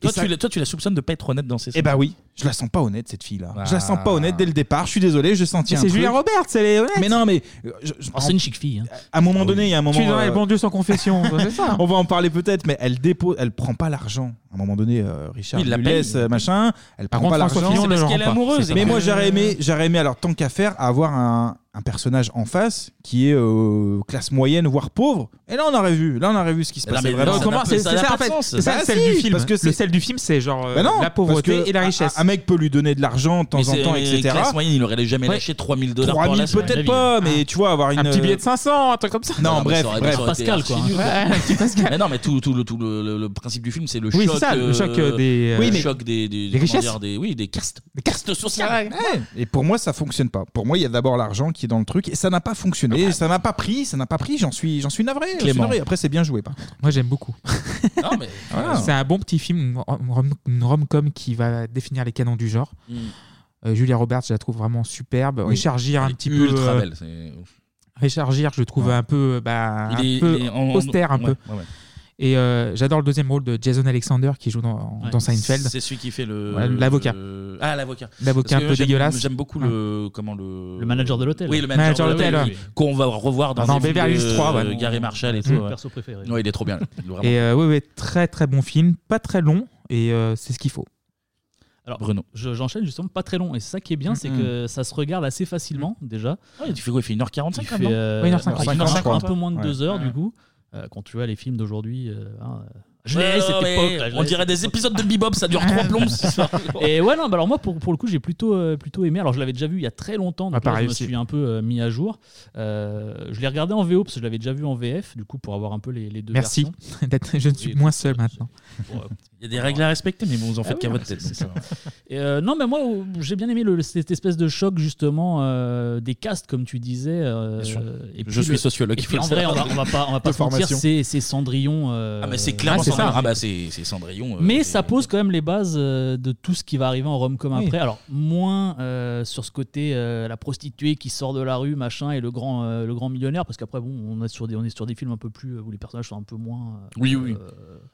Toi, Et ça- tu, la- toi, tu la soupçonnes de pas être honnête dans ses. eh bah oui, je la sens pas honnête cette fille là. Je la sens Ah. pas honnête dès le départ. Je suis désolé, je sentis. Mais c'est Julia Roberts, elle est honnête. Mais non, mais euh, Oh, c'est une chic fille. Ah À un moment donné, il y a un moment. euh, Tu es dans euh, les bon Dieu sans confession. c'est ça. On va en parler peut-être, mais elle dépose, elle prend pas l'argent. À un moment donné, euh, Richard Oui, il la lui paye. laisse euh, machin. Elle Par prend contre, pas François Fillon l'argent. C'est ne parce le qu'elle rend est pas. amoureuse et Mais que- moi, j'aurais aimé, j'aurais aimé alors tant qu'à faire avoir un, un personnage en face qui est euh, classe moyenne voire pauvre. Et là, on aurait vu, là, on aurait vu ce qui se Non, passait mais vraiment. Bah, non, comment- c'est- c'est ça, en fait. C'est ça, le sel du film. Le sel du film, c'est genre, euh, la pauvreté et la richesse. Un, un mec peut lui donner de l'argent de temps Mais en c'est- temps, etc. classe moyenne, il aurait jamais Ouais. lâché 3000 dollars. 3000 peut-être pas, Ah, mais tu vois, avoir une. euh, Un petit billet de 500, un truc comme ça. Non, mais bref, ça aurait- bref. ça aurait été Pascal, archi quoi. nul, hein. Ouais, Mais non, mais tout, tout le, tout le, le- le principe du film, c'est le Oui, choc. c'est ça, le choc, euh, des, le euh, choc des, des, des comment richesses. dire, des- oui, des castes. Des castes Ah sociales. Et pour moi, ça fonctionne pas. Pour moi, il y a d'abord l'argent qui est dans le truc et ça n'a pas fonctionné, ça n'a pas pris, ça n'a pas pris. J'en suis, j'en suis navré. j'en suis Clément. navré. Après, c'est bien joué, par contre. Ah. Moi, j'aime beaucoup. Voilà. C'est un bon petit film, une rom- une rom-com qui va définir les canons du genre. Mm. Euh, Julia Roberts, je la trouve vraiment superbe. Oui. Ah bah Richard Gere, Elle un est petit peu. ultra euh, belle, c'est- Richard Gere, je le trouve un peu, bah, Il un est- peu il est en- en- austère, un ouais, peu. ouais, ouais. Et euh, j'adore le deuxième rôle de Jason Alexander qui joue dans, dans Seinfeld. C'est celui qui fait le. Ouais, l'avocat. le- Ah, l'avocat. L'avocat un Parce que peu j'aime- dégueulasse. J'aime beaucoup le. Comment le. Le manager de l'hôtel. Oui, le manager, Manager de de l'hôtel. l'hôtel, oui, Qu'on va revoir Ah, dans, Dans des films Beverly Hills de- 3, ouais. Gary Marshall et Mm. tout. ouais. Perso préféré. Ouais, il est trop bien. vraiment. Et euh, oui, oui, très très bon film, pas très long, et euh, c'est ce qu'il faut. Alors, Bruno. Mm, je- J'enchaîne justement pas très long. Et c'est ça qui est bien, c'est Mhm. que ça se regarde assez facilement déjà. Ah, il fait quoi Il fait 1h45 Il maintenant fait, euh, Oui, 1h55, il fait je crois. un peu moins de Ouais. 2 heures Ouais. du coup. Euh, quand tu vois les films d'aujourd'hui, euh, hein, euh, je Ouais, l'ai cette ouais, époque. là, je on l'ai, dirait cette des époque. épisodes de Bebop, ça dure trois plombes, ce soir. Et ouais, non, bah alors moi, pour, pour le coup, j'ai plutôt, euh, plutôt aimé. Alors, je l'avais déjà vu il y a très longtemps, donc Ah, là, pareil je me aussi. suis un peu euh, mis à jour. Euh, je l'ai regardé en VO parce que je l'avais déjà vu en VF, du coup, pour avoir un peu les, les deux Merci. versions. d'être- Je ne suis moins seul maintenant. Il y a des règles à respecter, mais bon, vous en Ah faites oui, qu'à non, votre c'est- tête. c'est donc ça ça. Et, euh, non, mais moi, euh, j'ai bien aimé le- cette espèce de choc, justement, euh, des castes, comme tu disais. euh, Bien sûr. et Je puis suis sociologue, et il faut puis, le en vrai, on va, savoir. on va pas, on va pas De se mentir, formation. c'est c'est Cendrillon. euh, Ah, mais c'est clairement c'est ça. Cendrillon. Ah, bah, c'est c'est Cendrillon. euh, Mais ça pose quand même les bases euh, de tout ce qui va arriver en Rome comme Oui. après. Alors moins euh, sur ce côté euh, la prostituée qui sort de la rue machin et le grand euh, le grand millionnaire parce qu'après bon on est sur des on est sur des films un peu plus euh, où les personnages sont un peu moins. euh, Oui, oui.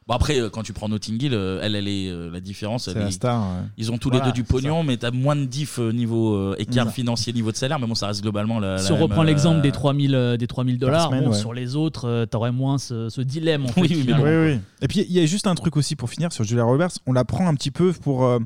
Bon, après, euh, quand tu prends Notting Hill, euh, elle, elle est euh, la différence. elle C'est la est- star, ouais. Ils ont tous Voilà, les deux du c'est pognon, mais t'as moins de diff euh, niveau euh, écart Mm. Voilà. financier, niveau de salaire. Mais bon, ça reste globalement la. Si la on même, reprend euh, l'exemple des 3000 euh, des 3000 par dollars semaine, bon, ouais. sur les autres euh, t'aurais moins ce, ce dilemme en fait. oui, finalement. Et puis il y a juste un truc aussi pour finir sur Julia Roberts, on la prend un petit peu pour. euh,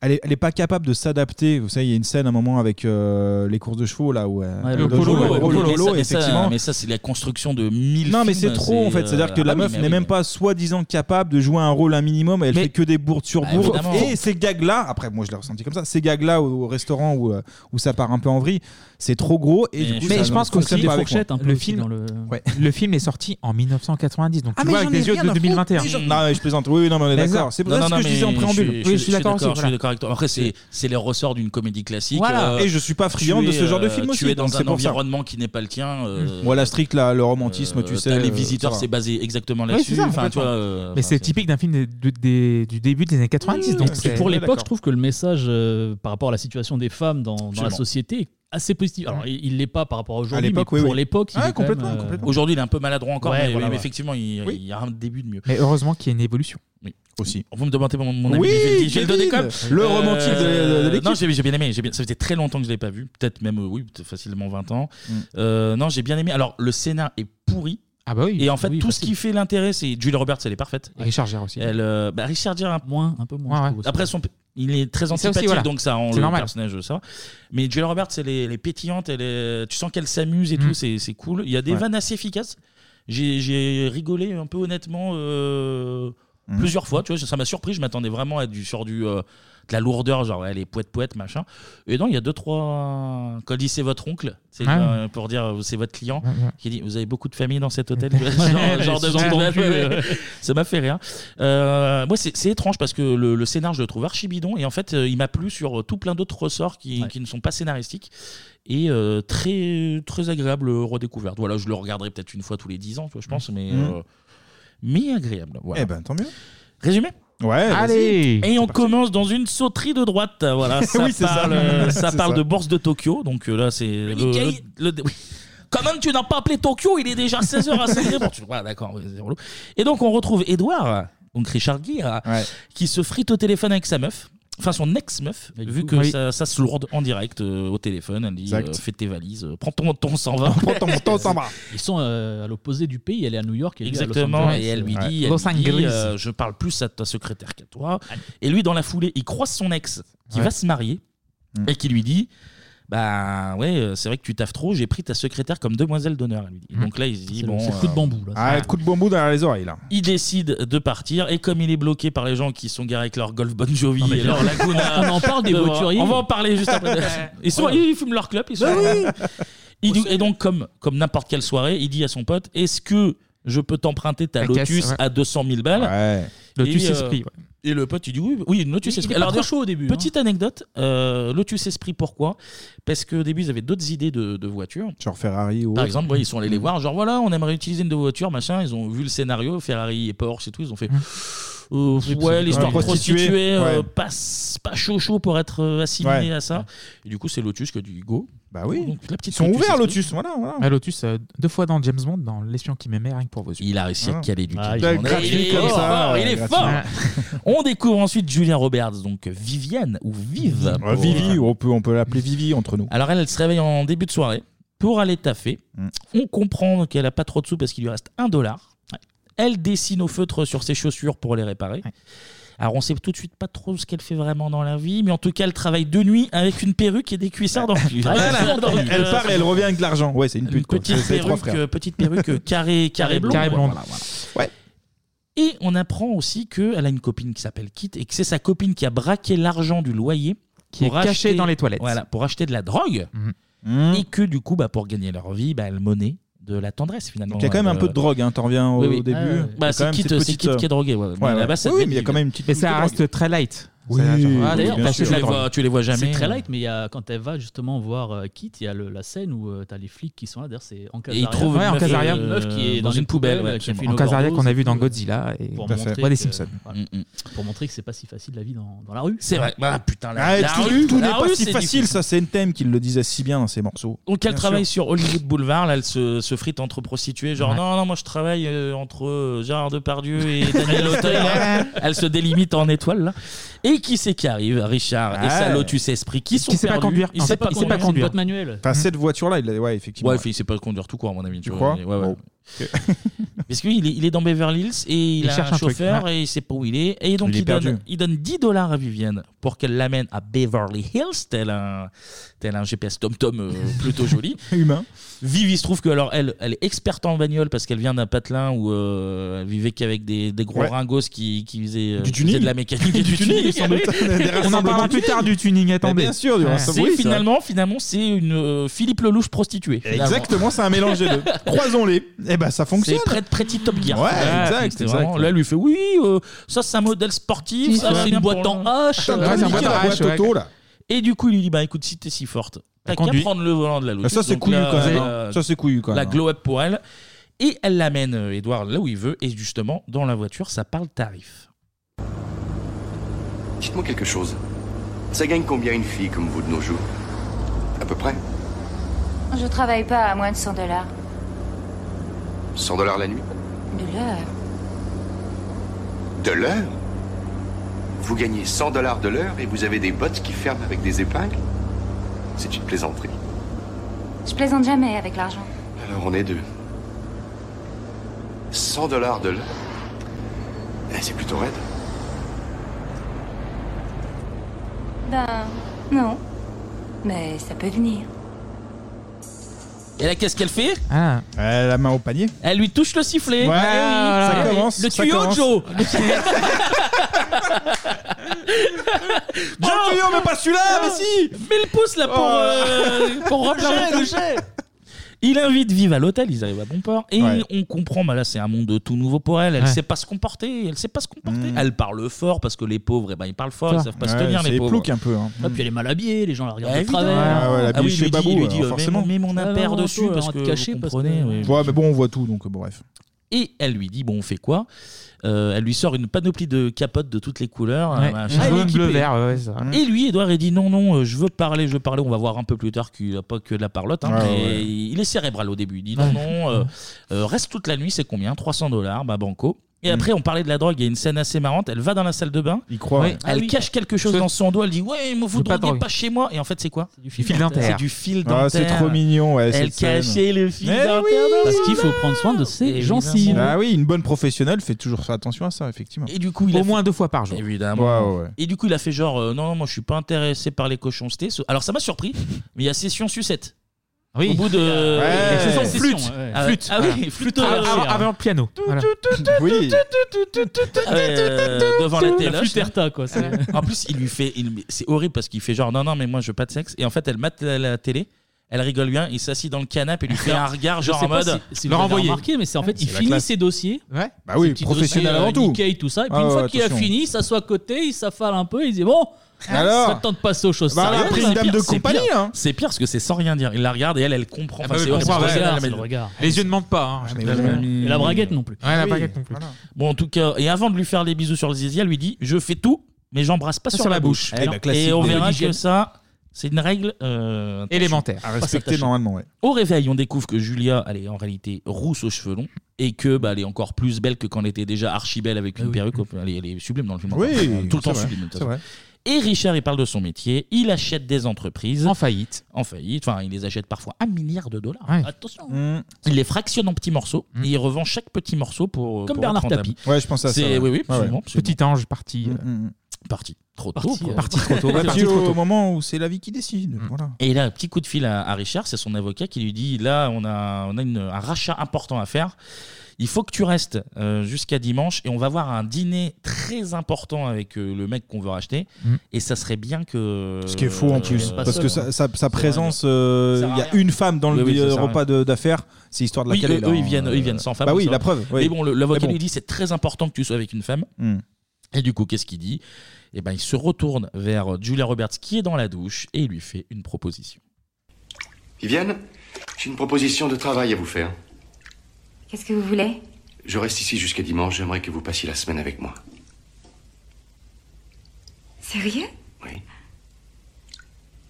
elle, est, elle est pas capable de s'adapter. Vous savez, il y a une scène à un moment avec euh, les courses de chevaux là où. euh, Ouais, le polo, ouais, le mais polo, ça- mais ça- effectivement. Mais ça, c'est la construction de 1000 Non, films, mais c'est trop en fait. euh, C'est-à-dire que la ah oui, meuf mais n'est oui, même pas soi-disant capable de jouer un rôle un minimum. Elle fait que des bourdes sur Bah, bourdes. évidemment. et ces gags-là, après, moi je l'ai ressenti comme ça, ces gags-là au, au restaurant où, euh, où ça part un peu en vrille, c'est trop gros. Et, du coup, mais ça je ne pense que fonctionne pas avec moi. hein, le film, le... film est sorti en 1990, Ah, donc tu vois avec des yeux de 2021. Non, Bah, mais je plaisante. Oui, oui, non, mais on est Mais ça- d'accord. C'est pour ça que je disais en mais préambule. Je, suis d'accord. Je suis d'accord avec toi. Après, c'est c'est les ressorts d'une comédie classique. Voilà. euh, Et je suis pas friand tu de es, ce genre de euh, film Tu aussi, es dans donc un c'est pour ça. environnement qui n'est pas le tien. euh, Moi, la stricte, là, le romantisme, tu euh, sais. t'as les euh, visiteurs, ça va. c'est basé exactement Oui, là-dessus. c'est ça, Enfin, tu complètement. vois, euh, Mais c'est typique d'un film des- du- des- du début des années 90. Donc Et c'est- pour l'époque, je trouve que le message euh, par rapport à la situation des femmes dans, dans la Absolument. société est assez positif. Alors, il il l'est pas par rapport à aujourd'hui, mais l'époque, oui, pour oui. l'époque, il Ah, est quand complètement, même, euh, Aujourd'hui, il est un peu maladroit encore, Ouais, mais, voilà, mais ouais. effectivement, il, il y a un début de mieux. Mais heureusement qu'il y a une évolution. Aussi. On peut me demander mon, mon avis. Oui, mais je vais le dire, je vais le donner quand même. euh, Kevin, le romantique de- de- de l'équipe. Non, j'ai j'ai bien aimé. j'ai bien- ça faisait très longtemps que je l'ai pas vu. Peut-être même, euh, oui, peut-être facilement 20 ans. Mm. Euh, non, j'ai bien aimé. Alors, le scénar est pourri. Ah bah oui. Et en fait, tout ce qui fait l'intérêt, c'est Julia Roberts, elle est parfaite. Et Richard Gere aussi. Elle, euh, bah, Richard Gere, un- moins, un peu moins. Ouais, je trouve, Après, son, p- il est très Ça aussi, antipathique, voilà. donc ça rend C'est le normal. personnage ça. va. Mais Julia Roberts, elle est, elle est pétillante, elle est- tu sens qu'elle s'amuse et tout, c'est c'est cool. Il y a des Mm. Ouais. vannes assez efficaces. J'ai- J'ai rigolé un peu honnêtement euh, Mm. plusieurs fois, tu vois, ça- ça m'a surpris. Je m'attendais vraiment à du, sur du, euh, de la lourdeur, genre ouais, les poètes poètes machin. Et non, il y a deux trois. Quand il dit c'est votre oncle, c'est Ouais. euh, pour dire euh, c'est votre client, Ouais, ouais. qui dit vous avez beaucoup de familles dans cet hôtel, genre, genre de Ouais, gens de ouais. même, ouais. ça m'a fait rire. Euh, moi, c'est c'est étrange parce que le, le scénar, je le trouve archi bidon et en fait, euh, il m'a plu sur euh, tout plein d'autres ressorts qui, qui ne sont pas scénaristiques et euh, très, très agréable euh, redécouverte. Voilà, je le regarderai peut-être une fois tous les 10 ans, tu vois, je pense, mais, Mhm. euh, mais agréable. Voilà. Eh ben, tant mieux. Résumé Ouais, vas-y. Allez C'est Et on commence dans une sauterie de droite. Voilà, ça Oui, c'est ça. parle, euh, ça. C'est parle ça. de bourse de Tokyo, donc euh, là, c'est. le- Nikkei. le- le- oui. Quand même, tu n'as pas appelé Tokyo, il est déjà 16h à 16 Ouais, d'accord, oui, c'est relou. Et donc, on retrouve Edouard, donc Richard Gere, qui se frite au téléphone avec sa meuf. Enfin, son ex-meuf, vu que oui. ça, ça se lourde en direct euh, au téléphone, elle dit Exact. euh, fais tes valises, euh, prends ton ton 120. prends ton ton 120. Ils sont euh, à l'opposé du pays, elle est à New York. et lui, à Los Exactement, Angeles. et elle lui Ouais. dit, elle lui dit, euh, je parle plus à ta secrétaire qu'à toi. Et lui, dans la foulée, il croise son ex qui Ouais. Mm. va se marier et qui lui dit, bah ouais, euh, c'est vrai que tu taffes trop, j'ai pris ta secrétaire comme demoiselle d'honneur. elle lui dit. Et Donc là, il se dit, C'est le- bon... euh, c'est Mm. le coup de bambou, là. Ah, coup de bambou dans les oreilles, là. Il décide de partir et comme il est bloqué par les gens qui sont garés avec leur Golf Bon Jovi Non, mais et leur on- Laguna, on en parle des devant- voituriers. On va en parler juste après. Ils, sont, Ouais. ils fument leur clope, ils sont. Bah oui. Il dit- et donc comme comme n'importe quelle soirée, il dit à son pote Est-ce que je peux t'emprunter ta La caisse, Lotus ouais. à 200 000 balles Lotus Et, euh, Esprit, ouais. Et le pote, il dit oui, oui, une Lotus Il- il Esprit. est pas trop d'ailleurs, chaud au début, hein. Petite anecdote, euh, Lotus Esprit, pourquoi Parce qu'au début, ils avaient d'autres idées de, de voitures. Genre Ferrari ou. Par autre. exemple, ouais, ils sont allés Mm. les voir, genre voilà, on aimerait utiliser une de vos voitures, machin. Ils ont vu le scénario, Ferrari et Porsche et tout, ils ont fait. Euh, Mm. Oui, parce ouais, que- l'histoire Ouais, de prostituée, prostituée, euh, ouais. pas, pas chaud chaud pour être euh, assimilé Ouais. à ça. Et du coup, c'est Lotus que du Hugo. Bah oui. Donc, la petite Ils sont ouverts, explique. Lotus, voilà, voilà. Ah, Lotus, euh, deux fois dans James Bond, dans L'espion qui m'aimait, rien que pour vos yeux. Il a réussi à Ah. caler du James Ah, il est Bond. gratuit il est comme fort, ça, il est gratuit. fort. On découvre ensuite Julia Roberts, donc Vivienne ou Vive. Ouais, pour- Vivi, Ah, on peut, on peut l'appeler Vivi entre nous. Alors elle, elle se réveille en début de soirée pour aller taffer. Mm. On comprend qu'elle a pas trop de sous parce qu'il lui reste un dollar. Elle dessine au feutre sur ses chaussures pour les réparer. Alors on sait tout de suite pas trop ce qu'elle fait vraiment dans la vie, mais en tout cas elle travaille de nuit avec une perruque et des cuissards dans le cul. Voilà. Elle, Euh, part et elle revient avec de l'argent. Ouais, c'est une pute. quoi. Petite C'est- c'est les trois perruque, frères. euh, petite perruque euh, carré, carré blond. Carré quoi. blonde. Voilà, voilà. Et euh, on apprend aussi qu'elle a une copine qui s'appelle Kit et que c'est sa copine qui a braqué l'argent du loyer Qui est pour caché dans les toilettes. Voilà, pour acheter de la drogue. Mm-hmm. Et que du coup, bah, pour gagner leur vie, bah, elle monnaie de la tendresse finalement. Donc il y a quand même un Euh, peu de drogue, hein, t'en reviens au oui, oui. début. Ah, ouais. Bah, Il y a c'est quand même Kit, cette c'est petite, Kit qui est euh, drogué, ouais. Mais là-bas, ça Oui, devient mais il y a quand même une petite. Mais touche ça de reste drogue. très light. Oui, Ça, genre, oui, ah, bien d'ailleurs, parce que sûr. je la vois- tu les vois jamais, C'est très euh. light, mais il y a, quand elle va justement voir euh, Kit, il y a le- la scène où euh, t'as les flics qui sont là. D'ailleurs, c'est en ils casaria. trouvent une Ouais, en meuf, casaria. une meuf qui est euh, dans, une poubelle, ouais, euh, qui a fait En une Casaria overdose qu'on a et vu tout, dans euh, Godzilla et pour Tout à montrer fait. Ouais, les que- Simpsons. voilà. Pour montrer que c'est pas si facile la vie dans, dans la rue. C'est vrai. Ah, putain, la, Ah, la tout rue, tout n'est la pas rue, si c'est facile, difficile. ça c'est N-Thème qui le disait si bien dans ses morceaux. Donc elle Bien travaille sûr. sur Hollywood Boulevard, là elle se, se frite entre prostituées, genre Ouais. non, non, moi je travaille euh, entre euh, Gérard Depardieu et Daniel Auteuil. là. elle se délimite en étoile là. Et qui c'est qui arrive Richard et sa Ouais. Lotus Esprit qui sont perdus. Il En sait fait, pas conduire, Mmh. c'est une boîte manuelle. Enfin, cette voiture-là, il a- ouais, effectivement. Ouais, il sait pas conduire tout court, à mon ami. Tu vois. crois Ouais, ouais. Parce que oui, il est, il est dans Beverly Hills et il, Il a cherche un un truc, chauffeur ouais. et il sait pas où il est. Et donc Il il, est perdu. donne, il donne 10 dollars à Vivienne pour qu'elle l'amène à Beverly Hills, tel un, tel un GPS TomTom euh, plutôt joli. Humain. Viv, il se trouve que alors elle, elle est experte en bagnole parce qu'elle vient d'un patelin où euh, elle vivait qu'avec des, des gros Ouais. ringos qui, qui faisaient, euh, Du qui faisaient tuning. de la mécanique et Du du tuning, tuning. sans doute. Des rassemblements On en parlera plus tard du tuning, Mais attendez. Bien sûr, du Ouais. rassemblement. Oui, C'est c'est vrai. finalement, finalement, c'est une euh, Philippe Lelouch prostituée. finalement. Exactement, c'est un mélange des deux. Croisons-les. Eh ben, ça fonctionne. C'est près de Pretty Top Gear. Ouais, Ah, exact, c'était exact. vraiment- Là, lui il fait oui, euh, ça c'est un modèle sportif, Si, ça ça Ah, c'est va. une boîte en H. euh, Putain, t'as niqué la boîte auto, là. Et du coup, il lui dit bah écoute, si t'es si forte, t'as Elle qu'à conduit. Ah, prendre le volant de la Lotus. Ça, c'est Donc couillu là, quand même, euh, hein. Ça, c'est couillu quand La même. glow up pour elle. Et elle l'amène, euh, Edouard, là où il veut. Et justement, dans la voiture, ça parle tarif. Dites-moi quelque chose. Ça gagne combien une fille comme vous de nos jours À peu près Je travaille pas à moins de 100 dollars 100 dollars la nuit de l'heure. De l'heure Vous gagnez 100 dollars de l'heure et vous avez des bottes qui ferment avec des épingles C'est une plaisanterie. Je plaisante jamais avec l'argent. Alors on est deux. 100 dollars de l'heure Eh, C'est plutôt raide. Ben, non. Mais ça peut venir. Et là, qu'est-ce qu'elle fait Ah. la main au panier. Elle lui touche le sifflet. Eh oui, Ouais, voilà. eh ça oui. commence. Le ça tuyau, commence. Ah. Joe. Prends Oh le tuyau, mais pas celui-là, mais si Mets le pouce Ah. là pour, Oh. euh, pour Le remplir jet, le jet. Il invite Vive à l'hôtel, ils arrivent à bon port. Et Ouais. on comprend, bah là c'est un monde tout nouveau pour elle, elle Ouais. sait pas se comporter, elle sait pas se comporter. Elle parle fort parce que les pauvres, eh ben, ils parlent fort, ils savent pas se Ouais, tenir les c'est pauvres. plouc un peu, hein. Ah, puis elle est mal habillée, les gens la regardent de travers. Ouais, ouais, la ah oui, biche il lui dit, chez Babou, il lui dit, alors, euh, forcément. Mets, mets mon Ah, impair non, dessus toi, parce on va que te cacher vous parce comprenez. que- oui. Ouais, mais bon, on voit tout, donc bon, bref. Et elle lui dit bon on fait quoi Euh, Elle lui sort une panoplie de capotes de toutes les couleurs. Ouais. euh, machin. Jaune, Elle est bleu, équipée. vert, ouais, ouais, ça. Et lui Edouard il dit non non euh, je veux parler je veux parler on va voir un peu plus tard qu'il n'y a pas que de la parlotte. hein, Ouais, mais ouais. Il est cérébral au début. Il dit non Ouais. non euh, euh, reste toute la nuit c'est combien 300 dollars bah banco. Et après, on parlait de la drogue. Il y a une scène assez marrante. Elle va dans la salle de bain. Il croit, ouais. Elle Ah oui. cache quelque chose dans son doigt. Elle dit Ouais, mais vous C'est pas droguez de pas, drogue. chez moi. Et en fait, c'est quoi C'est du fil Fil dentaire. dentaire. C'est du fil dentaire. Ah, c'est trop mignon, ouais. Elle cette scène. cachait le fil Mais dentaire. oui. dans Parce son qu'il faut prendre soin de ses gencives. Ah oui, une bonne professionnelle fait toujours attention à ça, effectivement. Et du coup, il a fait- deux fois par jour. Évidemment. Ouais, ouais, ouais. Et du coup, il a fait genre euh, non, non, moi je suis pas intéressé par les cochons c'était Alors ça m'a surpris, mais il y a session sucette. Oui. Au bout de. Ouais. Session Ouais. flûte. Session, ouais. Ah, Flûte. Ah oui, Voilà. flûte. Ah, euh, ah, avant le piano. Voilà. Oui. euh, devant la télé. La flûte Erta, quoi. c'est- En plus, il lui fait. il- C'est horrible parce qu'il fait genre non, non, mais moi je veux pas de sexe. Et en fait, elle mate la, la télé. Elle rigole bien, il s'assit dans le canapé et lui fait un regard Je genre sais en pas mode. si- si vous avez remarqué, mais c'est en fait, il C'est la finit classe. ses dossiers. Ouais. Bah oui, Ses petits professionnel dossiers, avant euh, tout. Nikkei, tout ça. Et puis Ah une ouais, fois qu'il a attention. fini, il s'assoit à côté, il s'affale un peu, il dit bon, Ah, Alors Ça tente de passer aux choses Bah, on a sérieuses. pris une C'est dame pire, de c'est compagnie, pire. là. C'est pire parce que c'est sans rien dire. Il la regarde et elle, elle comprend. Ah bah oui, le horrible. regard, C'est horrible. c'est le regard. Les yeux ne mentent pas. hein. mais vraiment. Et la braguette non plus. Ouais, la Oui. braguette non plus. Bon, en tout cas, et avant de lui faire les bisous sur le zizi, elle lui dit Je fais tout, mais j'embrasse pas Pas sur, sur la la bouche. bouche. Eh ben, classique et on de verra que l'hygiène. ça, c'est une règle euh, attention. Élémentaire. Pas À respecter s'attacher. normalement, ouais. Au réveil, on découvre que Julia, elle est en réalité rousse aux cheveux longs et que bah, elle est encore plus belle que quand elle était déjà archi belle avec une perruque. Elle est, elle est sublime dans le film. Oui, Enfin, tout le c'est temps vrai, sublime. de toute c'est façon. vrai. Et Richard, il parle de son métier. Il achète des entreprises. En faillite. En faillite. Enfin, il les achète parfois un milliard de dollars. Ouais. Mm. Attention. Il les fractionne en petits morceaux et il revend chaque petit morceau pour. Comme pour Bernard être rentable. Tapie. Ouais, je pensais à ça, C'est- ouais. Oui, oui, Ah Ouais, absolument, ouais. absolument. Petit ange parti. euh, Mm, Parti trop tôt. Parti, quoi. euh, parti trop tôt, ouais, parti trop au tôt. moment où c'est la vie qui décide. Voilà. Et là, un petit coup de fil à, à Richard, c'est son avocat qui lui dit là, on a, on a une- un rachat important à faire. Il faut que tu restes euh, jusqu'à dimanche et on va voir un dîner très important avec euh, le mec qu'on veut racheter. Mm. Et ça serait bien que. Ce qui est faux en euh, plus, pas parce seul, que hein. sa, sa- sa C'est vrai. présence, euh, il Ça sert à y a rien. une femme dans le Oui, oui, ça sert à repas de- d'affaires, c'est l'histoire de Oui, laquelle eux, il eux, en- ils viennent, eux, ils viennent sans femme. Bah oui, c'est la vrai. preuve. oui. Mais bon, le- l'avocat Mais bon. lui dit c'est très important que tu sois avec une femme. Hmm. Et du coup, qu'est-ce qu'il dit Eh ben, il se retourne vers Julia Roberts qui est dans la douche et il lui fait une proposition. Viviane, j'ai une proposition de travail à vous faire. Qu'est-ce que vous voulez Je reste ici jusqu'à dimanche, j'aimerais que vous passiez la semaine avec moi. Sérieux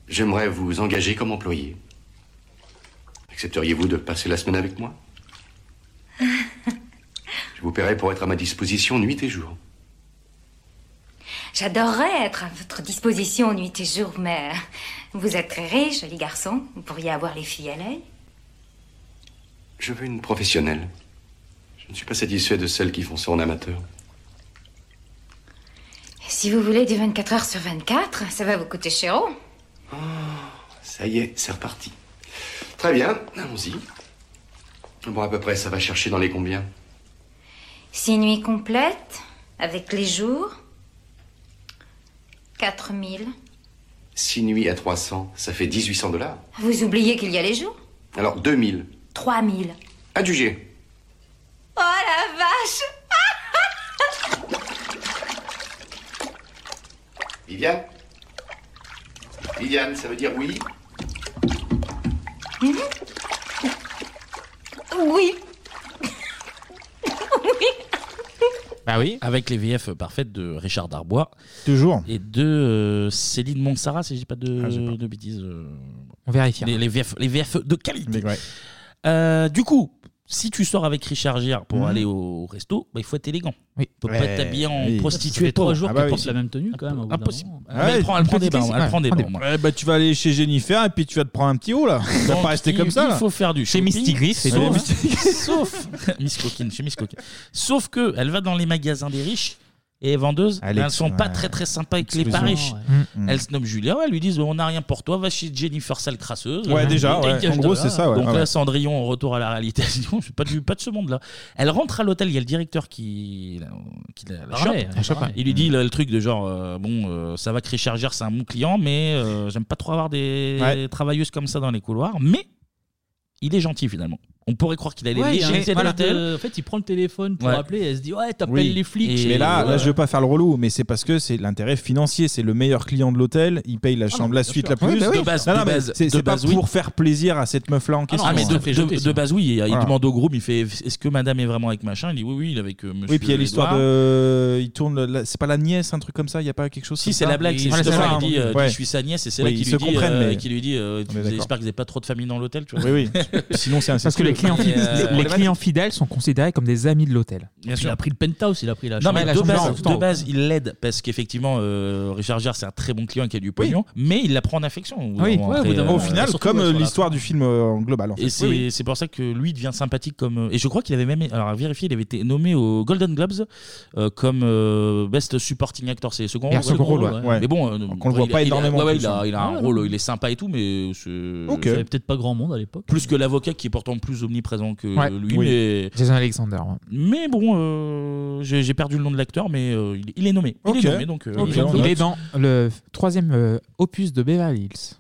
J'aimerais vous engager comme employé. Accepteriez-vous de passer la semaine avec moi Je vous paierai pour être à ma disposition nuit et jour. J'adorerais être à votre disposition nuit et jour, mais vous êtes très riche, joli garçon. Vous pourriez avoir les filles à l'œil. Je veux une professionnelle. Je ne suis pas satisfait de celles qui font ça en amateur. Si vous voulez du 24 heures sur 24, ça va vous coûter cher. Ah, Ça y est, c'est reparti. Très bien, allons-y. Bon, à peu près, ça va chercher dans les combien Six nuits complètes, avec les jours. 4000. 6 nuits à 300, ça fait 1800 dollars. Vous oubliez qu'il y a les jours Alors 2000. 3000. Adjugé. Oh la vache Viviane Viviane, ça veut dire oui Mhm. Oui. Bah oui. Avec les VF parfaites de Richard Darbois. Toujours. Et de euh, Céline Monsara, si je dis pas de, Ah, de bêtises. euh, On hein. vérifiera. Les, les VF, les VF de qualité. Euh, du coup, si tu sors avec Richard Gere pour Mhm. aller au resto, bah, il faut être élégant. Oui. Tu peux Ouais, pas t'habiller en oui. Ça prostituée. fait trois pauvre. jours Ah bah qu'elle oui. porte la même tenue, quand même, au bout d'un Impossible. Ah, moment. Mais elle prend, elle prend des bains. Elle prend des bains. moi. Eh bah, tu vas aller chez Jennifer et puis tu vas te prendre un petit haut là. Tu vas Donc, pas rester comme il- ça. Il là. faut faire du shopping. sauf, sauf Miss Coquine, chez Miss Coquine. Sauf que elle va dans les magasins des riches et les vendeuses, Elle est- elles sont pas ouais. très très sympas avec les pas Exclusion, riches. ouais. Mm, mm. Elles se nomment Julia, ouais, elles lui disent on n'a rien pour toi, va chez Jennifer sale crasseuse. Ouais, déjà, Et ouais. dégage En de gros, là. c'est ça, Hein, ouais. Donc Ah là, ouais. Cendrillon, on retourne à la réalité. Non, je suis pas, du- pas de ce monde là. Elle rentre à l'hôtel, il y a le directeur qui, qui la, la Ah chope. ouais, Il chope, ouais. Il lui dit le, le truc de genre euh, bon, euh, ça va que Richard Gere, c'est un bon client, mais euh, j'aime pas trop avoir des Ouais. travailleuses comme ça dans les couloirs. Mais il est gentil finalement. On pourrait croire qu'il allait Ouais, il y a un Ah légaliser espèce l'hôtel. de- En fait, il prend le téléphone pour Ouais. appeler et elle se dit Ouais, t'appelles Oui. les flics. Mais là, Ouais. là, je veux pas faire le relou, mais c'est parce que c'est l'intérêt financier. C'est le meilleur client de l'hôtel. Il paye Ah la chambre, la suite, la sûr. plus. Oui, bah oui. De base- Non, non, de mais base- c'est de c'est pas base, oui. pour faire plaisir à cette meuf là en question. Ah, mais hein. de, de- de base, oui, il, il Voilà. demande au groupe, il fait Est-ce que madame est vraiment avec machin Il dit Oui, oui, il est avec euh, monsieur. Oui, puis il y a l'histoire Edouard. de. Il tourne. le- la- C'est pas la nièce, un truc comme ça Il n'y a pas quelque chose Si, comme c'est ça la blague, c'est Voilà, justement, ça, il dit, hein. euh, Ouais. je suis sa nièce, et c'est là Oui, qu'il lui, ils se dit, comprennent, euh, mais- qui lui dit, euh, mais d'accord. j'espère que vous n'avez pas trop de famille dans l'hôtel, tu vois. Oui, oui. Sinon, c'est un Parce que les clients, Et, euh, les- les clients fidèles sont considérés comme des amis de l'hôtel. Bien sûr. Il a pris le penthouse, il a pris la Non, chambre. mais la de chambre base, d'hôtel. de base, il l'aide parce qu'effectivement, euh, Richard Gere, c'est un très bon client qui a du pognon, mais il la prend en affection. au bout d'un moment. Après, euh, au final, surtout, comme ouais, euh, sur la- l'histoire du film euh, en global. En fait. Et c'est Oui, oui. c'est pour ça que lui devient sympathique comme. euh, Et je crois qu'il avait même. Alors à vérifier, il avait été nommé aux Golden Globes euh, comme euh, Best Supporting Actor. C'est le second Et un rôle. second rôle, ouais. Ouais. Mais bon, euh, Qu'on le voit il a- pas il a- énormément ouais, ouais, plus, il a, hein. il a Ah un ouais, rôle, non. il est sympa et tout, mais. c'est- ça Ok. Il y avait avait peut-être pas grand monde à l'époque. Plus que l'avocat qui est pourtant plus omniprésent que Ouais. lui. Oui. Mais... Jason Alexander. ouais. Mais bon, euh, j'ai j'ai perdu le nom de l'acteur, mais euh, il, il est nommé. Il Ok. est nommé, donc. euh, Ok, il est nommé. Il est dans le troisième euh, opus de Beverly Hills.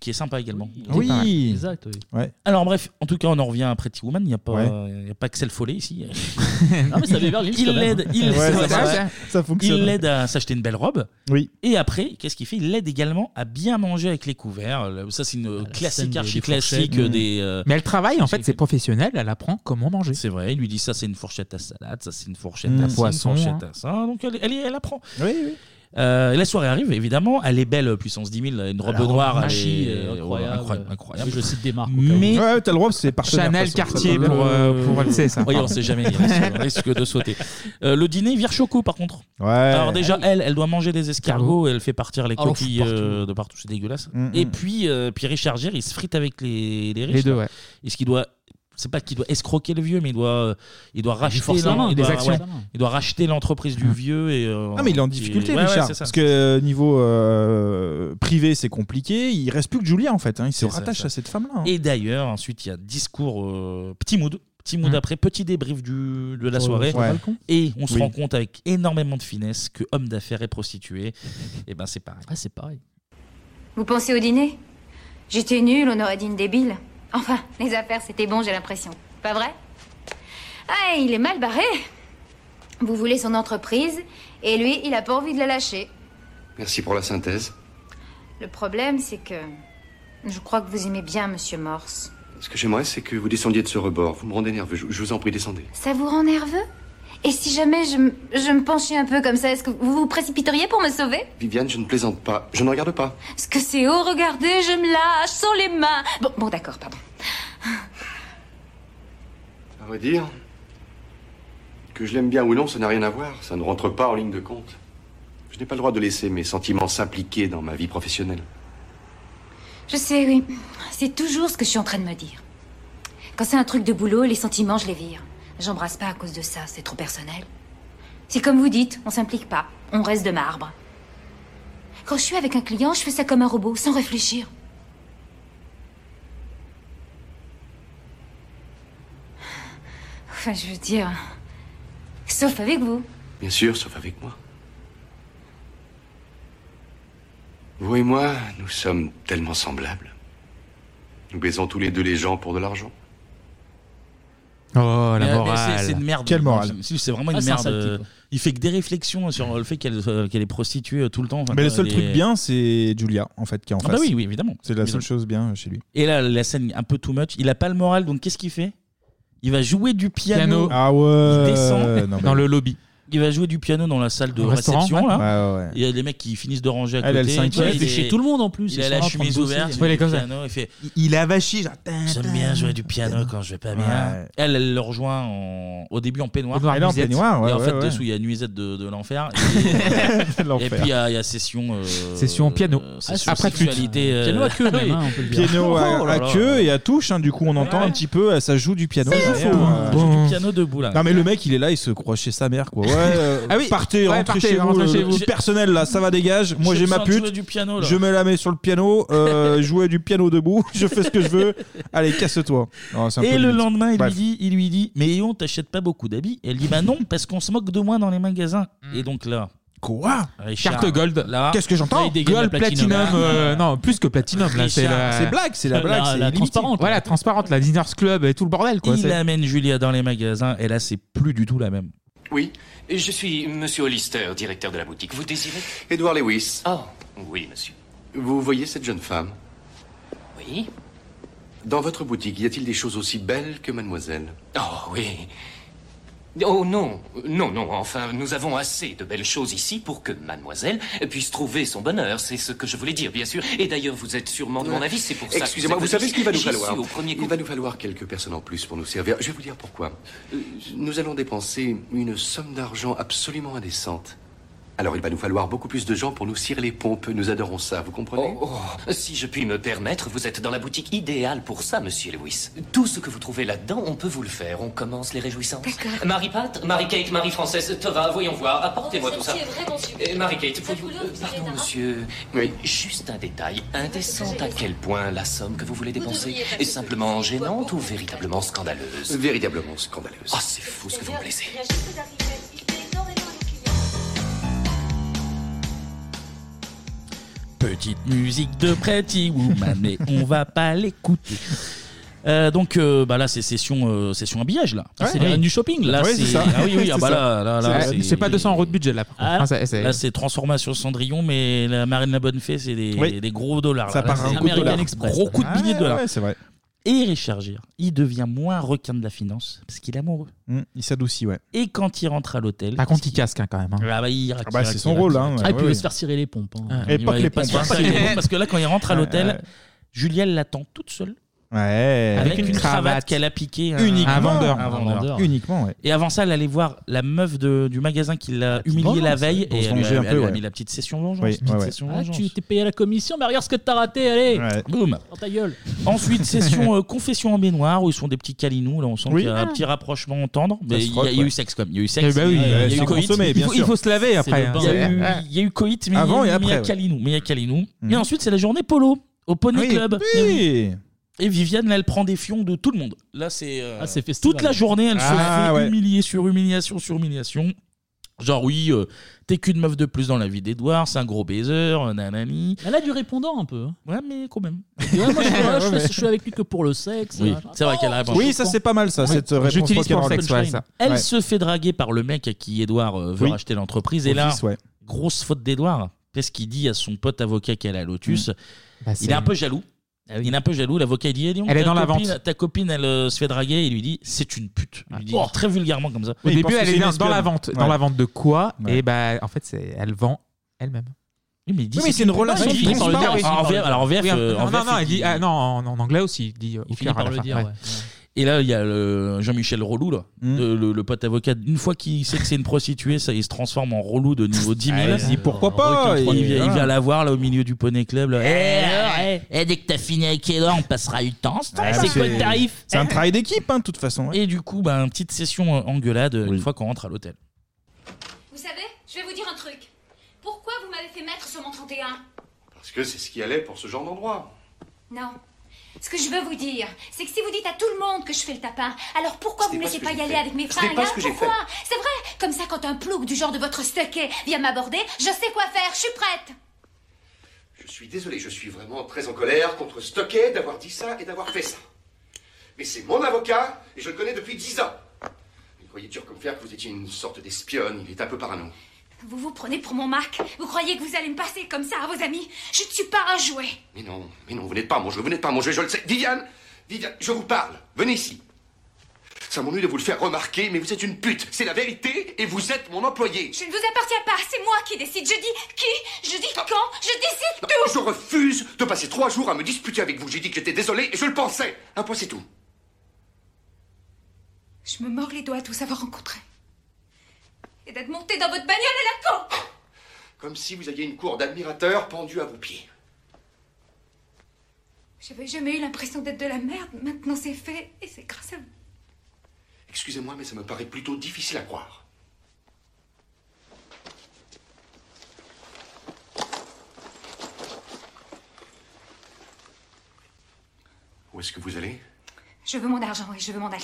qui est sympa également. Oui. Oui. Exact, oui. Ouais. Alors bref, en tout cas, on en revient à Pretty Woman. Il n'y a pas, Ouais. il y a pas Axel Follet ici. Ah, mais ça avait Beverly Hills, Il quand même. l'aide, il Ouais, c'est ça vrai, marche, c'est vrai. hein. Ça fonctionne. Il l'aide à s'acheter une belle robe. Oui. Et après, qu'est-ce qu'il fait Il l'aide également à bien manger avec les couverts. Ça, c'est Ah, une classique, archi classique des. mm. euh, mm. Mais elle travaille, en fait, c'est professionnel, elle apprend comment manger. C'est vrai, il lui dit ça c'est une fourchette à salade, Ah, ça c'est une fourchette Mmh. à ci, Poisson, une fourchette hein. à ça. Donc elle, elle, elle apprend. Oui, oui. Euh, la soirée arrive, évidemment. Elle est belle, euh, puissance 10 000, une robe La robe noire. elle Gucci, est- euh, incroyable. incroyable, incroyable. Je cite des marques. Mais ouais, t'as le droit, c'est partenaire. Chanel, de toute façon. Cartier, pour, euh, pour elle, c'est ça. Oui, on Pardon. sait jamais, il risque, on risque de sauter. Euh, le dîner vire choco, par contre. Ouais. Alors déjà, elle, elle doit manger des escargots, elle fait partir les Ah, l'on coquilles fout partout. euh, de partout, c'est dégueulasse. Mm, Et mm. puis, euh, puis Richard Gere, il se frite avec les, les riches. Les deux, là. ouais. Et ce qu'il doit... C'est pas qu'il doit escroquer le vieux, mais il doit, euh, il doit racheter force la l'en- main, il des doit- actions. Mm. ouais, il doit racheter l'entreprise du vieux. Et, euh, Ah mais il est en qui- difficulté Ouais, ouais, Richard c'est ça. parce que euh, niveau euh, privé c'est compliqué il reste plus que Julia en fait hein. il se C'est ça, rattache ça. à cette hein. femme là Et d'ailleurs, ensuite, il y a discours, euh, petit mood, petit mood Mm. après, petit débrief du, de la Sur- soirée. sur le balcon Et on se Oui. rend compte avec énormément de finesse que homme d'affaires et prostituée, et ben c'est pareil. Ah, c'est pareil. Vous pensez au dîner J'étais nulle, on aurait dit une débile. Enfin, les affaires, c'était bon, j'ai l'impression. Pas vrai Ah, il est mal barré. Vous voulez son entreprise, et lui, il a pas envie de la lâcher. Merci pour la synthèse. Le problème, c'est que... Je crois que vous aimez bien Monsieur Morse. Ce que j'aimerais, c'est que vous descendiez de ce rebord. Vous me rendez nerveux. Je, je vous en prie, descendez. Ça vous rend nerveux Et si jamais je, m- je me penchais un peu comme ça, est-ce que vous vous précipiteriez pour me sauver Viviane, je ne plaisante pas. Je ne regarde pas. Parce que c'est haut, regardez, je me lâche, sans les mains. Bon, bon d'accord, pardon. À vrai dire, que je l'aime bien ou non, ça n'a rien à voir. Ça ne rentre pas en ligne de compte. Je n'ai pas le droit de laisser mes sentiments s'impliquer dans ma vie professionnelle. Je sais, oui. C'est toujours ce que je suis en train de me dire. Quand c'est un truc de boulot, les sentiments, je les vire. J'embrasse pas à cause de ça, c'est trop personnel. C'est comme vous dites, on s'implique pas, on reste de marbre. Quand je suis avec un client, je fais ça comme un robot, sans réfléchir. Enfin, je veux dire. Sauf avec vous. Bien sûr, sauf avec moi. Vous et moi, nous sommes tellement semblables. Nous baisons tous les deux les gens pour de l'argent. Oh, Mais- la mais morale. c'est- C'est une merde. Quelle morale C'est c'est vraiment une Ah, c'est un merde. sale euh, type. Il fait que des réflexions sur le fait qu'elle euh, qu'elle est prostituée euh, tout le temps. Enfin, mais le quoi, seul elle truc est- bien c'est Julia en fait qui est en Ah bah face oui, oui, évidemment. c'est la Évidemment. seule chose bien chez lui Et là, la scène un peu too much. Il a pas le moral, donc qu'est-ce qu'il fait Il va jouer du piano. ah ouais Il descend Non, mais- lobby. Il va jouer du piano dans la salle de Au restaurant, réception. ouais. là. Ouais, ouais, ouais. Il y a des mecs qui finissent de ranger à Elle, elle côté. s'inquiète. Tu vois, Ouais, il c'est est- chez tout le monde, en plus. Il Ils a sont la là en train de chemise bosser. ouverte. Ouais, il est comme du ça. piano, il fait Il a vachi, genre. J'aime bien jouer du piano quand je vais pas bien. Ouais. Elle, elle le rejoint en- au début en peignoir. Elle est en Nuisette. peignoir, ouais, et en ouais, fait, ouais. dessous, il y a Nuisette de, de l'enfer. De Et, l'enfer. et puis, il y, a il y a session. euh, Session piano. euh, Ah, session après flûte. sexualité, euh, Piano à queue, même, oui. hein, on peut le dire. piano à, Oh là à là. queue et à touche hein, du coup on entend un petit peu euh, ça joue du piano Ça joue derrière, faux, euh, hein. Joue du piano debout, là. non mais le mec il est là il se croit chez sa mère quoi ouais euh, Ah oui. partez Ouais, rentrez partez, chez vous rentrez le- chez le vous. petit personnel là ça va dégage moi Je j'ai me ma sens jouer pute du piano, là. je me la mets sur le piano euh, jouer du piano debout je fais ce que je veux allez casse-toi Non, c'est un Et peu le limite. lendemain, il Bref. lui, dit, il lui dit Mais on t'achète pas beaucoup d'habits Elle dit Bah non, parce qu'on se moque de moi dans les magasins. Et donc là. Quoi Richard, Hmm. Carte gold. Là. Qu'est-ce que j'entends Gold, platinum. euh, non, plus que platinum. là, C'est Ah. Richard. la... C'est blague, c'est la La- blague, c'est la illimité. transparente. Ouais, la transparente, la Diners Club et tout le bordel. Quoi, Il c'est- amène Julia dans les magasins et là, c'est plus du tout la même. Oui, je suis Monsieur Hollister, directeur de la boutique. Vous désirez Edward Lewis. Ah. Oui, monsieur. Vous voyez cette jeune femme Oui. Dans votre boutique, y a-t-il des choses aussi belles que mademoiselle Oh oui. Oh non, non, non, enfin, nous avons assez de belles choses ici pour que mademoiselle puisse trouver son bonheur. C'est ce que je voulais dire, bien sûr. Et d'ailleurs, vous êtes sûrement de mon avis, c'est pour ça que Excusez-moi, vous, êtes savez ici. ce qu'il va nous J'y falloir suis au premier Il va nous falloir quelques personnes en plus pour nous servir. Je vais vous dire pourquoi. Euh, Nous allons dépenser une somme d'argent absolument indécente. Alors il va nous falloir beaucoup plus de gens pour nous cirer les pompes. Nous adorons ça, vous comprenez Oh, oh, si je puis me permettre, vous êtes dans la boutique idéale pour ça, monsieur Lewis. Tout ce que vous trouvez là-dedans, on peut vous le faire. On commence les réjouissances. Marie-Pat, Marie-Kate, Marie-Française, Thomas, voyons voir, apportez-moi tout ça. Eh, Euh, Marie-Kate, vous... euh, Pardon, monsieur. Oui. Juste un détail. Indécent à quel point la somme que vous voulez dépenser devriez faire est simplement gênante ou véritablement scandaleuse Véritablement scandaleuse. Ah, c'est fou ce que vous me plaisez. Petite musique de Pretty Woman, mais on va pas l'écouter. Euh, donc euh, bah là c'est session euh, session habillage là. Ah, c'est oui. les reines du shopping là. Ah oui, c'est- c'est ça. Ah oui oui ah C'est bah là ça. là, là, C'est- c'est pas 200 euros de budget là. par contre. Ah, Enfin, c'est- c'est- là c'est transformation Cendrillon mais la Marine la Bonne Fée c'est des, Oui. des gros dollars. Ça là. part Là, un c'est coup de American dollar. Express. Gros coup de Ah, billet de dollars. ouais, c'est vrai. Et Richard Gere, il devient moins requin de la finance parce qu'il est amoureux. Mmh, Hum, il s'adoucit, ouais. Et quand il rentre à l'hôtel, Par contre, il casque hein, quand même. hein. Ah bah, il racle, Ah bah, il c'est racle, son il racle, rôle, il hein, racle. Ah, ouais, puis il ouais. veut se faire cirer les pompes. hein. Et Il pas va- que les il va se pompes, faire hein. cirer les pompes, Parce que là, quand il rentre à Ouais, l'hôtel, ouais. Julia l'attend toute seule. Eh, Ouais. Avec, une, cravate, qu'elle a piquée à- Uniquement. à Un vendeur. à Un vendeur. Uniquement, ouais. Et avant ça, elle allait voir la meuf de- du magasin Ah, qui hein. l'a humiliée vengeance, la veille. pour Et se elle lui a, venger un elle peu, lui a ouais. mis la petite session vengeance. Oui, petite ouais, ouais. session Ah, vengeance. tu t'es payé à la commission, mais regarde ce que t'as raté, allez Boum. Dans ta gueule Ensuite, session euh, confession en baignoire où ils sont des petits calinous. Là, on sent Oui. qu'il y a un petit rapprochement tendre. Mais se il y, frotte, a- il y a eu ouais. sexe quand même. Il y a eu Eh sexe. bah oui, il y a- ouais, il y a eu sans coït. consommer, bien il, faut, il sûr. faut se laver C'est après. le hein. bain. Il, y a eu, Ouais. il y a eu coït, mais Avant il y et a- mais il y a après, ouais. calinou. Mais il y a calinou. Hmm. Et ensuite, c'est la journée polo au Poney Oui. Club. Oui. Et Viviane, là, elle prend des fions de tout le monde. Là, c'est euh, Ah, c'est festival. toute la journée, elle se Ah, fait ouais. humilier sur humiliation sur humiliation. Genre oui, euh, t'es qu'une meuf de plus dans la vie d'Edouard, c'est un gros baiser, euh, nanani. Elle a du répondant un peu. hein. Ouais, mais quand même. moi, je, suis- voilà, je Ouais, fais- mais- je suis avec lui que pour le sexe. Oui, machin. Oh, c'est vrai qu'elle répond. Oui, ça, c'est pas mal, ça, cette euh, réponse J'utilise rock'n'roll. pour le sexe, ouais, Punchline. ça. Elle Ouais. se fait draguer par le mec à qui Edouard euh, veut Oui. racheter l'entreprise. Et Au là, vice, ouais. grosse faute d'Edouard. Qu'est-ce qu'il dit à son pote avocat qu'elle a à Lotus Mm. Bah, c'est- Ah Il est un peu jaloux. Il est un peu jaloux. L'avocat, il dit eh, dis donc, Elle est ta dans la copine- vente. Ta copine, elle euh, se fait draguer. Il lui dit C'est une pute. Il lui dit Oh. très vulgairement comme ça. Au début, elle est dans, dans la vente. Dans la vente de quoi Et bah, en fait, c'est elle vend elle-même. Oui, mais, il dit, Oui, mais c'est c'est une une relation relation qui qui parle- parle- Alors, en VF, alors, en VF, euh, en non, non, VF, non, il il dit, dit- ah, non, en, en anglais aussi, il dit euh, au Il cœur à la fin. ouais. Et là, il y a le Jean-Michel Relou, là, de- le, le pote avocat. Une fois qu'il sait que c'est une prostituée, ça, il se transforme en relou de niveau 10 000. Ah, il dit, pourquoi pas, Il, vient- il- il vient voilà. la voir là au milieu du Poney Club. là. Eh, alors, eh, eh, dès que t'as fini avec Edouard, on passera du temps. c'est Ouais, vrai, c'est quoi le c'est- tarif c'est un travail d'équipe, hein, de toute façon. Et du coup, bah, une petite session euh, engueulade euh, une fois qu'on rentre à l'hôtel. Vous savez, je vais vous dire un truc. Pourquoi vous m'avez fait mettre sur mon 31 Parce que c'est ce qui allait pour ce genre d'endroit. Non. Ce que je veux vous dire, c'est que si vous dites à tout le monde que je fais le tapin, alors pourquoi Ce vous me n'est pas ce laissez que pas y j'ai aller fait. avec mes Ce n'est fringues pas hein ce que j'ai Pourquoi C'est vrai Comme ça, quand un plouc du genre de votre stocké vient m'aborder, je sais quoi faire, je suis prête Je suis désolé, je suis vraiment très en colère contre Stockey d'avoir dit ça et d'avoir fait ça. Mais c'est mon avocat et je le connais depuis dix ans. Il croyait dur comme fer que vous étiez une sorte d'espionne. Il est un peu parano. Vous vous prenez pour mon Mac Vous croyez que vous allez me passer comme ça à vos amis Je ne suis pas un jouet Mais non, mais non, vous n'êtes pas mon jeu, vous n'êtes pas mon jeu, je le sais. Viviane, Viviane, je vous parle, venez ici. Ça m'ennuie de vous le faire remarquer, mais vous êtes une pute, c'est la vérité, et vous êtes mon employé. Je ne vous appartiens pas, c'est moi qui décide. Je dis qui, je dis quand, je décide Non, Je refuse de passer trois jours à me disputer avec vous. J'ai dit que j'étais désolé et je le pensais. Un point, c'est tout. Je me mords les doigts de vous avoir rencontré. Et d'être monté dans votre bagnole à la con Comme si vous aviez une cour d'admirateurs pendue à vos pieds. J'avais jamais eu l'impression d'être de la merde. Maintenant c'est fait et c'est grâce à vous. Excusez-moi, mais ça me paraît plutôt difficile à croire. Où est-ce que vous allez Je veux mon argent et je veux m'en aller.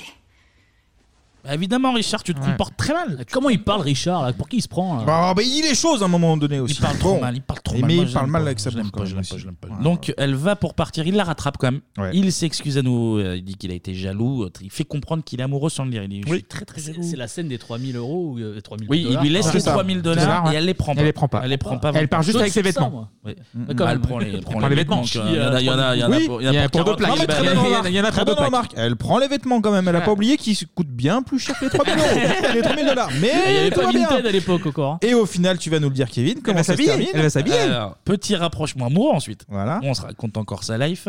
Bah, évidemment, Richard, tu te comportes très mal. Comment il parle, Richard là Pour qui il se prend hein là Bah, bah, il est chose à un moment donné aussi. Il parle trop Bon. mal, il parle trop Et mal. Mais Moi, il je parle l'aime mal pas, avec sa je bouche. l'aime pas, quand je même l'aime pas, aussi. je l'aime pas. Donc elle va pour partir, il la rattrape quand même. Il s'excuse à nouveau, euh, il dit qu'il a été jaloux, euh, il fait comprendre qu'il est amoureux sans le dire. Il dit, Je suis très, très C'est- jaloux. C'est la scène des 3000 euros ou euh, 3000 Oui, il dollars, lui laisse pardon. les 3000 dollars et elle les prend pas. Elle les prend pas. Elle les prend pas. Elle part juste Je avec ses sais ça, vêtements. moi. Oui. Mm. Bah, quand même, Elle prend les- elle prend les vêtements. donc, euh, Il y en a- il y en a- il y en a Oui, pour- il y en a pour deux plaques. Il y en a- Il y en a- il y en a très très bonne bonne remarque. remarque. Elle prend les vêtements quand même. Elle a pas oublié qu'ils coûtent bien plus cher que les 3000 euros. Les 3000 dollars. Mais Il y avait tout pas va bien. Vinted à l'époque encore, hein. Et au final, tu vas nous le dire, Kevin, comment Eh ben, ça se termine Alors, petit rapprochement amoureux ensuite. Où On se raconte encore sa life,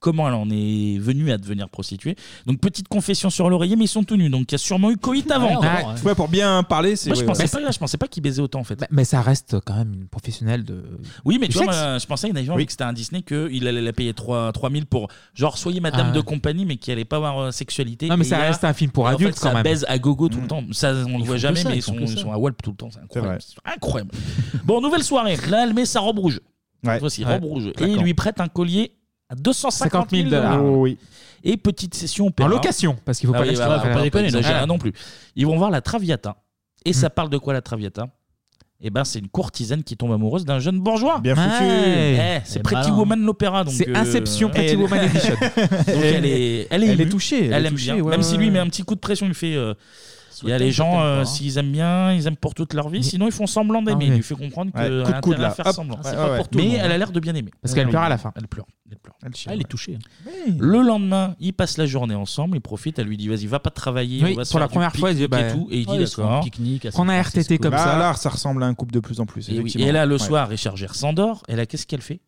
comment elle en est venue à devenir prostituée. Donc petite confession sur l'oreiller, mais ils sont tous nus. Donc il y a sûrement eu coït avant. Ah, encore, hein. tu vois, pour bien parler, Moi, je, pensais pas, je pensais pas qu'il baisait autant en fait. Mais ça reste quand même une professionnelle de. oui, mais du tu vois, sexe. moi, je pensais naïvement Oui. vu que c'était un Disney qu'il allait la payer 3, 3000 pour genre soyez madame Ah. de compagnie mais qui allait pas avoir euh, sexualité. Non, mais Et ça il y a- reste un film pour et en adultes, fait, quand ça même. baise à gogo tout le temps. Ça, on le font voit que jamais, ça, mais Hmm. ils ils font sont, que ils ça. sont à Walp tout le temps. C'est incroyable. C'est incroyable. Bon, nouvelle soirée. Là, elle met sa robe rouge. Cette fois-ci, Ouais. robe rouge. Et Claquant. il lui prête un collier à 250 000 dollars. Oh Et petite session En opéra. location, parce qu'il faut Ah pas oui, l'extra- bah, faut pas faut pas l'exagérer. exagérer Ah. non plus. Ils vont voir la Traviata. Et ça parle de quoi la Traviata eh ben, c'est une courtisane qui tombe amoureuse d'un jeune bourgeois. Bien foutu. Eh, c'est Eh Pretty ben. Woman l'opéra. donc, C'est euh, Inception, Pretty elle- Woman Edition. Donc elle est, elle est, Elle est émue. touchée, elle Elle, est aime touchée, bien. ouais, Même si ouais, lui ouais. met un petit coup de pression, il fait. euh, il y a Souhaitons, les gens, souhaitons euh, pas. hein. s'ils aiment bien, ils aiment pour toute leur vie. Sinon, ils font semblant d'aimer. Ah oui. Il lui fait comprendre que Ouais, coup de a coude, intérêt à là. faire Hop. semblant. Ah, c'est pas pour tout le Mais monde, elle a hein. l'air de bien aimer. Parce qu'elle Oui. pleure à la fin. Elle pleure. Elle pleure. Ah, elle est touchée. hein. Oui. Le lendemain, ils passent la journée ensemble. Ils profitent. Elle lui dit "Vas-y, va pas travailler. Oui, on va se pour la faire du première fois, elle dit, pique-nique bah, et tout." Et il ouais, dit ils se font un "D'accord." pique-nique à San Prendre un RTT Francisco. comme Bah, ça. Là, ça ressemble à un couple de plus en plus. Et, oui. effectivement. Et là, le Ouais. soir, Richard Gere s'endort. Et là, qu'est-ce qu'elle fait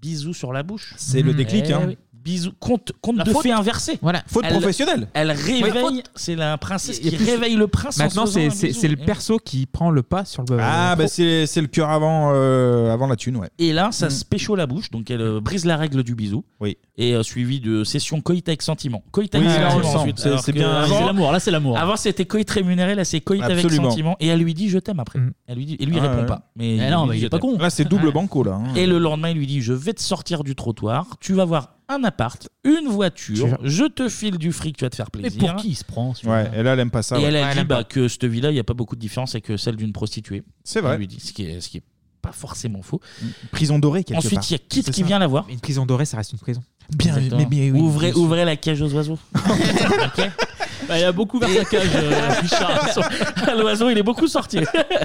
Bisous sur la bouche. C'est le déclic, Eh hein. oui. Bisous. Compte, compte La de faute. fait inversé. Voilà. Faute Elle- professionnelle. Elle Oui, réveille. faute. c'est la princesse Il y a qui plus- réveille le prince. en Maintenant, se faisant c'est un c'est- bisou. c'est le perso qui prend le pas sur le. Ah, bah c'est c'est le cœur avant, euh, avant la thune, ouais. Mm. Et là, ça se pécho la bouche, donc elle euh, brise la règle du bisou. Oui. Et euh, suivi de session coït avec sentiment. Coït avec Oui, là, on le sentiment. sent. ensuite, C'est- alors c'est que bien- avant- C'est l'amour, là, c'est l'amour. Avant, c'était coït rémunéré, là, c'est coït avec Absolument. sentiment. Et elle lui dit, je t'aime Mm. après. Elle lui dit, et lui, il Ah, répond ouais. pas. Mais Eh il non, lui mais dit, il est je pas t'aime. con. Là, c'est double banco, là, hein. Et le lendemain, il lui dit, je vais te sortir du trottoir, tu vas voir un appart, une voiture, je te file du fric, tu vas te faire Mais plaisir. pour qui il se prend celui-là Ouais, et là, elle aime pas ça. Et ouais. elle a dit bah, que cette vie-là, il n'y a pas beaucoup de différence avec euh, celle d'une prostituée. C'est vrai. Elle lui dit, ce qui est, ce qui est pas forcément faux. Mm. Prison dorée, quelque Ensuite, part. il y a Kit C'est qui ça. vient la voir. Une prison dorée, ça reste une prison. Exactement. ouvrez, ouvrez la cage aux oiseaux. Bah, il a beaucoup ouvert sa cage, euh, Richard. L'oiseau, il est beaucoup sorti.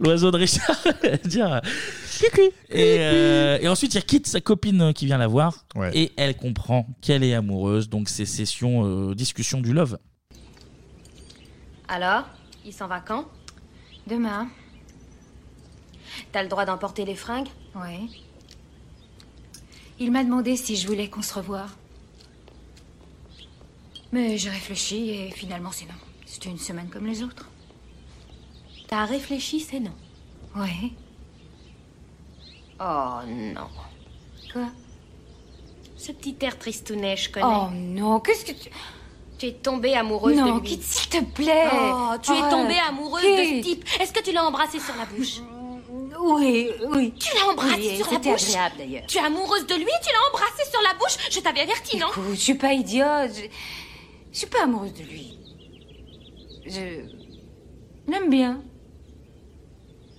L'oiseau de Richard. Dire, et, euh, et ensuite, il y a Kit, sa copine, euh, qui vient la voir. Et elle comprend qu'elle est amoureuse. Donc, c'est session euh, discussion du love. Alors, il s'en va quand Demain. T'as le droit d'emporter les fringues Oui. Il m'a demandé si je voulais qu'on se revoie. Mais j'ai réfléchi et finalement c'est non. C'était une semaine comme les autres. T'as réfléchi, c'est non. Oui. Oh non. Quoi Ce petit air tristounet, je connais. Oh non, qu'est-ce que tu... Tu es tombée amoureuse de non, lui. quitte s'il te plaît. Oh, tu es Oh, tombée amoureuse Kit. de ce type. Est-ce que tu l'as embrassé sur la bouche Oui, oui. Tu l'as embrassé Oui, sur la c'était bouche agréable, d'ailleurs. Tu es amoureuse de lui, tu l'as embrassé sur la bouche Je t'avais averti, non Écoute, je suis pas idiote. Je, je suis pas amoureuse de lui. Je l'aime bien.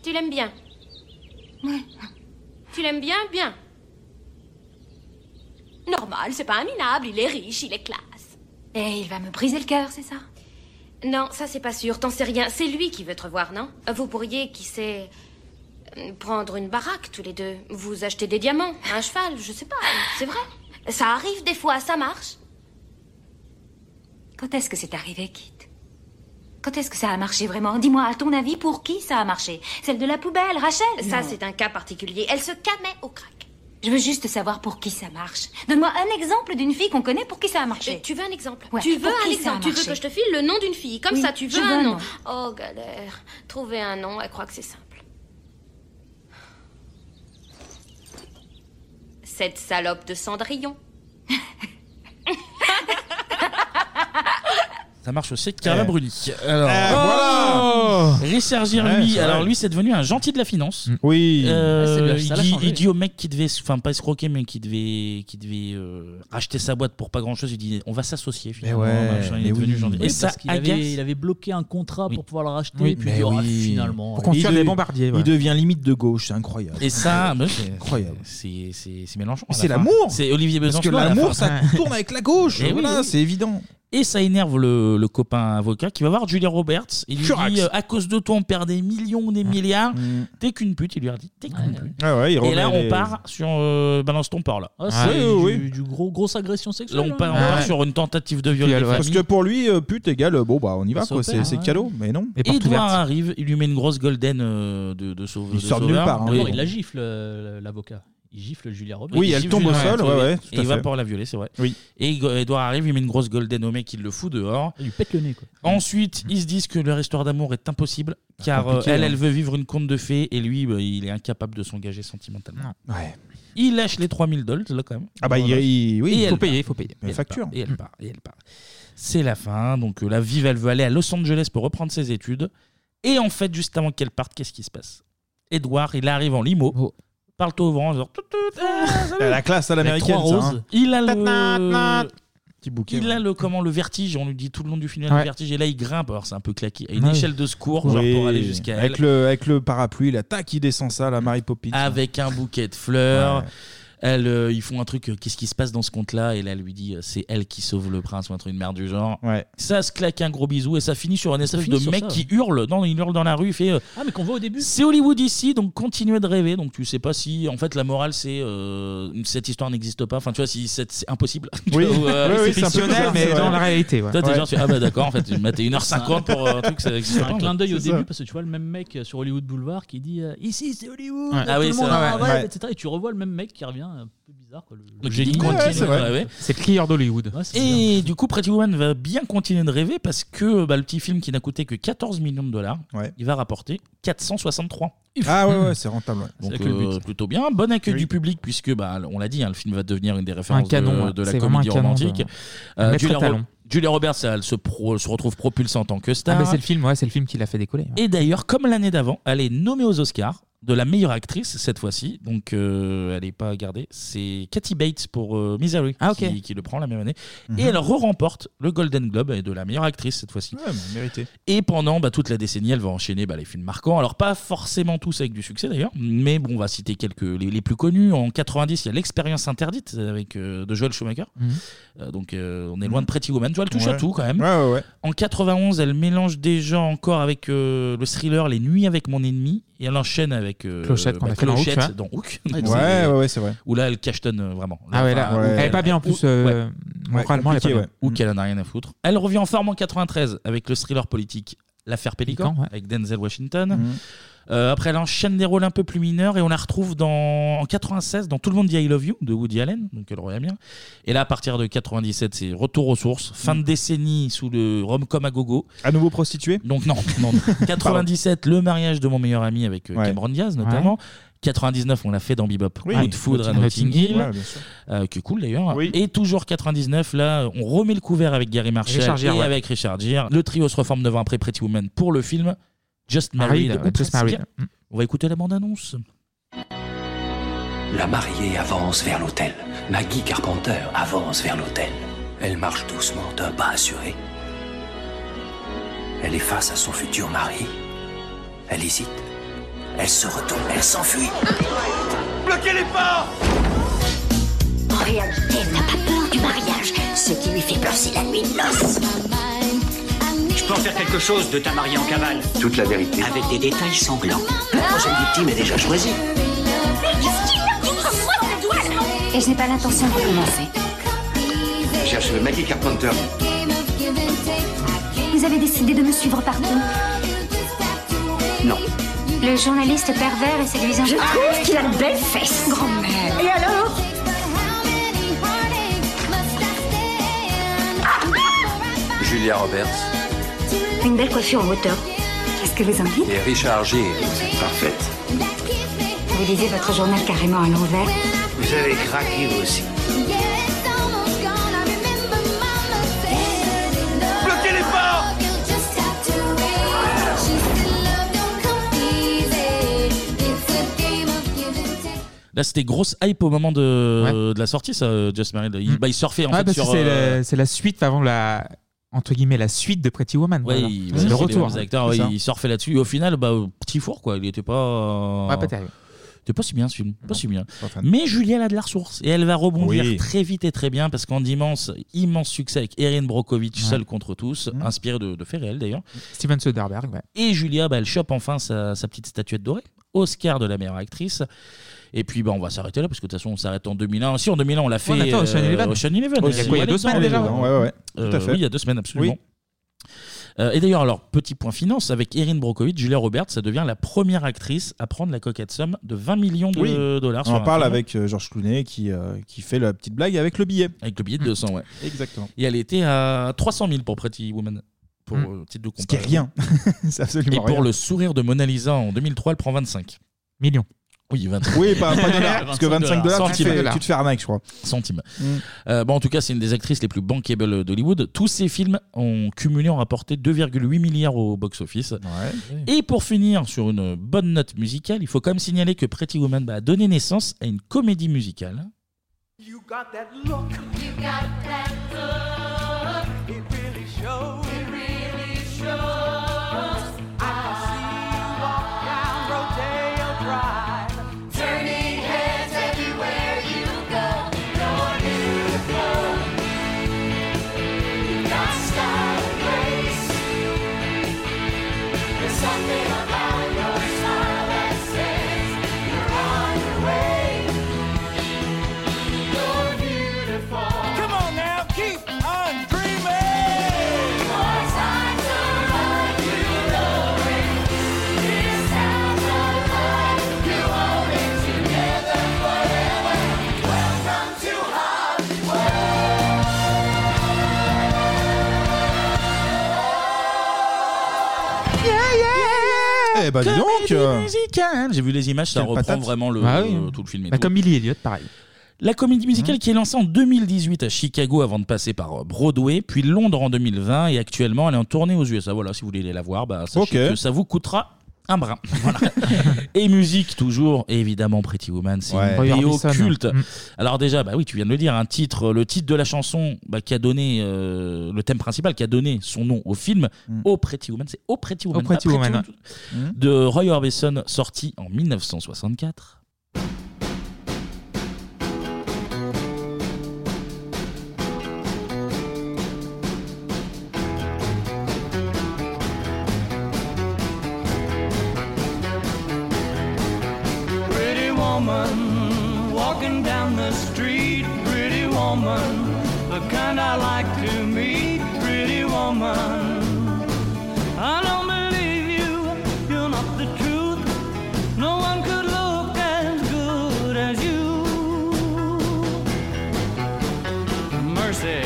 Tu l'aimes bien Tu l'aimes bien, bien. Normal, c'est pas un minable, il est riche, il est classe. Et il va me briser le cœur, c'est ça Non, ça c'est pas sûr, t'en sais rien. C'est lui qui veut te revoir, non Vous pourriez, qui sait, euh, prendre une baraque tous les deux. Vous acheter des diamants, un cheval, je sais pas, c'est vrai. Ça arrive des fois, ça marche. Quand est-ce que c'est arrivé, Kit Quand est-ce que ça a marché vraiment Dis-moi, à ton avis, pour qui ça a marché Celle de la poubelle, Rachel Ça Non. c'est un cas particulier. Elle se camait au crack. Je veux juste savoir pour qui ça marche. Donne-moi un exemple d'une fille qu'on connaît pour qui ça a marché. Euh, Tu veux un exemple Ouais, Tu pour veux un qui ça a exemple Tu veux marché que je te file le nom d'une fille Comme Oui, ça, tu veux je veux un un nom nom. Oh, galère. Trouver un nom, elle croit que c'est simple. Cette salope de Cendrillon. Ça marche aussi avec Carla Eh. Bruni. Alors, Oh Richard Gere, Ouais, lui, c'est alors vrai. lui, c'est devenu un gentil de la finance. Mm. Oui. Euh, Ouais, il, ça l'a dit, changé. il dit au mec qui devait, enfin pas escroquer, mais qui devait, qui devait euh, racheter sa boîte pour pas grand chose, il dit on va s'associer finalement. ouais, machin, il mais est devenu oui. gentil. Oui, Et ça Parce qu'il agace. avait, il avait bloqué un contrat pour pouvoir le racheter. Oui, et puis mais il dit, Ah, oui. finalement. Pour qu'on ouais. tire Il les de- bons barbiers, Il ouais. devient limite de gauche, c'est incroyable. Et ça, bah, c'est c'est incroyable. C'est c'est- c'est Mélenchon. à C'est la fin. l'amour. C'est Olivier Parce Besançon. que à la l'amour, fin. ça tourne avec la gauche. Eh oui, Voilà, oui. c'est évident. Et ça énerve le, le copain avocat qui va voir Julia Roberts. Il lui Churax. dit euh, à cause de toi, on perd des millions, des milliards. T'es qu'une pute. Il lui a dit t'es qu'une pute. Ah Mmh. ouais, il Et remet là, on les- part sur euh, balance ton port là. Ah, c'est du, du gros, grosse agression sexuelle. Là, on hein. part, on part sur une tentative de viol. des Parce familles. que pour lui, euh, pute égale, euh, bon bah on y va, Ça quoi, opère, hein, c'est c'est ouais. cadeau, mais non. Edouard arrive, il lui met une grosse golden euh, de, de sauve- de sauveur. Il sort de nulle part, hein. Oui. D'abord, il la gifle, euh, l'avocat. Il gifle Julia Roberts. Il Il gifle gifle une- Julia Roberts. Et il va pour la violer, c'est vrai. Et Go- Edouard arrive, il met une grosse golden au mec, il le fout dehors. Ah, Il lui pète le nez, quoi. Ensuite, ils se disent que leur histoire d'amour est impossible, car euh, compliqué, elle, hein. elle veut vivre une conte de fées, et lui, bah, il est incapable de s'engager sentimentalement. Ouais. Il lâche les 3000 dollars, là, quand même. Ah bah, il- il- oui, Et il faut elle payer, part. faut payer. Et La elle facture. part, Et elle part, et elle part. C'est la fin, donc euh, la vive, elle veut aller à Los Angeles pour reprendre ses études. Et en fait, juste avant qu'elle parte, qu'est-ce qui se passe Edouard, il arrive en limo, Oh. parle-toi au vent, genre... tout, tout, ah, salut. La classe à l'américaine, ça. hein. Il a le... petit bouquet. Il ouais. a le, comment, le vertige, on lui dit tout le long du film, il a Ouais. le vertige, et là il grimpe, alors c'est un peu claqué, à une Ouais. échelle de secours, genre Oui, pour aller jusqu'à elle, Avec le, avec le parapluie, là, tac, il descend ça, la Mary Poppins. avec un bouquet de fleurs. Ouais. Elle, euh, ils font un truc, euh, qu'est-ce qui se passe dans ce conte-là Et là, elle lui dit, euh, c'est elle qui sauve le prince ou un truc de merde du genre. Ça se claque un gros bisou et ça finit sur un espèce finit de sur mec ça, qui ouais. hurle. Non, il hurle dans la rue, il fait. euh, Ah, mais qu'on voit au début. C'est Hollywood ici, donc continuez de rêver. Donc tu sais pas si, en fait, la morale c'est euh, cette histoire n'existe pas. Enfin, tu vois, si c'est c'est impossible. Tu Oui. vois, Oui, oui, c'est c'est un peu fictionnel, ça, c'est vrai. Toi, t'es Ouais. genre, tu- ah bah d'accord, en fait, tu matais 1h50 pour euh, un truc, ça n'existe C'est pas. un en clin fait. d'œil au C'est ça. début parce que tu vois le même mec euh, sur Hollywood Boulevard qui dit euh, ici c'est Hollywood, Ouais. tout Ah oui, le c'est monde vrai, en ouais. rêve, Ouais. etc. Et tu revois le même mec qui revient, euh, un peu bizarre quoi. Le, le Le génie génie continue continue de de rêver. rêver. C'est le crieur d'Hollywood. Et du coup, Pretty Woman va bien continuer de rêver parce que bah, le petit film qui n'a coûté que 14 millions de dollars, il va rapporter 463. Ah ouais, ouais, c'est rentable. ouais. Donc, Donc, euh, euh, plutôt bien, bon accueil Oui. du public puisque bah, on l'a dit, hein, le film va devenir une des références Un canon, de, de la c'est vraiment un comédie canon de- romantique. Euh, Maître Julia, Talon. Ro- Julia Roberts, elle se, pro- se retrouve propulsée en tant que Ah, star. mais c'est le film, ouais, c'est le film qui l'a fait décoller. ouais. Et d'ailleurs, comme l'année d'avant, elle est nommée aux Oscars de la meilleure actrice cette fois-ci. Donc, euh, elle n'est pas gardée. C'est Kathy Bates pour euh, Misery Ah, qui, qui le prend la même année. Et elle re-remporte le Golden Globe euh, de la meilleure actrice cette fois-ci. Ouais, mais mérité. Et pendant bah, toute la décennie, elle va enchaîner bah, les films marquants. Alors, pas forcément tous avec du succès d'ailleurs, mais bon, on va citer quelques les, les plus connus. En 90, il y a L'Expérience Interdite avec, euh, de Joel Schumacher. Mhm. Euh, donc, euh, on est loin de Pretty Woman. Tu vois, elle touche à Ouais. tout quand même. Ouais, ouais, ouais. En 91, elle mélange déjà encore avec euh, le thriller Les Nuits avec mon ennemi et elle enchaîne avec euh, Clochette, qu'on a fait dans Hook, Clochette tu vois. dans Hook. Ouais, ouais, ouais, c'est vrai. Où là, elle cachetonne euh, vraiment. Ah ouais, là, enfin, ouais. Hook, Elle est pas bien, en plus, euh, moralement, elle est pas compliqué, bien. Ou qu'elle en a rien à foutre. Elle revient en forme en 93 avec le thriller politique L'affaire Pélican, Pélican, ouais. avec Denzel Washington. Mhm. Euh, après, elle enchaîne des rôles un peu plus mineurs et on la retrouve dans, en 96 dans Tout le monde dit I love you de Woody Allen, donc elle revient bien. Et là, à partir de 97, c'est retour aux sources, fin de décennie sous le rom-com à gogo. Mhm. À nouveau prostituée Donc non, non. 97, le mariage de mon meilleur ami avec euh, Cameron Diaz notamment. 99, on l'a fait dans Bebop. Oui. Coup de foudre à Notting Hill. Ouais, bien sûr. Euh, qui est cool d'ailleurs. Et toujours 99, là, on remet le couvert avec Gary Marshall Richard Gere, et ouais. avec Richard Gere. Le trio se reforme devant après Pretty Woman pour le film Just Married. Married, ou ouais, Ah euh, Mm. Just presque. Married. On va écouter la bande-annonce. La mariée avance vers l'hôtel. Maggie Carpenter avance vers l'hôtel. Elle marche doucement d'un pas assuré. Elle est face à son futur mari. Elle hésite. Elle se retourne. Elle s'enfuit. Bloquez les portes En réalité, elle n'a pas peur du mariage. Ce qui lui fait peur, c'est la nuit de noces. Je peux en faire quelque chose de ta mariée en cavale. Toute la vérité. Avec des détails sanglants. La prochaine victime est déjà choisie. Et je n'ai pas l'intention de recommencer. Cherche le Maggie Carpenter. Vous avez décidé de me suivre partout. Non. Le journaliste pervers et séduisant. Je trouve qu'il a de belles fesses. Grand-mère. Et alors Julia Roberts Une belle coiffure en hauteur. Qu'est-ce que vous en dites et Richard Gere. Vous êtes parfaite. Vous lisez votre journal carrément à l'envers. Vous avez craqué vous aussi. Bloquez les portes Là, c'était grosse hype au moment de, de la sortie, ça, euh, Just Married. Il, bah, il surfait en Mm. Ouais, fait parce que sur. c'est euh, la- c'est la suite avant la entre guillemets la suite de Pretty Woman. ouais, voilà. il- C'est ouais, le sur les retour. hein. mêmes acteurs, ouais, C'est ça. il surfait là-dessus. Et au final, bah, euh, petit four, quoi. Il était pas. euh, Ouais, pas terrible. C'était pas si bien ce film. Pas si bien. Mais Julia, elle a de la ressource. Et elle va rebondir Oui. très vite et très bien parce qu'en immense, immense succès avec Erin Brockovich, Ouais. Mm. seul contre tous, inspiré de, de faits réels d'ailleurs. Steven Soderbergh, ouais. Et Julia, bah, elle chope enfin sa, sa petite statuette dorée, Oscar de la meilleure actrice. Et puis, bah, on va s'arrêter là, parce que de toute façon, on s'arrête en 2001. Si, en 2001, on l'a fait. attends, Ocean euh, Eleven. Ocean Eleven. Il y a quoi, il y a deux semaines déjà Ouais, ouais, ouais. Euh, Tout à fait. Oui, il y a deux semaines, absolument. Oui. Euh, et d'ailleurs, alors, petit point finance, avec Erin Brockovich, Julia Roberts, ça devient la première actrice à prendre la coquette somme de 20 millions de Euh, dollars. On sur un en parle film. avec euh, Georges Clooney qui, euh, qui fait la petite blague avec le billet. Avec le billet de 200, ouais. Exactement. Et elle était à 300 000 pour Pretty Woman, pour Mm. euh, titre de Ce qui est comparaison. rien. C'est absolument Et rien. pour le sourire de Mona Lisa en 2003, elle prend 25 millions. Oui, 25. Oui, pas, pas dollars, parce que 25 dollars, tu te, fais, tu te fais arnaque, je crois. Hmm. Centimes. Euh, bon, en tout cas, c'est une des actrices les plus bankable d'Hollywood. Tous ces films ont cumulé, ont rapporté 2,8 milliards au box-office. Et pour finir sur une bonne note musicale, il faut quand même signaler que Pretty Woman bah, a donné naissance à une comédie musicale You got that look. You got that look. It really shows. It really shows. I can see you walk down Rodeo Drive, turning heads everywhere you go. Your new clothes. You got style and grace. There's something about your smile that says you're on your way. You're beautiful. Come on now, keep on dreaming. Your signs are like you know it. This sounds alright. You hold it together forever. Welcome to Hollywood. Yeah, Eh bah dis donc euh, J'ai vu les images, ça Quelle reprend patate. vraiment le, Ah oui. le- tout le film. et Bah, tout. comme Billy Elliot, pareil. La comédie Mmh. musicale qui est lancée en 2018 à Chicago avant de passer par euh, Broadway, puis Londres en 2020 et actuellement elle est en tournée aux USA. Voilà, si vous voulez aller la voir, bah, sachez Ok. que ça vous coûtera un brin. Voilà. et musique toujours, et évidemment Pretty Woman, c'est Ouais. Roy une BO Orbison. culte. Mm. Alors déjà, bah oui, tu viens de le dire, un titre, le titre de la chanson bah, qui a donné euh, le thème principal, qui a donné son nom au film, Oh Pretty Woman, c'est Oh Pretty Woman, Oh, Mm. Pretty pas Woman, ouais. Mm. de Roy Orbison, sorti en 1964. Pretty woman, walking down the street. Pretty woman, the kind I like to meet. Pretty woman, I don't believe you. You're not the truth. No one could look as good as you. Mercy.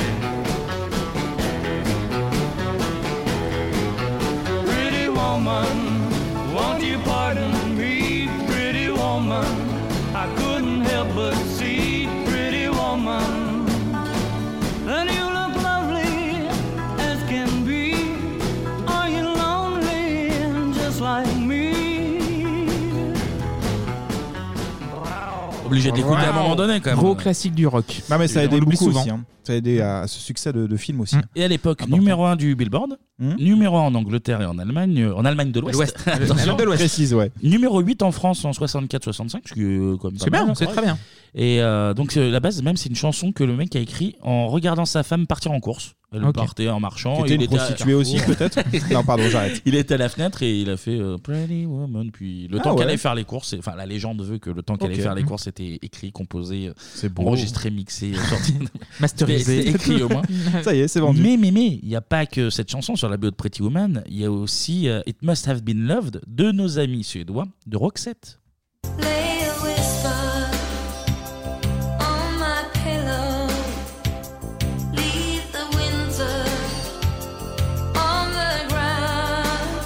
Pretty woman. Won't you pardon me, pretty woman? I couldn't help but see, pretty woman. That you look lovely as can be. Are you lonely just like me? Obligé de l'écouter à un moment donné quand même. Gros classique du rock. Non mais ça a On aidé l'oublie beaucoup souvent. aussi. hein. Ça a aidé à ce succès de, de film Mm. aussi. Et à l'époque, numéro 1 du Billboard, numéro 1 en Angleterre et en Allemagne, euh, en Allemagne de l'Ouest. Hmm L'Ouest. Attention. L'Allemagne de l'Ouest. Précise, ouais. Numéro 8 en France en 64-65, ce qui est quand même pas C'est mal, bien, hein, c'est ouais. très bien. Et euh, donc c'est- la base même, c'est une chanson que le mec a écrit en regardant sa femme partir en course. Elle Ok. partait en marchant. Qui était il une à- prostituée aussi, peut-être Non, pardon, j'arrête. Il était à la fenêtre et il a fait euh, Pretty Woman. Puis le Ah temps qu'elle ouais. allait faire les courses, enfin la légende veut que le temps qu'elle Ok. allait faire les Mhm. courses était écrit, composé, euh, beau. enregistré, mixé, euh, sorti. Masterisé. C'était écrit au moins. Ça y est, c'est vendu. Mais, mais, mais, il n'y a pas que cette chanson sur la BO de Pretty Woman. Il y a aussi euh, It Must Have Been Loved de nos amis suédois de Roxette. Lay a whisper on my pillow. Leave the winter on the ground.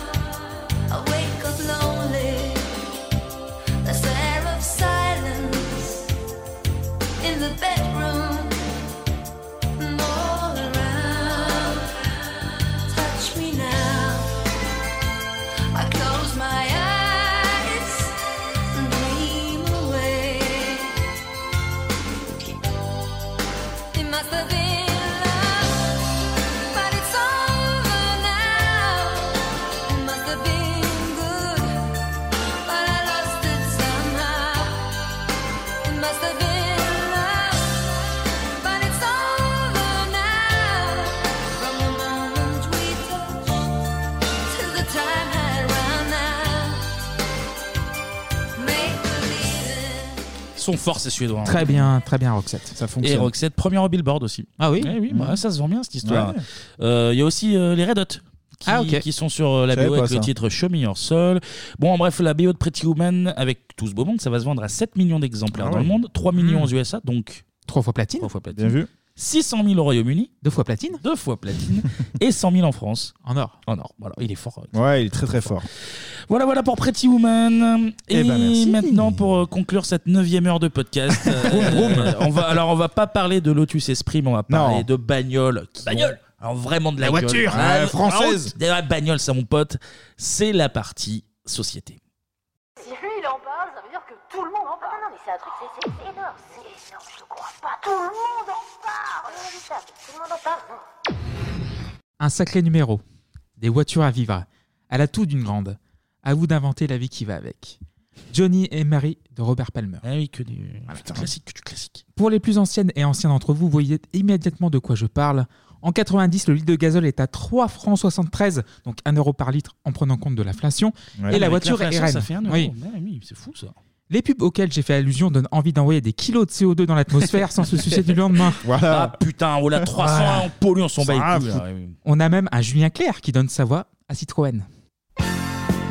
I wake up lonely. The stare of silence in the bedroom and all around. Touch me now. I close my eyes and dream away. It must have been love, but it's over now. It must have been good, but I lost it somehow. It must have been love, but it's over now. From the moment we touched till the time had run out. Make believe in. Son fort, c'est suédois. hein. Très bien, très bien Roxette. Ça Et Roxette, premier au Billboard aussi. Ah oui Eh oui, bah, ça se vend bien cette histoire. Ouais. Euh, Il y a aussi euh, les Red Hot. Qui, Ah, ok. qui sont sur euh, la Je savais BO pas avec le ça. titre Show Me Your Soul. Bon, en bref, la BO de Pretty Woman avec tout ce beau monde, ça va se vendre à 7 millions d'exemplaires Ah dans ouais. le monde, 3 millions Mm. aux USA, donc. 3 fois platine. 3 fois platine. Bien vu. 600 000 au Royaume-Uni. 2 fois platine. 2 fois platine. et 100 000 en France. En or. En or. Voilà, il est fort. euh, Ouais, il est très très fort. Voilà, voilà pour Pretty Woman. Et Eh ben, merci. maintenant, pour euh, conclure cette neuvième heure de podcast, euh, euh, on va, alors on va pas parler de Lotus Esprit, mais on va parler de bagnole. Bagnole Alors vraiment de la, La gueule. voiture, Ah, euh, la française. route. Des vraies bagnoles, ça, mon pote. C'est la partie société. Si lui il en parle, ça veut dire que tout le monde en parle. Non, non, mais c'est un truc, c'est énorme, c'est énorme, je crois pas Un sacré numéro. Des voitures à vivre. À la tout d'une grande. À vous d'inventer la vie qui va avec. Johnny et Mary de Robert Palmer. Ah oui, que du classique, que du classique. Pour les plus anciennes et anciens d'entre vous, vous voyez immédiatement de quoi je parle. En 90, le litre de gazole est à 3 francs 73, donc 1 euro par litre en prenant compte de l'inflation. Ouais. Et la Avec voiture est l'inflation, reine. Ça fait un euro. Oui. Ouais, oui, c'est fou ça. Les pubs auxquelles j'ai fait allusion donnent envie d'envoyer des kilos de CO2 dans l'atmosphère sans se soucier du lendemain. Ah putain, oh là, 300 on pollue, on s'en bat les Ah, couilles, hein. bah, là, ouais, ouais. On a même un Julien Clerc qui donne sa voix à Citroën.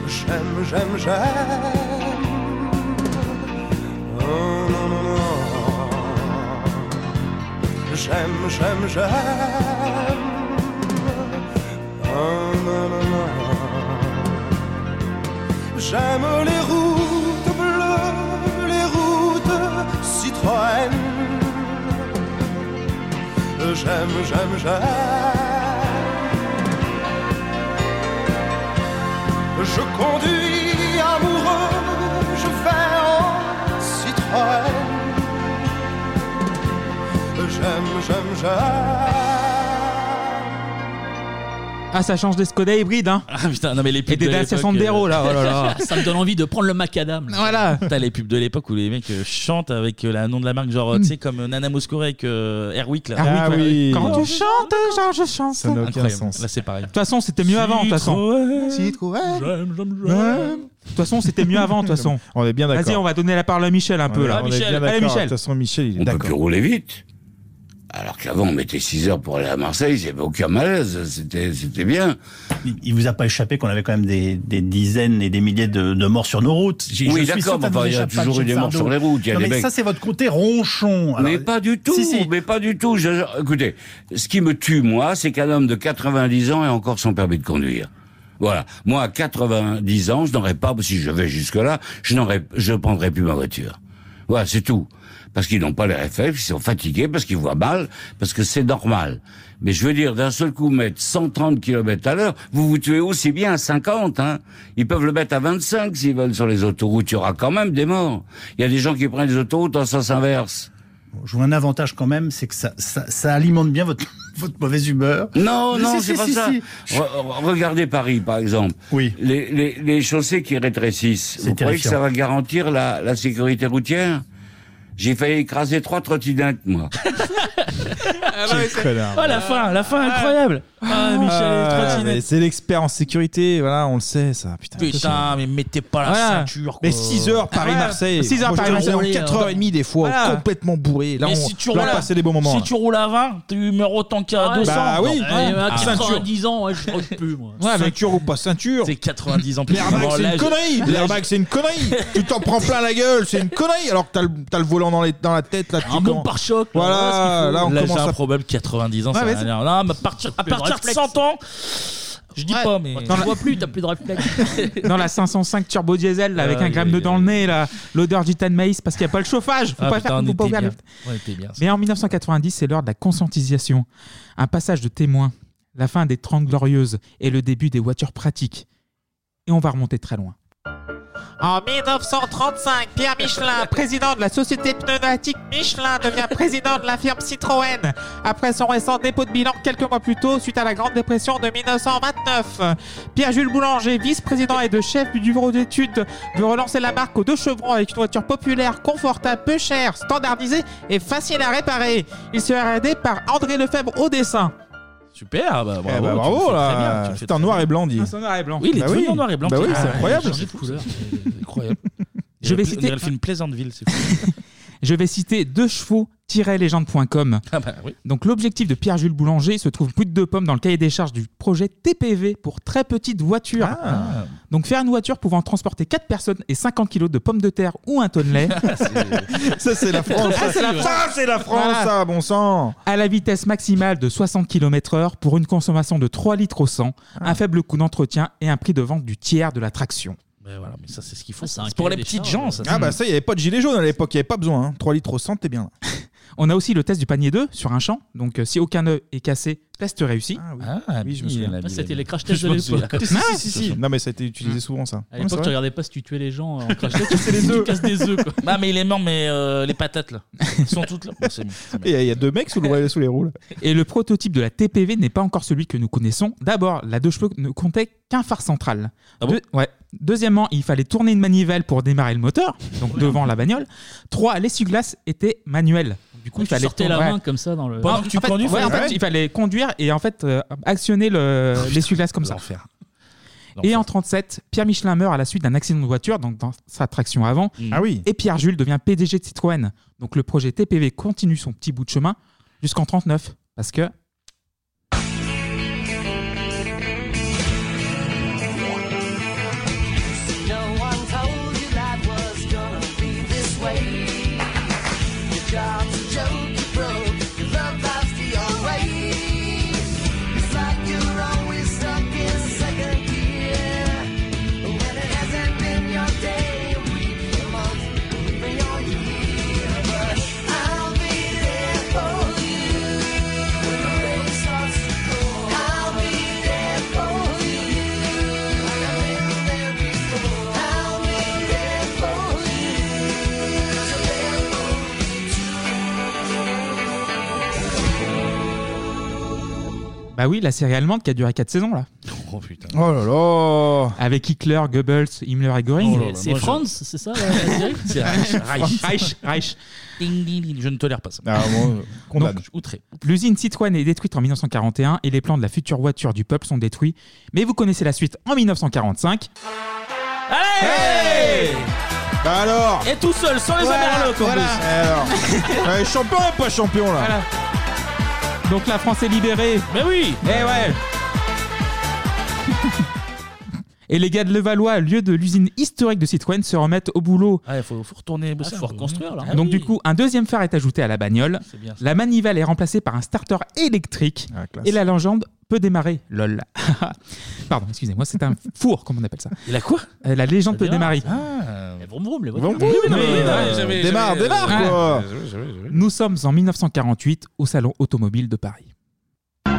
J'aime, j'aime, j'aime. Oh non, non, non. J'aime, j'aime, j'aime. Oh non, non, non. J'aime les routes bleues, les routes Citroën. J'aime, j'aime, j'aime. Je conduis amoureux, je vais en Citroën. J'aime, j'aime, j'aime. Ah, ça change des Skoda hybrides, hein Ah putain, non mais les pubs Et des de Dacia l'époque, euh, Sandero, là, oh là là. Ça me donne envie de prendre le macadam. là. Voilà. T'as les pubs de l'époque où les mecs euh, chantent avec euh, le nom de la marque, genre, euh, tu sais, comme euh, Nana Mouskoura avec euh, Airwick là. Oh, Ah oui, oui. Quand tu chantes, chantes, genre je chante. ça n'a aucun sens. Là, c'est pareil. De toute façon, c'était mieux avant, de toute façon. J'aime, j'aime, j'aime. De toute façon, c'était mieux avant, de toute façon. On est bien d'accord. Vas-y, on va donner la parole à Michel un peu, là. On est bien Allez, d'accord. De Michel. toute façon, Michel, il est On peut d'accord. plus rouler vite. Alors qu'avant, on mettait 6 heures pour aller à Marseille, il n'y avait aucun malaise, c'était c'était bien. Il- Il vous a pas échappé qu'on avait quand même des, des dizaines et des milliers de, de morts sur nos routes. J'ai- Oui, je suis d'accord, sûr que mais ça vous enfin, il y a échappe pas, toujours eu Jim des morts Fardeau. sur les routes, il y a Non, des mais mecs- ça, c'est votre côté ronchon. Alors, mais pas du tout, Si, si. mais pas du tout. Je- je- écoutez, ce qui me tue, moi, c'est qu'un homme de 90 ans ait encore son permis de conduire. Voilà. Moi, à 90 ans, je n'aurais pas, si je vais jusque-là, je n'aurais, je prendrais plus ma voiture. Voilà, c'est tout. Parce qu'ils n'ont pas les réflexes, ils sont fatigués, parce qu'ils voient mal, parce que c'est normal. Mais je veux dire, d'un seul coup, mettre 130 km à l'heure, vous vous tuez aussi bien à 50, hein. Ils peuvent le mettre à 25 s'ils veulent sur les autoroutes, il y aura quand même des morts. Il y a des gens qui prennent les autoroutes en sens inverse. Je vois un avantage quand même, c'est que ça, ça, ça alimente bien votre, votre mauvaise humeur. Mais Non, Oh, non, Ah, si, c'est si, pas si, ça. si. Re- re- regardez Paris, par exemple. Oui. Les, les, les chaussées qui rétrécissent. Vous croyez que terrifiant. ça va garantir la, la sécurité routière J'ai failli écraser trois trottinettes, moi. Oh la fin, la fin incroyable. Ah, Ah, Michel, mais trottinette. c'est l'expert en sécurité, voilà, on le sait, ça. Putain, Putain, mais mettez pas la Voilà. ceinture. Mais 6 heures Paris-Marseille. 6 Ah, heures Paris-Marseille. Paris-Marseille. 4h30 des fois, Voilà. complètement bourré. Là, mais on, si tu là, on roules à- passait des bons moments. Si là. tu roules à 20, tu meurs autant qu'à Ouais. 200. Bah Non, oui. eh, Ouais. à Ah. 90 ans, ouais, je roule plus, moi. Ouais, mais- Ceinture ou pas ceinture C'est 90 ans plus. L'airbag, Bon, c'est là, une je- connerie. là, L'airbag, c'est une connerie. tu t'en prends plein la gueule, c'est une connerie. Alors que t'as le, t'as le volant dans, les, dans la tête, là, tu Un bon commences- Ah, pare-choc. Voilà, là, on là, commence j'ai un à. problème 90 ans. Ouais, ça mais va c'est- aller. Là, mais à partir, à Plus de partir de réflexe. 100 ans, je dis pas, mais. Tu vois plus, t'as plus de réflexe. Dans la 505 turbo diesel, là, avec Ah, un gramme oui, de oui, dans le nez, là, l'odeur du tas de maïs, parce qu'il n'y a pas le chauffage. Faut Ah, pas putain, faire, on faut était pas ouvrir bien. le- On était bien, ça. Mais en 1990, c'est l'heure de la conscientisation. Un passage de témoin, la fin des 30 glorieuses et le début des voitures pratiques. Et on va remonter très loin. En 1935, Pierre Michelin, président de la société pneumatique Michelin, devient président de la firme Citroën. Après son récent dépôt de bilan quelques mois plus tôt, suite à la Grande Dépression de 1929, Pierre-Jules Boulanger, vice-président et de chef du bureau d'études, veut relancer la marque aux deux chevrons avec une voiture populaire, confortable, peu chère, standardisée et facile à réparer. Il sera aidé par André Lefebvre au dessin. Super, bah, bravo. Eh bah, tu le bravo fais très bien, là. tu le fais C'est en noir et blanc, dit. Ah, c'est en noir et blanc. Oui, il est Bah tout oui. en noir et blanc. Bah oui, Ah, c'est incroyable. Changer de couleur, c'est incroyable. Je vais On dirait citer- le film Pleasantville, c'est fou. Je vais citer deux chevaux-légende.com. Donc l'objectif de Pierre-Jules Boulanger se trouve bout de deux pommes dans le cahier des charges du projet TPV pour très petites voitures. Ah. Donc faire une voiture pouvant transporter 4 personnes et 50 kilos de pommes de terre ou un tonne lait. Ça, c'est la France. Ah, c'est la France. Ça, c'est la France, Voilà. ça, bon sang. à la vitesse maximale de 60 km/h pour une consommation de 3 litres au 100, Ah. un faible coût d'entretien et un prix de vente du tiers de la traction. Mais voilà, mais ça, c'est ce qu'il faut. un C'est pour les cahier des petites charges. gens, euh. ça. Ah bah ça, il n'y avait pas de gilet jaune à l'époque, il n'y avait pas besoin. hein. 3 litres au centre, t'es bien là. On a aussi le test du panier 2 sur un champ. Donc, euh, si aucun œuf est cassé, Test réussi. Ah, oui, je me il- souviens. ah, c'était les crash tests de l'époque. Si, si, Ah, si, si, si. Non, mais ça a été utilisé souvent, ça. À Ah, Non, mais c'est l'époque, tu vrai. regardais pas si tu tuais les gens euh, en crash test, C'est les tu œufs. casses des œufs. quoi. Ah, mais il est mort, mais euh, les patates là. Elles sont toutes là. Bon, c'est bon. Il y, a deux mecs sous, les roules. Et le prototype de la TPV n'est pas encore celui que nous connaissons. D'abord, la deux chevaux ne comptait qu'un phare central. Ah Deux- ouais. Deuxièmement, il fallait tourner une manivelle pour démarrer le moteur, donc devant la bagnole. Trois, l'essuie-glace était manuel. Du coup, Ah, il tu fallais sortais la tourner- main comme ça dans Bah, le- En- Pendant que tu en fait, conduis, ouais, fallait- en fait, Ouais. il fallait conduire et en fait euh, actionner le- l'essuie-glace comme ça. Et en 37, Pierre Michelin meurt à la suite d'un accident de voiture, donc dans sa traction avant. Ah oui. Et Pierre Jules devient PDG de Citroën. Donc le projet TPV continue son petit bout de chemin jusqu'en 39, parce que No one told you life was gonna be this way. Your job's a joke, you broke. Your love life's the always. It's like you're always stuck in second gear. When it hasn't been your day, your week, your month, or even your year. But I'll be there for you. When the rain starts to pour, I'll be there for you. Like I've been there before. I'll be there for you. So there for Bah oui, la série allemande qui a duré 4 saisons là. Oh putain. Oh là là Avec Hitler, Goebbels, Himmler et Göring. C'est- C'est Franz, c'est ça la- la série C'est Reich. Reich. Reich, Reich. Ding, ding, ding. Je ne tolère pas ça. Ah, Donc, Donc, outré. L'usine Citroën est détruite en 1941 et les plans de la future voiture du peuple sont détruits. Mais vous connaissez la suite en 1945. Allez Bah alors Et tout seul, sans les Voilà, overlocks en voilà. plus. Alors. Euh, champion ou pas champion là Donc la France est libérée. Mais oui Eh ouais Et les gars de Levallois, lieu de l'usine historique de Citroën, se remettent au boulot. Ah, il faut, faut retourner bosser. faut reconstruire là. Donc du coup, un deuxième phare est ajouté à la bagnole. bien La manivelle est remplacée par un starter électrique. et la légende peut démarrer. Lol. Pardon, excusez-moi, c'est un four, comme on appelle ça. Euh, Et la quoi La légende peut démarrer. Vroom vroom, les Vroom voitures. vroom, mais, euh, démarre, démarre, quoi. Nous sommes en 1948 au Salon Automobile de Paris.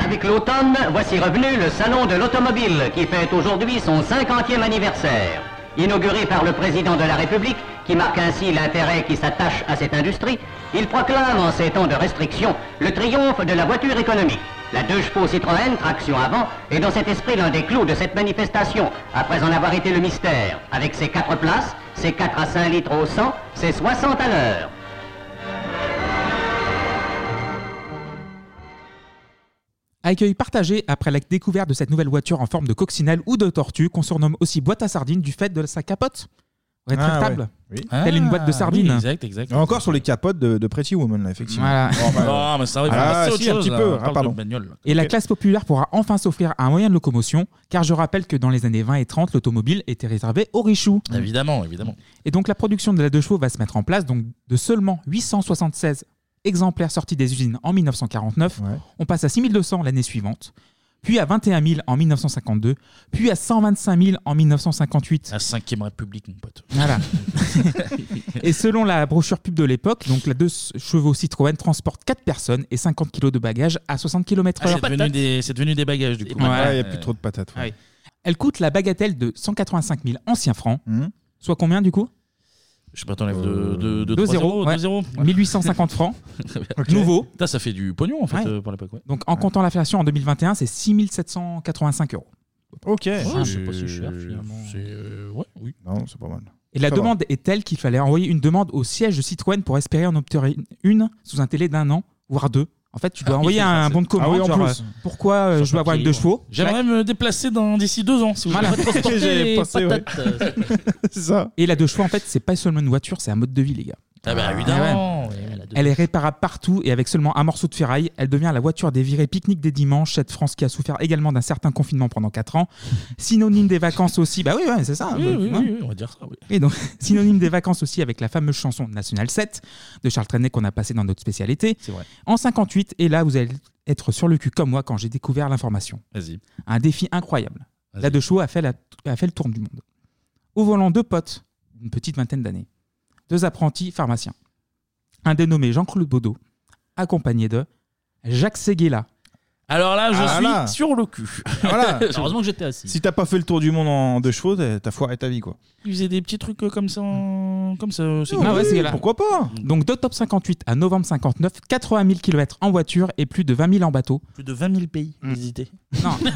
Avec l'automne, voici revenu le Salon de l'Automobile qui fête aujourd'hui son 50e anniversaire. Inauguré par le président de la République, qui marque ainsi l'intérêt qui s'attache à cette industrie, il proclame en ces temps de restriction le triomphe de la voiture économique. La deux chevaux Citroën, traction avant, est dans cet esprit l'un des clous de cette manifestation, après en avoir été le mystère, avec ses quatre places, ses 4 à 5 litres au 100, ses 60 à l'heure. Accueil partagé après la découverte de cette nouvelle voiture en forme de coccinelle ou de tortue, qu'on surnomme aussi boîte à sardines du fait de sa capote Ah, rétractable. Telle une Ah, boîte de sardines. Encore sur les capotes de, de Pretty Woman, là, effectivement. Voilà. Bon, bah, Non, mais ça, oui, on va ah, passer à autre si, un chose, petit là. peu. On Ah, parle de pardon. bagnole, là. Et la classe populaire pourra enfin s'offrir un moyen de locomotion, car je rappelle que dans les années 20 et 30, l'automobile était réservée aux richoux. Évidemment, évidemment. Et donc la production de la deux chevaux va se mettre en place, donc de seulement 876 exemplaires sortis des usines en 1949, on passe à 6200 l'année suivante, puis à 21 000 en 1952, puis à 125 000 en 1958. La 5ème République, mon pote. Voilà. et selon la brochure pub de l'époque, donc la deux chevaux Citroën transporte 4 personnes et 50 kg de bagages à 60 km/h. Ah, c'est devenu, des- c'est devenu des bagages du coup. Ouais, Ouais, il y a plus trop de patates. ouais. Elle coûte la bagatelle de 185 000 anciens francs, Mmh. soit combien du coup Je sais pas, t'enlèves de, de, de 2-0, 3-0, Euh, ouais. 2-0. 1850 francs. Nouveau. Putain, ça fait du pognon en fait Ouais. euh, pour l'époque. Ouais. Donc en comptant l'inflation en 2021, c'est 6785 euros. Ok. Ouais, c'est Euh, pas si cher finalement. C'est. euh, ouais, oui. Non, c'est pas mal. Et la Ça va. demande est telle qu'il fallait envoyer une demande au siège de Citroën pour espérer en obtenir une sous un délai d'un an, voire deux. En fait, tu dois Ah, envoyer il faut faire un ça. bon de commande. Ah oui, en genre, plus. euh, pourquoi euh, je dois avoir une deux chevaux J'aimerais me déplacer dans d'ici deux ans si vous Voilà. voulez transporter J'ai les pensé, ouais. patates, euh, Et la deux chevaux, en fait, c'est pas seulement une voiture, c'est un mode de vie, les gars. Ah bah évidemment. ouais. Ouais, la deux- Elle est réparable partout et avec seulement un morceau de ferraille, elle devient la voiture des virées pique-nique des dimanches, cette France qui a souffert également d'un certain confinement pendant 4 ans. Synonyme des vacances aussi, bah oui, ouais, c'est ça. Oui, bah, oui, hein. oui, oui, on va dire ça. Oui. Et donc, synonyme des vacances aussi avec la fameuse chanson National 7 de Charles Trenet qu'on a passé dans notre spécialité. C'est vrai. En 58, et là vous allez être sur le cul comme moi quand j'ai découvert l'information. Vas-y. Un défi incroyable. La De Chaux a fait, la- a fait le tour du monde. Au volant, deux potes d'une petite vingtaine d'années. Deux apprentis pharmaciens. Un dénommé Jean-Claude Baudot, accompagné de Jacques Séguéla. Alors là, je Ah suis là. sur le cul. Voilà. Heureusement que j'étais assis. Si t'as pas fait le tour du monde en deux choses, euh, t'as foiré ta vie quoi. Il faisait des petits trucs euh, comme ça, en- comme ça. c'est Ah ouais, c'est là. Pourquoi pas Donc de top 58 à novembre 59, 80 000 km en voiture et plus de 20 000 en bateau. Plus de 20 000 pays visités. Non. Hmm.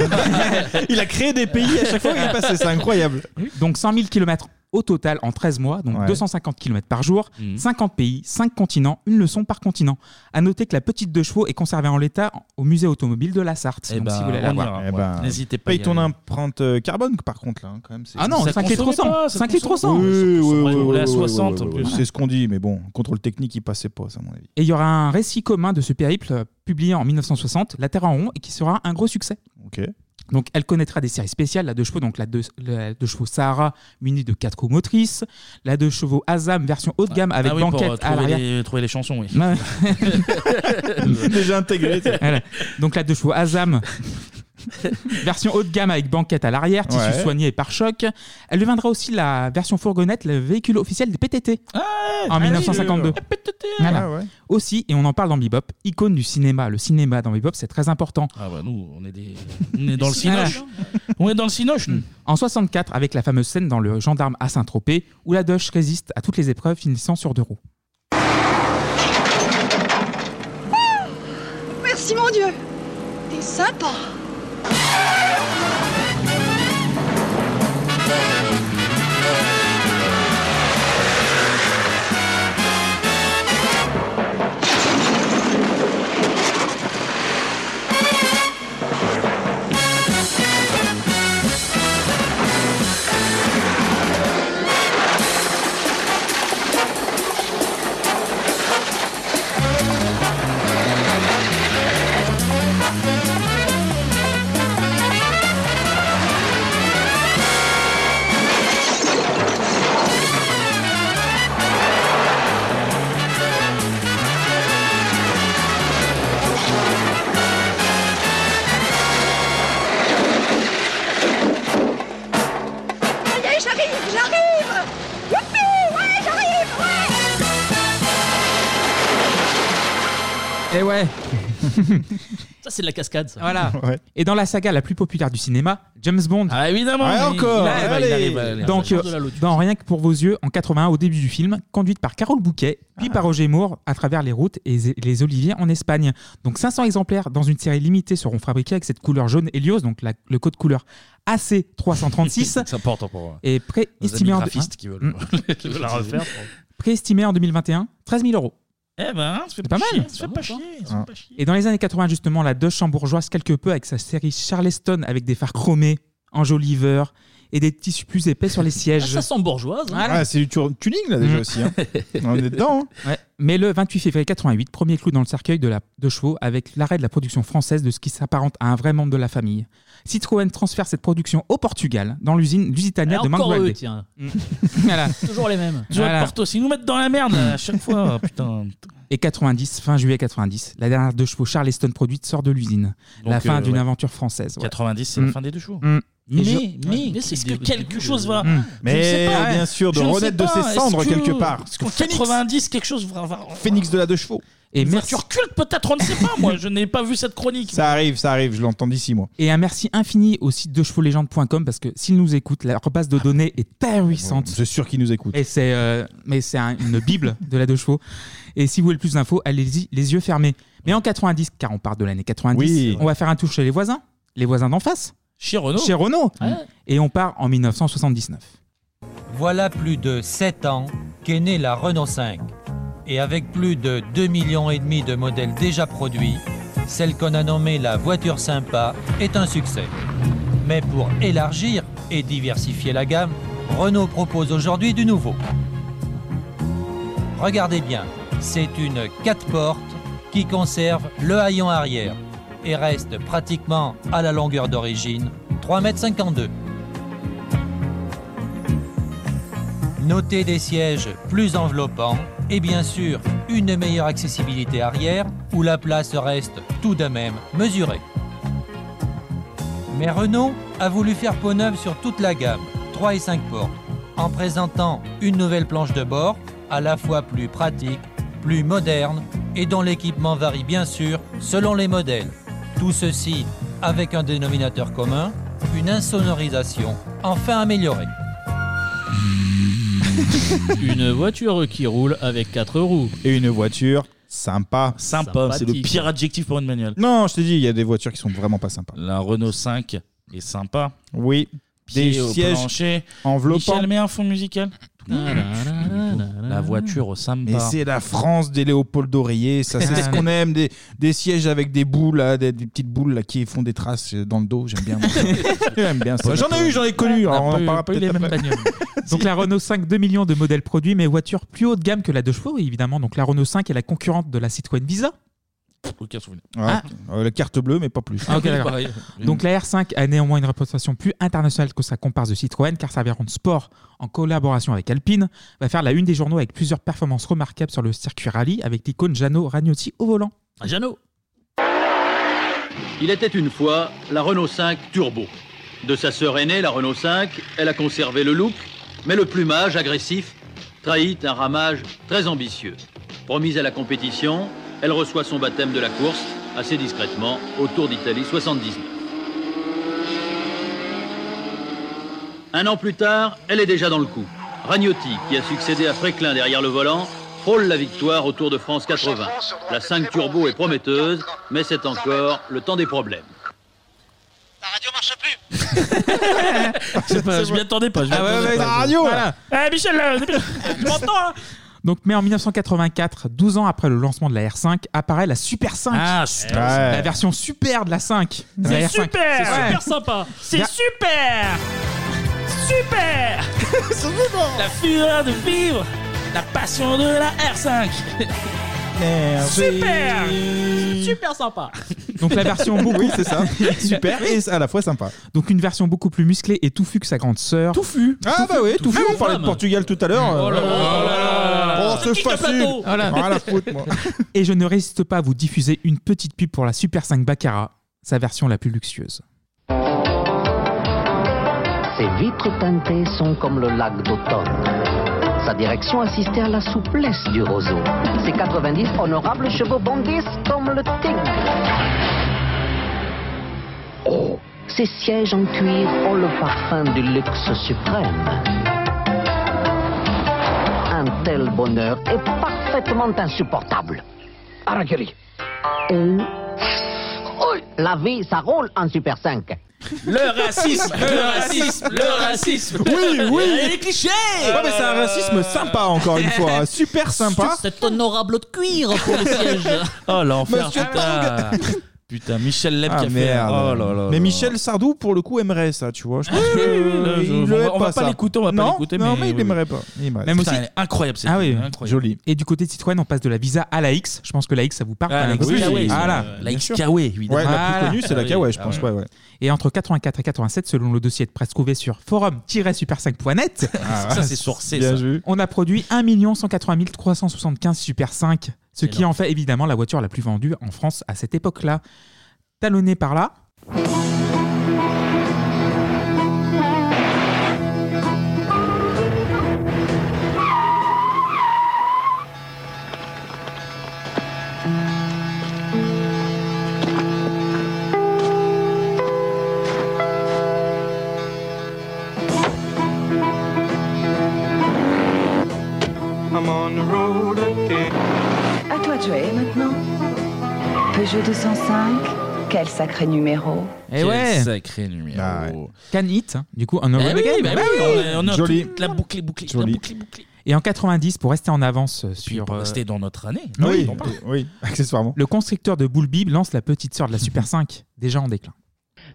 Il a créé des pays à chaque fois où il est passé, c'est incroyable. Donc 100 000 km au total en 13 mois, donc Ouais. 250 km par jour, 50 pays, 5 continents, une leçon par continent. À noter que la petite deux chevaux est conservée en l'état au musée automobile de la Sarthe. Eh donc ben, si vous voulez la on voir. ira, Eh ben, n'hésitez pas à Paye y ton aller. empreinte euh, carbone par contre là, hein, quand même. c'est- Ah non, Ça 5 litres au consommait 100, pas, ça 5 litres au Oui, 100. oui, Ça oui, consommait oui, au- oui, la oui, 60 oui, en oui, plus. C'est ce qu'on dit, mais bon, contrôle technique, il passait pas, ça, à mon avis. Et il y aura un récit commun de ce périple euh, publié en 1960, La Terre en rond, et qui sera un gros succès. Ok. Donc elle connaîtra des séries spéciales, la deux chevaux, donc la deux, la deux chevaux Sahara munie de quatre roues motrices, la deux chevaux Azam version haut de gamme avec ah oui, banquette pour, euh, à trouver l'arrière. les- trouver les chansons, oui. Déjà intégré. Voilà. Donc la deux chevaux Azam version haut de gamme avec banquette à l'arrière, tissu Ouais. soigné et pare-choc. Elle deviendra aussi la version fourgonnette, le véhicule officiel des PTT Ah, en allez, 1952. le Voilà. ah, Ouais, ouais. Aussi, et on en parle dans Bebop, icône du cinéma. Le cinéma dans Bebop, c'est très important. Ah bah nous, on est, des... on est dans le cinoche. On est dans le cinoche, nous. Mm. En 64, avec la fameuse scène dans Le Gendarme à Saint-Tropez, où la Doche résiste à toutes les épreuves finissant sur deux roues. Merci mon Dieu T'es sympa Ça y est, j'arrive, j'arrive Youpi Ouais, j'arrive, ouais Et Eh ouais Ça, c'est de la cascade, ça. Voilà. Et dans la saga la plus populaire du cinéma, James Bond. Ah évidemment. Ouais, il- encore. il arrive, Allez. il arrive, allez, allez. Donc Sors euh, de la lotus. dans Rien que pour vos yeux, en 81 au début du film, conduite par Carole Bouquet, Ah. puis par Roger Moore à travers les routes et les- les oliviers en Espagne. Donc 500 exemplaires dans une série limitée seront fabriqués avec cette couleur jaune Helios, donc la- le code couleur AC336. C'est important pour moi. Et Nos préestimé amis en hein. graphistes qui veulent- Hmm. euh, qui veulent la refaire. Préestimé en 2021, 13 000 euros. Eh ben, ça fait C'est pas, pas mal. mal. Ça fait pas chier. ça fait Ah. pas chier. Ah. Et dans les années 80, justement, la Dodge chambourgeoise, quelque peu, avec sa série Charleston, avec des phares chromés, enjoliveurs et des tissus plus épais sur les sièges. Ah, ça sent bourgeoise. hein. Voilà. Ah, c'est du tu- tuning là déjà Mm. aussi. hein. On est dedans. hein. Ouais. Mais le 28 février 88, premier clou dans le cercueil de, la, de chevaux avec l'arrêt de la production française de ce qui s'apparente à un vrai membre de la famille. Citroën transfère cette production au Portugal, dans l'usine Lusitania Ah, de encore Mangualde. eux, tiens. Voilà. Toujours les mêmes. Tu vois, Voilà. Porto, s'ils nous mettent dans la merde là, à chaque fois, oh, putain. Et 90, fin juillet 90, la dernière deux chevaux Charleston produite sort de l'usine. Donc, La fin euh, d'une ouais. aventure française. ouais. 90, c'est la Mm. fin des deux chevaux. Mm. Mais, Et je- mais, est-ce que quelque chose va. Mm. Je ne sais Mais pas, bien ouais. sûr, de Je ne sais renaître de pas, ses est-ce cendres que- quelque part. Est-ce qu'en 90, quelque chose va. va- Phoenix de la deux chevaux. Et va- Tu recules peut-être, on ne sait pas, moi. Je n'ai pas vu cette chronique. Ça arrive, ça arrive, je l'entends d'ici moi. Et un merci infini au site de chevaulégende.com parce que s'ils nous écoutent, leur base de données est ahurissante. C'est sûr qu'ils nous écoutent. Et c'est, euh, mais c'est un- une bible de la deux chevaux. Et si vous voulez plus d'infos, allez-y les yeux fermés. Mais en 90, car on part de l'année 90, Oui. on va faire un tour chez les voisins, les voisins d'en face. Chez Renault. Chez Renault. Ouais. Et on part en 1979. Voilà plus de 7 ans qu'est née la Renault 5. Et avec plus de 2,5 millions et demi de modèles déjà produits, celle qu'on a nommée la voiture sympa est un succès. Mais pour élargir et diversifier la gamme, Renault propose aujourd'hui du nouveau. Regardez bien, c'est une 4 portes qui conserve le haillon arrière et reste pratiquement à la longueur d'origine, 3,52 m. Notez des sièges plus enveloppants et bien sûr une meilleure accessibilité arrière où la place reste tout de même mesurée. Mais Renault a voulu faire peau neuve sur toute la gamme, 3 et 5 portes, en présentant une nouvelle planche de bord à la fois plus pratique, plus moderne et dont l'équipement varie bien sûr selon les modèles. Tout ceci avec un dénominateur commun, une insonorisation enfin améliorée. Une voiture qui roule avec quatre roues. Et une voiture sympa. Sympa, c'est le pire adjectif pour une manuelle. Non, je t'ai dit, il y a des voitures qui sont vraiment pas sympas. La Renault 5 est sympa. Oui. Pied des au sièges plancher. enveloppants. Michel met un fond musical. La voiture au sympa. Mais c'est la France des Léopold d'Oreiller, ça c'est ce qu'on aime, des, des sièges avec des boules, là, des, des petites boules là, qui font des traces dans le dos, j'aime bien. moi. j'aime bien ça. J'en ai eu, j'en ai connu, alors on en parlera peut-être après. Donc la Renault 5, 2 millions de modèles produits, mais voiture plus haut de gamme que la 2 chevaux, évidemment. Donc la Renault 5 est la concurrente de la Citroën Visa. Aucun souvenir. Ah, euh, la carte bleue, mais pas plus. Ah, ok, d'accord. Pareil. Donc la R5 a néanmoins une représentation plus internationale que sa comparse de Citroën, car sa variante sport, en collaboration avec Alpine, va faire la une des journaux avec plusieurs performances remarquables sur le circuit rallye, avec l'icône Gianno Ragnotti au volant. Jeannot Il était une fois la Renault 5 Turbo. De sa sœur aînée, la Renault 5, elle a conservé le look, mais le plumage agressif trahit un ramage très ambitieux. Promise à la compétition, elle reçoit son baptême de la course assez discrètement au Tour d'Italie 79. Un an plus tard, elle est déjà dans le coup. Ragnotti, qui a succédé à Fréclin derrière le volant, frôle la victoire au Tour de France 80. La 5 Turbo est prometteuse, mais c'est encore le temps des problèmes. C'est pas- je m'y attendais pas. je m'y Ah ouais, attendais ouais, pas. la radio, Voilà. Eh, Michel, là, Tu m'entends là Donc, mais en 1984, 12 ans après le lancement de la R5, apparaît la Super 5. Ah, super. La Ouais. version super de la 5. de la C'est R5. super. C'est Ouais. super sympa. C'est Ga- super Super La fureur de vivre La passion de la R5 Super Super sympa Donc la version beaucoup. Oui, c'est ça. Super et à la fois sympa. Donc une version beaucoup plus musclée et touffue que sa grande sœur. Touffu. Ah bah oui, touffu, on parlait de Portugal tout à l'heure. Oh là là. Oh, c'est Kick de facile. plateau. Voilà. Rien à foutre, moi. Et je ne résiste pas à vous diffuser une petite pub pour la Super 5 Baccarat, sa version la plus luxueuse. Ses vitres teintées sont comme le lac d'automne. Sa direction assistait à la souplesse du roseau. Ses 90 honorables chevaux bondissent comme le tigre. Oh, ses sièges en cuir ont le parfum du luxe suprême. Un tel bonheur est parfaitement insupportable. Araguerri. Elle... Oh, la vie, ça roule en Super 5. Le racisme Le racisme Le racisme Oui, oui. Les clichés Ouais, mais c'est un racisme sympa encore une fois, hein. super sympa. Cet honorable de cuir pour le siège. Oh l'enfer Monsieur putain Putain, Michel Leb Ah, qui a fait... merde. Oh là là mais là. Michel Sardou, pour le coup, aimerait ça, tu vois. Je Ah, pense que, là, euh, je- il on le va- aime on va pas pas ça. l'écouter, on va pas Non, l'écouter, Non, mais mais il oui, l'aimerait oui. pas. Il aimerait. Même Putain, aussi. elle est incroyable Ah oui, incroyable. joli. Et du côté de Citroën, on passe de la Visa à la X. Je pense que la X, ça vous parle. Ah, hein, la X. oui, oui, Voilà. euh, la Bien X sûr. Kawe, évidemment. Ouais, la plus connue, c'est la Ah Kawe, oui. je pense, ouais, ouais. Et entre 84 et 87, selon le dossier de presse trouvé sur forum-super5.net, Ah, ça, c'est sourcé, Bien ça. on a produit 1 180 375 Super 5, ce qui en fait évidemment la voiture la plus vendue en France à cette époque-là. Talonnée par là, I'm on the road again. hein? À toi de jouer maintenant. Peugeot 205, quel sacré numéro. Eh Quel ouais. Ah sacré numéro. Can It, hein. du coup, un Eh oui, bah oui, on a- on a Joli. toute la boucle est bouclée, la boucle est bouclée. Et en 90, pour rester en avance euh, sur. Ah pour rester dans notre année. Oui, on parle. oui, accessoirement. Le constructeur de Bull Bib lance la petite sœur de la Super 5, déjà en déclin.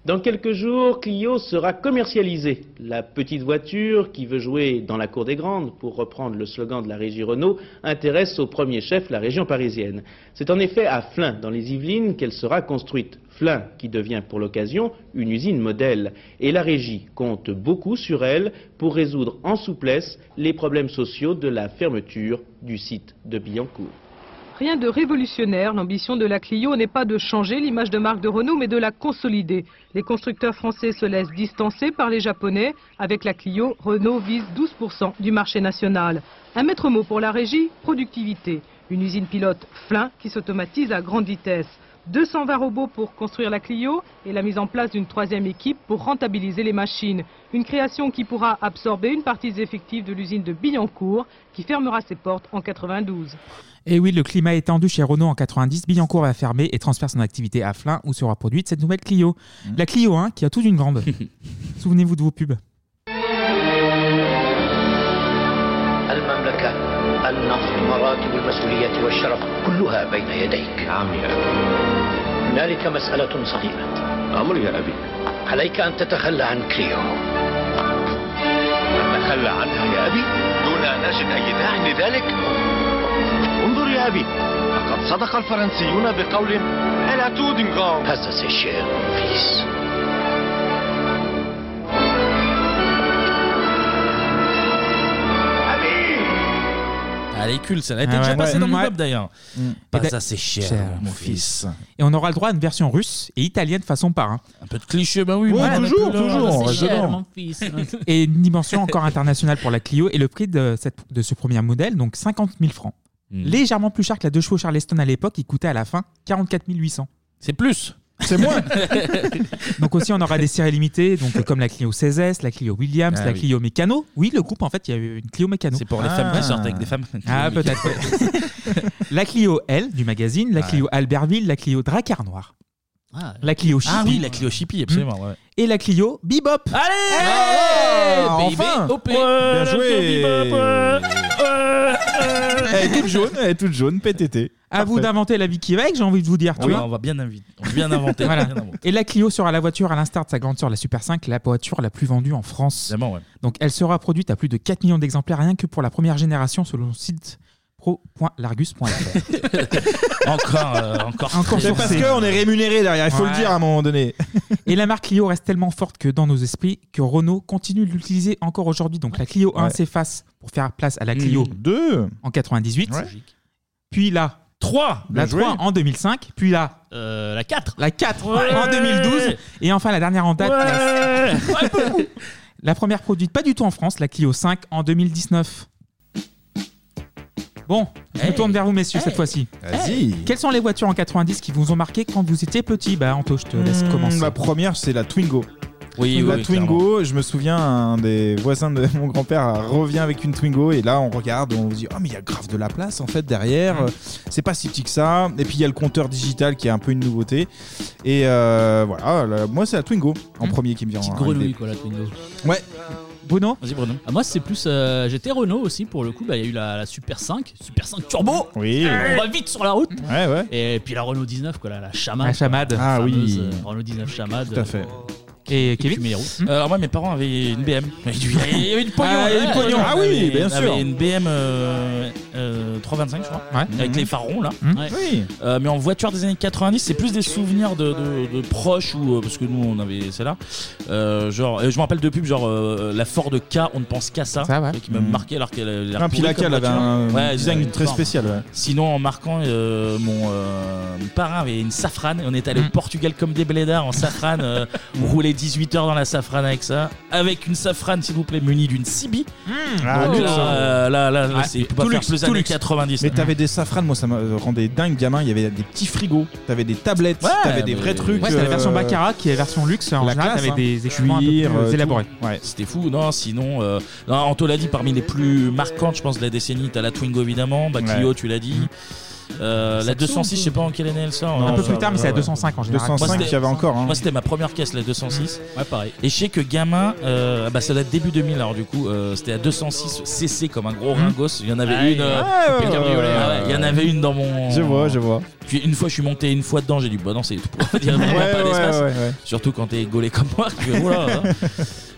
Dans quelques jours, Clio sera commercialisée. La petite voiture qui veut jouer dans la cour des grandes, pour reprendre le slogan de la régie Renault, intéresse au premier chef la région parisienne. C'est en effet à Flins, dans les Yvelines, qu'elle sera construite. Flins, qui devient pour l'occasion une usine modèle. Et la régie compte beaucoup sur elle pour résoudre en souplesse les problèmes sociaux de la fermeture du site de Billancourt. Rien de révolutionnaire, l'ambition de la Clio n'est pas de changer l'image de marque de Renault, mais de la consolider. Les constructeurs français se laissent distancer par les Japonais. Avec la Clio, Renault vise 12% du marché national. Un maître mot pour la régie, productivité. Une usine pilote Flin qui s'automatise à grande vitesse. 220 robots pour construire la Clio et la mise en place d'une troisième équipe pour rentabiliser les machines. Une création qui pourra absorber une partie des effectifs de l'usine de Billancourt qui fermera ses portes en 92. Et Eh oui, le climat est tendu chez Renault en 90. Billancourt va fermer et transfère son activité à Flins où sera produite cette nouvelle Clio. Mmh. La Clio 1 qui a tout d'une grande. Souvenez-vous de vos pubs. المملكة النفط والمراتب والمسؤوليات والشرف كلها بين يديك نعم يا أبي هنالك مسألة صغيرة أمر يا أبي عليك أن تتخلى عن كريو نتخلى عنها يا أبي دون أن أجد أي داع لذلك انظر يا أبي لقد صدق الفرنسيون بقول ألا تودنغام هذا سي شير بيس Allez, cul, ça a été Ah déjà ouais. passé Ouais. dans mon Ouais. pub d'ailleurs. Mm. Et Pas d'a- assez cher, Cher, mon mon fils. Et on aura le droit à une version russe et italienne façon par. Un peu de cliché, bah oui. Ouais, mais toujours, un peu là, toujours, là, c'est on reste cher, dedans. mon fils. et une dimension encore internationale pour la Clio et le prix de, cette- de ce premier modèle, donc 50 000 francs. Hmm. Légèrement plus cher que la 2 chevaux Charleston à l'époque, qui coûtait à la fin 44 800. C'est plus C'est moins Donc aussi, on aura des séries limitées, donc euh, comme la Clio 16S, la Clio Williams, Ah la oui. Clio Mécano. Oui, le groupe, en fait, il y a eu une Clio Mécano. C'est pour les femmes qui sortent avec des femmes. Ah, Clio peut-être. ouais. la Clio L du magazine, la Clio Albertville, la Clio Dracar Noir. Ah. la Clio Chippy. Ah oui, la Clio Chippy, absolument. ouais. Et la Clio Bebop. Allez Ah, Baby, enfin OP. Ouais, Bien la joué. Elle est toute jaune, elle est toute jaune, PTT. Eh, À vous Parfait. d'inventer la vie qui va, que j'ai envie de vous dire. On tu va- vois. on va bien invi- on va bien inventer, Voilà. bien inventer. Et la Clio sera la voiture, à l'instar de sa grande sœur, la Super 5, la voiture la plus vendue en France. Donc elle sera produite à plus de 4 millions d'exemplaires rien que pour la première génération selon le site pro.largus.fr. Encore, euh, encore. Encore très- C'est parce qu'on est rémunéré derrière, il faut Ouais. le dire à un moment donné. Et la marque Clio reste tellement forte que dans nos esprits que Renault continue de l'utiliser encore aujourd'hui. Donc la Clio 1 Ouais. Mmh. s'efface pour faire place à la Clio 2 en 98. Puis la 3, Bien la joué. 3 en 2005, puis la Euh, la 4. La 4 Ouais. en 2012 et enfin la dernière en date. la- La première produite pas du tout en France, la Clio 5 en 2019. Bon, je me tourne vers vous messieurs cette fois-ci. Vas-y. Quelles sont les voitures en 90 qui vous ont marqué quand vous étiez petit Bah Anto, je te laisse Hmm, commencer. La première, c'est la Twingo. Oui, la oui, Twingo, je me souviens, un des voisins de mon grand-père revient avec une Twingo et là on regarde, on se dit, oh mais il y a grave de la place en fait derrière, Euh, Hmm. c'est pas si petit que ça. Et puis il y a le compteur digital qui est un peu une nouveauté. Et euh, voilà, la- moi c'est la Twingo en Hmm. premier qui me vient. en- Petite en grenouille, idée. quoi, la Twingo. Ouais. Bruno Vas-y, Bruno. moi, c'est plus. euh, J'étais Renault aussi, pour le coup. Bah, Il y a eu la, la Super 5, Super 5 Turbo. Oui. euh, On va vite sur la route. Ouais, ouais. Et puis la Renault 19, quoi, la, la chamade. La quoi, chamade. la Ah oui. fameuse, euh, Renault 19 chamade. Tout à fait. Et Kevin Euh, Alors moi mes parents avaient une BM. Il y avait une pognon. Ah, il y avait du ouais, pognon. ouais, Ah oui, avait- bien sûr. avait une BM euh, euh, 325 je crois. Avec Mhm. les phares ronds là. Mhm. Ouais. Oui. Euh, mais en voiture des années 90 c'est plus des souvenirs de, de- de proches ou euh, parce que nous on avait celle-là. Euh, genre euh, je me rappelle de pubs genre euh, la Ford K on ne pense qu'à ça. Ça, ouais. Qui m'a Mhm. marqué alors qu'elle elle a Ah, puis pourri la comme cale avait voiture. un Ouais, design une très forme. spécial. ouais. Sinon, en marquant, euh, mon, euh, mon parrain avait une safrane. et On est allé Mm. au Portugal comme des blédards en safrane. euh, on roulait 18 heures dans la safrane avec ça. Avec une safrane, s'il vous plaît, munie d'une CB. Ah, Donc luxe. hein. là, euh, là, là, là, Ah, c'est- il peut tout pas faire luxe, plus tout années luxe. 90. Mais t'avais des safranes, moi ça me rendait dingue gamin. Il y avait des petits frigos, t'avais des tablettes, Ouais, t'avais des mais- vrais trucs. Ouais, c'était la euh, version Baccarat qui est Ah. la version luxe. En la général, classe, t'avais hein. des équipements un peu Cuir, plus euh, élaborés. C'était fou, non Sinon, euh, non, Anto l'a dit, parmi les plus marquantes, je pense, de la décennie, t'as la Twingo évidemment, bah, Clio, Ouais. tu l'as dit. Mm. Euh, la Saxo, 206, je sais pas en quelle année elle sort. Non, un peu euh, plus tard, mais c'est la ouais. 205 en général. 205, Moi, c'était- il y avait encore, hein. Moi, c'était ma première caisse, la 206. Ouais, pareil. Et je sais que gamin, euh, bah, ça date début 2000, alors du coup, euh, c'était à 206 CC comme un gros ringos. Il y en avait Ah, une. euh, ouais, au ouais, cabriolet. ouais, ouais. Ah ouais, Il y en avait une dans mon. Je vois, je vois. Puis une fois, je suis monté une fois dedans, j'ai dit, bah non, c'est tout. Il y a vraiment Ouais, pas ouais, d'espace. ouais, ouais. Surtout quand t'es gaulé comme moi. tu fais, oula, hein.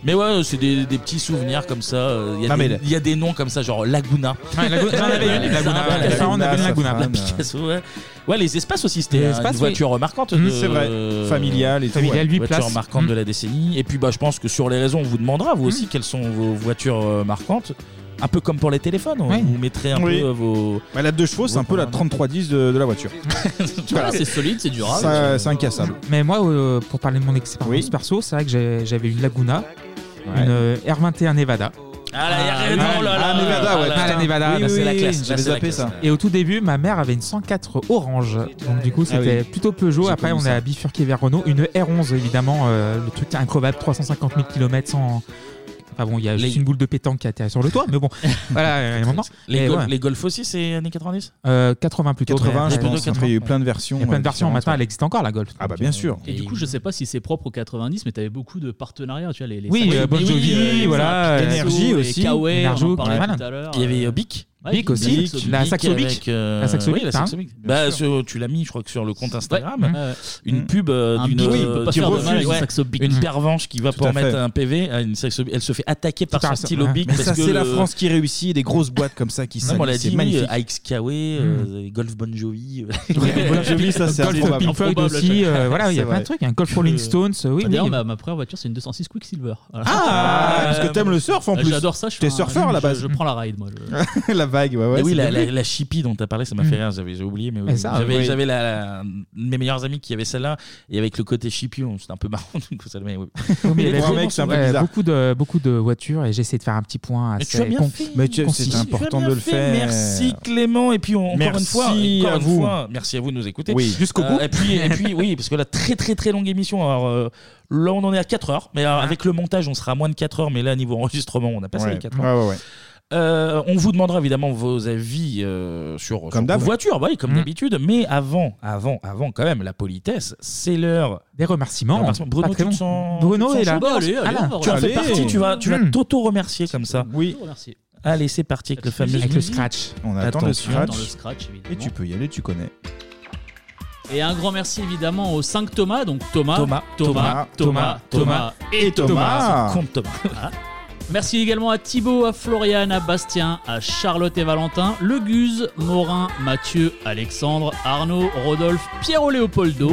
Mais ouais, c'est des, des petits souvenirs comme ça. euh, Il y, a Non, des- mais- il y a des noms comme ça, genre Laguna. Ouais, Laguna- j'en avais une, Laguna. Sarah Ouais, Picasso, on avait une Laguna. Sarah Picasso, ouais. Ouais, les espaces aussi, Les c'était euh, espaces, une voiture oui. remarquante. Mmh, de- c'est vrai. euh, Familiale et tout, Familiale, ouais. huit Voiture places. marquante Mmh. de la décennie. Et puis, bah, je pense que sur les réseaux, on vous demandera, vous aussi, quelles sont vos voitures euh, marquantes. Un peu comme pour les téléphones, on- vous mettrez un Oui. peu euh, vos. Bah, la deux chevaux, c'est un peu la 3310 de, de la voiture. Voilà, c'est solide, c'est durable. Ça- Ah, C'est incassable. Mais moi, euh, pour parler de mon expérience perso, c'est vrai que j'ai- j'avais une Laguna, Ouais. une euh, R21 Nevada. Ah, la Nevada, oh là là. Ah, ouais. là Ah, la là. Nevada, Oui, bah, oui, c'est la oui, classe. j'avais Là, c'est la zappé classe. ça. Et au tout début, ma mère avait une 104 orange. Donc du coup, Ah c'était oui. plutôt Peugeot. J'ai Après, connu on ça. a bifurqué vers Renault. Une R11, évidemment, euh, le truc increvable, 350 000 km sans. Enfin bon, il y a juste une boule de pétanque qui atterrit sur le toit, mais bon, voilà, il y a un moment. Les, Et Gol- ouais. les Golf aussi, c'est années 90 Euh, 80 plutôt. 80, mais- je pense, Ouais. après, il y a eu plein de versions, Il y a plein euh, de versions. Maintenant, différentes, elle existe encore, la Golf. Ah, bah, bien sûr. Et du coup, je sais pas si c'est propre aux 90, mais tu avais beaucoup de partenariats. Tu vois, les, les Oui, Sony, euh, Bon les- Jovi, les- voilà, les- Energy les aussi, Kawaii, Energy, on en parlait qui est malin. tout à l'heure. Il y avait euh, Bic. Ouais, Bic aussi, la la Saxo Saxo Bic. Bic. euh, La Saxo oui, Bic, la hein. Saxo Bic. Bien Bah, sûr. ce- tu l'as mis, je crois, que sur le compte Instagram. Ouais. Mm. Euh, Une pub euh, Un d'une Bic, il peut pas qui faire de mal à refuse une ouais, Saxo Bic. une pervenche qui va Tout pour à fait. mettre un PV à une Saxo Bic. Elle se fait attaquer par son Putain, stylo ouais. Bic. Mais parce ça, que c'est la le- France qui réussit, des grosses boîtes comme ça qui Non, mais on l'a salissent, dit, c'est magnifique. Mmh. magnifique. AX Kawaii, Mm. euh, Golf Bon Jovi. euh, Bon Jovi, ça, c'est Golf improbable. Pink Floyd Improbable, aussi, à chaque euh, fois. voilà, il y a plein de C'est vrai. Ah, bah, trucs, hein. Golf Rolling Stones, euh, oui, D'ailleurs, oui. ma, ma première voiture, c'est une 206 Quicksilver. Voilà. bah, Ah, parce que t'aimes le surf, en plus. J'adore ça. je suis T'es un- surfeur, à la je- base. Je prends la ride, moi. je- la vague, ouais, ouais. Mais oui, c'est la, bien la, vu. la chippie dont tu as parlé, ça m'a fait rire, j'avais j'ai oublié. Mais oui. Mais ça, j'avais oui. j'avais la, la- mes meilleurs amis qui avaient celle-là, et avec le côté chippie, on- c'était un peu marrant. du coup, ça le met, oui. Oui, mais Il il y est avait vraiment vraiment sur- ouais, Beaucoup de, beaucoup de voitures et j'ai essayé de faire un petit point Mais assez tu as bien con- fait. concis. Tu as bien fait. Merci Clément. Et puis on- encore Merci une fois, encore à une vous. fois, merci à vous de nous écouter. Euh, Oui. Jusqu'au bout. Et puis, et puis oui, parce que là, très très très longue émission. Alors euh, là, on en est à 4 heures. Mais alors, avec le montage, on sera à moins de 4 heures. Mais là, niveau enregistrement, on a passé Ouais. les 4 heures. Ouais, ouais, ouais. Euh, on vous demandera évidemment vos avis euh, sur, sur vos d'hab. voitures, bah oui, comme Mm. d'habitude. Mais avant, avant, avant, quand même, la politesse, c'est l'heure des remerciements. Bruno, Pas tu très te long. sens- Bruno tu te est sens là. chaud Bah, allez, allez, Alain, on va tu en fais remercier. partie. Tu vas, tu vas Mm. t'auto-remercier comme ça. Oui. Allez, c'est parti avec le fameux Avec le scratch. On attend Attends, le scratch. attends le scratch, Et tu peux y aller, tu connais. Et un grand merci évidemment aux 5 Thomas, donc Thomas, Thomas, Thomas, Thomas, Thomas, et Thomas. Compte Thomas. Voilà. Merci également à Thibaut, à Florian, à Bastien, à Charlotte et Valentin, Le Guse, Morin, Mathieu, Alexandre, Arnaud, Rodolphe, Pierre Léopoldo.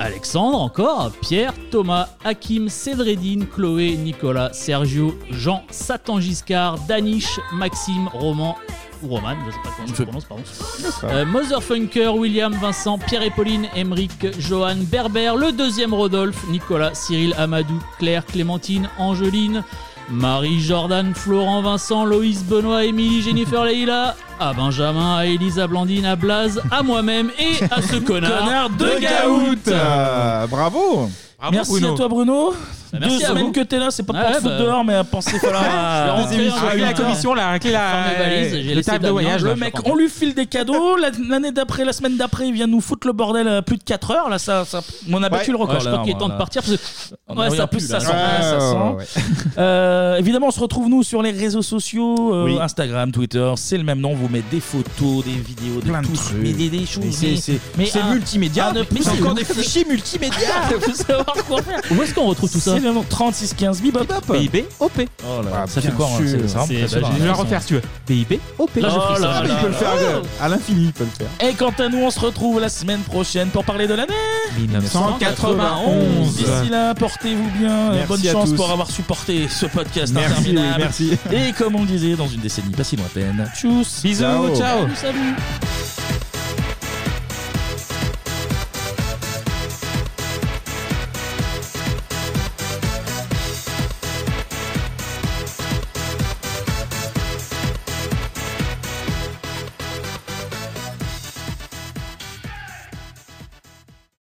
Alexandre encore, Pierre, Thomas, Hakim, Cédredine, Chloé, Nicolas, Sergio, Jean, Satan Giscard, Danish, Maxime, Roman, ou Roman, je sais pas comment je prononce, pardon. Euh, Motherfunker, William, Vincent, Pierre et Pauline, Emeric, Johan, Berber, le deuxième Rodolphe, Nicolas, Cyril, Amadou, Claire, Clémentine, Angeline, Marie, Jordan, Florent, Vincent, Loïs, Benoît, Émilie, Jennifer, Leïla, à Benjamin, à Elisa, Blandine, à Blaze, à moi-même et à ce connard, Connard de Gaout. Ah, bravo Merci à toi Bruno. Bah, merci Deux à semaines vous. que t'es là, c'est pas Ouais, pour te bah. foutre dehors, mais à penser falloir. Je vais rentrer, je vais Ah, faire la mes commission, là, régler la- faire mes valises, le j'ai laissé table de Damien. voyage, là, Le je mec, vais on lui file des cadeaux. la- L'année d'après, la semaine d'après, il vient nous foutre le bordel à plus de 4 heures. Là, ça, ça- on a battu le record. Ouais, je là, crois qu'il est on temps a- de partir parce que On ouais, arrive à ça plus pue de là. 500. Ouais, ouais, ouais, ouais. Euh, évidemment, on se retrouve nous sur les réseaux sociaux, euh, Oui. Instagram, Twitter, c'est le même nom. On vous met des photos, des vidéos, des Plein de tous, trucs. mais des, des choses. Mais c'est- mais- c'est- mais c'est un- multimédia, un- hein. mais mais c'est encore multi- des fichiers multimédia. Faut savoir quoi faire. Où est-ce qu'on retrouve tout ça C'est le nom 3615 Bibop. BIB, OP. Oh là, Ah, ça fait bien quoi hein, sûr. c'est- c'est vraiment C'est- impressionnant. bah, je vais la refaire, si tu veux. BIB, OP. Oh Là, je fais ça. Il peut le faire Oh. euh, à l'infini, il peut le faire. Et quant à nous, on se retrouve la semaine prochaine pour parler de l'année 1991. D'ici là, portez-vous bien. Merci Bonne à chance tous. pour avoir supporté ce podcast Merci, interminable. oui, merci. Et comme on disait, dans une décennie pas si lointaine. Tchuss. Bisous, ciao. Salut, salut.